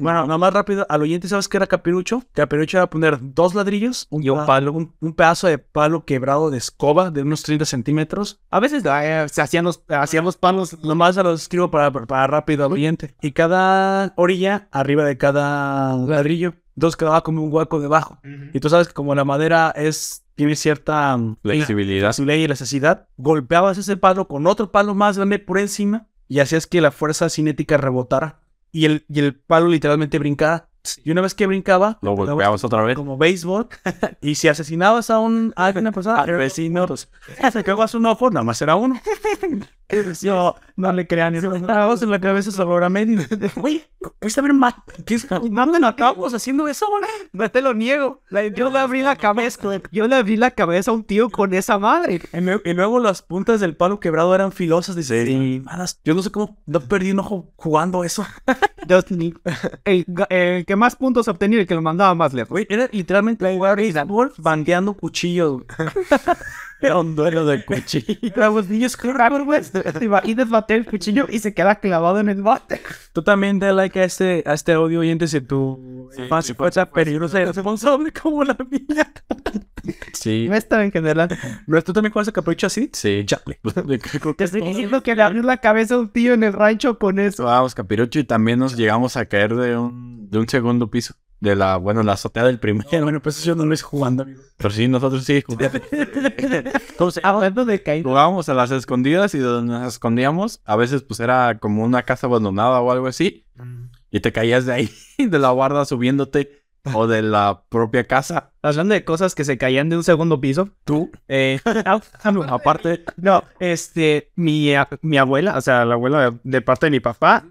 Bueno, nada más rápido, al oyente, ¿sabes qué era capirucho? Capirucho era poner dos ladrillos un
Y un
pa-
palo.
Un, un pedazo de palo quebrado de escoba de unos 30 centímetros.
A veces eh, se hacían los, hacíamos palos.
Nomás se los escribo para, para rápido al oyente. Y cada orilla, arriba de cada ladrillo, dos quedaba como un hueco debajo. Y tú sabes que como la madera es tiene cierta um,
Flexibilidad.
su ley y elasticidad, golpeabas ese palo con otro palo más grande por encima y hacías que la fuerza cinética rebotara y el, y el palo literalmente brincaba. Y una vez que brincaba,
Lo golpeamos otra vez.
como béisbol y si asesinabas a, un, a una persona, al vecino, pues, se cagó a su no, nada más era uno. Yo, no le crean eso. Trabajos en la cabeza sobre medio. Güey, ¿pudiste ver más?
Mamá, no acabamos haciendo eso, güey. No te lo niego. La- Yo le abrí la cabeza. Yo le abrí la cabeza a un tío con esa madre.
Y lue- Y luego las puntas del palo quebrado eran filosas, dice.
Sí.
"Malas, Yo no sé cómo no perdí un ojo jugando eso.
Dios mío. El, ga- el que más puntos obtenía, el que lo mandaba más lejos.
Güey, era literalmente jugar béisbol bandeando cuchillos. güey. era un duelo de cuchillos.
Los niños claro, güey. Te imaginas bater el cuchillo y se queda clavado en el bote.
Tú también da like a este, a este audio oyente si tu infancia fue tan peligrosa y responsable como la mía.
Sí,
No está en general.
Pero tú también juegas a capricho así.
sí.
Chale.
Te estoy diciendo que le abrió la cabeza a un tío en el rancho con eso.
Vamos, capirocho, y también nos llegamos a caer de un, de un segundo piso. de la, bueno, la azotea del primero.
bueno, pues eso yo no lo hice jugando, amigo.
Pero sí, nosotros sí.
Entonces, hablando de caída.
Jugábamos a las escondidas y donde nos escondíamos, a veces pues era como una casa abandonada o algo así.
Mm.
Y te caías de ahí, de la guarda subiéndote o de la propia casa.
Hablando de cosas que se caían de un segundo piso.
Tú,
eh, ah, ah, no, aparte, no, este, mi, a- mi abuela, o sea, la abuela de, de parte de mi papá,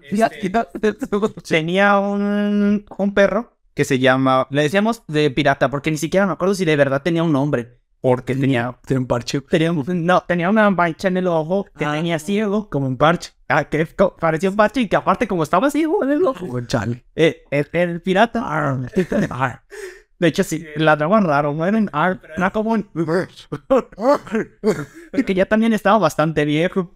tenía un, un perro que se llama, le decíamos de pirata, porque ni siquiera me acuerdo si de verdad tenía un nombre. Porque tenía
Tiene un parche.
Tenía, un- no, tenía una mancha en el ojo que tenía ciego. Como un parche. Ah, que co- parecía un parche y que aparte como estaba ciego en el ojo.
Güey, chale.
eh, eh, era el pirata. Arr, arr. De hecho, sí, ladraban raro, no eran arr, era como un... que ya también estaba bastante viejo.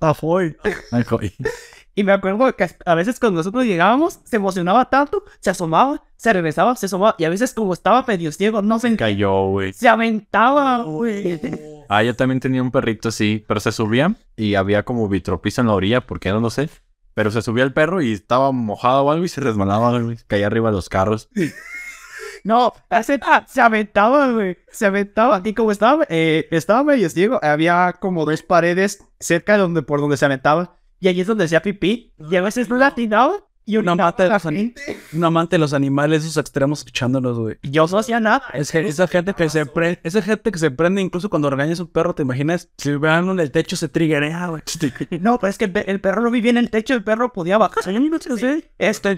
Y me acuerdo que a veces cuando nosotros llegábamos, se emocionaba tanto, se asomaba, se regresaba, se asomaba. Y a veces como estaba medio ciego, no se enca-
cayó, güey.
Se aventaba, güey.
Ah, yo también tenía un perrito así, pero se subía y había como vitropiso en la orilla, porque no lo sé. Pero se subía el perro y estaba mojado o algo y se resbalaba, güey. Caía arriba de los carros.
No, hace- ah, se aventaba, güey. Se aventaba. Y como estaba, eh, estaba medio ciego, había como dos paredes cerca de donde, por donde se aventaba. Y allí es donde hacía pipí. Y a veces no latinaba y una
No,
mata
mata
de
de
la
los ani- Un amante de los animales, esos extremos echándolos, güey.
Yo no hacía nada.
Es que esa gente que se prende, esa gente que se prende incluso cuando regañas a un perro, ¿te imaginas? Si vean en el techo se triguea, güey.
No, pero es que el, pe- el perro lo vivía en el techo, el perro podía bajar. Sí, Esto,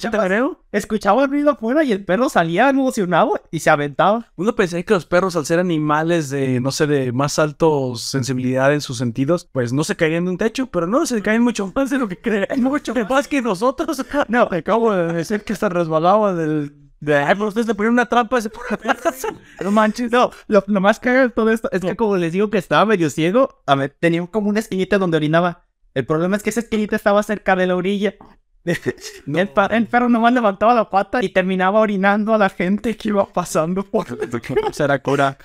escuchaba el ruido afuera y el perro salía emocionado y se aventaba.
Uno pensaría que los perros, al ser animales de, no sé, de más alto sensibilidad en sus sentidos, pues no se caerían de un techo, pero no, se caen mucho más de lo que creen. Mucho más que nosotros. No, te acabo de decir que se resbalaba del... De, ay, pero ustedes le ponían una trampa a ese pobre perro.
No manches, no. Lo, lo más cagado de todo esto es que, como les digo, que estaba medio ciego, a ver, tenía como una esquinita donde orinaba. El problema es que esa esquinita estaba cerca de la orilla. El, pa- el perro nomás levantaba la pata y terminaba orinando a la gente que iba pasando por la
Será cura.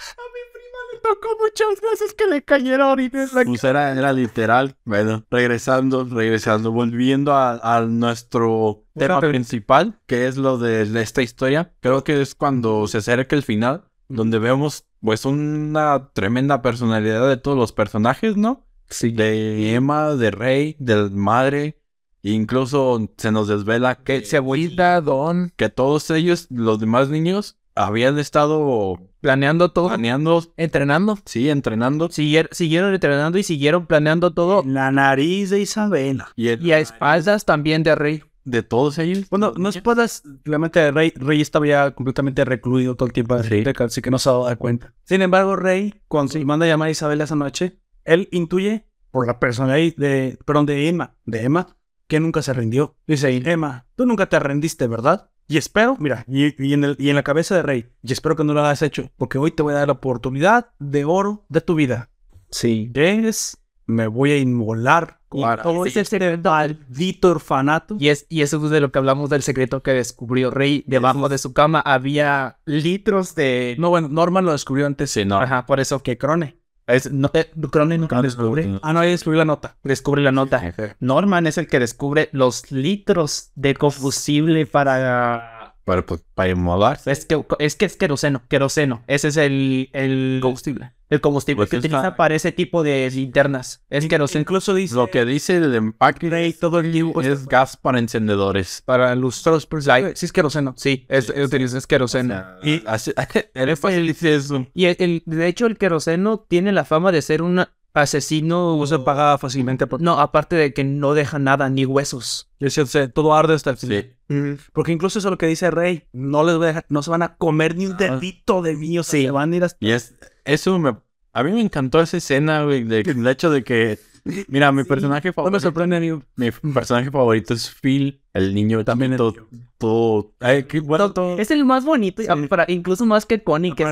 tocó muchas veces que le cayera orina en la
Pues era, era literal. Bueno, regresando, regresando, volviendo a, a nuestro tema principal, que es lo de de esta historia. Creo que es cuando se acerca el final, donde vemos pues una tremenda personalidad de todos los personajes, ¿no? Sí. De Emma, de Rey, del madre. Incluso se nos desvela que,
Eh, Cebollita, Don.
que todos ellos, los demás niños, habían estado
Planeando todo.
planeando,
Entrenando.
sí, entrenando.
Siguier- siguieron entrenando y siguieron planeando todo.
La nariz de Isabela.
Y, el-
Y a espaldas también de Rey.
de todos ellos,
Bueno, no puedas, realmente Rey, Rey estaba ya completamente recluido todo el tiempo de la
Sí.
biblioteca, así que no se ha dado cuenta. Sin embargo, Rey, cuando se manda a llamar a Isabel esa noche, él intuye por la personalidad de, perdón, de Emma, de Emma, que nunca se rindió. Dice, Emma, tú nunca te rendiste, ¿verdad? Y espero, mira, y, y en el- y en la cabeza de Rey, y espero que no lo hayas hecho, porque hoy te voy a dar la oportunidad de oro de tu vida.
Sí.
Es, me voy a inmolar con
Para-
todo ese
Ese es el secreto.
maldito orfanato.
Y, es, y eso es de lo que hablamos del secreto que descubrió Rey. Debajo de su cama había litros de...
No, bueno, Norman lo descubrió antes.
sí, no.
Ajá, por eso que Crone.
Es, no, eh, Cronin nunca
No,
descubre.
no, no.
Ah, no, ahí escribió la nota.
descubre la nota.
Pues,
Norman es el que descubre los litros de combustible para...
Para, pues, para inmolarse.
Es que es, que es queroseno, queroseno. Ese es el, el combustible. El combustible
Pues
que
está-
utiliza para ese tipo de linternas. Es queroseno.
Incluso dice
Lo que dice el empaque
Rey todo el libro.
es gas para encendedores.
Para lustros.
Ay, Sí, es queroseno.
Sí, es, utilizas queroseno.
Y así, eres fácil dice eso.
Y el, el- de hecho, el queroseno tiene la fama de ser un asesino.
No se paga fácilmente. Por...
No, aparte de que no deja nada, ni huesos.
Es decir, se- todo arde hasta el final.
Sí.
Porque incluso eso es lo que dice Rey. No les voy a dejar, no se van a comer ni un dedito de mí. O sea, se van a ir hasta...
Y es, eso me, a mí me encantó esa escena, güey, de- del hecho de que, mira, mi personaje
No me
favorito,
sorprende, amigo.
mi personaje favorito es Phil, el niño también todo, todo, ay, qué bueno, todo.
Es el más bonito, y a- para- incluso más que Connie, que es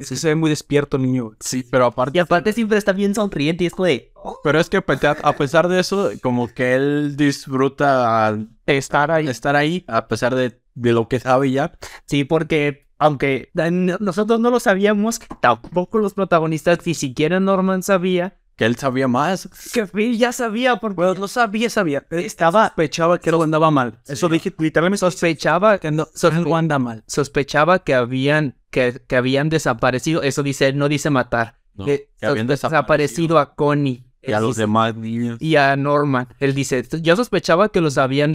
Es que se ve muy despierto el niño.
Sí, pero aparte,
Y aparte siempre está bien sonriente y es como de
pero es que a pesar- a pesar de eso, como que él disfruta
estar ahí.
estar ahí, a pesar de, de lo que sabe ya.
Sí, porque aunque dan- nosotros no lo sabíamos, tampoco los protagonistas, ni siquiera Norman sabía,
que él sabía más.
Que Phil ya sabía por
Bueno, no sabía, sabía. Estaba sospechaba que algo andaba mal. Eso dije literalmente.
Sospechaba que no,
Sospe-
anda mal.
sospechaba que habían que, que habían desaparecido. Eso dice él, no dice matar.
No,
Que
que habían
sospe- desaparecido a Connie
Y a
Él
los
dice-
demás niños.
y a Norman. Él dice, yo sospechaba que los habían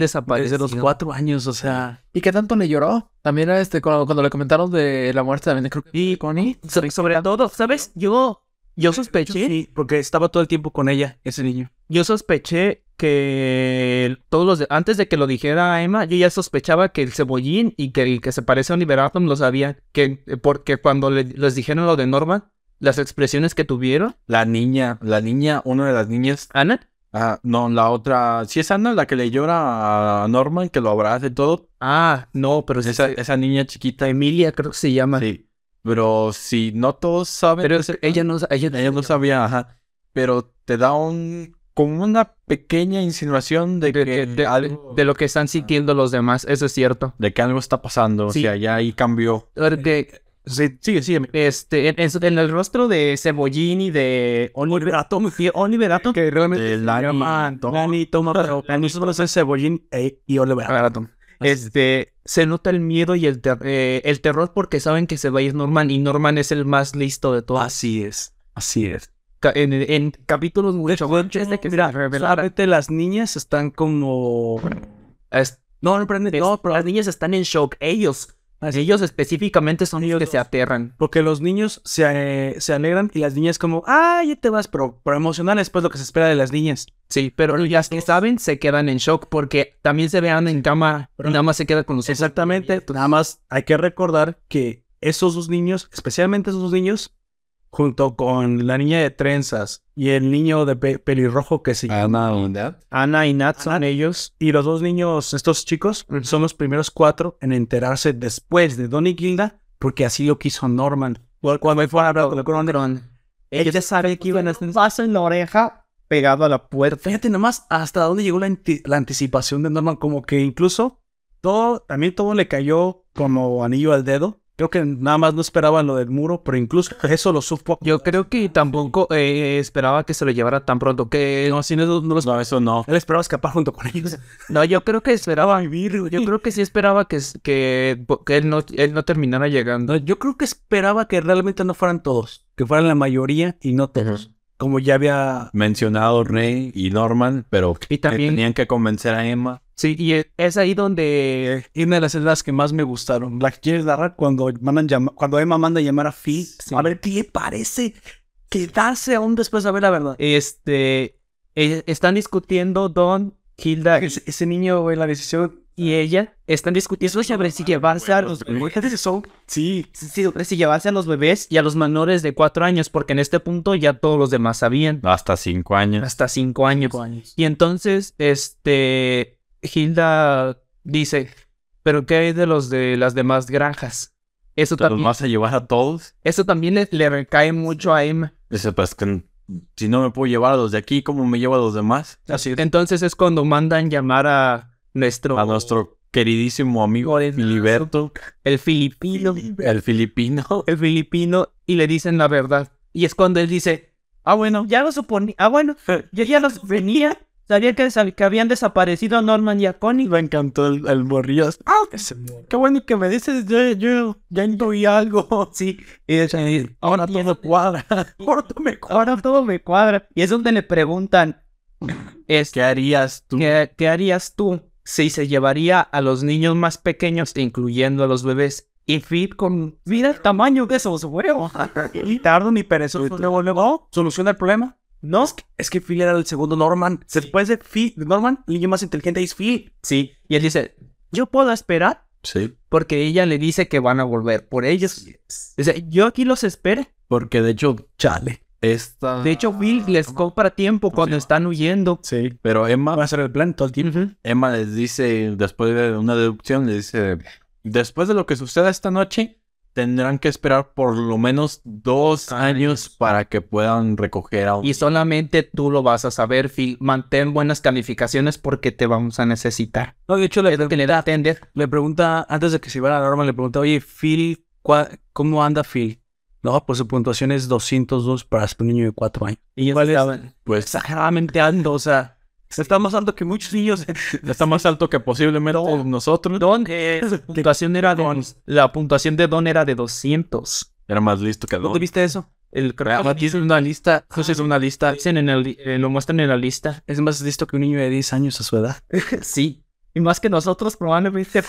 Desde
desaparecido.
los cuatro años, o sea.
¿Y qué tanto le lloró? También este, cuando, cuando le comentaron de la muerte también creo que
Y-
Connie.
So- sobre todo, ¿sabes? Yo, yo sospeché,
Sí, porque estaba todo el tiempo con ella, ese niño.
yo sospeché que el- todos los, de- antes de que lo dijera Emma, yo ya sospechaba que el cebollín y que el que se parece a Oliver Atom lo sabían, que porque cuando le- les dijeron lo de Norman, las expresiones que tuvieron,
La niña, la niña, una de las niñas.
Ana,
Ah, no, la otra. Si es Ana la que le llora a Norman, que lo abraza y todo.
ah, no, pero sí,
Esa,
sí,
esa niña chiquita.
Emilia creo que se llama,
Sí. Pero si no todos saben.
pero es- ella no, ella,
Ella no sabía, ajá. Pero te da un. Como una pequeña insinuación de que,
de, de- de-
algo,
de lo que están sintiendo los demás, eso es cierto.
de que algo está pasando.
Sí.
O sea, ya ahí cambió.
Porque
Sí, sigue, sigue.
Este, en, en- en el rostro de Cebollín y de Oliver Atom, y Oliver Atom,
Que realmente.
De Lani, toma.
Lani toma, pero Lani solo es cebollín e- y Oliver.
Oliver Atom, este, se nota el miedo y el, ter- eh, el terror porque saben que se va a ir Norman y Norman es el más listo de todos.
Así es, así es.
Ca- En, en capítulos este muy
Desde que, mira, solamente las niñas están como.
es-
No, no prende. No, pero
las niñas están en shock, ellos, ellos específicamente son los
Ellos
que se
dos.
aterran.
Porque los niños se, eh, se alegran y las niñas como, ah, ya te vas, pero, pero emocional es pues lo que se espera de las niñas.
Sí, pero las que saben se quedan en shock porque también se vean en cama, nada más se queda con los ojos
Exactamente. Nada más hay que recordar que esos dos niños, especialmente esos dos niños, junto con la niña de trenzas y el niño de pe- pelirrojo que se llama
Ana y Nat son ellos.
Y los dos niños, estos chicos, son los primeros cuatro en enterarse después de Don y Gilda, porque así lo quiso Norman. Cuando fue a hablar con el coronel,
Ellos ya saben que iban a estar paso en la oreja pegado a la puerta.
Fíjate nomás hasta dónde llegó la, anti- la anticipación de Norman, como que incluso todo, también todo le cayó como anillo al dedo. Creo que nada más no esperaban lo del muro, pero incluso eso lo supo.
Yo creo que tampoco eh, esperaba que se lo llevara tan pronto. Que no, si no, no los-
No, eso no.
Él esperaba escapar junto con ellos.
no, yo creo que esperaba vivir. Yo creo que sí esperaba que, s- que, que él, no, él no terminara llegando.
No, yo creo que esperaba que realmente no fueran todos, que fueran la mayoría y no todos. Como ya había...
mencionado Rey y Norman, pero que
Y también,
tenían que convencer a Emma.
sí, y e- es ahí donde
Y una de las escenas que más me gustaron, la que quieres narrar cuando, mandan llama- cuando Emma manda a llamar a Phil, a ver qué le parece quedarse aún después de ver la verdad.
este, eh, están discutiendo Don, Hilda y,
Ese, ese niño, güey, la decisión
y ella. Están discutiendo sobre si llevarse a los
Fíjate que son- Sí.
Sí, sobre si llevarse a los bebés y a los menores de cuatro años, porque en este punto ya todos los demás sabían.
Hasta cinco años.
Hasta cinco años. Y entonces, este, Hilda dice, pero ¿qué hay de los de las demás granjas? Eso
¿Los
también,
vas a llevar a todos?
eso también le, le recae mucho a Emma.
Dice, pues que si no me puedo llevar a los de aquí, ¿cómo me llevo a los demás?
Así es.
Entonces es cuando mandan llamar a nuestro,
A nuestro queridísimo amigo
Oh. Lorenzo.
Filiberto,
el filipino,
el filipino.
el filipino, y le dicen la verdad. Y es cuando él dice, ah, bueno, ya lo suponía, ah, bueno, yo ya lo suponía. Sabía que, sab- que habían desaparecido a Norman y a Connie.
Me encantó el, el morrillo. Ah, qué bueno que me dices, yo, yo ya intuí algo.
Sí,
Y ella, y ahora todo cuadra.
ahora todo me cuadra. Y es donde le preguntan, este,
¿Qué harías tú?
¿Qué, qué harías tú si se llevaría a los niños más pequeños, incluyendo a los bebés? Y Fit con. Mira el tamaño de esos huevos.
Y tardo ni perezoso. Luego, luego, oh, soluciona el problema. No, es que, es que Phil era el segundo Norman. Después de Phil, de Norman, el niño más inteligente es Phil.
Sí. Y él dice: Yo puedo esperar
Sí.
porque ella le dice que van a volver por ellos. Dice: Yo aquí los espero.
Porque de hecho,
Chale.
esta.
De hecho, Phil les compra tiempo cuando están huyendo.
Sí.
Pero Emma
Ah, Va a ser el plan todo el tiempo.
Ujú.
Emma les dice, después de una deducción, les dice, después de lo que suceda esta noche, tendrán que esperar por lo menos dos años para que puedan recoger a un...
Y solamente tú lo vas a saber, Phil. Mantén buenas calificaciones porque te vamos a necesitar.
No, de hecho, le,
Es lo que le da a entender.
le pregunta, antes de que se iba a la Norman, le pregunta, oye, Phil, ¿cuá- ¿cómo anda Phil? No, pues su puntuación es 202 para un niño de 4 años.
Y ellos
¿Cuál es?
estaban
Pues
exageradamente alto, o sea.
Está más alto que muchos niños.
está más alto que posiblemente nosotros.
Don, eh, su puntuación era de, la puntuación de Don era de 200.
Era más listo que Don.
¿Dónde viste eso? El creo que
Hizo una lista.
es una lista. Dicen en el, eh, lo muestran en la lista.
Es más listo que un niño de 10 años a su edad.
Sí. Y más que nosotros probablemente.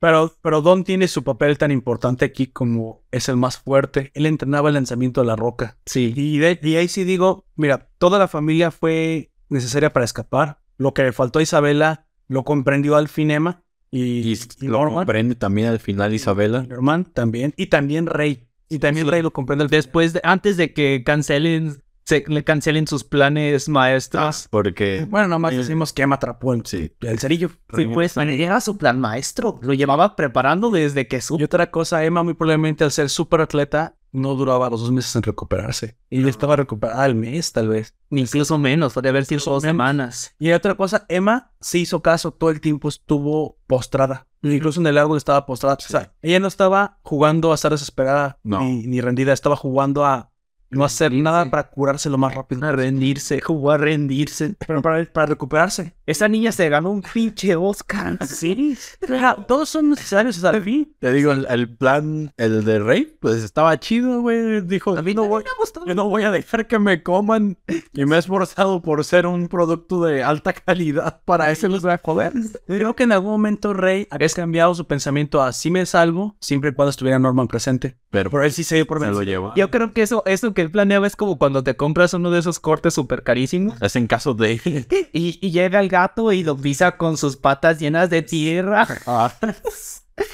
Pero, pero Don tiene su papel tan importante aquí como es el más fuerte. Él entrenaba el lanzamiento de la roca.
Sí.
Y, de- y ahí sí digo, mira, toda la familia fue necesaria para escapar. Lo que le faltó a Isabela lo comprendió al finema. Y,
Y
y
lo
Norman,
comprende también al final Isabela.
Norman también. Y también Rey. Y también Rey lo comprende al
Después, de- antes de que cancelen, se, le cancelen sus planes maestros.
Porque
Bueno, nomás decimos que me atrapó el,
Sí.
el cerillo.
Sí, pues, era su plan maestro. Lo llevaba preparando desde que
Y
su...
otra cosa, Emma muy probablemente al ser súper atleta no duraba los dos meses en recuperarse. Y ya estaba recuperada al mes, tal vez.
Incluso menos, podría haber sido dos semanas.
Y otra cosa, Emma se hizo caso, todo el tiempo estuvo postrada. Incluso en el árbol estaba postrada. O sea, ella no estaba jugando a estar desesperada
No.
ni, ni rendida, estaba jugando a no hacer nada para curarse lo más rápido.
A rendirse, jugó a rendirse.
Pero para, para recuperarse.
Esa niña se ganó un pinche Oscar.
Sí. Todos son necesarios hasta el fin.
te digo, el, el plan, el de Rey, pues estaba chido, güey. Dijo,
A mí
no
no
voy, yo no voy a dejar que me coman. Y me he esforzado por ser un producto de alta calidad para ese les voy a joder.
Creo que en algún momento Rey había cambiado su pensamiento a sí me salvo siempre y cuando estuviera Norman presente.
Pero
Pero él sí se dio por
se lo
vencido.
lleva.
Yo creo que eso, eso que él planeaba es como cuando te compras uno de esos cortes súper carísimos.
Es en caso de...
Y, y llega el gato y lo pisa con sus patas llenas de tierra.
Ah.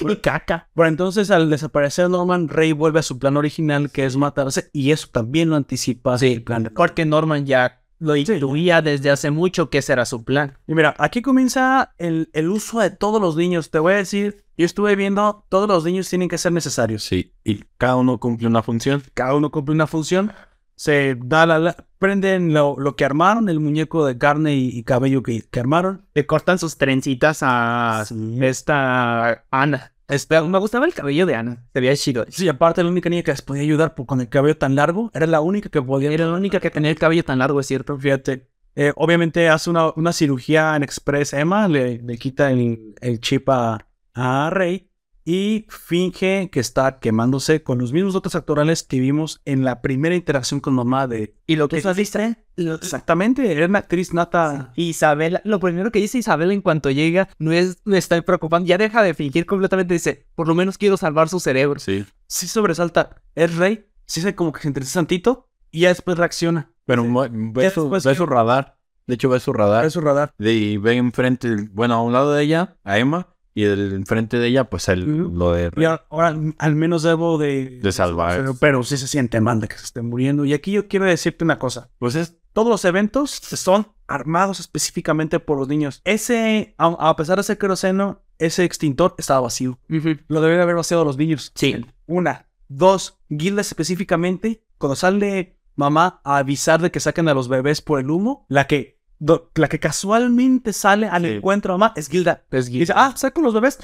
y caca.
Pero entonces al desaparecer Norman, Rey vuelve a su plan original que es matarse y eso también lo anticipa. el plan de-
Porque Norman ya lo incluía desde hace mucho que ese era su plan.
Y mira, aquí comienza el, el uso de todos los niños. Te voy a decir, yo estuve viendo, todos los niños tienen que ser necesarios.
Sí, y cada uno cumple una función.
Cada uno cumple una función, se da la... la- prenden lo, lo que armaron, el muñeco de carne y, y cabello que, que armaron.
Le cortan sus trencitas a esta Ana. Esta- me gustaba el cabello de Ana. Se veía chido.
Sí, aparte la única niña que les podía ayudar por- con el cabello tan largo, era la única que podía
Era la única que tenía el cabello tan largo, es cierto.
Fíjate. Eh, obviamente hace una, una cirugía en Express Emma, le, le quita el, el chip a, a Rey y finge que está quemándose con los mismos dotes actorales que vimos en la primera interacción con mamá de...
Y lo
¿Tú
que
sabes,
dice
Exactamente, era una actriz nata.
Isabela, lo primero que dice Isabela en cuanto llega no es me está preocupando, ya deja de fingir completamente, dice, por lo menos quiero salvar su cerebro.
Sí.
Sí sobresalta, es Rey, sí se como que se interesa tantito y ya después reacciona.
Pero
Sí.
mu-
Ya
ve, su,
después
ve
que-
su radar. De hecho, ve su radar.
Para su radar.
De- Y ve enfrente, bueno, a un lado de ella, a Emma. Y del enfrente de ella, pues el,
Ujú.
lo de
Y
Rey.
ahora, ahora al menos debo de...
De salvar.
Pero, pero sí se siente mal de que se esté muriendo. Y aquí yo quiero decirte una cosa.
Pues es
Todos los eventos son armados específicamente por los niños. Ese, a, a pesar de ser queroseno, ese extintor estaba vacío. Lo deberían haber vaciado los niños.
Sí.
Una. Dos. Gilda específicamente, cuando sale mamá a avisar de que saquen a los bebés por el humo, la que, do- la que casualmente sale al
Sí.
encuentro a mamá es Gilda.
Pues,
Y dice, ah, saco los bebés.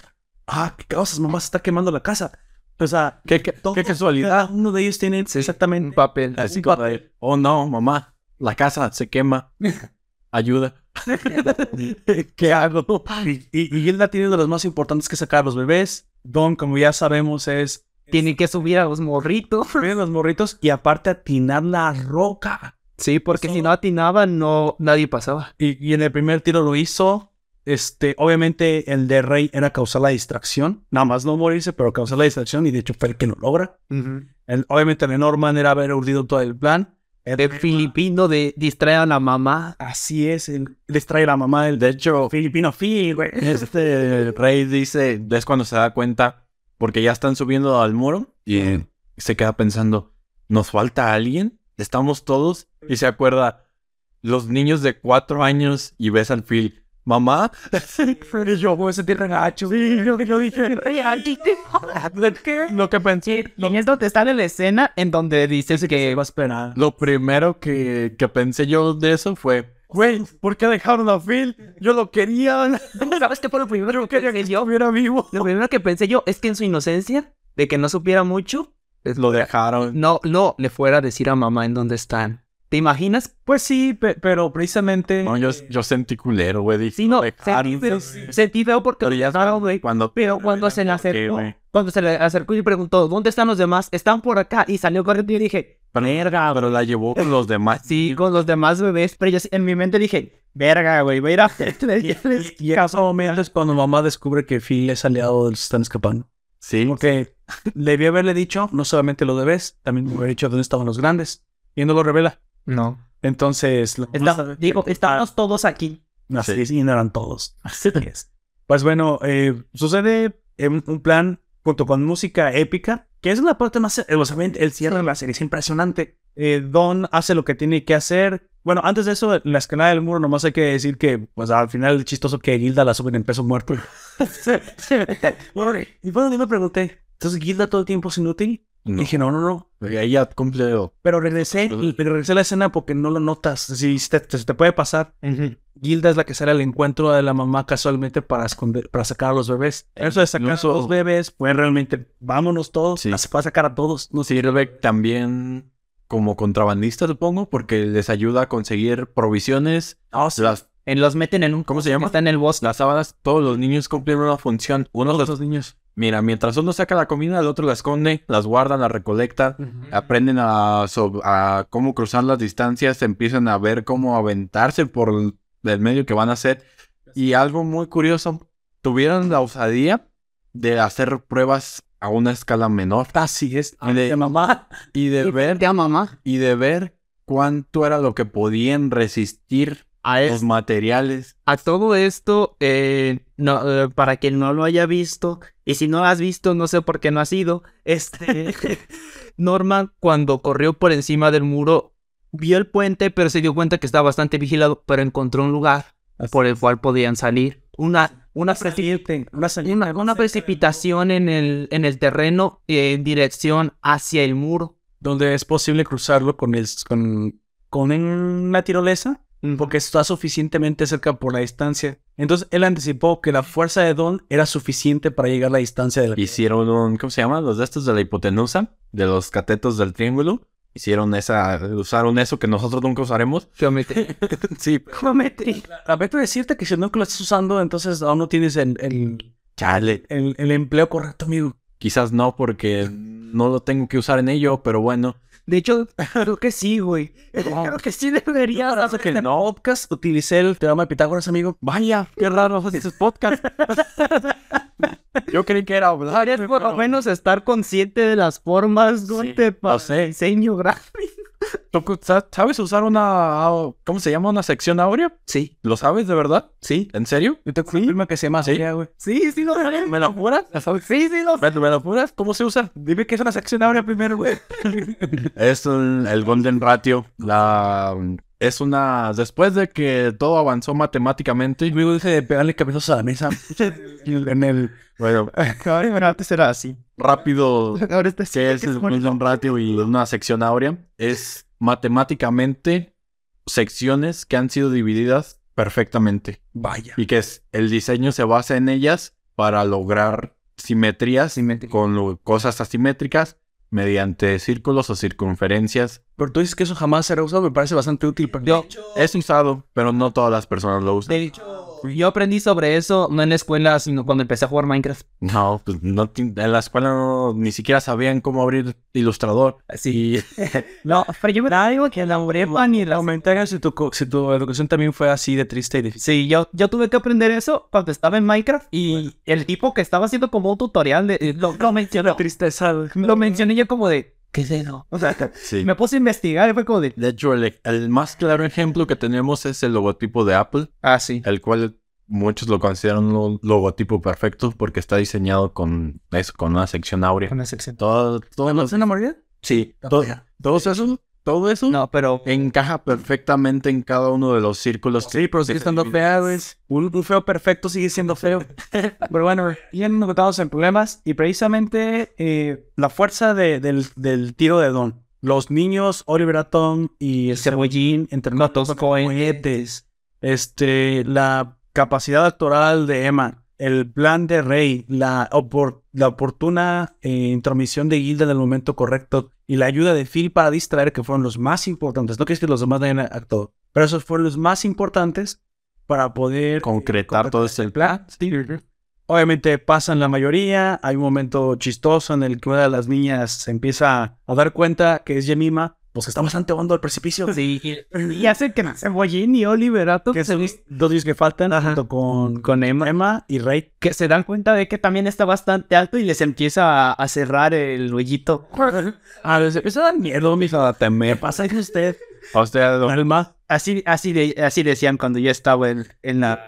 Ah, qué cosas, mamá se está quemando la casa. Pues, O sea,
¿Qué, qué,
todos-
qué casualidad?
cada uno de ellos tiene
un
exactamente
papel.
Así
un
como
papel.
de, oh no, mamá, la casa se quema. Ayuda.
"Eh, ¿Qué hago? Y, y- y Gilda tiene uno de los más importantes que sacar a los bebés. Don, como ya sabemos, es
Tiene que subir a los morritos.
miren los morritos y aparte atinar la roca.
Sí, porque
Eso-
si no atinaba, no, nadie pasaba.
Y, y en el primer tiro lo hizo. Este, obviamente, el de Rey era causar la distracción. Nada más no morirse, pero causar la distracción. Y de hecho, fue el que lo logra. El- obviamente, el de Norman era haber urdido todo el plan. El
De
de-
filipino, de distraer a la mamá.
Así es, el, les trae la mamá del
De hecho,
filipino Phil, güey.
este rey dice, es cuando se da cuenta, porque ya están subiendo al muro y se queda pensando, ¿nos falta alguien? ¿Estamos todos? Y se acuerda, los niños de cuatro años y ves al Phil, mamá,
yo voy a sentir regacho. Sí, yo, yo dije,
Lo que pensé. Y es donde está en la escena en donde dices que
va a esperar.
lo primero que, que pensé yo de eso fue, güey, ¿por qué dejaron a Phil? Yo lo quería.
¿Sabes qué fue lo primero que yo? Lo primero que pensé yo es que en su inocencia, de que no supiera mucho, Es-
Lo dejaron.
No, no le fuera a decir a mamá en dónde están. ¿Te imaginas?
Pues sí, pe- pero precisamente.
No, yo, yo sentí culero, güey. Dije,
Sí, no,
lo
sentí
dejaron.
feo, sentí feo porque
Pero ya
lo dejaron, güey.
Cuando
Pero cuando se le
¿por qué,
acercó,
güey?
cuando se le acercó y preguntó, ¿dónde están los demás? Están por acá. Y salió corriendo y dije,
Verga, pero la llevó con los demás.
sí, con los demás bebés. Pero yo sí- en mi mente dije, verga, güey, voy a ir a les-
Y casualmente es cuando mamá descubre que Phil es aliado de los que están escapando.
Sí.
Porque debía haberle dicho, no solamente lo debes, también me hubiera dicho dónde estaban los grandes. Y no lo revela.
No.
Entonces, la mamá
Está-
sabe que-
digo, estamos todos aquí.
Así es, y no eran todos. Así es. Pues bueno, eh, sucede eh, un un plan junto con música épica, que es la parte más... eh, o sea, ven, el cierre de la serie es impresionante. Eh, Don hace lo que tiene que hacer. Bueno, antes de eso, en la escalada del muro, nomás hay que decir que, pues al final, es chistoso que Gilda la suben en peso muerto. y bueno, yo me pregunté, entonces Gilda todo el tiempo es inútil. Y
No.
dije, no, no, no.
Güey, Ahí ya cumple.
Pero regresé,
Ujú.
pero regresé a la escena porque no lo notas. Si se te, se te puede pasar. Gilda es la que sale al encuentro de la mamá casualmente para esconder, para sacar a los bebés. Eso de sacar a
Incluso-
los bebés, pues realmente vámonos todos.
Sí.
Se puede sacar a todos. No sé.
Sirve también como contrabandista, supongo, porque les ayuda a conseguir provisiones. Las,
Eh, Los meten en un...
¿Cómo se llama?
Está en el bosque.
las sábanas, todos los niños cumplen una función. Uno de los niños. Mira, mientras uno saca la comida, el otro la esconde, las guarda, la recolecta, aprenden a, sob- a cómo cruzar las distancias, empiezan a ver cómo aventarse por el del medio que van a hacer. Y algo muy curioso, tuvieron la osadía de hacer pruebas a una escala menor
Así es.
Y de-
Ay, mamá.
y de ver
a mamá.
y de ver cuánto era lo que podían resistir
A él.
los materiales.
A todo esto, eh, no, eh, para quien no lo haya visto, y si no lo has visto, no sé por qué no has ido, este, Norman cuando corrió por encima del muro, vio el puente, pero se dio cuenta que estaba bastante vigilado, pero encontró un lugar por el cual podían salir. Una, una, preci-
Una señal.
una, una precipitación en el, en el terreno eh, en dirección hacia el muro.
Donde es posible cruzarlo con, el, con, con una tirolesa. Porque está suficientemente cerca por la distancia. Entonces él anticipó que la fuerza de Don era suficiente para llegar a la distancia de la
Hicieron un, ¿cómo se llama? Los de estos de la hipotenusa, de los catetos del triángulo. Hicieron esa, usaron eso que nosotros nunca usaremos.
Geometría.
Sí,
Geometría.
A ver, pero decirte que si no que lo estás usando, entonces aún no tienes el, el,
chale.
el- el empleo correcto, amigo.
Quizás no, porque no lo tengo que usar en ello, pero bueno.
De hecho, creo que sí, güey. Creo que sí debería.
Hasta que en no podcast utilicé el teorema de Pitágoras, amigo. Vaya, qué raro.
Sus podcast. Yo creí que era hablar.
Deberías por lo menos estar consciente de las formas donde
lo
pasa
sé.
diseño gráfico.
¿Tú sa- sabes usar una, cómo se llama? ¿Una sección áurea?
Sí,
¿Lo sabes de verdad?
sí.
¿En serio?
Yo tengo un firma que se llama
Sí.
Soria, güey.
Sí, sí lo sabes.
¿Me lo juras?
Sí, sí lo
¿Me, me lo juras? ¿Cómo se usa?
Dime que es una sección ahora primero, güey.
Es el, el Golden Ratio. La, es una. Después de que todo avanzó matemáticamente.
Luego dije de pegarle cabezas a la mesa. en el.
Bueno,
Ahora antes era así.
rápido.
Ahora está así.
que es el Golden Ratio y una sección áurea. Es matemáticamente secciones que han sido divididas perfectamente.
Vaya.
Y que es, el diseño se basa en ellas para lograr simetrías con lo- cosas asimétricas mediante círculos o circunferencias
Pero tú dices que eso jamás será usado, me parece bastante útil. Pero...
Yo,
Es usado, pero no todas las personas lo usan.
de hecho, yo aprendí sobre eso no en la escuela, sino cuando empecé a jugar Minecraft.
No, pues no ti- en la escuela no- ni siquiera sabían cómo abrir Ilustrador.
Sí. no, pero yo me digo que la brepa ni la
Comentario si tu, co- si tu educación también fue así de triste y difícil.
Sí, yo, yo tuve que aprender eso cuando estaba en Minecraft y el tipo que estaba haciendo como un tutorial de, lo, lo mencionó.
Tristeza,
Lo mencioné yo como de, ¿qué es eso? O sea,
Sí.
me puse a investigar y fue como de,
De hecho, el, el más claro ejemplo que tenemos es el logotipo de Apple,
ah, sí.
el cual muchos lo consideran un logotipo perfecto porque está diseñado con eso, con una sección áurea.
Una sección.
Todo, todo lo-
una morir?
sí,
Ah,
todo, todo eso, todo eso
No, pero eh,
encaja perfectamente en cada uno de los círculos.
Sí, pero sigue
que se
estando
dividen.
fea, güey. Un, un feo perfecto sigue siendo feo. pero bueno, ya nos metamos en problemas. Y precisamente eh, la fuerza de- del, del tiro de Don. Los niños, Oliver Atom y Cebollín, entre
No, todos
cohetes. Este, la capacidad actoral de Emma. el plan de Rey, la, opor- la oportuna eh, intromisión de Gilda en el momento correcto y la ayuda de Phil para distraer, que fueron los más importantes. No que es que los demás hayan actuado, pero esos fueron los más importantes para poder eh,
Concretar todo este plan.
Obviamente pasan la mayoría, hay un momento chistoso en el que una de las niñas se empieza a dar cuenta que es Yemima, pues que está bastante hondo al precipicio.
Y hace que Cebollín y Oliverato
Que
que se,
son dos días que faltan junto con, con Emma. y Rey.
que se dan cuenta de que también está bastante alto y les empieza a, a cerrar el hoyito.
A ver, se empieza a dar miedo, mija, te me pasa que usted.
A usted, don-
Alma.
Así, así, de- así decían cuando yo estaba en, en la...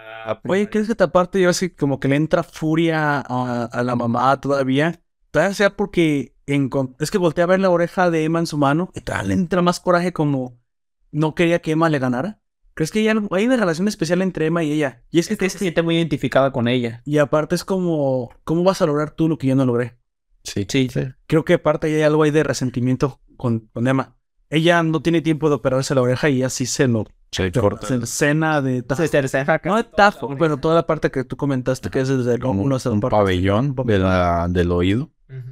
Oye, ¿crees que te aparte yo así como que le entra furia a, a la mamá todavía? Todavía sea porque encon- es que volteé a ver la oreja de Emma en su mano y todavía le entra más coraje como no quería que Emma le ganara. ¿Crees que hay, algo- hay una relación especial entre Emma y ella? Y es que
Este se siente muy identificada con ella.
Y aparte es como, ¿cómo vas a lograr tú lo que yo no logré?
Sí.
Creo que aparte hay algo ahí de resentimiento con, con Emma. Ella no tiene tiempo de operarse la oreja y así se lo
Se corta.
se cena de tajo.
Se cerceja acá.
No de tajo, pero toda la parte que tú comentaste que es desde el
Un,
uno hasta el
un pabellón de la- del oído,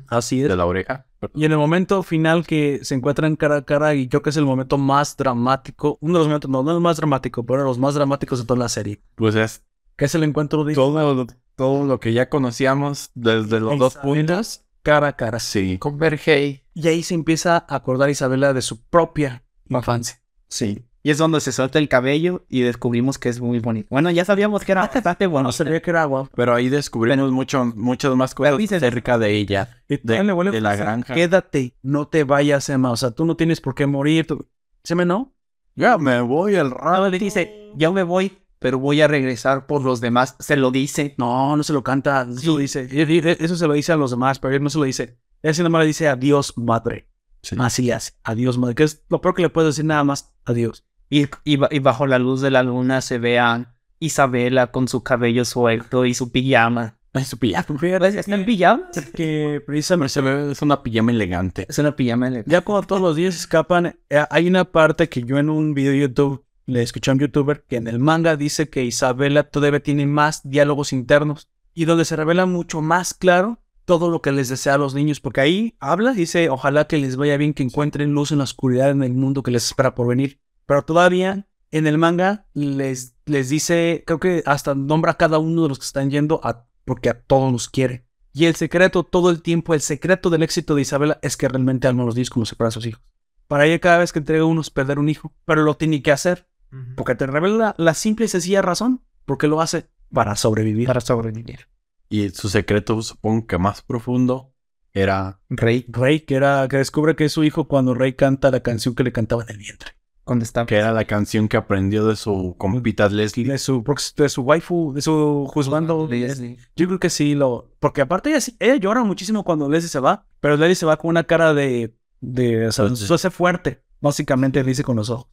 Así es.
de la oreja.
Y en el momento final que se encuentran cara a cara, y creo que es el momento más dramático, uno de los momentos, no, no el más dramático, pero uno de los más dramáticos de toda la serie,
Pues es
que es el encuentro de
todo lo, todo lo que ya conocíamos desde los dos
Isabela.
puntos.
cara a cara.
Sí.
Convergey.
Y ahí se empieza a acordar Isabela de su propia infancia.
Sí. Y es donde se suelta el cabello y descubrimos que es muy bonito. Bueno, ya sabíamos que era bastante bueno.
No sabía que era agua.
Pero ahí descubrimos mucho, muchas más cosas
dices-
cerca de ella,
Y
de,
todavía le vuelve a
de la
pasar.
granja.
Quédate, no te vayas, Emma. O sea, tú no tienes por qué morir. tú- Seme, ¿no?
Ya me voy al rato.
Ah, le dice, ya me voy, pero voy a regresar por los demás. Se lo dice.
No, no se lo canta. no se lo dice. Y- y- y- Eso se lo dice a los demás, pero él no se lo dice. Él nada más le dice adiós, madre.
Sí.
Así le hace. Adiós, madre. Que es lo peor que le puedes decir nada más. Adiós.
Y, y ba- y bajo la luz de la luna se ve a Isabela con su cabello suelto y su pijama.
Ay, su pijama.
¿Está en pijama?
Que precisamente.
Se ve- Es una pijama elegante.
Es una pijama.
Eh, Ya cuando todos los días escapan, eh, hay una parte que yo en un video de YouTube le escuché a un youtuber que en el manga dice que Isabela todavía tiene más diálogos internos y donde se revela mucho más claro todo lo que les desea a los niños, porque ahí habla, dice, ojalá que les vaya bien, que encuentren luz en la oscuridad en el mundo que les espera por venir. Pero todavía en el manga les, les dice, creo que hasta nombra a cada uno de los que están yendo a, porque a todos los quiere. Y el secreto todo el tiempo, el secreto del éxito de Isabela es que realmente ama los niños como si fueran sus hijos. Para ella cada vez que entrega uno es perder un hijo, pero lo tiene que hacer porque te revela la simple y sencilla razón porque lo hace para sobrevivir.
Para sobrevivir.
Y su secreto, supongo que más profundo, era
Rey,
Rey, que era que descubre que es su hijo cuando Rey canta la canción que le cantaba en el vientre.
cuando está
que era la canción que aprendió de su compita Leslie.
De su, prox- de su waifu, de su juzgando.
Leslie.
Yo creo que sí lo. Porque aparte ella, sí- ella llora muchísimo cuando Leslie se va, pero Leslie se va con una cara de. de o sea,
Entonces-
se hace fuerte. Básicamente le dice con los ojos.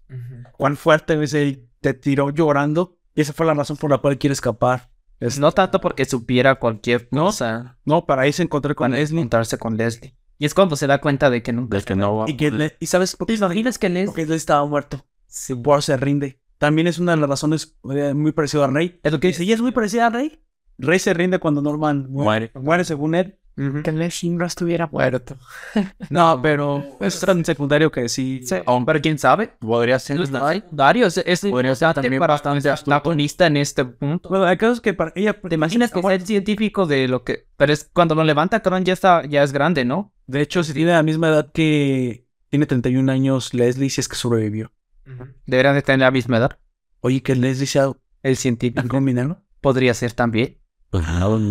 Cuán fuerte le dice, y te tiró llorando. Y esa fue la razón por la cual quiere escapar. Es-
No tanto porque supiera cualquier cosa.
No, para ahí se encontró con
Cuando es
Leslie.
encontrarse con Leslie. Y es cuando se da cuenta de que nunca.
Del que no va.
Y, que le- y sabes por
¿Te
qué?
imaginas que Leslie?
Porque Leslie estaba muerto. Sí. Por se rinde. También es una de las razones eh, muy parecida a Rey.
Es lo que
Dice, y es muy parecida a Rey. Rey se rinde cuando Norman muere,
Muere.
muere según él.
Que Leslie no estuviera muerto.
No, pero es tan secundario que sí.
Pero quién sabe.
Podría ser.
Ay, Dario es, Pues, es
Podría ser
importante
también
para ser protagonista en este punto.
Bueno, hay casos que para ella. ah,
¿Te imaginas que es el científico de lo que... Pero es cuando lo levanta, Cron ya, está, ya es grande, ¿no?
De hecho, si tiene la misma edad que. Tiene 31 años Leslie, si es que sobrevivió.
Deberían de tener la misma edad.
Oye, que Leslie sea
El científico
algún minero.
podría ser también.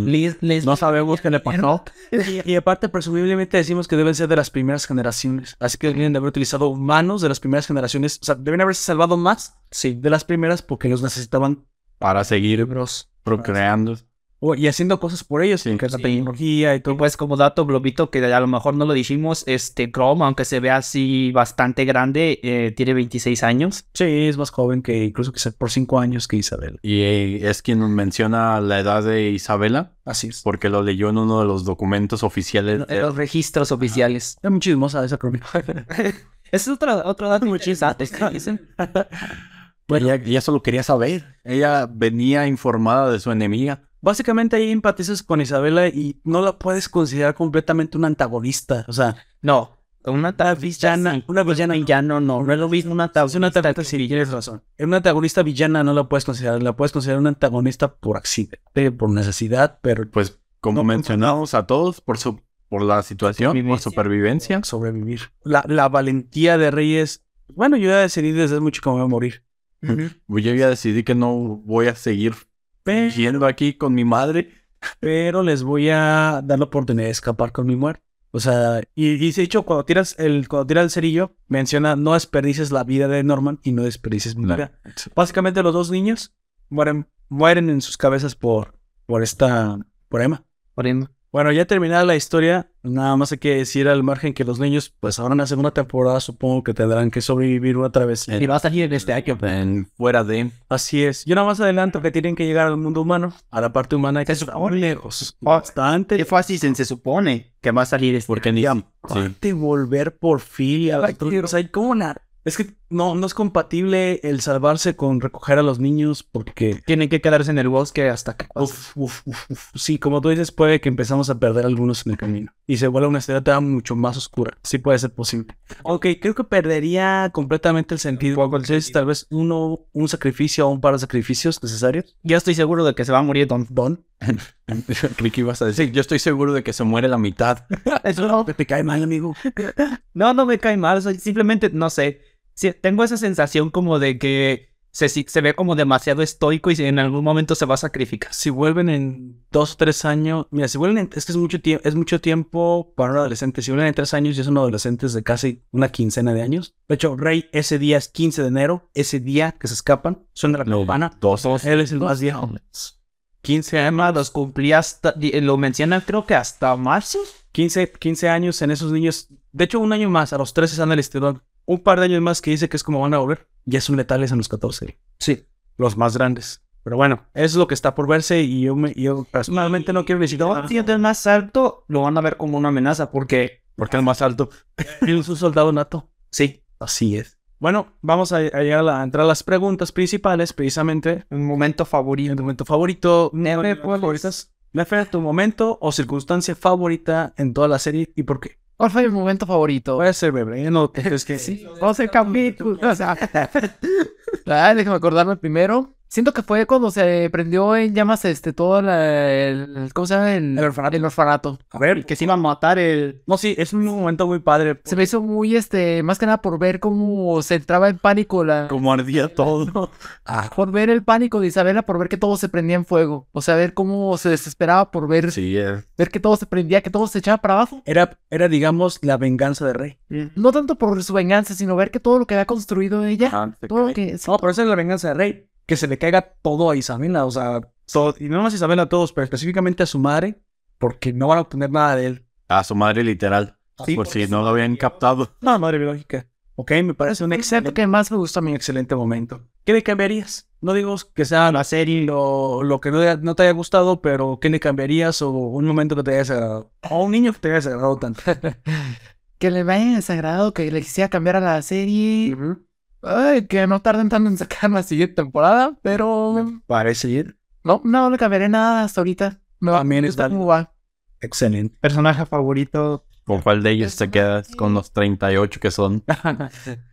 Liz, Liz,
No sabemos qué le pasó. Y, y aparte, presumiblemente decimos que deben ser de las primeras generaciones. Así que deben de haber utilizado humanos de las primeras generaciones. O sea, deben haberse salvado más sí. de las primeras porque los necesitaban
Para seguir
libros
procreando.
o- y haciendo cosas por ellos.
Sí.
que es la tecnología y
Y
todo.
pues como dato globito que a lo mejor no lo dijimos, este Chrome, aunque se vea así bastante grande, eh, tiene 26 años.
Sí, es más joven que incluso que por cinco años que Isabel.
Y eh, es quien menciona la edad de Isabela,
Así es.
porque lo leyó en uno de los documentos oficiales.
En los registros oficiales.
Es muy chismosa esa crónica.
Es otro, otro dato muy interesante. dicen.
ella, ella solo quería saber. Ella venía informada de su enemiga.
básicamente ahí empatizas con Isabela y no la puedes considerar completamente una antagonista. O sea,
No, una tablista
villana, una villana
villano no, no es lo mismo una
Es una
tablista.
antagonista, sí, tienes razón. Es una antagonista villana, no la puedes considerar. La puedes considerar una antagonista por accidente, por necesidad, pero
Pues como
No,
mencionamos a todos por su por la situación, por supervivencia.
sobrevivir. La, la valentía de Reyes. Bueno, yo ya decidí desde hace mucho que me voy a morir.
Pues Yo ya decidí que no voy a seguir
Pe-
yendo aquí con mi madre.
pero les voy a dar la oportunidad de escapar con mi muerte. O sea, y, y de hecho, cuando tiras el, cuando tiras el cerillo, menciona no desperdices la vida de Norman y no desperdices mi vida. Básicamente los dos niños mueren, mueren en sus cabezas por, por esta, por Emma. Bueno, ya terminada la historia, nada más hay que decir al margen que los niños, pues ahora en la segunda temporada supongo que tendrán que sobrevivir una travesía.
Y va a salir en este año.
En- fuera de
Así es. Yo nada más adelanto que tienen que llegar al mundo humano, a la parte humana. Que está muy lejos.
Oh,
Bastante.
Qué fácil se se supone que va a salir este.
porque ni sí.
Aparte, volver por fin a la O sea, ¿cómo na- Es que no, no es compatible el salvarse con recoger a los niños porque...
Tienen que quedarse en el bosque hasta que pase.
Uf, uf, uf, uf. Sí, como tú dices, puede que empezamos a perder algunos en el camino. Y se vuelve una estrella mucho más oscura. Sí puede ser posible. Ok, creo que perdería completamente el sentido. Entonces, tal vez uno, un sacrificio o un par de sacrificios necesarios.
Yo estoy seguro de que se va a morir Don Don.
Ricky vas a decir, yo estoy seguro de que se muere la mitad.
Te cae mal, amigo.
No, no me cae mal, o sea, simplemente no sé. Sí, tengo esa sensación como de que se, si- se ve como demasiado estoico y si en algún momento se va a sacrificar.
si vuelven en dos, tres años, mira, si vuelven en, es que es mucho tiempo, es mucho tiempo para un adolescente. Si vuelven en tres años, ya son adolescentes de casi una quincena de años. De hecho, Rey ese día es 15 de enero, ese día que se escapan, suena la campana.
Dos.
Él es el más viejo.
15 años, los cumplía hasta, di- lo mencionan creo que hasta marzo.
15, 15 años en esos niños. De hecho, un año más, a los 13 están el estirón. Un par de años más que dice que es como van a volver. Ya son letales a los 14. Sí. Los más grandes. Pero bueno, eso es lo que está por verse y yo, me, yo personalmente no quiero "Oh, decir nada.
Pues Si es más alto, lo van a ver como una amenaza porque
Porque el más alto.
Él es un soldado nato.
sí,
Así es. Bueno, vamos a, a llegar a, la- a entrar a las preguntas principales, precisamente.
un momento favorito.
El momento favorito,
Nefe,
tus
¿cuál
favoritas. Nefe, tu momento o circunstancia favorita en toda la serie y por qué.
¿Cuál fue mi momento favorito?
Puede ser, bebé. ¿eh? No, es que sí.
No sé, capítulo. O sea, Ay, déjame acordarme primero. Siento que fue cuando se prendió en llamas este todo la- el, ¿cómo se llama? El,
El orfanato.
el orfanato.
A ver,
Que se iba a matar el.
no, sí, es un momento muy padre.
Se me hizo muy este, más que nada por ver cómo se entraba en pánico la,
Como ardía todo.
Ah,
por ver el pánico de Isabela, por ver que todo se prendía en fuego. O sea, ver cómo se desesperaba por ver,
Sí, eh.
ver que todo se prendía, que todo se echaba para abajo.
Era, era, digamos, la venganza de Rey.
No tanto por su venganza, sino ver que todo lo que había construido ella, todo lo que
Ah, No, pero esa es la venganza de Rey. Que se le caiga todo a Isabela, o sea, todo, y no más Isabela a todos, pero específicamente a su madre, porque no van a obtener nada de él.
A su madre literal.
Sí,
por si no lo habían captado.
No, madre biológica. Ok, me parece
Ah,
un
lo
excelente,
que más me gustó a
un
mí.
excelente momento. ¿Qué le cambiarías? No digo que sea la serie lo, lo que no, te- no te haya gustado, pero ¿qué le cambiarías? O un momento que te haya desagradado. O un niño que te haya desagradado tanto.
Que le vaya desagradado, que le quisiera cambiar a la serie. Ay, que no tarden tanto en sacar la siguiente temporada, pero
Parece ir.
no, no le cambiaré nada hasta ahorita. Me va a
También es
gustar
válido.
cómo va.
Excelente.
Personaje favorito.
¿Con cuál de ellos te quedas? Con los 38 que son.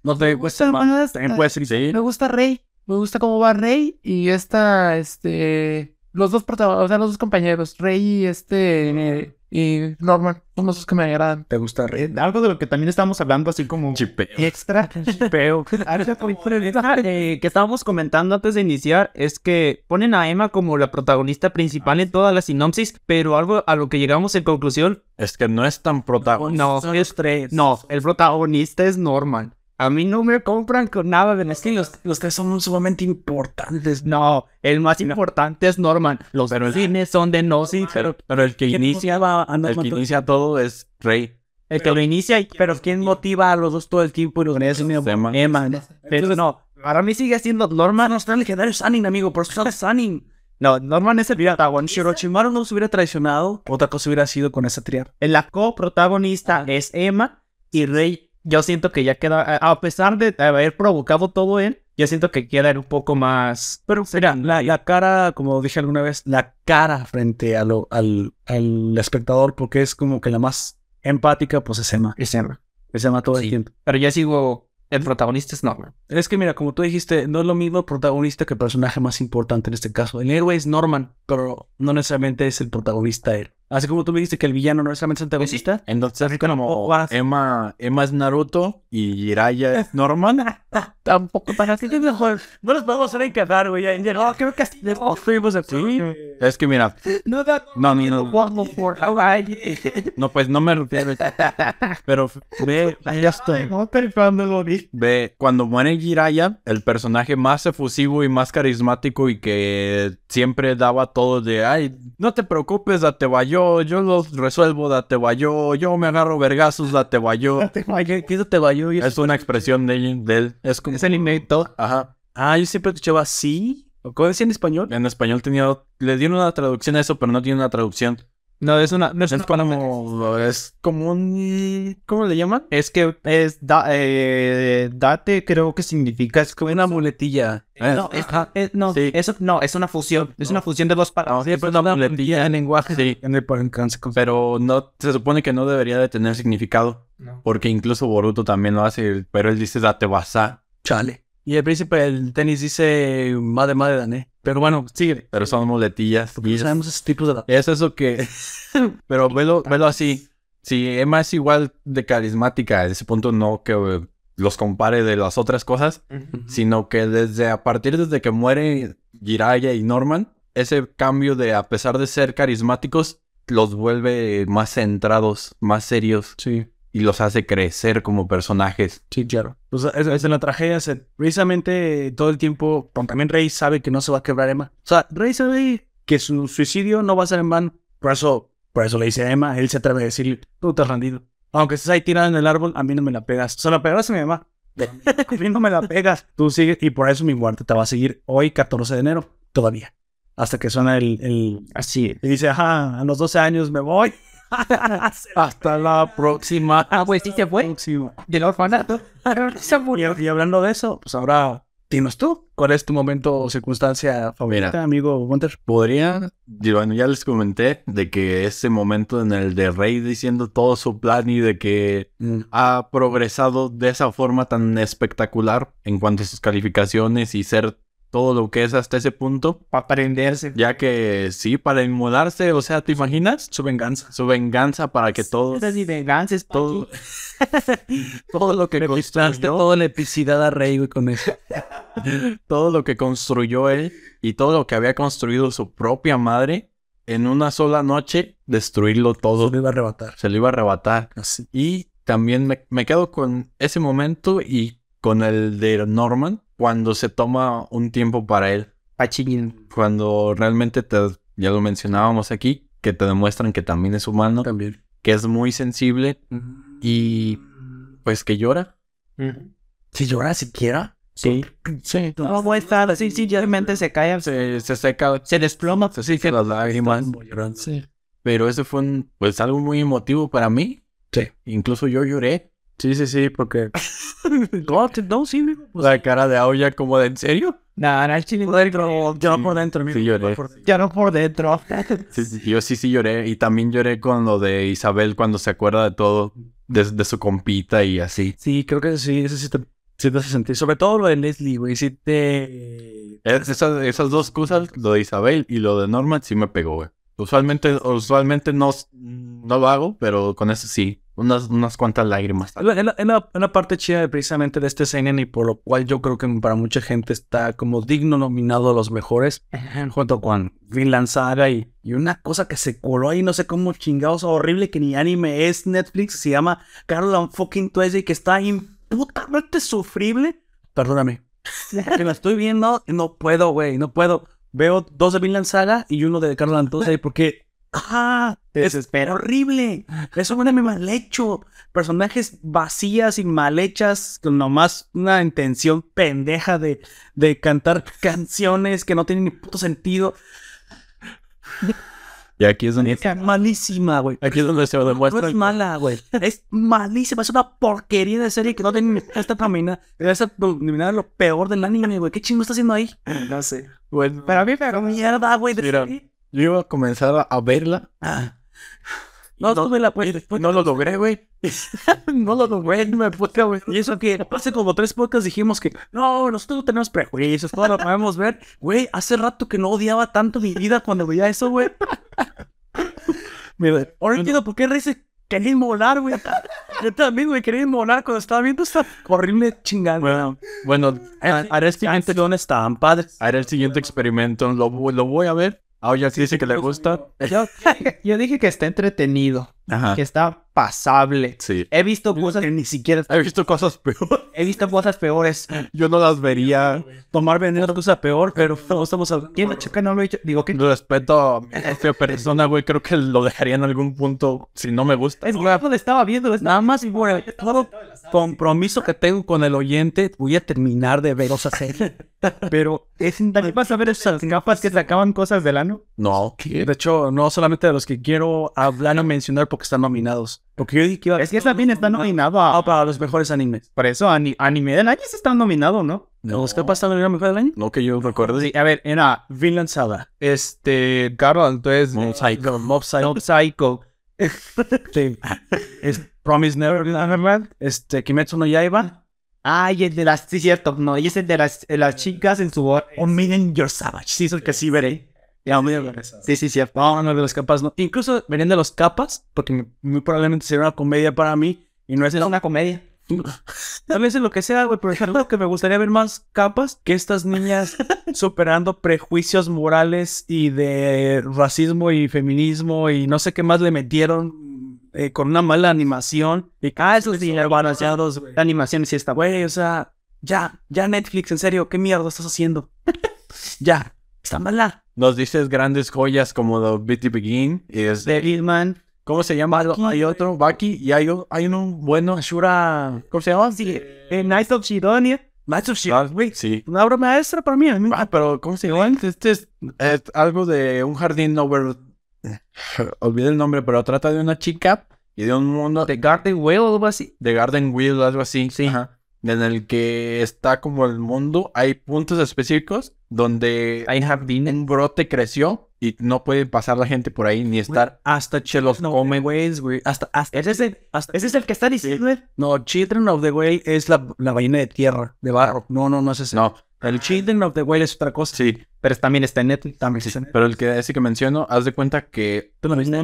No te
Me gusta
cuesta más.
más,
También puede ser.
Sí.
Pues, Me gusta Rey. Me gusta cómo va Rey y esta, este, los dos protagonistas, o sea, los dos compañeros, Rey y este, y Norman, son los dos que me agradan.
Te gusta Rey.
eh, algo de lo que también estamos hablando, así como.
Chipeo.
Extra.
Pero eh, que estábamos comentando antes de iniciar es que ponen a Emma como la protagonista principal en toda la sinopsis, pero algo a lo que llegamos en conclusión,
Es que no es tan protagonista.
no,
Son
es-
los tres.
no, el protagonista es Norman. A mí no me compran con nada de
Es que los, los tres son sumamente importantes.
No, el más importante es Norman. Los
Pero el-
cines son de no,
Sí, pero
Pero el que
¿quién
inicia,
motiva a
el que
Norman todo-
inicia todo es Rey.
el que lo inicia y
Pero ¿quién motiva a los dos todo el tiempo y los es
Emma.
Emma.
pero no, para mí sigue siendo
Norman
Norman.
no está legendario Sanning, amigo, por eso es Sanning.
No, Norman es el
Si
protagonista.
Orochimaru no se hubiera traicionado, otra cosa hubiera sido con esa triada.
La coprotagonista es Emma y Rey. Yo siento que ya queda, a a pesar de haber provocado todo él,
ya siento que quedan un poco más...
Pero mira, la, la cara, como dije alguna vez, la cara frente a lo- al, al espectador, porque es como que la más empática, pues es Emma. Es Emma todo el
Sí.
tiempo.
Pero ya sigo... El protagonista es Norman.
Es que mira, como tú dijiste, no es lo mismo protagonista que el personaje más importante en este caso. El héroe es Norman, pero no necesariamente es el protagonista él. Así como tú me dijiste que el villano no necesariamente es antagonista.
Entonces, como
Oh, vas.
Emma, Emma es Naruto y Jiraiya es Norman.
Tampoco para ti. mejor.
No nos podemos hacer encajar, güey. Ya, no, creo que así. fuimos aquí.
Es que mira,
Eh,
no, no, no, no,
One more.
pues no me refiero. Pero ve,
Ya estoy.
ve, cuando muere Jiraiya, el personaje más efusivo y más carismático y que siempre daba todo de, ay, no te preocupes, date yo, yo los resuelvo, date yo, yo me agarro vergazos, date yo.
Quítate, Bayo. y-
Es una expresión de, él- de él. Es como,
Es el invento.
ajá.
Ah, yo siempre escuchaba así. ¿O cómo decía en español?
En español tenía, le dieron una traducción a eso, pero no tiene una traducción.
No, es una... No es,
Es
una palabra.
como, es como un, ¿cómo le llaman?
Es que es... da- eh, date creo que significa... Es como
Una muletilla.
No, es, es- no,
Sí.
eso, no, es una fusión. Es una fusión de dos palabras.
es una muletilla de lenguaje. pues, Sí,
En el alcance con-
pero no, se supone que no debería de tener significado. Porque incluso Boruto también lo hace, pero él dice date basa.
Chale. Y el príncipe del tenis dice madre, madre, dané. Pero bueno, sigue.
Pero son muletillas. y
No
es-
sabemos esos tipos de datos.
Es eso que. Pero velo, velo así. Si Emma es igual de carismática, a ese punto no que eh, los compare de las otras cosas, sino que desde a partir desde que muere Jiraiya y Norman, ese cambio de a pesar de ser carismáticos, los vuelve más centrados, más serios
Sí.
y los hace crecer como personajes.
Sí, claro. O sea, es, es en la tragedia. se- precisamente todo el tiempo, pero también Rey sabe que no se va a quebrar Emma. O sea, Rey sabe que su suicidio no va a ser en vano. Por eso, por eso le dice a Emma, él se atreve a decirle, tú te has rendido. Aunque estés ahí tirada en el árbol, a mí no me la pegas. Se la pegas a mi mamá. a mí no me la pegas. Tú sigues y por eso mi muerte te va a seguir hoy, 14 de enero, todavía. Hasta que suena el... el-
Así es.
y dice, ajá, a los 12 años me voy.
Ah,
Hasta la próxima.
Ah,
pues,
güey, sí se fue.
Próximo.
Del orfanato. Se
Y, y hablando de eso, pues ahora dinos tú, ¿cuál es tu momento o circunstancia favorita,
Mira.
amigo Wonder?
Podría, y bueno, ya les comenté de que ese momento en el de Rey diciendo todo su plan y de que
Mm.
ha progresado de esa forma tan espectacular en cuanto a sus calificaciones y ser todo lo que es hasta ese punto.
Para prenderse.
Ya que sí, para inmolarse, o sea, ¿te imaginas? Su venganza. Su venganza para que todo,
Esas y venganzas,
todo, todo lo que construyó,
toda la epicidad a Rey, güey, con eso.
todo lo que construyó él y todo lo que había construido su propia madre, en una sola noche, destruirlo todo.
iba a arrebatar.
Se lo iba a arrebatar.
Así.
Y también me, me quedo con ese momento y con el de Norman cuando se toma un tiempo para él.
Pachín.
Cuando realmente te, ya lo mencionábamos aquí, que te demuestran que también es humano,
También.
que es muy sensible y
Mm.
pues que llora.
Si llora siquiera.
Sí.
Sí.
No, voy a estar. Sí, sí, realmente se cae. Se,
Se, se seca, se desploma, se seca las lágrimas. Sí. Pero eso fue un, pues algo muy emotivo para mí.
Sí.
Incluso yo lloré.
Sí, sí, sí, porque. no, te- no, sí, güey, pues,
La cara de Aoya como de, ¿en serio?
nah, nah, el chile.
llora por dentro, amigo.
Sí, lloré.
Por-
Ya no por dentro.
Sí, sí, yo sí, sí lloré. Y también lloré con lo de Isabel cuando se acuerda de todo, de, de su compita y así.
Sí, creo que sí, eso sí te, sí te hace sentir. Sobre todo lo de Leslie, güey, sí te.
Es- esas, esas dos cosas, lo de Isabel y lo de Norman, sí me pegó, güey. Usualmente, usualmente no, no lo hago, pero con eso sí. Unas, unas cuantas lágrimas.
Es la, es la- es la- es la parte chida de precisamente de este CNN y por lo cual yo creo que para mucha gente está como digno nominado a los mejores junto con Vinland Saga y, y una cosa que se coló ahí, no sé cómo chingados, horrible que ni anime es Netflix, se llama Carol and fucking Tuesday que está imputamente sufrible. Perdóname. que la estoy viendo y no puedo, güey, no puedo. Veo dos de Vinland Saga y uno de Carol and Tuesday porque... ¡Ah! Es horrible. Es un anime mal hecho personajes vacías y mal hechas, con nomás una intención pendeja de, de cantar canciones que no tienen ni puto sentido.
Y aquí es donde,
Es malísima, güey.
aquí es donde se
No
demuestra.
es mala, güey. Es malísima. Es una porquería de serie que no tiene esta camina. Esa nominada lo peor del anime, güey. ¿Qué chingo está haciendo ahí?
No sé.
Bueno,
Pero a mí me
Mierda, güey. de
Mira.
serie.
yo iba a comenzar a- a verla.
Ah. No, tuve la pues,
y No lo logré, güey. no lo logré, no me puse a ver.
Y eso que hace como tres podcasts dijimos que no, nosotros no tenemos prejuicios, todo lo podemos ver. Güey, hace rato que no odiaba tanto mi vida cuando veía eso, güey.
Mira,
Ahora entiendo por qué Reyes quería inmolar, güey. Yo también, güey, quería inmolar cuando estaba viendo esta horrible chingada.
bueno, bueno,
Ah, ahora es que antes dónde estaban, padres.
haré el siguiente experimento. Lo, vo- lo voy a ver. Ah, ya sí dice que le gusta.
Yo, yo dije que está entretenido,
Ajá.
que está pasable.
Sí.
He visto cosas que ni siquiera.
He visto cosas peor.
He visto cosas peores.
Yo no las vería.
Tomar veneno es cosa peor, pero no estamos hablando.
¿Quién me checa? No lo he hecho. Digo que.
Respeto a mi propia persona, güey. Creo que lo dejaría en algún punto si no me gusta.
Es lo que estaba viendo. es-
Nada más, güey, todo compromiso que tengo con el oyente, voy a terminar de ver esa serie. Pero es
También vas a ver esas gafas que sacaban cosas del ano.
No.
De hecho, no solamente de los que quiero hablar o mencionar porque están nominados. Porque yo dije que iba a...
Es que también está nominado a.
Ah, para los mejores animes.
Por eso, ani- anime del año sí está nominado, ¿no?
No. ¿Los que pasan nominado mejor del año?
No que yo recuerde.
Sí, a ver, era
Vinland Saga.
este. Carol, entonces.
Mob Psycho.
Mob Psycho.
Mob Psycho.
Sí. Es Promise Neverland. Este, Kimetsu no Yaiba.
Ay, el de las. Sí, cierto. No, y es el de las, de las chicas en su.
O Eh, Million Your Savage. Sí, es el que sí veré. Ya, muy bien.
Sí, sí, cierto.
No, no, de los capas no. Incluso venían de los capas, porque me- muy probablemente sería una comedia para mí. Y no es
Es una comedia.
También sé lo que sea, güey, pero es algo que me gustaría ver más capas que estas niñas superando prejuicios morales y de racismo y feminismo y no sé qué más le metieron eh, con una mala animación. Y ah, esos niños balanceados, güey.
La animación sí está buena.
Güey, o sea, ya, ya Netflix, en serio, ¿qué mierda estás haciendo? ya, está mala.
Nos dices grandes joyas como The Beauty Begin. Y es
The Hitman.
¿Cómo se llama? Hay otro, Baki. Y hay, o- hay uno bueno, Ashura. ¿Cómo se llama?
Sí, eh, Night of Shidonia.
Macho shit,
Ah,
güey.
Sí.
Una obra maestra para mí. a mí-
Ah, pero ¿cómo se llama? Este es eh, algo de un jardín over. Olvidé el nombre, pero trata de una chica y de un mundo
The Garden Whale o algo así.
de Garden Wheel, algo así. Sí. En el que está como el mundo. Hay puntos específicos donde
I have been
un brote creció y no puede pasar la gente por ahí ni estar.
Hasta
Se los
no,
come, güey.
Waves, güey. Hasta, hasta,
Ese es el,
hasta-
ese es el que está diciendo. él.
No, Children of the Whale es la, la ballena de tierra, de barro. No, no, no es ese.
No,
El Children of the Whale es otra cosa.
sí.
Pero también está en Netflix.
También es ese.
Pero el que ese que menciono, haz de cuenta que
¿Tú no viste?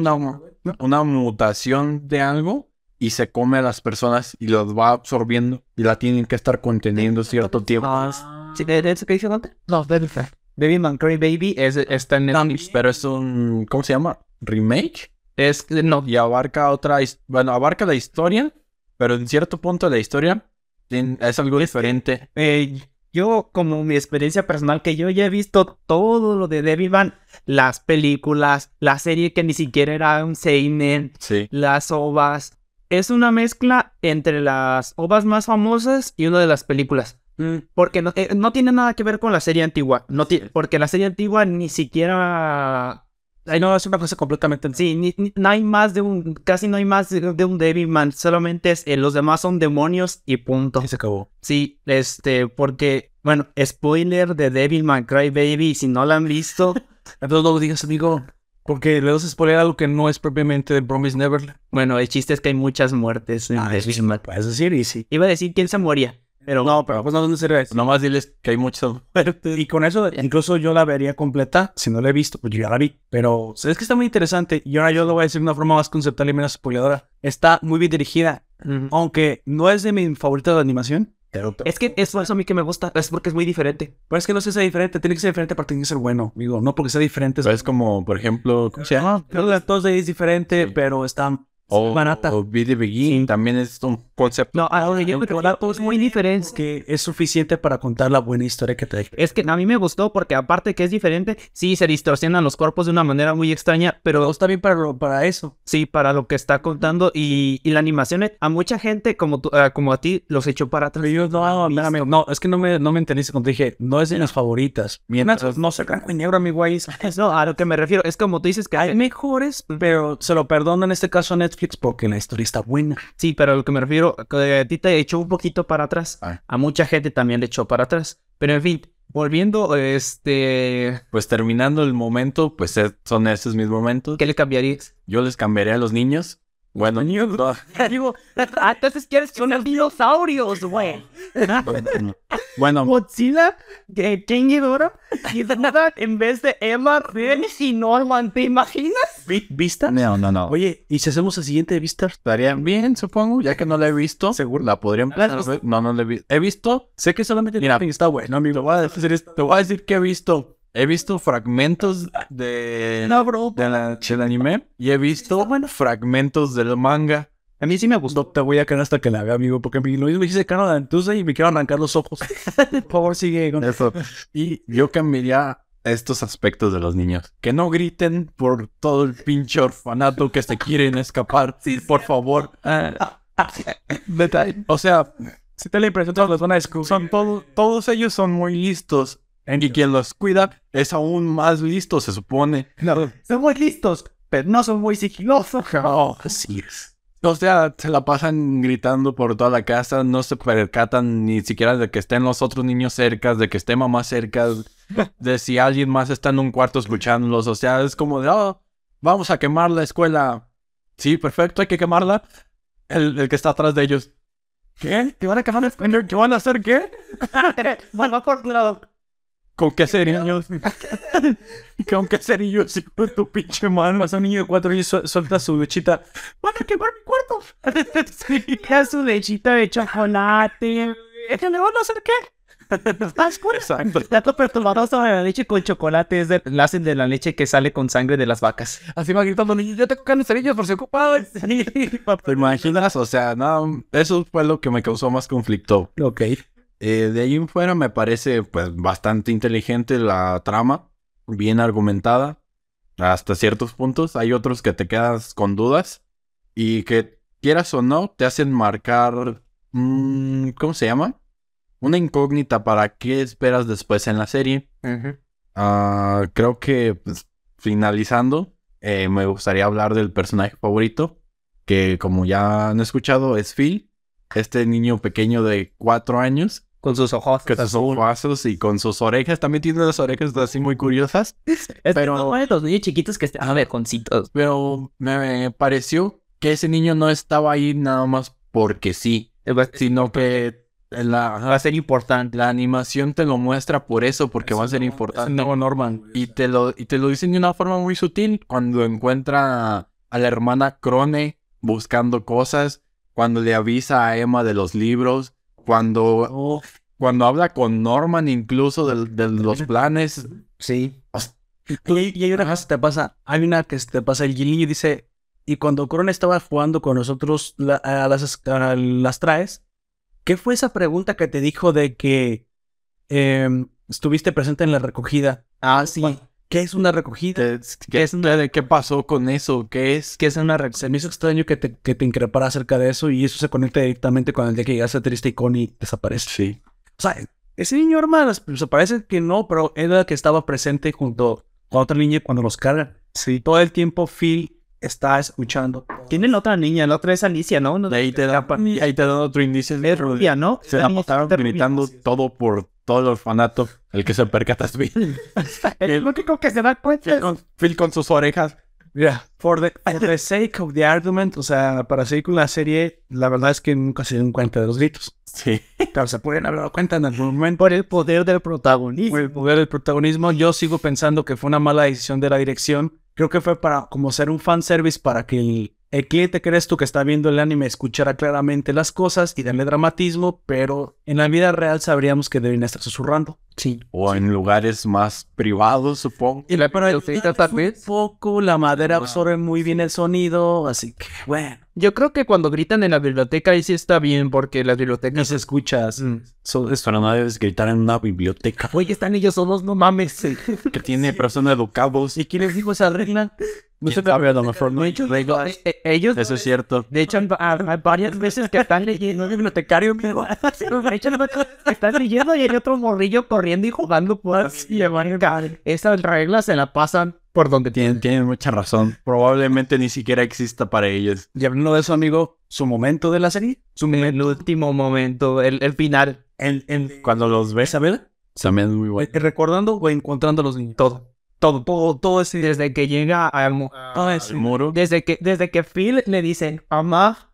una mutación de algo y se come a las personas y las va absorbiendo y la tienen que estar conteniendo cierto tiempo.
No, es- Ah, sí, ¿de- de ¿Eso que dice Dante?
No, Delta.
Baby Man Cry Baby es, está en Netflix.
Pero es un, ¿cómo se llama? Remake.
Es, no,
Y abarca otra, his- bueno, abarca la historia, pero en cierto punto de la historia tien- es algo diferente.
eh, yo, como mi experiencia personal, que yo ya he visto todo lo de Baby Man, las películas, la serie que ni siquiera era un Seinen,
Sí.
las ovas. Es una mezcla entre las ovas más famosas y una de las películas.
Mm.
Porque no, eh, no tiene nada que ver con la serie antigua. No ti- porque la serie antigua ni siquiera.
Ay, no, es una cosa completamente en sí.
Sí, ni- ni- no hay más de un. Casi no hay más de, de un Devilman. Solamente es, eh, los demás son demonios y punto.
Y se acabó.
Sí, este, porque. Bueno, spoiler de Devilman Crybaby. Si no la han visto,
Entonces no lo digas, amigo, porque le das a spoiler algo que no es propiamente de Promise Neverland.
bueno, el chiste es que hay muchas muertes en
Ah,
Devilman.
Puedes decir, y sí.
Iba a decir quién se moría. Pero
No, pero pues no, no sería eso.
Nomás diles que hay mucho.
Y con eso, incluso yo la vería completa. Si no la he visto, pues yo ya la vi. Pero o sea, es que está muy interesante. Y ahora yo lo voy a decir de una forma más conceptual y menos spoiladora. Está muy bien dirigida.
Ujú.
Aunque no es de mi favorita de animación. Pero,
Es que es por eso a mí que me gusta, es porque es muy diferente.
pero es que no sé si es diferente. Tiene que ser diferente para tener que ser bueno, amigo. No porque sea diferente. Ah,
Es como, por ejemplo, ¿cómo se llama?
Creo que la tos de ahí es diferente,
Sí. Oh,
pero está
O,
barata.
o Be the Begin también es un concepto.
No, a donde yo
Aunque
creo
la
que es muy diferente.
que es suficiente para contar la buena historia que te dejé.
Es que a mí me gustó porque aparte que es diferente, sí se distorsionan los cuerpos de una manera muy extraña, pero
Está bien para, lo- para eso.
sí para lo que está contando y, y la animación eh, a mucha gente como tú- ah, como a ti los echó para atrás.
Pero yo no, no, amigo, no, es que no me, no me entendiste cuando dije, no es de mis favoritas.
Mientras-
no sé, blanco y negro, amigo, ahí es-
No, a lo que me refiero es como tú dices que
Hay mejores, pero se lo perdono en este caso a Netflix porque la historia está buena.
sí, pero a lo que me refiero que a ti te echó un poquito para atrás.
Ah.
A mucha gente también le echó para atrás. Pero en fin, volviendo este
Pues terminando el momento, pues es- son esos mis momentos.
¿qué le cambiarías?
Yo les cambiaría a los niños. Bueno, no,
Digo, ah, entonces quieres que son dinosaurios, güey.
bueno,
Godzilla, de King Ghidorah, Ghidorah en vez de Emma, Ren y Norman, ¿te imaginas?
¿Vista?
no, no, no.
Oye, ¿y si hacemos el siguiente de Vista?
Estaría bien, supongo, ya que no la he visto. Seguro. La podría empezar a
has
ver. No, no la he visto. He visto,
Sé que solamente
Mira.
Netflix está bueno, amigo. Voy a decir esto.
te voy a decir que he visto. He visto fragmentos de,
bro.
de la- del anime y he visto fragmentos del manga.
A mí sí me gustó.
No te voy a quedar hasta que la vea, amigo, porque mi- lo mismo hice Cano de Antusa y me quiero arrancar los ojos. Por favor, sigue. Con...
Eso. Y yo cambiaría estos aspectos de los niños. Que no griten por todo el pinche orfanato que se quieren escapar. por favor. O sea, si te la impresión, todos los van a descubrir. Son todo- todos ellos son muy listos. Y quien los cuida es aún más listo, se supone.
Son muy listos, pero no son muy sigilosos.
Así es.
O sea, se la pasan gritando por toda la casa, no se percatan ni siquiera de que estén los otros niños cerca, de que esté mamá cerca, de si alguien más está en un cuarto escuchándolos. O sea, es como de, oh, vamos a quemar la escuela. Sí, perfecto, hay que quemarla. El, el que está atrás de ellos. ¿Qué? ¿Te van a quemar la escuela? ¿Qué van a hacer qué?
bueno, por un lado.
¿Con qué cerillos? ¿Con qué cerillos? hijo de tu pinche mano.
Pasa un niño de cuatro años, su- suelta su duchita.
Van a quemar mi cuarto. Era su lechita de chocolate. Es que le van a hacer qué? Las
Exacto.
Dato perturbador sobre la leche con chocolate es del la hacen de la leche que sale con sangre de las vacas.
Así va gritando, niño, yo tengo canesterillos por si ocupado.
¿Te imaginas? O sea, no, eso fue lo que me causó más conflicto.
Ok.
Eh, de ahí en fuera me parece pues bastante inteligente la trama, bien argumentada hasta ciertos puntos. Hay otros que te quedas con dudas y que quieras o no te hacen marcar, mm, ¿cómo se llama? Una incógnita para qué esperas después en la serie. Ah, creo que pues, finalizando eh, me gustaría hablar del personaje favorito que como ya han escuchado es Phil, este niño pequeño de cuatro años
Con sus ojos.
que sus ojazos y con sus orejas. También tiene las orejas así muy curiosas.
pero no ponen los niños chiquitos que están avergoncitos.
Pero me pareció que ese niño no estaba ahí nada más porque sí, sino que
Va a
la,
ser importante.
la animación te lo muestra por eso, porque va a ser importante.
No, Norman.
Y te, lo, y te lo dicen de una forma muy sutil cuando encuentra a la hermana Crone buscando cosas, cuando le avisa a Emma de los libros, cuando,
Oh,
cuando habla con Norman incluso del- de los planes.
Sí.
Y, y hay una cosa que te pasa, hay una que te pasa, el Gilillo dice, y cuando Corona estaba jugando con nosotros la- a las, a las traes, ¿qué fue esa pregunta que te dijo de que em, estuviste presente en la recogida?
Ah, sí.
¿Qué es una recogida?
¿Qué, qué, de qué pasó con eso? ¿Qué es?
Que es una reacción.
Se me hizo extraño que te, que te increpara acerca de eso y eso se conecta directamente con el día que llegaste a Triste y Connie desaparece.
Sí.
O sea, ese niño hermano, se parece que no, pero era el que estaba presente junto a otra niña cuando los cargan. Sí. Todo el tiempo Phil está escuchando.
Tienen la otra niña, la otra es Alicia, ¿no? No-
De ahí te da, y ahí te dan otro indicio.
Es rubia, ¿no?
Se la pasaron gritando todo por todo el orfanato. El que se percata es Phil.
El único que se da cuenta es-
Phil con sus orejas.
Mira, for the, for the sake of the argument, o sea, para seguir con la serie, la verdad es que nunca se dieron cuenta de los gritos.
Sí.
Claro, se pueden haber dado cuenta en algún momento.
por el poder del protagonista.
Por el poder del protagonismo, yo sigo pensando que fue una mala decisión de la dirección. Creo que fue para como ser un fanservice para que el, El cliente crees tú que está viendo el anime escuchará claramente las cosas y darle dramatismo, pero en la vida real sabríamos que deben estar susurrando.
Sí. O en lugares más privados, supongo.
Y la pero el-
Ahorita tal vez.
un poco, la madera absorbe muy bien el sonido, así que bueno.
Yo creo que cuando gritan en la biblioteca ahí sí está bien porque las
Y
bibliotecas...
se escuchas.
Pero no debes gritar en una biblioteca
Oye, están ellos solos, no mames.
que tiene personas educados.
¿Y quién les dijo esa regla? No se sabe, a lo mejor no he hecho reglas.
Eh, ellos...
Eso es cierto.
De hecho, han- ah, hay varias veces que están leyendo el bibliotecario, "Ah, amigo. De hecho, están leyendo y hay otro morrillo corriendo y jugando por así. Esas reglas se la pasan por donde
Tienen, tienen mucha razón. Probablemente ni siquiera exista para ellos.
Y hablando de eso, amigo, su momento de la serie.
su el último momento, el, el final.
En, en,
Cuando los ves,
Isabel,
también es muy bueno.
recordando o encontrando a los niños.
Todo. Todo, todo, todo ese. Desde que llega al mu-
Ah, sí.
El muro.
Desde que, desde que Phil le dicen, mamá.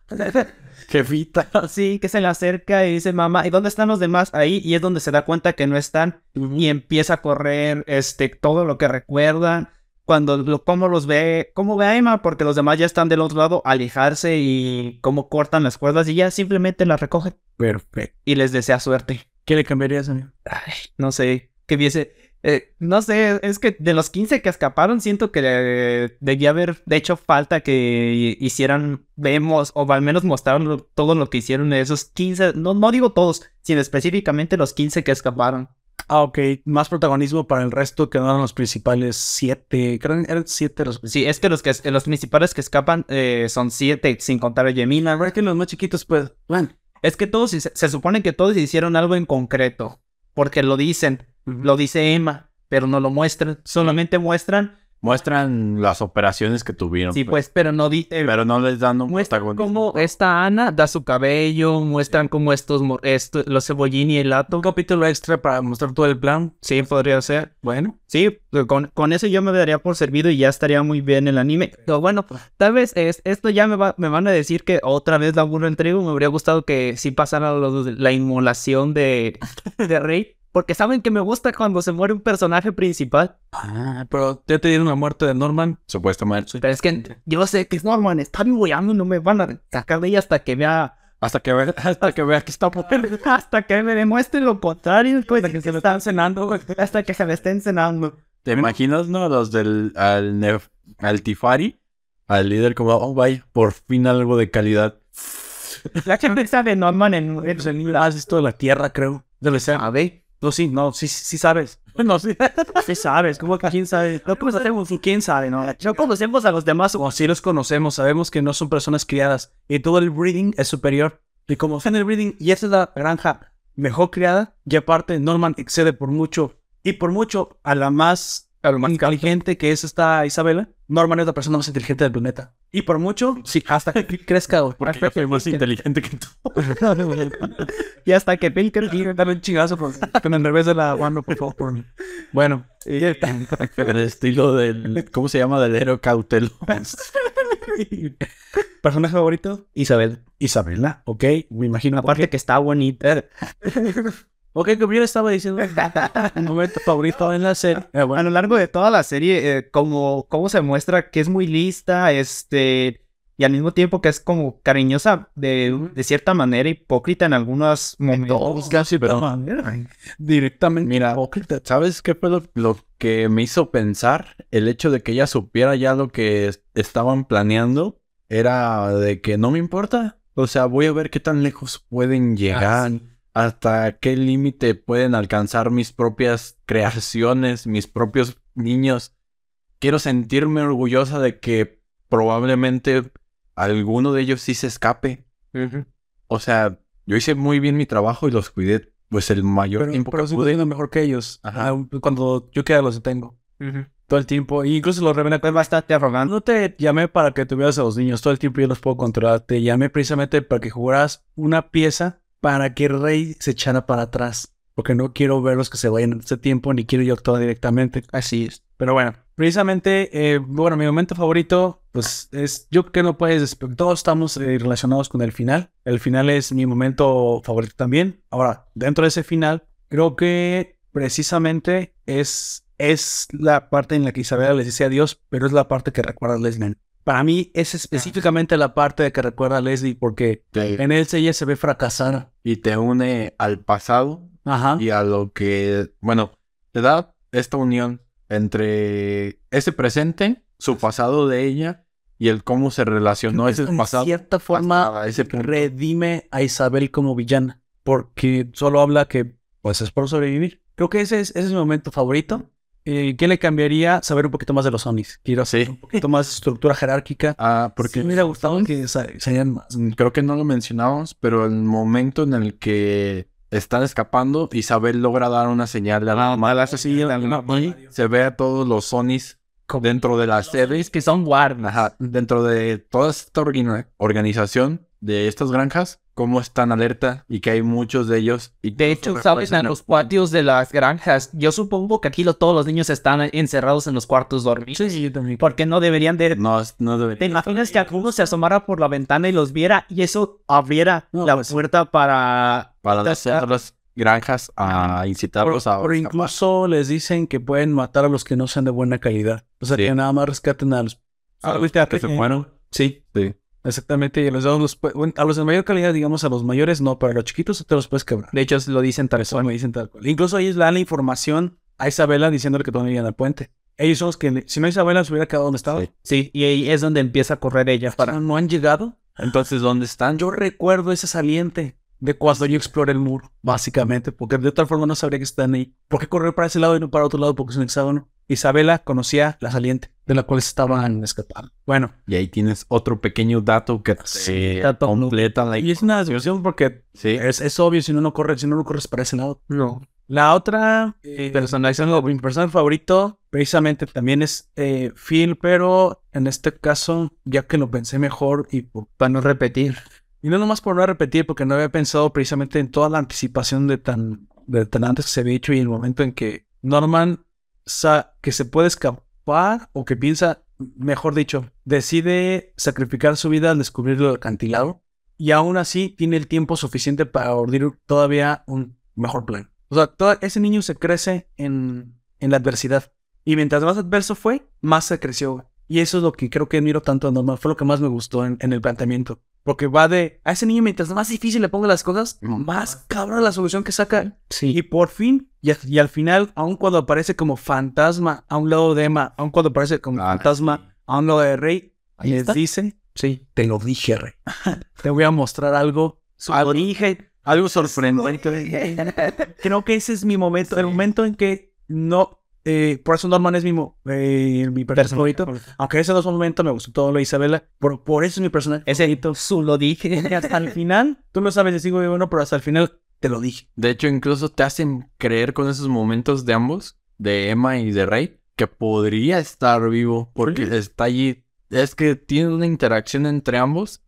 Jefita.
Así que se le acerca y dice, mamá, ¿y dónde están los demás? Ahí, y es donde se da cuenta que no están. Y empieza a correr este, todo lo que recuerdan. Cuando lo, cómo los ve, cómo ve a Emma, porque los demás ya están del otro lado, alejarse y cómo cortan las cuerdas y ya simplemente las recoge
Perfecto.
y les desea suerte.
¿Qué le cambiarías, amigo?
Ay, no sé, que viese. eh, no sé, es que de los 15 que escaparon, siento que eh, debía haber de hecho falta que hicieran, vemos, o al menos mostraron lo- todo lo que hicieron esos 15, no, no digo todos, sino específicamente los 15 que escaparon.
Ah, ok. Más protagonismo para el resto quedaron los principales siete. Creo que eran siete los principales.
Sí, es que los, que, los principales que escapan eh, son 7, sin contar a Yemina.
que los más chiquitos, pues, bueno.
Es que todos, hice- se supone que todos hicieron algo en concreto, porque lo dicen, lo dice Emma, pero no lo muestran, solamente muestran,
Muestran las operaciones que tuvieron.
sí, pues, pero no di, eh,
Pero no les dan un
Muestran
protagonismo.
cómo esta Ana da su cabello, muestran cómo estos, mor- esto- los cebollín y el
Un
lato.
capítulo extra para mostrar todo el plan.
Sí, podría ser.
Bueno.
Sí, con, con eso yo me daría por servido y ya estaría muy bien el anime. Pero bueno, tal vez es, esto ya me, va- me van a decir que otra vez la burla en trigo. Me habría gustado que sí pasara lo de la inmolación de, de Rey. Porque saben que me gusta cuando se muere un personaje principal.
Ah, pero ya te dieron la muerte de Norman.
Supuestamente.
Pero es que yo sé que Norman está vivoyando, no me van a sacar de ella hasta que vea
Hasta que ver, hasta que vea que está por-
Hasta que me demuestren lo contrario, pues, que, se lo están cenando, Hasta que se me estén cenando.
¿Te imaginas, no? Los del al, Nef- al Tifari, al líder como, oh, vaya, por fin algo de calidad.
La chaviza de Norman en
Pues el libro- Ah, es esto de la tierra, creo. De la escena.
A ver.
No, sí, no, sí, sí sí sabes. No, sí. Sí sabes. ¿Cómo que quién sabe? No conocemos. ¿Quién sabe, no?
No conocemos a los demás.
Como si los conocemos, sabemos que no son personas criadas. Y todo el breeding es superior. Y como está en el breeding, y esa es la granja mejor criada. Y aparte, Norman excede por mucho. Y por mucho a la más
A lo más
inteligente que es esta Isabela, Norman es la persona más inteligente del planeta. Y por mucho, sí, hasta que crezca, güey.
Porque yo soy más inteligente que tú.
Y hasta que Pilker diga,
Dame un chingazo por, con el revés de la mano, por favor. por mí. Bueno,
El estilo del, ¿cómo se llama? Del héroe cautelo.
personaje favorito,
Isabel.
Isabela, ok, me imagino.
Aparte que está bonita.
Ok, como yo le estaba diciendo, el momento favorito en la serie. Eh,
A
bueno,
lo largo de toda la serie, eh, como, como se muestra que es muy lista, este, y al mismo tiempo que es como cariñosa, de, de cierta manera, hipócrita en algunos momentos.
casi, pero
directamente.
mira, ¿sabes qué fue lo, lo que me hizo pensar? El hecho de que ella supiera ya lo que es- estaban planeando era de que no me importa. O sea, voy a ver qué tan lejos pueden llegar. hasta qué límite pueden alcanzar mis propias creaciones, mis propios niños. Quiero sentirme orgullosa de que probablemente alguno de ellos sí se escape. O sea, yo hice muy bien mi trabajo y los cuidé pues el mayor
Pero,
tiempo
pero
que
sigo
pude.
siendo mejor que ellos.
Ajá.
Ah, Cuando yo queda los detengo. Todo el tiempo. E incluso los revela
Es bastante arrogante.
No te llamé para que tuvieras a los niños todo el tiempo, yo los puedo controlar. Te llamé precisamente para que jugaras una pieza para que Rey se echara para atrás. Porque no quiero verlos que se vayan en este tiempo, ni quiero yo actuar directamente.
Así es.
Pero bueno, precisamente, eh, bueno, mi momento favorito, pues es, yo creo que no puedes, despe- todos estamos eh, relacionados con el final. El final es mi momento favorito también. Ahora, dentro de ese final, creo que precisamente es, es la parte en la que Isabela les dice adiós, pero es la parte que recuerda a Leslie. Para mí es específicamente la parte que recuerda a Leslie porque
Te-
en él se- ella se ve fracasar.
y te une al pasado
Ajá.
y a lo que, bueno, te da esta unión entre ese presente, su pasado de ella y el cómo se relacionó ese
en
pasado
cierta forma
hasta ese punto.
redime a Isabel como villana porque solo habla que pues es por sobrevivir. Creo que ese es, ese es mi momento favorito. Eh, ¿Qué le cambiaría? Saber un poquito más de los Onis. Quiero
Sí.
saber un poquito más de estructura jerárquica.
Ah,
Porque
porque
me hubiera gustado que sa- salieran más.
Mm, creo que no lo mencionamos, pero el momento en el que están escapando, Isabel logra dar una señal de alarma.
Ah,
sí,
Al- y se ve a todos los Sonis dentro de la sede.
que son guardas.
Ajá, dentro de toda esta orgina- organización de estas granjas, cómo están alerta y que hay muchos de ellos. Y
De hecho, sabes, en los patios de las granjas, yo supongo que aquí lo- todos los niños están encerrados en los cuartos dormidos. Sí, yo también. Porque no deberían de...
No, no debería.
¿Te imaginas que alguno se asomara por la ventana y los viera y eso abriera
No,
la
pues-
puerta para...
Para hacer las granjas a incitarlos a.
Pero incluso les dicen que pueden matar a los que no sean de buena calidad. O sea,
Sí.
que nada más rescaten a los...
a-
Ahorita
que se
eh,
fueron. Sí, sí.
Exactamente. Y a los, a los- pues, bueno, a los de mayor calidad, digamos, a los mayores no, pero a los chiquitos te los puedes quebrar.
De hecho, lo dicen tal
Eso me dicen tal cual. Incluso ellos le dan la información a Isabela diciéndole que todavía en el puente. Ellos son los que... Si no, Isabela se hubiera quedado donde estaba.
Sí.
Sí, y ahí es donde empieza a correr ella para...
No, no han llegado.
Entonces, ¿dónde están?
Yo recuerdo ese saliente de cuando yo exploré el muro, básicamente, porque de otra forma no sabría que están ahí. ¿Por qué correr para ese lado y no para otro lado porque es un hexágono? Isabela conocía la saliente de la cual estaban escapando. Bueno,
Y ahí tienes otro pequeño dato que se
dato
completa la
y es una desviación porque
Sí.
es, es obvio si no, no corres, si no, no corres para ese lado.
No.
La otra eh, personalización, mi personaje favorito, precisamente también es eh, Phil, pero en este caso, ya que lo pensé mejor y por
Para no repetir.
Y no nomás por no repetir, porque no había pensado precisamente en toda la anticipación de tan, de tan antes que se había hecho y el momento en que Norman, sa que se puede escapar o que piensa, mejor dicho, decide sacrificar su vida al descubrir el acantilado y aún así tiene el tiempo suficiente para ordir todavía un mejor plan. O sea, todo, ese niño se crece en, en la adversidad. Y mientras más adverso fue, más se creció. güey. Y eso es lo que creo que admiro tanto a Norman. Fue lo que más me gustó en, en el planteamiento. Porque va de a ese niño, mientras más difícil le ponga las cosas, más cabrón la solución que saca. Sí. Y por fin, y, a- y al final, aun cuando aparece como fantasma a un lado de Emma, aun cuando aparece como
Ah,
fantasma a un lado de Rey, les dice: Sí, te lo dije, Rey. te voy a mostrar algo.
Algo-
origen.
Algo sorprendente.
Creo que ese es mi momento, el momento en que no. eh, por eso Norman es mi, mo- eh, mi personaje favorito. Aunque ese dos momentos me gustó todo lo de Isabela, pero por eso es mi personaje.
Ese su lo dije.
hasta el final, tú no sabes si sigo vivo o no, pero hasta el final te lo dije.
De hecho, incluso te hacen creer con esos momentos de ambos, de Emma y de Rey, que podría estar vivo porque está allí. Es que tiene una interacción entre ambos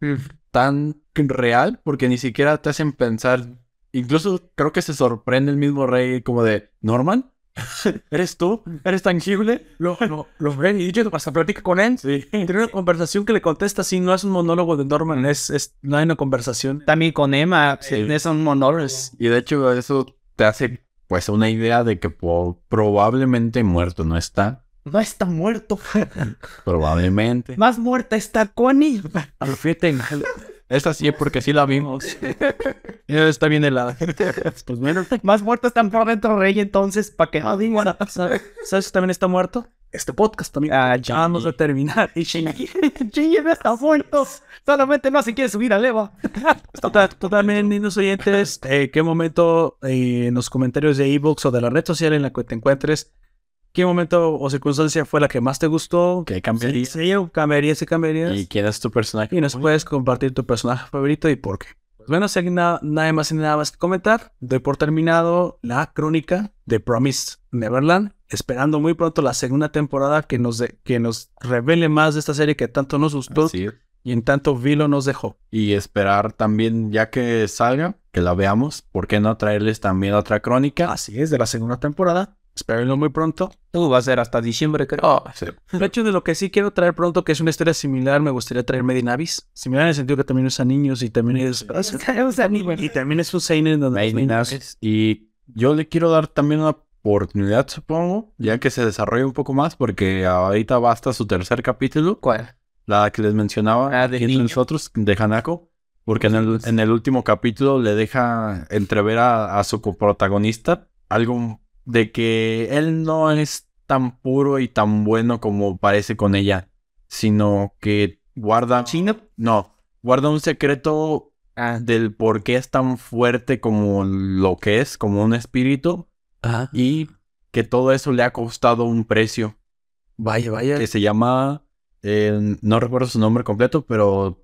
tan real porque ni siquiera te hacen pensar. Incluso creo que se sorprende el mismo Rey como de, ¿Norman? ¿Eres tú? ¿Eres tangible?
Lo, lo, lo ven y dicho, hasta platica con él. Tiene una conversación que le contesta así, no es un monólogo de Norman, es, es no hay una conversación.
También con Emma,
Eh.
son monólogos.
Y de hecho eso te hace pues una idea de que po- probablemente muerto no está.
No está muerto.
Probablemente.
Más muerta está Connie.
Esta sí, porque sí la vimos. Pues
Está bien helada.
Más muerta está Roberto Rey, entonces, ¿para qué?
¿Sabes quién también está muerto? Este podcast también. Ah, ya vamos a terminar. Y
Chille, no está muerto. Solamente no se quiere subir al Eva.
Total, Tota-, totalmente, niños oyentes. eh, ¿Qué momento eh, en los comentarios de ebooks o de la red social en la que te encuentres? ¿Qué momento o circunstancia fue la que más te gustó?
que
Sí,
cambiaría.
sí, o cambiarías y cambiarías.
¿Y
Y,
quién es tu personaje?
nos puedes compartir tu personaje favorito y por qué. Pues bueno, si hay nada, nada más y nada más que comentar, doy por terminado la crónica de Promise Neverland. Esperando muy pronto la segunda temporada que nos, de- que nos revele más de esta serie que tanto nos gustó
Así es.
y en tanto Vilo nos dejó.
Y esperar también, ya que salga, que la veamos. ¿Por qué no traerles también otra crónica?
Así es, de la segunda temporada. Espérenlo muy pronto.
Tú va a ser hasta diciembre, creo.
Ah, sí.
De hecho, de lo que sí quiero traer pronto, que es una historia similar, me gustaría traer Medinavis. Similar en el sentido que también usa niños y también es... Y también es un seinen donde... los
Made in
niños-
Us. Y yo le quiero dar también una oportunidad, supongo, ya que se desarrolle un poco más, porque ahorita va hasta su tercer capítulo.
¿Cuál?
la que les mencionaba,
Ah, de
que es
niño.
nosotros, de Hanako, porque en el, en el último capítulo le deja entrever a, a su coprotagonista algo de que él no es tan puro y tan bueno como parece con ella, sino que guarda...
Chino.
No, guarda un secreto
Ah.
del por qué es tan fuerte como lo que es, como un espíritu,
Ajá.
y que todo eso le ha costado un precio
Vaya, vaya.
que se llama, eh, no recuerdo su nombre completo, pero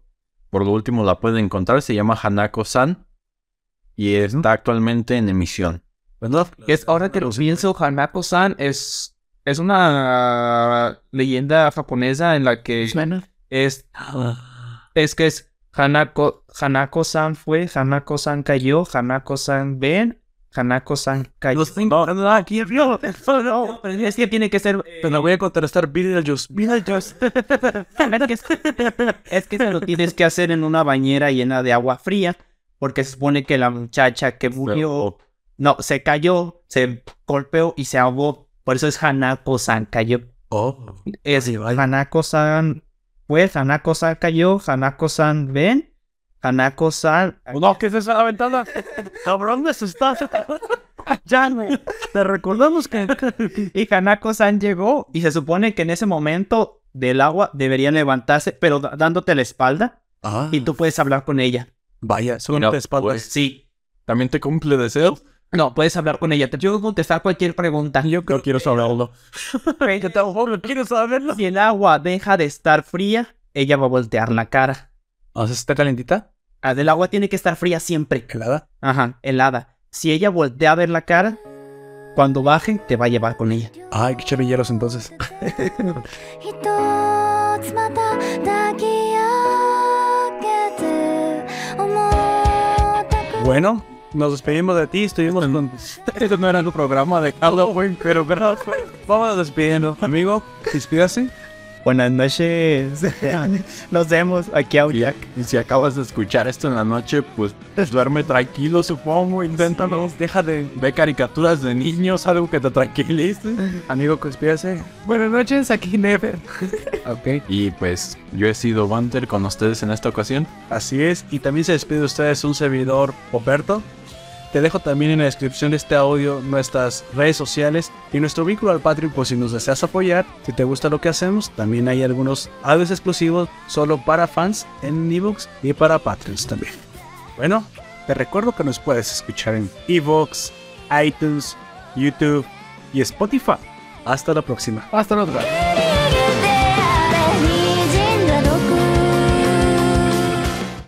por lo último la pueden encontrar, se llama Hanako-san y está actualmente en emisión.
¿Verdad?
Que es ahora que lo pienso, Hanako-san es, es una leyenda japonesa en la que
Suena.
es, es que es Hanako, Hanako-san fue, Hanako-san cayó, Hanako-san ven, Hanako-san cayó.
No, no, no, aquí
No, no, no, pero es que tiene que ser.
Pero la voy a contrastar Beetlejuice. Beetlejuice.
Es que se lo tienes que hacer en una bañera llena de agua fría, porque se supone que la muchacha que murió, no, se cayó, se golpeó y se ahogó. Por eso es Hanako-san cayó.
Oh.
Es Hanako-san fue, Hanako-san cayó, Hanako-san ven, Hanako-san.
No, ¿qué es esa la ventana? Cabrón, me asustaste. ya, güey. Te recordamos que.
Y Hanako-san llegó y se supone que en ese momento del agua deberían levantarse, pero da- dándote la espalda
Ah,
y tú puedes hablar con ella.
vaya, son
No,
de espaldas.
pues.
Sí.
¿También te cumple deseos?
No, puedes hablar con ella. Te puedo contestar cualquier pregunta.
pues, Yo creo
Quiero saberlo.
que tampoco quiero saberlo.
Si el agua deja de estar fría, ella va a voltear la cara.
¿Ah, ¿Está calentita?
Ah, El agua tiene que estar fría siempre.
¿Helada?
Ajá, helada. Si ella voltea a ver la cara, cuando baje, te va a llevar con ella.
Ay, qué chavilleros entonces.
ひとつまた抱き上げて思ったく
Bueno, nos despedimos de ti. Estuvimos con.
Este no era el programa de Halloween, pero gracias.
Vamos despidiendo. Amigo, despídase.
Buenas noches. Nos vemos aquí a
Ya, y si acabas de escuchar esto en la noche, pues duerme tranquilo, supongo, inténtalo.
Deja de.
Ve caricaturas de niños, algo que te tranquilice.
Amigo,
pues,
despídase.
Buenas noches, aquí Never.
Ok.
Y pues yo he sido Banter con ustedes en esta ocasión.
Así es, y también se despide de ustedes un servidor, Oberto. Te dejo también en la descripción de este audio nuestras redes sociales y nuestro vínculo al Patreon por si nos deseas apoyar. Si te gusta lo que hacemos, también hay algunos audios exclusivos solo para fans en ebooks y para Patreons también. Bueno, te recuerdo que nos puedes escuchar en ebooks, iTunes, YouTube y Spotify. Hasta la próxima.
Hasta la otra.